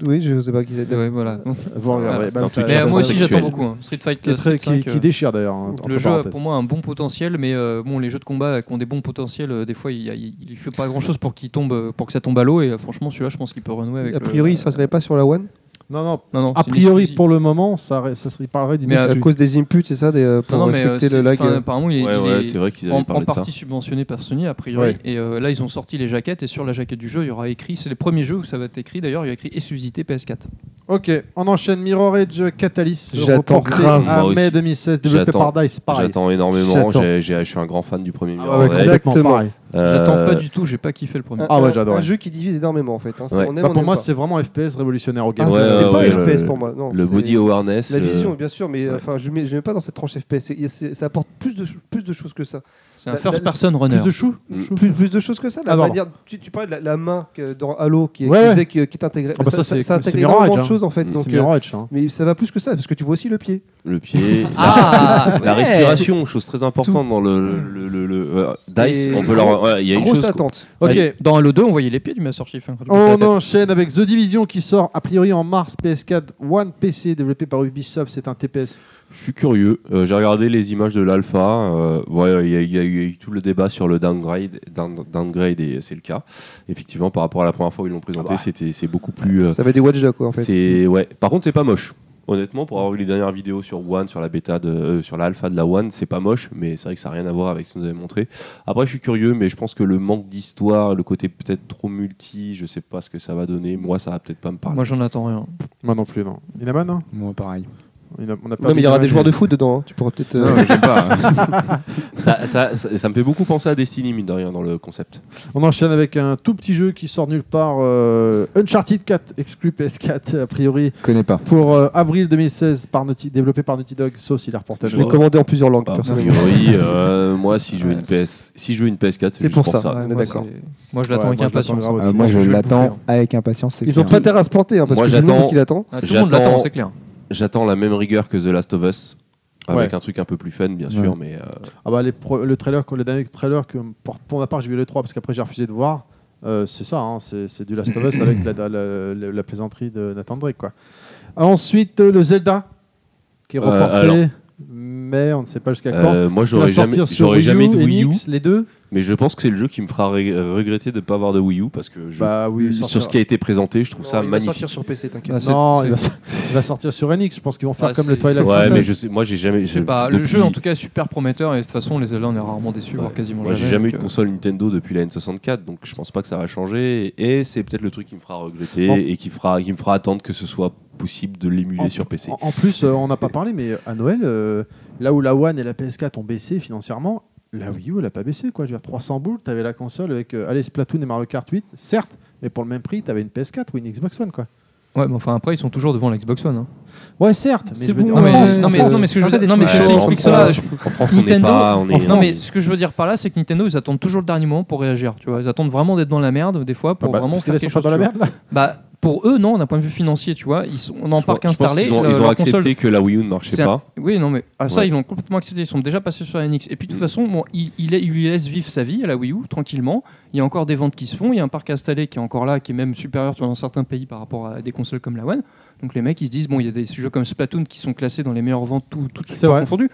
I: Oui, je sais pas qui c'est.
D: Ouais, voilà.
A: Vous regarderez.
D: bah, c'est
A: Bah,
E: un
A: t'as-
E: Twitcher
D: Mais
A: t'as-
D: euh, moi aussi,
E: sexuel.
D: j'attends beaucoup. hein. Street Fight
A: Qui, est
D: euh, Street
A: très-
D: 5,
A: qui- qui
D: euh,
A: déchire d'ailleurs. hein, entre
D: Le jeu a
A: parenthèses.
D: pour moi un bon potentiel, mais euh, bon, les jeux de combat qui ont des bons potentiels, euh, des fois il, il, il fait pas grand chose pour qu'ils tombent, euh, pour que ça tombe à l'eau. Et euh, franchement, celui-là, je pense qu'il peut renouer avec.
I: A
D: le-
I: priori, il serait pas sur la One
A: Non, non.
D: non, non,
A: A
D: c'est une
A: priori,
D: exclusive.
A: pour le moment, ça, ré- ça se il parlerait d'une
D: Mais, euh,
I: à
A: exclu.
I: cause des inputs, c'est ça, des, euh, pour
D: Non, non, mais, euh,
I: respecter
D: c'est-
I: le lag.
D: enfin,
I: euh.
D: apparemment, il est,
E: Ouais
D: il
E: ouais,
D: est
E: c'est vrai qu'ils
D: en,
E: avaient
D: en
E: parlé de ça.
D: partie subventionné par Sony, a priori.
A: Ouais.
D: Et euh, là, ils ont sorti les jaquettes et sur la jaquette du jeu, il y aura écrit. C'est les premiers jeux où ça va être écrit. D'ailleurs, il y a écrit exclusivité PS4.
A: Ok, on enchaîne Mirror Edge Catalyst.
I: J'attends
A: reporté
I: grave,
A: à
E: moi
A: mai
E: aussi.
A: 2016, développé
E: J'attends-
A: par Dice. Pareil.
E: J'attends énormément.
I: J'attends.
E: j'ai- j'ai- Je suis un grand fan du premier.
A: Ah
E: Mirror
A: ouais,
E: Edge.
A: exactement
I: Exactement.
A: pareil.
E: Euh,
D: J'attends pas du tout. J'ai pas kiffé le premier.
I: Un-
A: Ah ouais,
I: un-
A: j'adorerais.
I: Un jeu qui divise énormément, en fait. hein.
E: Ouais.
I: On aime,
A: Bah,
I: on
A: pour
I: aime
A: moi,
I: pas.
A: c'est vraiment FPS révolutionnaire au
I: Ah,
A: game.
E: Ouais,
I: c'est
E: ouais,
I: pas
E: ouais,
I: FPS
E: le-
I: pour moi. Non,
E: le
I: c'est-
E: body awareness.
I: La
E: le-
I: vision, bien sûr, mais euh,
E: Ouais.
I: enfin, je ne mets pas dans cette tranche FPS. C'est- c'est- ça apporte plus de, ch- plus de choses que ça.
D: C'est un
I: la-
D: first
I: la-
D: person runner.
A: Plus de chou
E: Mm.
A: Chou
I: Plus, plus de choses que ça. La
A: Ah, pardon.
I: manière- tu, tu parlais de la, la main que dans Halo qui est,
A: Ouais,
I: qui
A: ouais.
I: faisait- qui- qui est intégrée.
A: Ah, bah, ça, c'est-
I: intègre
A: c'est
I: énormément
A: Mirage,
I: de
A: hein.
I: choses, en fait. Donc,
A: C'est
I: euh,
A: Mirror Edge. hein.
I: mais ça va plus que ça, parce que tu vois aussi le pied.
E: Le pied.
D: Ah,
E: La
D: ouais.
E: respiration, chose très importante dans le, le, le- le- euh, Dice,
I: Et
E: on peut leur. ouais, Il y a une
I: Grosse
E: chose.
I: attente.
A: Ok, Oh
D: Dans Halo 2, on voyait les pieds du Master Chief. hein, quand il baissait la
A: on
D: tête.
A: enchaîne avec The Division qui sort a priori en mars PS4 One PC développé par Ubisoft. C'est un TPS.
E: Je suis curieux. Euh, J'ai regardé les images de l'alpha. euh, ouais, il y, a- il y a eu- il y a eu tout le débat sur le downgrade, down- downgrade et c'est le cas. Effectivement, par rapport à la première fois où ils l'ont
D: Ah
E: présenté,
D: bah.
E: c'était c'est beaucoup plus. euh,
I: Ça va être des Watch Dogs, quoi, en fait.
E: c'est ouais. Par contre, c'est pas moche. Honnêtement, pour avoir vu les dernières vidéos sur One, sur la bêta, de, euh, sur l'alpha de la One, c'est pas moche, mais c'est vrai que ça n'a rien à voir avec ce que vous avez montré. Après, je suis curieux, mais je pense que le manque d'histoire, le côté peut-être trop multi, je sais pas ce que ça va donner. Moi, ça va peut-être pas me parler.
D: Moi, j'en attends rien.
A: Moi non plus, non. Inaman, non
B: Moi, pareil.
A: Il a- on a
I: Non, mais il y aura des joueurs de foot dedans. hein. Tu pourras peut-être. euh,
J: Non, j'aime pas.
E: ça, ça- ça- ça me fait beaucoup penser à Destiny, mine de rien, dans le concept.
A: On enchaîne avec un tout petit jeu qui sort nulle part euh, Uncharted 4 exclu PS4 a priori
B: Connais pas.
A: pour euh, avril 2016 par Naughty- développé par Naughty Dog sauf s'il est reporté. à
I: Je l'ai
A: Noël.
I: commandé en plusieurs langues,
E: A
I: personnellement.
E: priori, euh, moi, si je veux une PS, si je veux une PS4, c'est
I: C'est
E: juste
I: pour
E: pour,
I: ça.
E: ça.
I: on est
D: moi,
I: d'accord.
D: c'est- Moi, je l'attends
A: Ouais,
D: avec
A: moi, je
D: impatience.
A: l'attends grave aussi.
B: Euh, moi, je,
A: vais le
B: l'attends
A: bouffer, hein.
B: avec impatience. c'est
I: Ils ont
B: clair.
I: pas intérêt à se planter, hein, parce
E: Moi,
I: que tout le monde
E: j'attends-
I: qui l'attend.
D: Ah, Tout le monde l'attend,
E: J'attends-
D: c'est clair.
E: J'attends la même rigueur que The Last of Us, avec
A: Ouais.
E: un truc un peu plus fun, bien sûr, mais euh,
A: hein. Ah bah, les pro- le trailer, que- le dernier trailer que pour, pour ma part j'ai vu le 3 parce qu'après j'ai refusé de voir. Euh, c'est ça, hein, c'est c'est du Last of Us avec la, la- la- la- la plaisanterie de Nathan Drake quoi. Ensuite euh, le Zelda qui est
E: Euh,
A: reporté.
E: alors.
A: mais on ne sait pas jusqu'à
E: Euh,
A: quand.
E: moi,
A: Parce qu'il va
E: j'aurais jamais-
A: sortir sur
E: j'aurais
A: Wii
E: jamais
A: U
E: de
A: et
E: Wii U.
A: NX, les deux.
E: mais je pense que c'est le jeu qui me fera ré- regretter de ne pas avoir de Wii U parce que je-
A: Bah oui, il
E: sur
A: sortira-
E: ce qui a été présenté, je trouve ça
I: Il va sortir
E: magnifique.
I: sur PC, t'inquiète.
D: Ah, c'est-
A: Non,
D: c'est-
A: il va, so- il va sortir sur NX. Je pense qu'ils vont faire
D: Ah,
A: comme
D: c'est-
A: le Twilight
E: Ouais,
A: Princess.
E: mais je sais, moi, j'ai jamais. j'ai-
D: Bah, Le
E: depuis-
D: jeu, en tout cas, est super prometteur. Et de toute façon, les Zelda, on est rarement déçus, voire
E: Ouais.
D: quasiment
E: Moi,
D: jamais.
E: j'ai jamais eu
D: donc,
E: de
D: euh,
E: console Nintendo depuis la N64, donc je pense pas que ça va changer. Et c'est peut-être le truc qui me fera regretter
A: Bon.
E: et qui, fera, qui me fera attendre que ce soit possible de l'émuler
A: En-
E: sur PC.
A: euh, En, en plus, euh, on n'a pas parlé, mais à Noël, euh, là où la One et la PS4 ont baissé financièrement, la Wii U, elle a pas baissé, quoi. Je veux dire, 300 boules, t'avais la console avec, euh, allez, Splatoon et Mario Kart 8, certes, mais pour le même prix, t'avais une PS4 ou une Xbox One, quoi.
D: Ouais, mais enfin après, ils sont toujours devant la Xbox One. hein.
A: Ouais, certes, hein. mais
D: C'est
A: je veux
D: bon,
A: dire, en
D: mais-
A: France,
D: non, mais-
A: en
D: non, mais
A: France,
D: ce que je veux dire- non, mais ce que
A: Arrêtez
D: je
A: de
D: explique
A: prendre
D: cela,
A: la-
D: je-
E: En France, on n'est
D: Nintendo,
E: pas. On est
D: Non, mais ce que je veux dire par là, c'est que Nintendo, ils attendent toujours le dernier moment pour réagir. Tu vois, ils attendent vraiment d'être dans la merde des fois pour
A: Ah bah,
D: vraiment
A: parce que
D: faire
A: là, ils
D: quelque
A: sont pas
D: chose.
A: dans la
D: tu vois.
A: merde, là.
D: Bah pour eux, non, d'un point de vue financier, tu vois, ils sont on en parc installé.
E: Ils ont,
D: le-
E: ils ont
D: leur console-
E: accepté que la Wii U ne marchait
D: c'est un-
E: pas.
D: Oui, non, mais ah, ça,
E: Ouais.
D: ils l'ont complètement accepté. Ils sont déjà passés sur la NX. Et puis, de toute façon, bon, il, il, est- il lui laisse vivre sa vie à la Wii U tranquillement. Il y a encore des ventes qui se font. Il y a un parc installé qui est encore là, qui est même supérieur tu vois, dans certains pays par rapport à des consoles comme la One. Donc, les mecs, ils se disent, bon, il y a des jeux comme Splatoon qui sont classés dans les meilleures ventes, tout, tout, tout
A: C'est vrai.
D: confondu.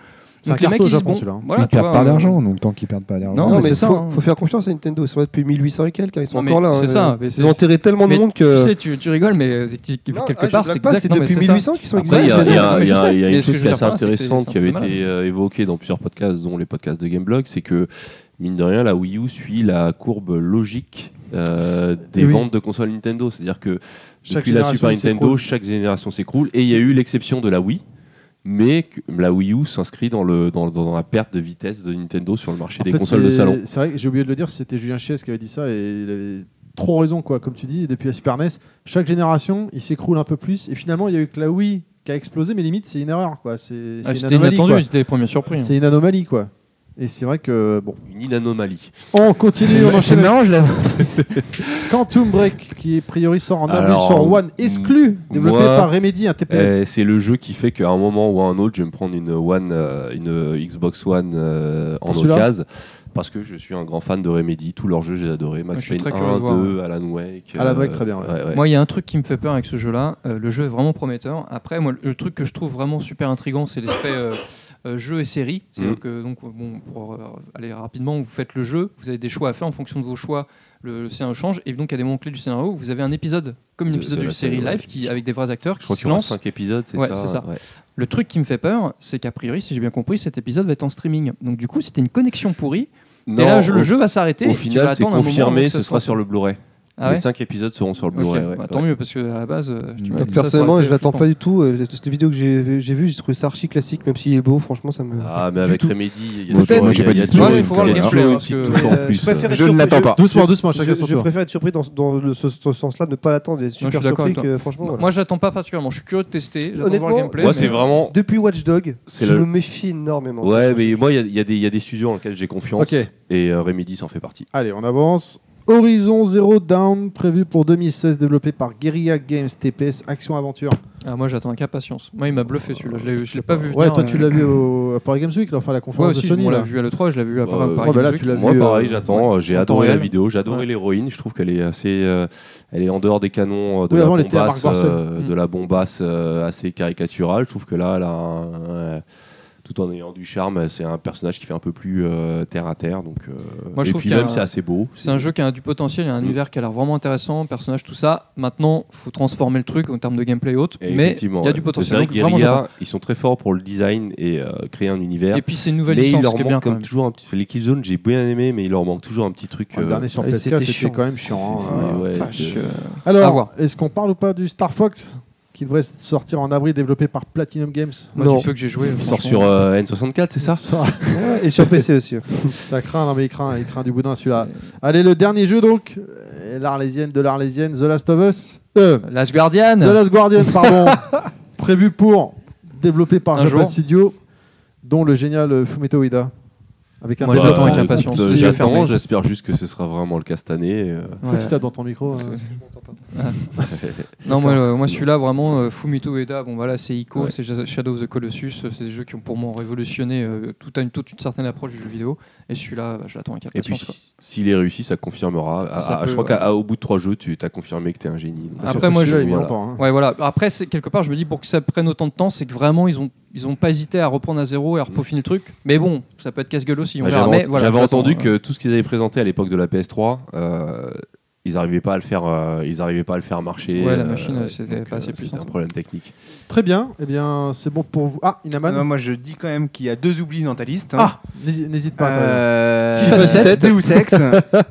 A: C'est un
D: Donc, les mecs,
A: carton au
D: ils se disent,
A: Japon,
D: bon,
A: celui-là.
D: voilà,
K: ils
D: tu
K: perdent
D: vois,
K: pas
D: euh,
K: d'argent, donc tant qu'ils perdent pas d'argent.
D: Non,
H: Non,
D: mais
H: mais
D: c'est ça,
H: Faut,
D: hein.
H: faut faire confiance à Nintendo. Ils sont là depuis 1800 et quelques. hein, Ils sont
D: Non, mais
H: encore là.
D: c'est
H: hein.
D: ça, mais c'est-
H: Ils ont enterré tellement de
D: mais
H: monde
D: tu
H: que.
D: sais, tu, tu rigoles, mais euh, quelque
H: Non, ah,
D: quelque
H: je
D: part,
H: blague
D: c'est
H: pas,
D: exact.
H: C'est
D: Non, mais
H: depuis
D: ça.
H: 1800 qu'ils sont
E: Après, il y
H: exacts.
E: a,
D: Exact.
E: il y a-
D: Non, mais
E: il y a-
D: je sais.
E: il y a
D: Mais
E: une
D: ce que
E: chose
D: je
E: qui est
D: veux dire
E: assez
D: par là, c'est que c'est-
E: intéressante
D: c'est hein.
E: qui avait
D: un peu
E: été euh, évoquée dans plusieurs podcasts, dont les podcasts de Gameblog, c'est que, mine de rien, la Wii U suit la courbe logique euh, des
A: Oui.
E: ventes de consoles Nintendo. C'est-à-dire que
A: Chaque
E: depuis la
A: génération
E: Super Nintendo,
A: s'écroule.
E: chaque génération s'écroule. Et il y a eu l'exception de la Wii. Mais que- la Wii U s'inscrit dans, le, dans, dans la perte de vitesse de Nintendo sur le marché
A: En
E: des
A: fait,
E: consoles de
A: c'est-
E: salon.
A: C'est vrai que j'ai oublié de le dire, c'était Julien Chies qui avait dit ça et il avait trop raison, quoi. Comme tu dis, depuis la Super NES, chaque génération, il s'écroule un peu plus. Et finalement, il y a eu que la Wii qui a explosé, mais limite, c'est une erreur, quoi. C'est c'est
D: Ah,
A: une
D: C'était
A: anomalie.
D: inattendu,
A: quoi.
D: ils étaient les premiers surpris. hein.
A: C'est une anomalie, quoi. Et c'est vrai que bon,
E: Une anomalie.
A: on continue, on
K: C'est
A: enchaîne.
K: marrant, je l'avais.
A: Quantum Break, qui a priori sort en avril
E: Alors,
A: sur One, exclu,
H: mm,
A: développé
E: moi,
A: par Remedy, un
H: euh,
A: TPS.
E: Eh, c'est le jeu qui fait qu'à un moment ou à un autre, je vais me prendre une, One, euh, une Xbox One euh, en
A: Pour celui-là
E: occasion. Parce que je suis un grand fan de Remedy. Tous leurs jeux, j'ai adoré. Max
D: Je suis
E: Payne
D: très curieux
E: 1,
D: de voir,
E: 2, Alan Wake. euh,
A: Alan Wake, très bien, ouais.
E: ouais, ouais.
D: Moi, il y a un truc qui me fait peur avec ce jeu-là. Euh, le jeu est vraiment prometteur. Après, moi, le truc que je trouve vraiment super intrigant, c'est l'aspect euh, euh, jeu et série. C'est-à-dire
E: Mhm.
D: que, donc, euh, bon, pour euh, aller rapidement, vous faites le jeu, vous avez des choix à faire en fonction de vos choix. Le, le scénario change, et donc à des moments clés du scénario, vous avez un épisode, comme un
E: De-
D: épisode
E: de
D: d'une
E: la
D: série
E: série, ouais.
D: live, qui, avec des vrais acteurs
E: je
D: qui
E: crois
D: se
E: qu'il y aura
D: lancent.
E: 5 épisodes, c'est
D: Ouais,
E: ça
D: c'est ça.
E: ouais.
D: Le truc qui me fait peur, c'est qu'a priori, si j'ai bien compris, cet épisode va être en streaming. Donc du coup, c'était une connexion pourrie. et
E: Non,
D: là, je-
E: au-
D: le jeu va s'arrêter.
E: Au
D: et tu vas
E: final, c'est
D: attendre un moment avant
E: confirmé,
D: que
E: ce
D: ça
E: sera sur le Blu-ray.
D: Ah
E: Les
D: ouais
E: 5 épisodes seront sur le
D: Ok,
E: Blu-ray. ouais,
D: bah,
E: ouais.
D: tant mieux, parce que à la base, euh, tu
K: Ouais.
D: m'as dit ça, ça aurait
H: Personnellement,
D: été hein.
H: je l'attends
D: flippant.
H: pas du tout. euh, Cette vidéo que j'ai j'ai vue, j'ai trouvé ça archi classique, même s'il est beau. Franchement, ça me.
E: Ah, mais
H: Du
E: avec
H: tout.
E: Remedy, il y a
K: Peut-être,
E: toujours-
K: moi, j'ai
E: il y a-
K: pas
E: il y a
K: dit
E: toujours
K: ça,
E: une
K: il faut voir le
E: petite
D: gameplay, hein, parce que-
E: touche en
H: Euh,
E: plus.
H: je préfère
K: Je ne l'attends pas.
A: Doucement, doucement,
H: Je,
A: chacun son
H: je
A: tour.
H: préfère être surpris dans, dans le- ce, ce sens-là, ne pas l'attendre. Des
D: je
H: super
D: suis d'accord
H: surpris
D: avec toi.
H: que, franchement. voilà.
D: Moi, j'attends pas particulièrement. Je suis curieux de tester. J'attends de voir le
H: Honnêtement,
D: gameplay.
E: Moi,
D: mais-
E: c'est vraiment.
H: Depuis Watch Dog,
E: C'est
H: je
E: le-
H: me méfie énormément.
E: Ouais, mais moi, il y a- il y, a des- il y a des studios en lesquels j'ai confiance.
A: Ok.
E: Et euh, Remedy s'en fait partie.
A: Allez, on avance. Horizon Zero Down, prévu pour 2016, développé par Guerrilla Games TPS Action Aventure.
D: Ah, moi, j'attends avec impatience. Moi, il m'a bluffé celui-là. Je l'ai, je l'ai pas vu.
A: Ouais,
D: venir,
A: toi
D: euh,
A: tu l'as vu au à Paris Games Week, là, enfin la
D: Ouais,
A: conférence
D: aussi,
A: de Sony.
D: on l'a
A: Là.
D: vu à l'e 3 je l'ai vu à
E: Bah,
D: Paris
E: euh,
D: Paris
A: ouais, bah là,
D: Games
A: tu l'as
D: Week.
A: vu.
E: Moi,
A: euh,
E: pareil, j'attends. euh, J'ai
D: en temps
E: adoré la
D: réel.
E: vidéo, j'ai adoré
D: Ouais.
E: l'héroïne. Je trouve qu'elle est assez. euh, elle est en dehors des canons euh, de,
A: Oui,
E: la,
A: avant, elle était à
E: bombasse,
A: Marc Dorcel.
E: euh,
D: Mm.
E: de la bombasse euh, assez caricaturale. Je trouve que là, elle a un- euh, tout en ayant du charme, c'est un personnage qui fait un peu plus euh, terre à terre. Donc, euh,
D: Moi, je
E: et
D: trouve
E: puis
D: qu'il y a
E: même,
D: un-
E: c'est assez beau.
D: C'est un jeu qui a du potentiel, il y a un
E: Mm.
D: univers qui a l'air vraiment intéressant, personnage, tout ça. Maintenant, faut transformer le truc en termes de gameplay et autres.
E: Et
D: mais il y a
E: effectivement, ouais.
D: du
E: C'est
D: potentiel.
E: vrai
D: donc
E: que
D: vraiment,
E: Guerrilla,
D: j'attends.
E: ils sont très forts pour le design et euh, créer un univers.
D: et puis, c'est une nouvelle
E: mais il
D: licence
E: leur
D: qui est
E: manque,
D: bien quand
E: comme
D: même.
E: toujours, un petit. L'équipe zone, j'ai bien aimé, mais il leur manque toujours un petit truc.
A: Ah, Le
E: euh,
A: dernier sur
H: ouais,
A: PS4,
H: c'était
A: c'était
H: chiant.
A: quand même chiant. hein.
E: c'est- ouais,
D: Vache,
E: de-
D: euh, À voir.
A: Alors, est-ce qu'on parle ou pas du Star Fox qui devrait sortir en avril, développé par Platinum Games
D: moi,
H: Non.
D: du peu que j'ai joué.
E: Il
D: franchement.
E: sort sur euh, N64, c'est ça
A: ça,
H: Et sur PC aussi.
A: ça craint, non mais il craint, il craint du boudin celui-là. Allez, le dernier jeu donc, euh, l'arlésienne de l'arlésienne, The Last of Us. Euh,
D: Last Guardian.
A: The Last Guardian, pardon. prévu pour, développé par
D: Un
A: Japan
D: jour.
A: Studio, dont le génial euh, Fumetto Ueda. Avec un
D: Moi,
A: petit-
D: j'attends avec
E: écoute,
D: impatience.
E: euh,
D: Les yeux fermés.
E: J'attends, j'espère juste que ce sera vraiment le cas cette année. euh.
A: Faut
D: Ouais.
A: que tu tapes dans ton micro. hein.
D: Non, moi, euh, moi celui-là, vraiment, euh, Fumito Ueda, bon, voilà, c'est Ico,
E: Ouais.
D: c'est Ja- Shadow of the Colossus, euh, c'est des jeux qui ont pour moi révolutionné euh, toute, une, toute une certaine approche du jeu vidéo. Et celui-là, bah, je l'attends avec
E: Et puis,
D: impatience. quoi.
E: si- s'il est réussi, ça confirmera. À-
D: Ça
E: à- je
D: peut,
E: crois qu'au bout de trois jeux, tu as confirmé que tu es un génie. Donc,
D: Après,
E: surtout
D: moi,
A: Celui-là,
E: celui-là,
A: il met
E: voilà.
A: longtemps, hein.
D: Ouais, voilà. Après, c'est quelque part, je me dis pour que ça prenne autant de temps, c'est que vraiment ils ont ils ont pas hésité à reprendre à zéro et à repeaufiner le truc. Mais bon, ça peut être casse-gueule aussi. on
E: Bah,
D: verra.
E: Mm. J'avais
D: Mais voilà, euh.
E: j'avais
D: j'attends,
E: entendu
D: euh,
E: que tout ce qu'ils avaient présenté à l'époque de la PS3, euh, ils n'arrivaient pas à le faire, euh, ils arrivaient pas à le faire marcher.
D: Ouais, la
E: euh,
D: machine, c'était
E: donc,
D: pas assez
E: C'était un
D: puissante.
E: problème technique.
A: Très bien, eh bien c'est bon pour vous. Ah,
D: Euh,
A: Inaman
B: Non, moi, je dis quand même qu'il y a deux oublis dans ta liste. hein.
A: Ah, n'hési- n'hésite pas. Adrien.
B: Euh,
A: FIFA 17.
B: Deus Ex,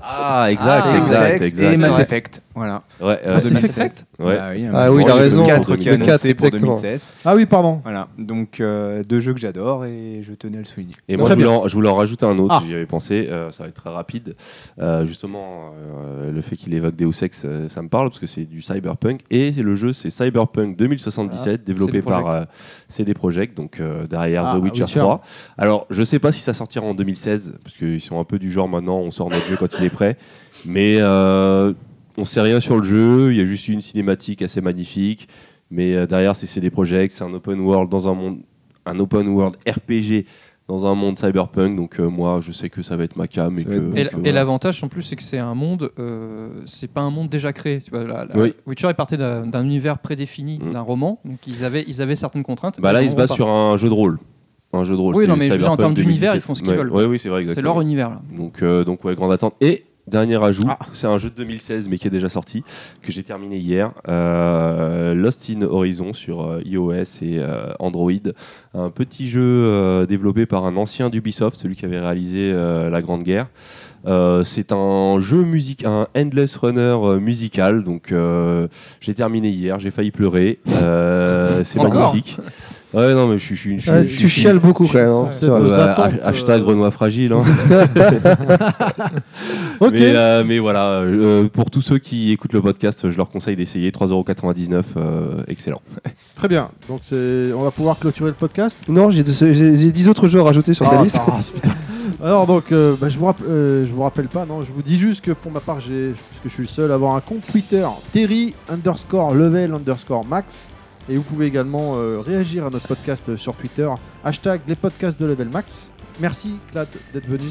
E: Ah, exact,
B: Deus
E: exact,
B: Ex
E: exact.
B: et Mass
E: Ouais.
B: Effect. Voilà.
E: Ouais,
D: Ah,
E: euh,
B: Mass Effect.
E: 2016. Ouais.
B: Bah oui,
E: Ah oui, il a raison.
B: 4 qui est
E: De quatre,
B: annoncé pour
H: exactement.
B: 2016.
A: Ah oui, pardon.
B: Voilà, donc euh, deux jeux que j'adore et je tenais à le souligner.
E: Et moi,
A: Ah, Très
E: je voulais, en, je voulais en rajouter un autre,
A: Ah.
E: j'y avais pensé, euh, ça va être très rapide. Euh, justement, euh, le fait qu'il évoque Deus Ex, euh, ça me parle, parce que c'est du cyberpunk, et le jeu, c'est Cyberpunk 2077, développé
D: CD Projekt.
E: par euh, CD Projekt, donc euh, derrière
A: Ah,
E: The Witcher,
A: Witcher.
E: 3. Alors, je sais pas si ça sortira en 2016, parce qu'ils sont un peu du genre maintenant, on sort notre jeu quand il est prêt, mais euh, on sait rien sur le jeu, il y a juste une cinématique assez magnifique, mais euh, derrière, c'est CD Projekt, c'est un open world dans un monde un open world RPG dans un monde cyberpunk. Donc euh, moi, je sais que ça va être ma cam et
K: Ça va être
E: que
K: bon,
D: Et,
E: que
D: et
E: voilà.
D: l'avantage en plus, c'est que c'est un monde, euh, c'est pas un monde déjà créé. Tu vois, la- la-
E: Oui.
D: Witcher est parti d'un d'un univers prédéfini,
E: Mm.
D: d'un roman, donc ils avaient, ils avaient certaines contraintes.
E: bah là,
D: ils
E: ils se basent sur un jeu de rôle. Un jeu de rôle.
D: Oui,
E: c'était
D: non, mais je veux dire, en
E: Cyberpunk
D: termes d'univers,
E: 2017.
D: ils font ce qu'ils
E: Ouais,
D: veulent.
E: ouais, oui, c'est vrai,
D: C'est leur
E: exactement.
D: univers là.
E: Donc, euh, donc ouais, grande attente. Et dernier ajout,
A: Ah.
E: c'est un jeu de 2016 mais qui est déjà sorti, que j'ai terminé hier. euh, Lost in Horizon sur euh, iOS et euh, Android. Un petit jeu euh, développé par un ancien d'Ubisoft, celui qui avait réalisé euh, La Grande Guerre. Euh, c'est un jeu musique, un endless runner euh, musical. Donc euh, j'ai terminé hier, j'ai failli pleurer. Euh, c'est
D: Encore
E: magnifique. Ouais, non, mais je suis. je suis- je suis-
A: Ouais,
E: je
A: tu
E: suis-
A: chiales
J: beaucoup
A: quand même, hein,
J: C'est
A: c'est
E: Ah
A: nos
E: bah,
A: attentes,
E: ha- hashtag
A: euh,
E: Renoir fragile. hein.
A: Ok.
E: Mais, euh, mais voilà, euh, pour tous ceux qui écoutent le podcast, je leur conseille d'essayer. 3,99€, euh, excellent.
A: Très bien. Donc c'est, on va pouvoir clôturer le podcast.
H: Non, j'ai de- j'ai j'ai 10 autres jeux à rajouter sur Oh, ta
A: Ah,
H: liste.
A: Taras, putain. Alors donc, euh, bah, je vous rapp- euh, je vous rappelle pas, non, je vous dis juste que pour ma part, j'ai, parce que je suis le seul à avoir un compte Twitter, Terry underscore level underscore max, et vous pouvez également euh, réagir à notre podcast euh, sur Twitter, hashtag les podcasts de level max. Merci Clad d'être venu.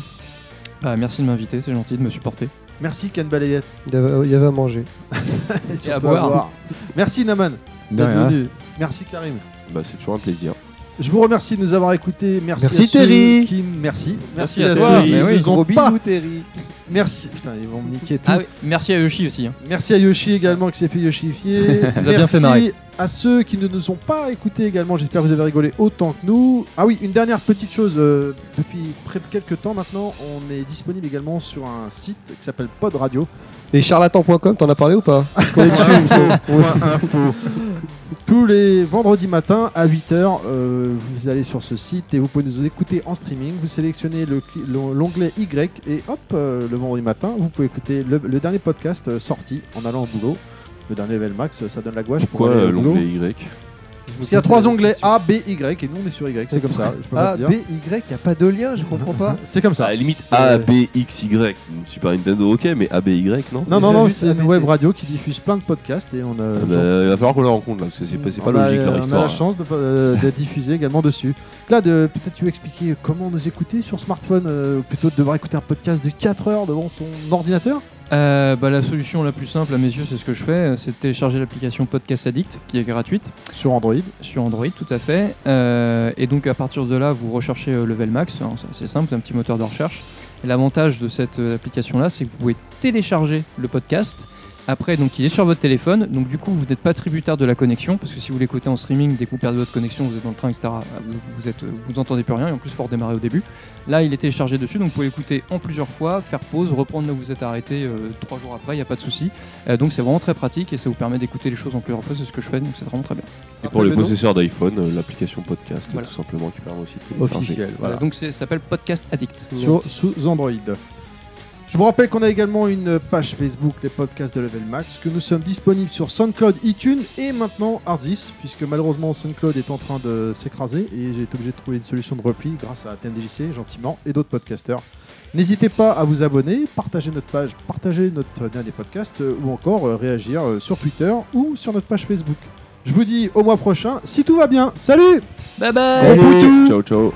D: Bah, merci de m'inviter, c'est gentil de me supporter.
A: Merci Ken Balayette.
H: Il y avait il y avait à manger.
A: Et surtout
D: boire.
A: Merci Naman
K: De rien.
A: d'être venu. Merci Karim.
E: Bah, c'est toujours un plaisir.
A: Je vous remercie de nous avoir écoutés. Merci,
H: Merci,
A: à ceux
H: Terry.
A: qui- Merci. Merci,
D: Merci à
A: à,
D: toi.
A: ceux qui
D: Mais oui,
A: nous ont
H: Gros
A: pas.
H: bisous, Terry.
A: Merci. Putain, ils vont me niquer tout.
D: Ah oui, merci à Yoshi aussi. hein.
A: Merci à Yoshi également qui s'est fait Yoshifier.
D: bien
A: Merci
D: fait marrer.
A: à ceux qui ne nous ont pas écoutés également. J'espère que vous avez rigolé autant que nous. Ah oui, une dernière petite chose. euh, depuis très quelques temps maintenant, on est disponible également sur un site qui s'appelle Pod Radio.
H: Et charlatan.com, t'en as parlé ou pas Parce qu'on est dessus, il me semble.
A: Tous les vendredis matins à 8h, vous allez sur ce site et vous pouvez nous écouter en streaming. Vous sélectionnez le cli- l'on- l'onglet Y et hop, euh, le vendredi matin, vous pouvez écouter le, le dernier podcast euh, sorti en allant au boulot. Le dernier level max, euh, ça donne la gouache pour
E: Pourquoi
A: aller
E: euh,
A: au boulot.
E: l'onglet Y
A: Parce qu'il y a trois onglets A, B, Y et nous on est sur Y, c'est comme ça. Je peux pas
H: A,
A: te
H: B,
A: dire.
H: Y, il a pas de lien, je comprends pas.
A: C'est comme
E: À
A: ça.
E: la Ah, limite,
A: C'est-
E: A, B, X, Y. Super Nintendo, ok, mais A, B, Y, non
A: Non, euh, non,
H: Déjà
A: non,
H: juste
A: c'est une
H: ABC.
A: web radio qui diffuse plein de podcasts et on a.
E: Ah bah, Il va falloir qu'on la rencontre là, parce que c'est pas, c'est pas
A: Ah bah, on a-
E: logique leur
A: On a la
E: histoire.
A: chance de, euh, de diffuser également dessus. Claude, euh, peut-être tu veux expliquer comment nous écouter sur smartphone, euh, ou plutôt de devoir écouter un podcast de 4 heures devant son ordinateur
D: Euh, bah, la solution la plus simple à mes yeux, c'est ce que je fais, c'est de télécharger l'application Podcast Addict qui est gratuite.
A: Sur Android.
D: Sur Android, tout à fait. Euh, et donc à partir de là, vous recherchez euh, Level Max. hein, c'est assez simple, c'est un petit moteur de recherche. Et L'avantage de cette euh, application-là, c'est que vous pouvez télécharger le podcast. Après, donc il est sur votre téléphone. Donc du coup, vous n'êtes pas tributaire de la connexion parce que si vous l'écoutez en streaming, dès que vous perdez votre connexion, vous êtes dans le train, etc. Vous, vous êtes, euh, vous entendez plus rien. Et en plus, faut redémarrer au début. Là, il est téléchargé dessus, donc vous pouvez l'écouter en plusieurs fois, faire pause, reprendre là où vous êtes arrêté euh, trois jours après. Il n'y a pas de souci. Euh, donc c'est vraiment très pratique et ça vous permet d'écouter les choses en plusieurs fois. C'est ce que je fais, donc c'est vraiment très bien.
E: Et pour les
H: Rappelle le nom.
E: possesseurs d'iPhone, euh, l'application podcast,
D: Voilà.
E: tout simplement, qui permet aussi de télécharger.
A: Officiel,
E: Voilà.
D: Donc c'est- ça s'appelle Podcast Addict.
A: sur, sous Android. Je vous rappelle qu'on a également une page Facebook, les podcasts de Level Max, que nous sommes disponibles sur SoundCloud, iTunes et maintenant Hardis, puisque malheureusement SoundCloud est en train de s'écraser et j'ai été obligé de trouver une solution de repli grâce à TMDJC, gentiment, et d'autres podcasteurs. N'hésitez pas à vous abonner, partager notre page, partager notre dernier podcast euh, ou encore euh, réagir euh, sur Twitter ou sur notre page Facebook. Je vous dis au mois prochain, si tout va bien, salut
D: Bye bye
A: Bon poutou
E: Ciao, ciao.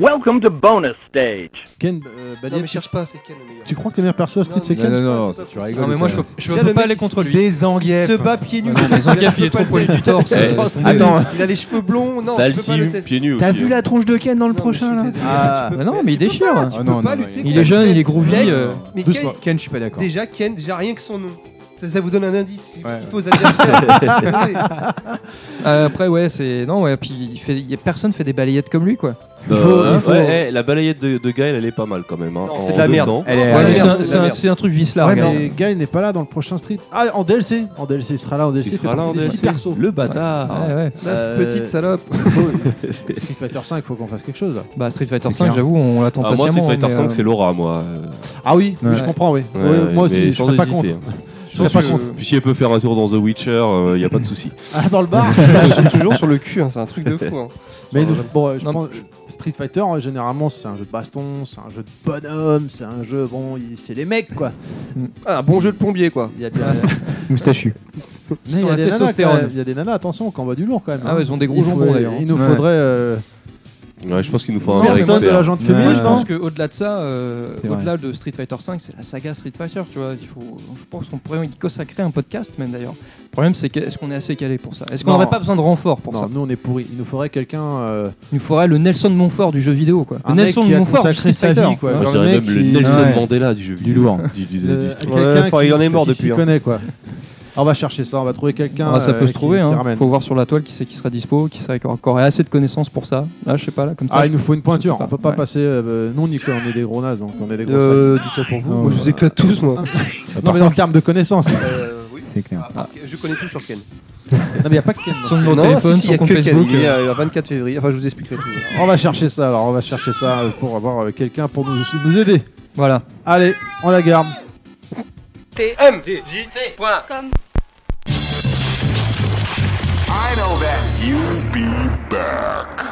L: Welcome to bonus stage.
A: Ken euh, Balian,
H: Non, mais cherche pas, c'est Ken le meilleur.
A: tu crois que le meilleur perso à Street
H: Non,
A: c'est
H: mais-
A: Ken
H: Non,
K: tu
H: possible.
K: rigoles.
D: Non, mais moi, je peux,
K: quand
D: je
H: Déjà,
D: peux
H: le
D: pas
H: mec,
D: aller
H: il-
D: contre lui.
B: C'est Zangief.
H: Se bat pieds nus.
D: Ouais, non, mais Zangief, il est trop poilu du torse.
E: Eh,
D: laisse tomber.
B: attends.
H: Il a les cheveux blonds. Non, tu peux pas
E: T'as le
H: le
E: Simu
H: tester.
E: pieds nus aussi. hein.
B: T'as
A: hein.
B: vu la tronche de Ken dans le prochain là
H: Ah,
D: Bah non, mais il déchire.
B: Ah, non,
H: pas
B: non,
H: lutter
B: non,
D: Il
H: contre
D: est jeune,
H: Ken.
D: il est groovy.
H: Mec,
D: euh,
H: Mais Ken,
B: Doucement. Ken, je suis pas d'accord.
H: déjà Ken, déjà rien que son nom. Ça, ça vous donne un indice. Il
B: Ouais.
H: faut aux adversaires.
D: euh, après, ouais, c'est. Non, ouais, puis il fait... il y a- personne fait des balayettes comme lui, quoi.
E: Il
A: faut- il faut-
E: Euh, eh, la balayette de, de Gaël, elle est pas mal quand même. hein,
H: Non,
E: en
H: c'est de la
E: deux
H: merde.
E: temps.
B: Elle
H: Ouais,
B: est-
D: Ouais,
H: merde,
D: mais c'est un-
H: c'est de la
D: c'est un-
H: merde.
D: c'est un truc vice là.
A: Ouais, mais Guy n'est pas là dans le prochain Street. Ah, en DLC En DLC, il sera là en DLC.
E: Il
A: fait
E: sera là
A: partie
E: en
A: des six
E: DLC.
A: persos.
E: Le bâtard.
H: Petite salope.
A: Street Fighter 5, faut qu'on fasse quelque chose là.
D: Bah, Street Fighter
B: C'est
D: 5,
B: clair.
D: j'avoue, on l'attend
E: Ah, moi,
D: patiemment.
E: Street Fighter
D: mais,
E: 5,
D: euh,
E: c'est Laura, moi. euh,
A: Ah oui, oui,
B: Ouais.
A: je comprends, oui.
E: ouais,
A: Ouais,
E: ouais,
A: moi
E: mais
A: aussi, je
E: sans
A: serais pas
E: hésiter,
A: contre.
E: hein.
A: Je serais pas
E: Puis,
A: contre.
E: Puis si elle peut faire un tour dans The Witcher, il n'y a pas de souci.
A: Ah, dans le bar
H: toujours sur le cul, hein, c'est un truc de fou. hein.
A: Mais nous- bon, euh, je
D: Non,
A: pense- Street Fighter, euh, généralement, c'est un jeu de baston, c'est un jeu de bonhomme, c'est un jeu, bon, il- c'est les mecs quoi.
H: Ah, un bon jeu de plombier quoi.
A: Il y a des,
B: Moustachu.
A: Mais il y
D: sur
A: a
D: la
A: des nanas, quand
D: testostérone.
A: même. il y a des nanas, attention, qu'on voit du lourd quand même. hein.
D: Ah, ouais, ils ont des gros
A: Il faut-
D: jambons d'ailleurs.
A: Il nous
B: Ouais.
A: faudrait euh,
E: Ouais, je pense qu'il nous faut un vrai
A: personne de
E: expert.
A: la gente
B: Ouais,
A: féminine,
D: je
A: non
D: pense qu'au-delà de ça, euh,
B: C'est
D: au-delà de Street Fighter 5, c'est la saga Street Fighter, tu vois. Il faut, je pense qu'on pourrait y consacrer un podcast même d'ailleurs. Le problème, c'est que- est-ce qu'on est assez calé pour ça Est-ce qu'on
A: Non.
D: n'aurait pas besoin de renfort pour
A: non,
D: ça
A: bah, nous on est pourris. Il nous faudrait quelqu'un. euh,
D: Il nous faudrait le Nelson de Montfort du jeu vidéo, quoi.
A: Un
D: le
A: mec
D: Nelson
A: qui
D: de
A: a
D: Montfort du Street
A: consacré sa
D: Fighter.
A: vie, quoi.
E: Moi,
A: Genre
E: je
A: le
E: dirais
A: mec
E: même le
A: qui-
E: Nelson
B: Ouais.
E: Mandela du jeu vidéo.
B: Du lourd.
E: Du, du- du-
A: euh,
E: du street.
A: quelqu'un
H: enfin,
A: qui-
H: il en est mort
A: qui s'y
H: depuis, hein.
A: connaît, quoi. Ah, on va chercher ça, on va trouver quelqu'un.
D: Ah, ça
A: euh,
D: peut se
A: qui-
D: trouver,
A: qui
D: hein.
A: ramène.
D: faut voir sur la toile qui c'est qui sera dispo, qui, sera, qui aurait assez de connaissances pour ça. Là, je sais pas, là, comme ça.
A: Ah,
D: je-
A: il nous faut une pointure.
D: sais pas.
A: On peut pas
D: Ouais.
A: passer. euh, non, Nico, on est des gros nazes, donc on est des gros.
H: Euh,
A: sacs.
H: dites ça pour vous.
B: Non,
H: moi, je vous
B: voilà.
H: éclate tous, moi.
A: non, mais en termes de connaissances.
B: C'est clair.
H: Je connais tout sur Ken.
A: non, mais y a pas que Ken.
D: Son numéro de
H: non,
D: téléphone,
H: si, si, il y
D: son
H: a que
D: compte
H: Ken.
D: Facebook.
H: Il est
D: euh,
H: euh, le 24 février. Enfin, je vous expliquerai tout.
A: On va chercher ça. Alors, on va chercher ça euh, pour avoir euh, quelqu'un pour nous, nous aider.
D: euh, Voilà.
A: Allez, on la garde.
L: I know that you'll be back.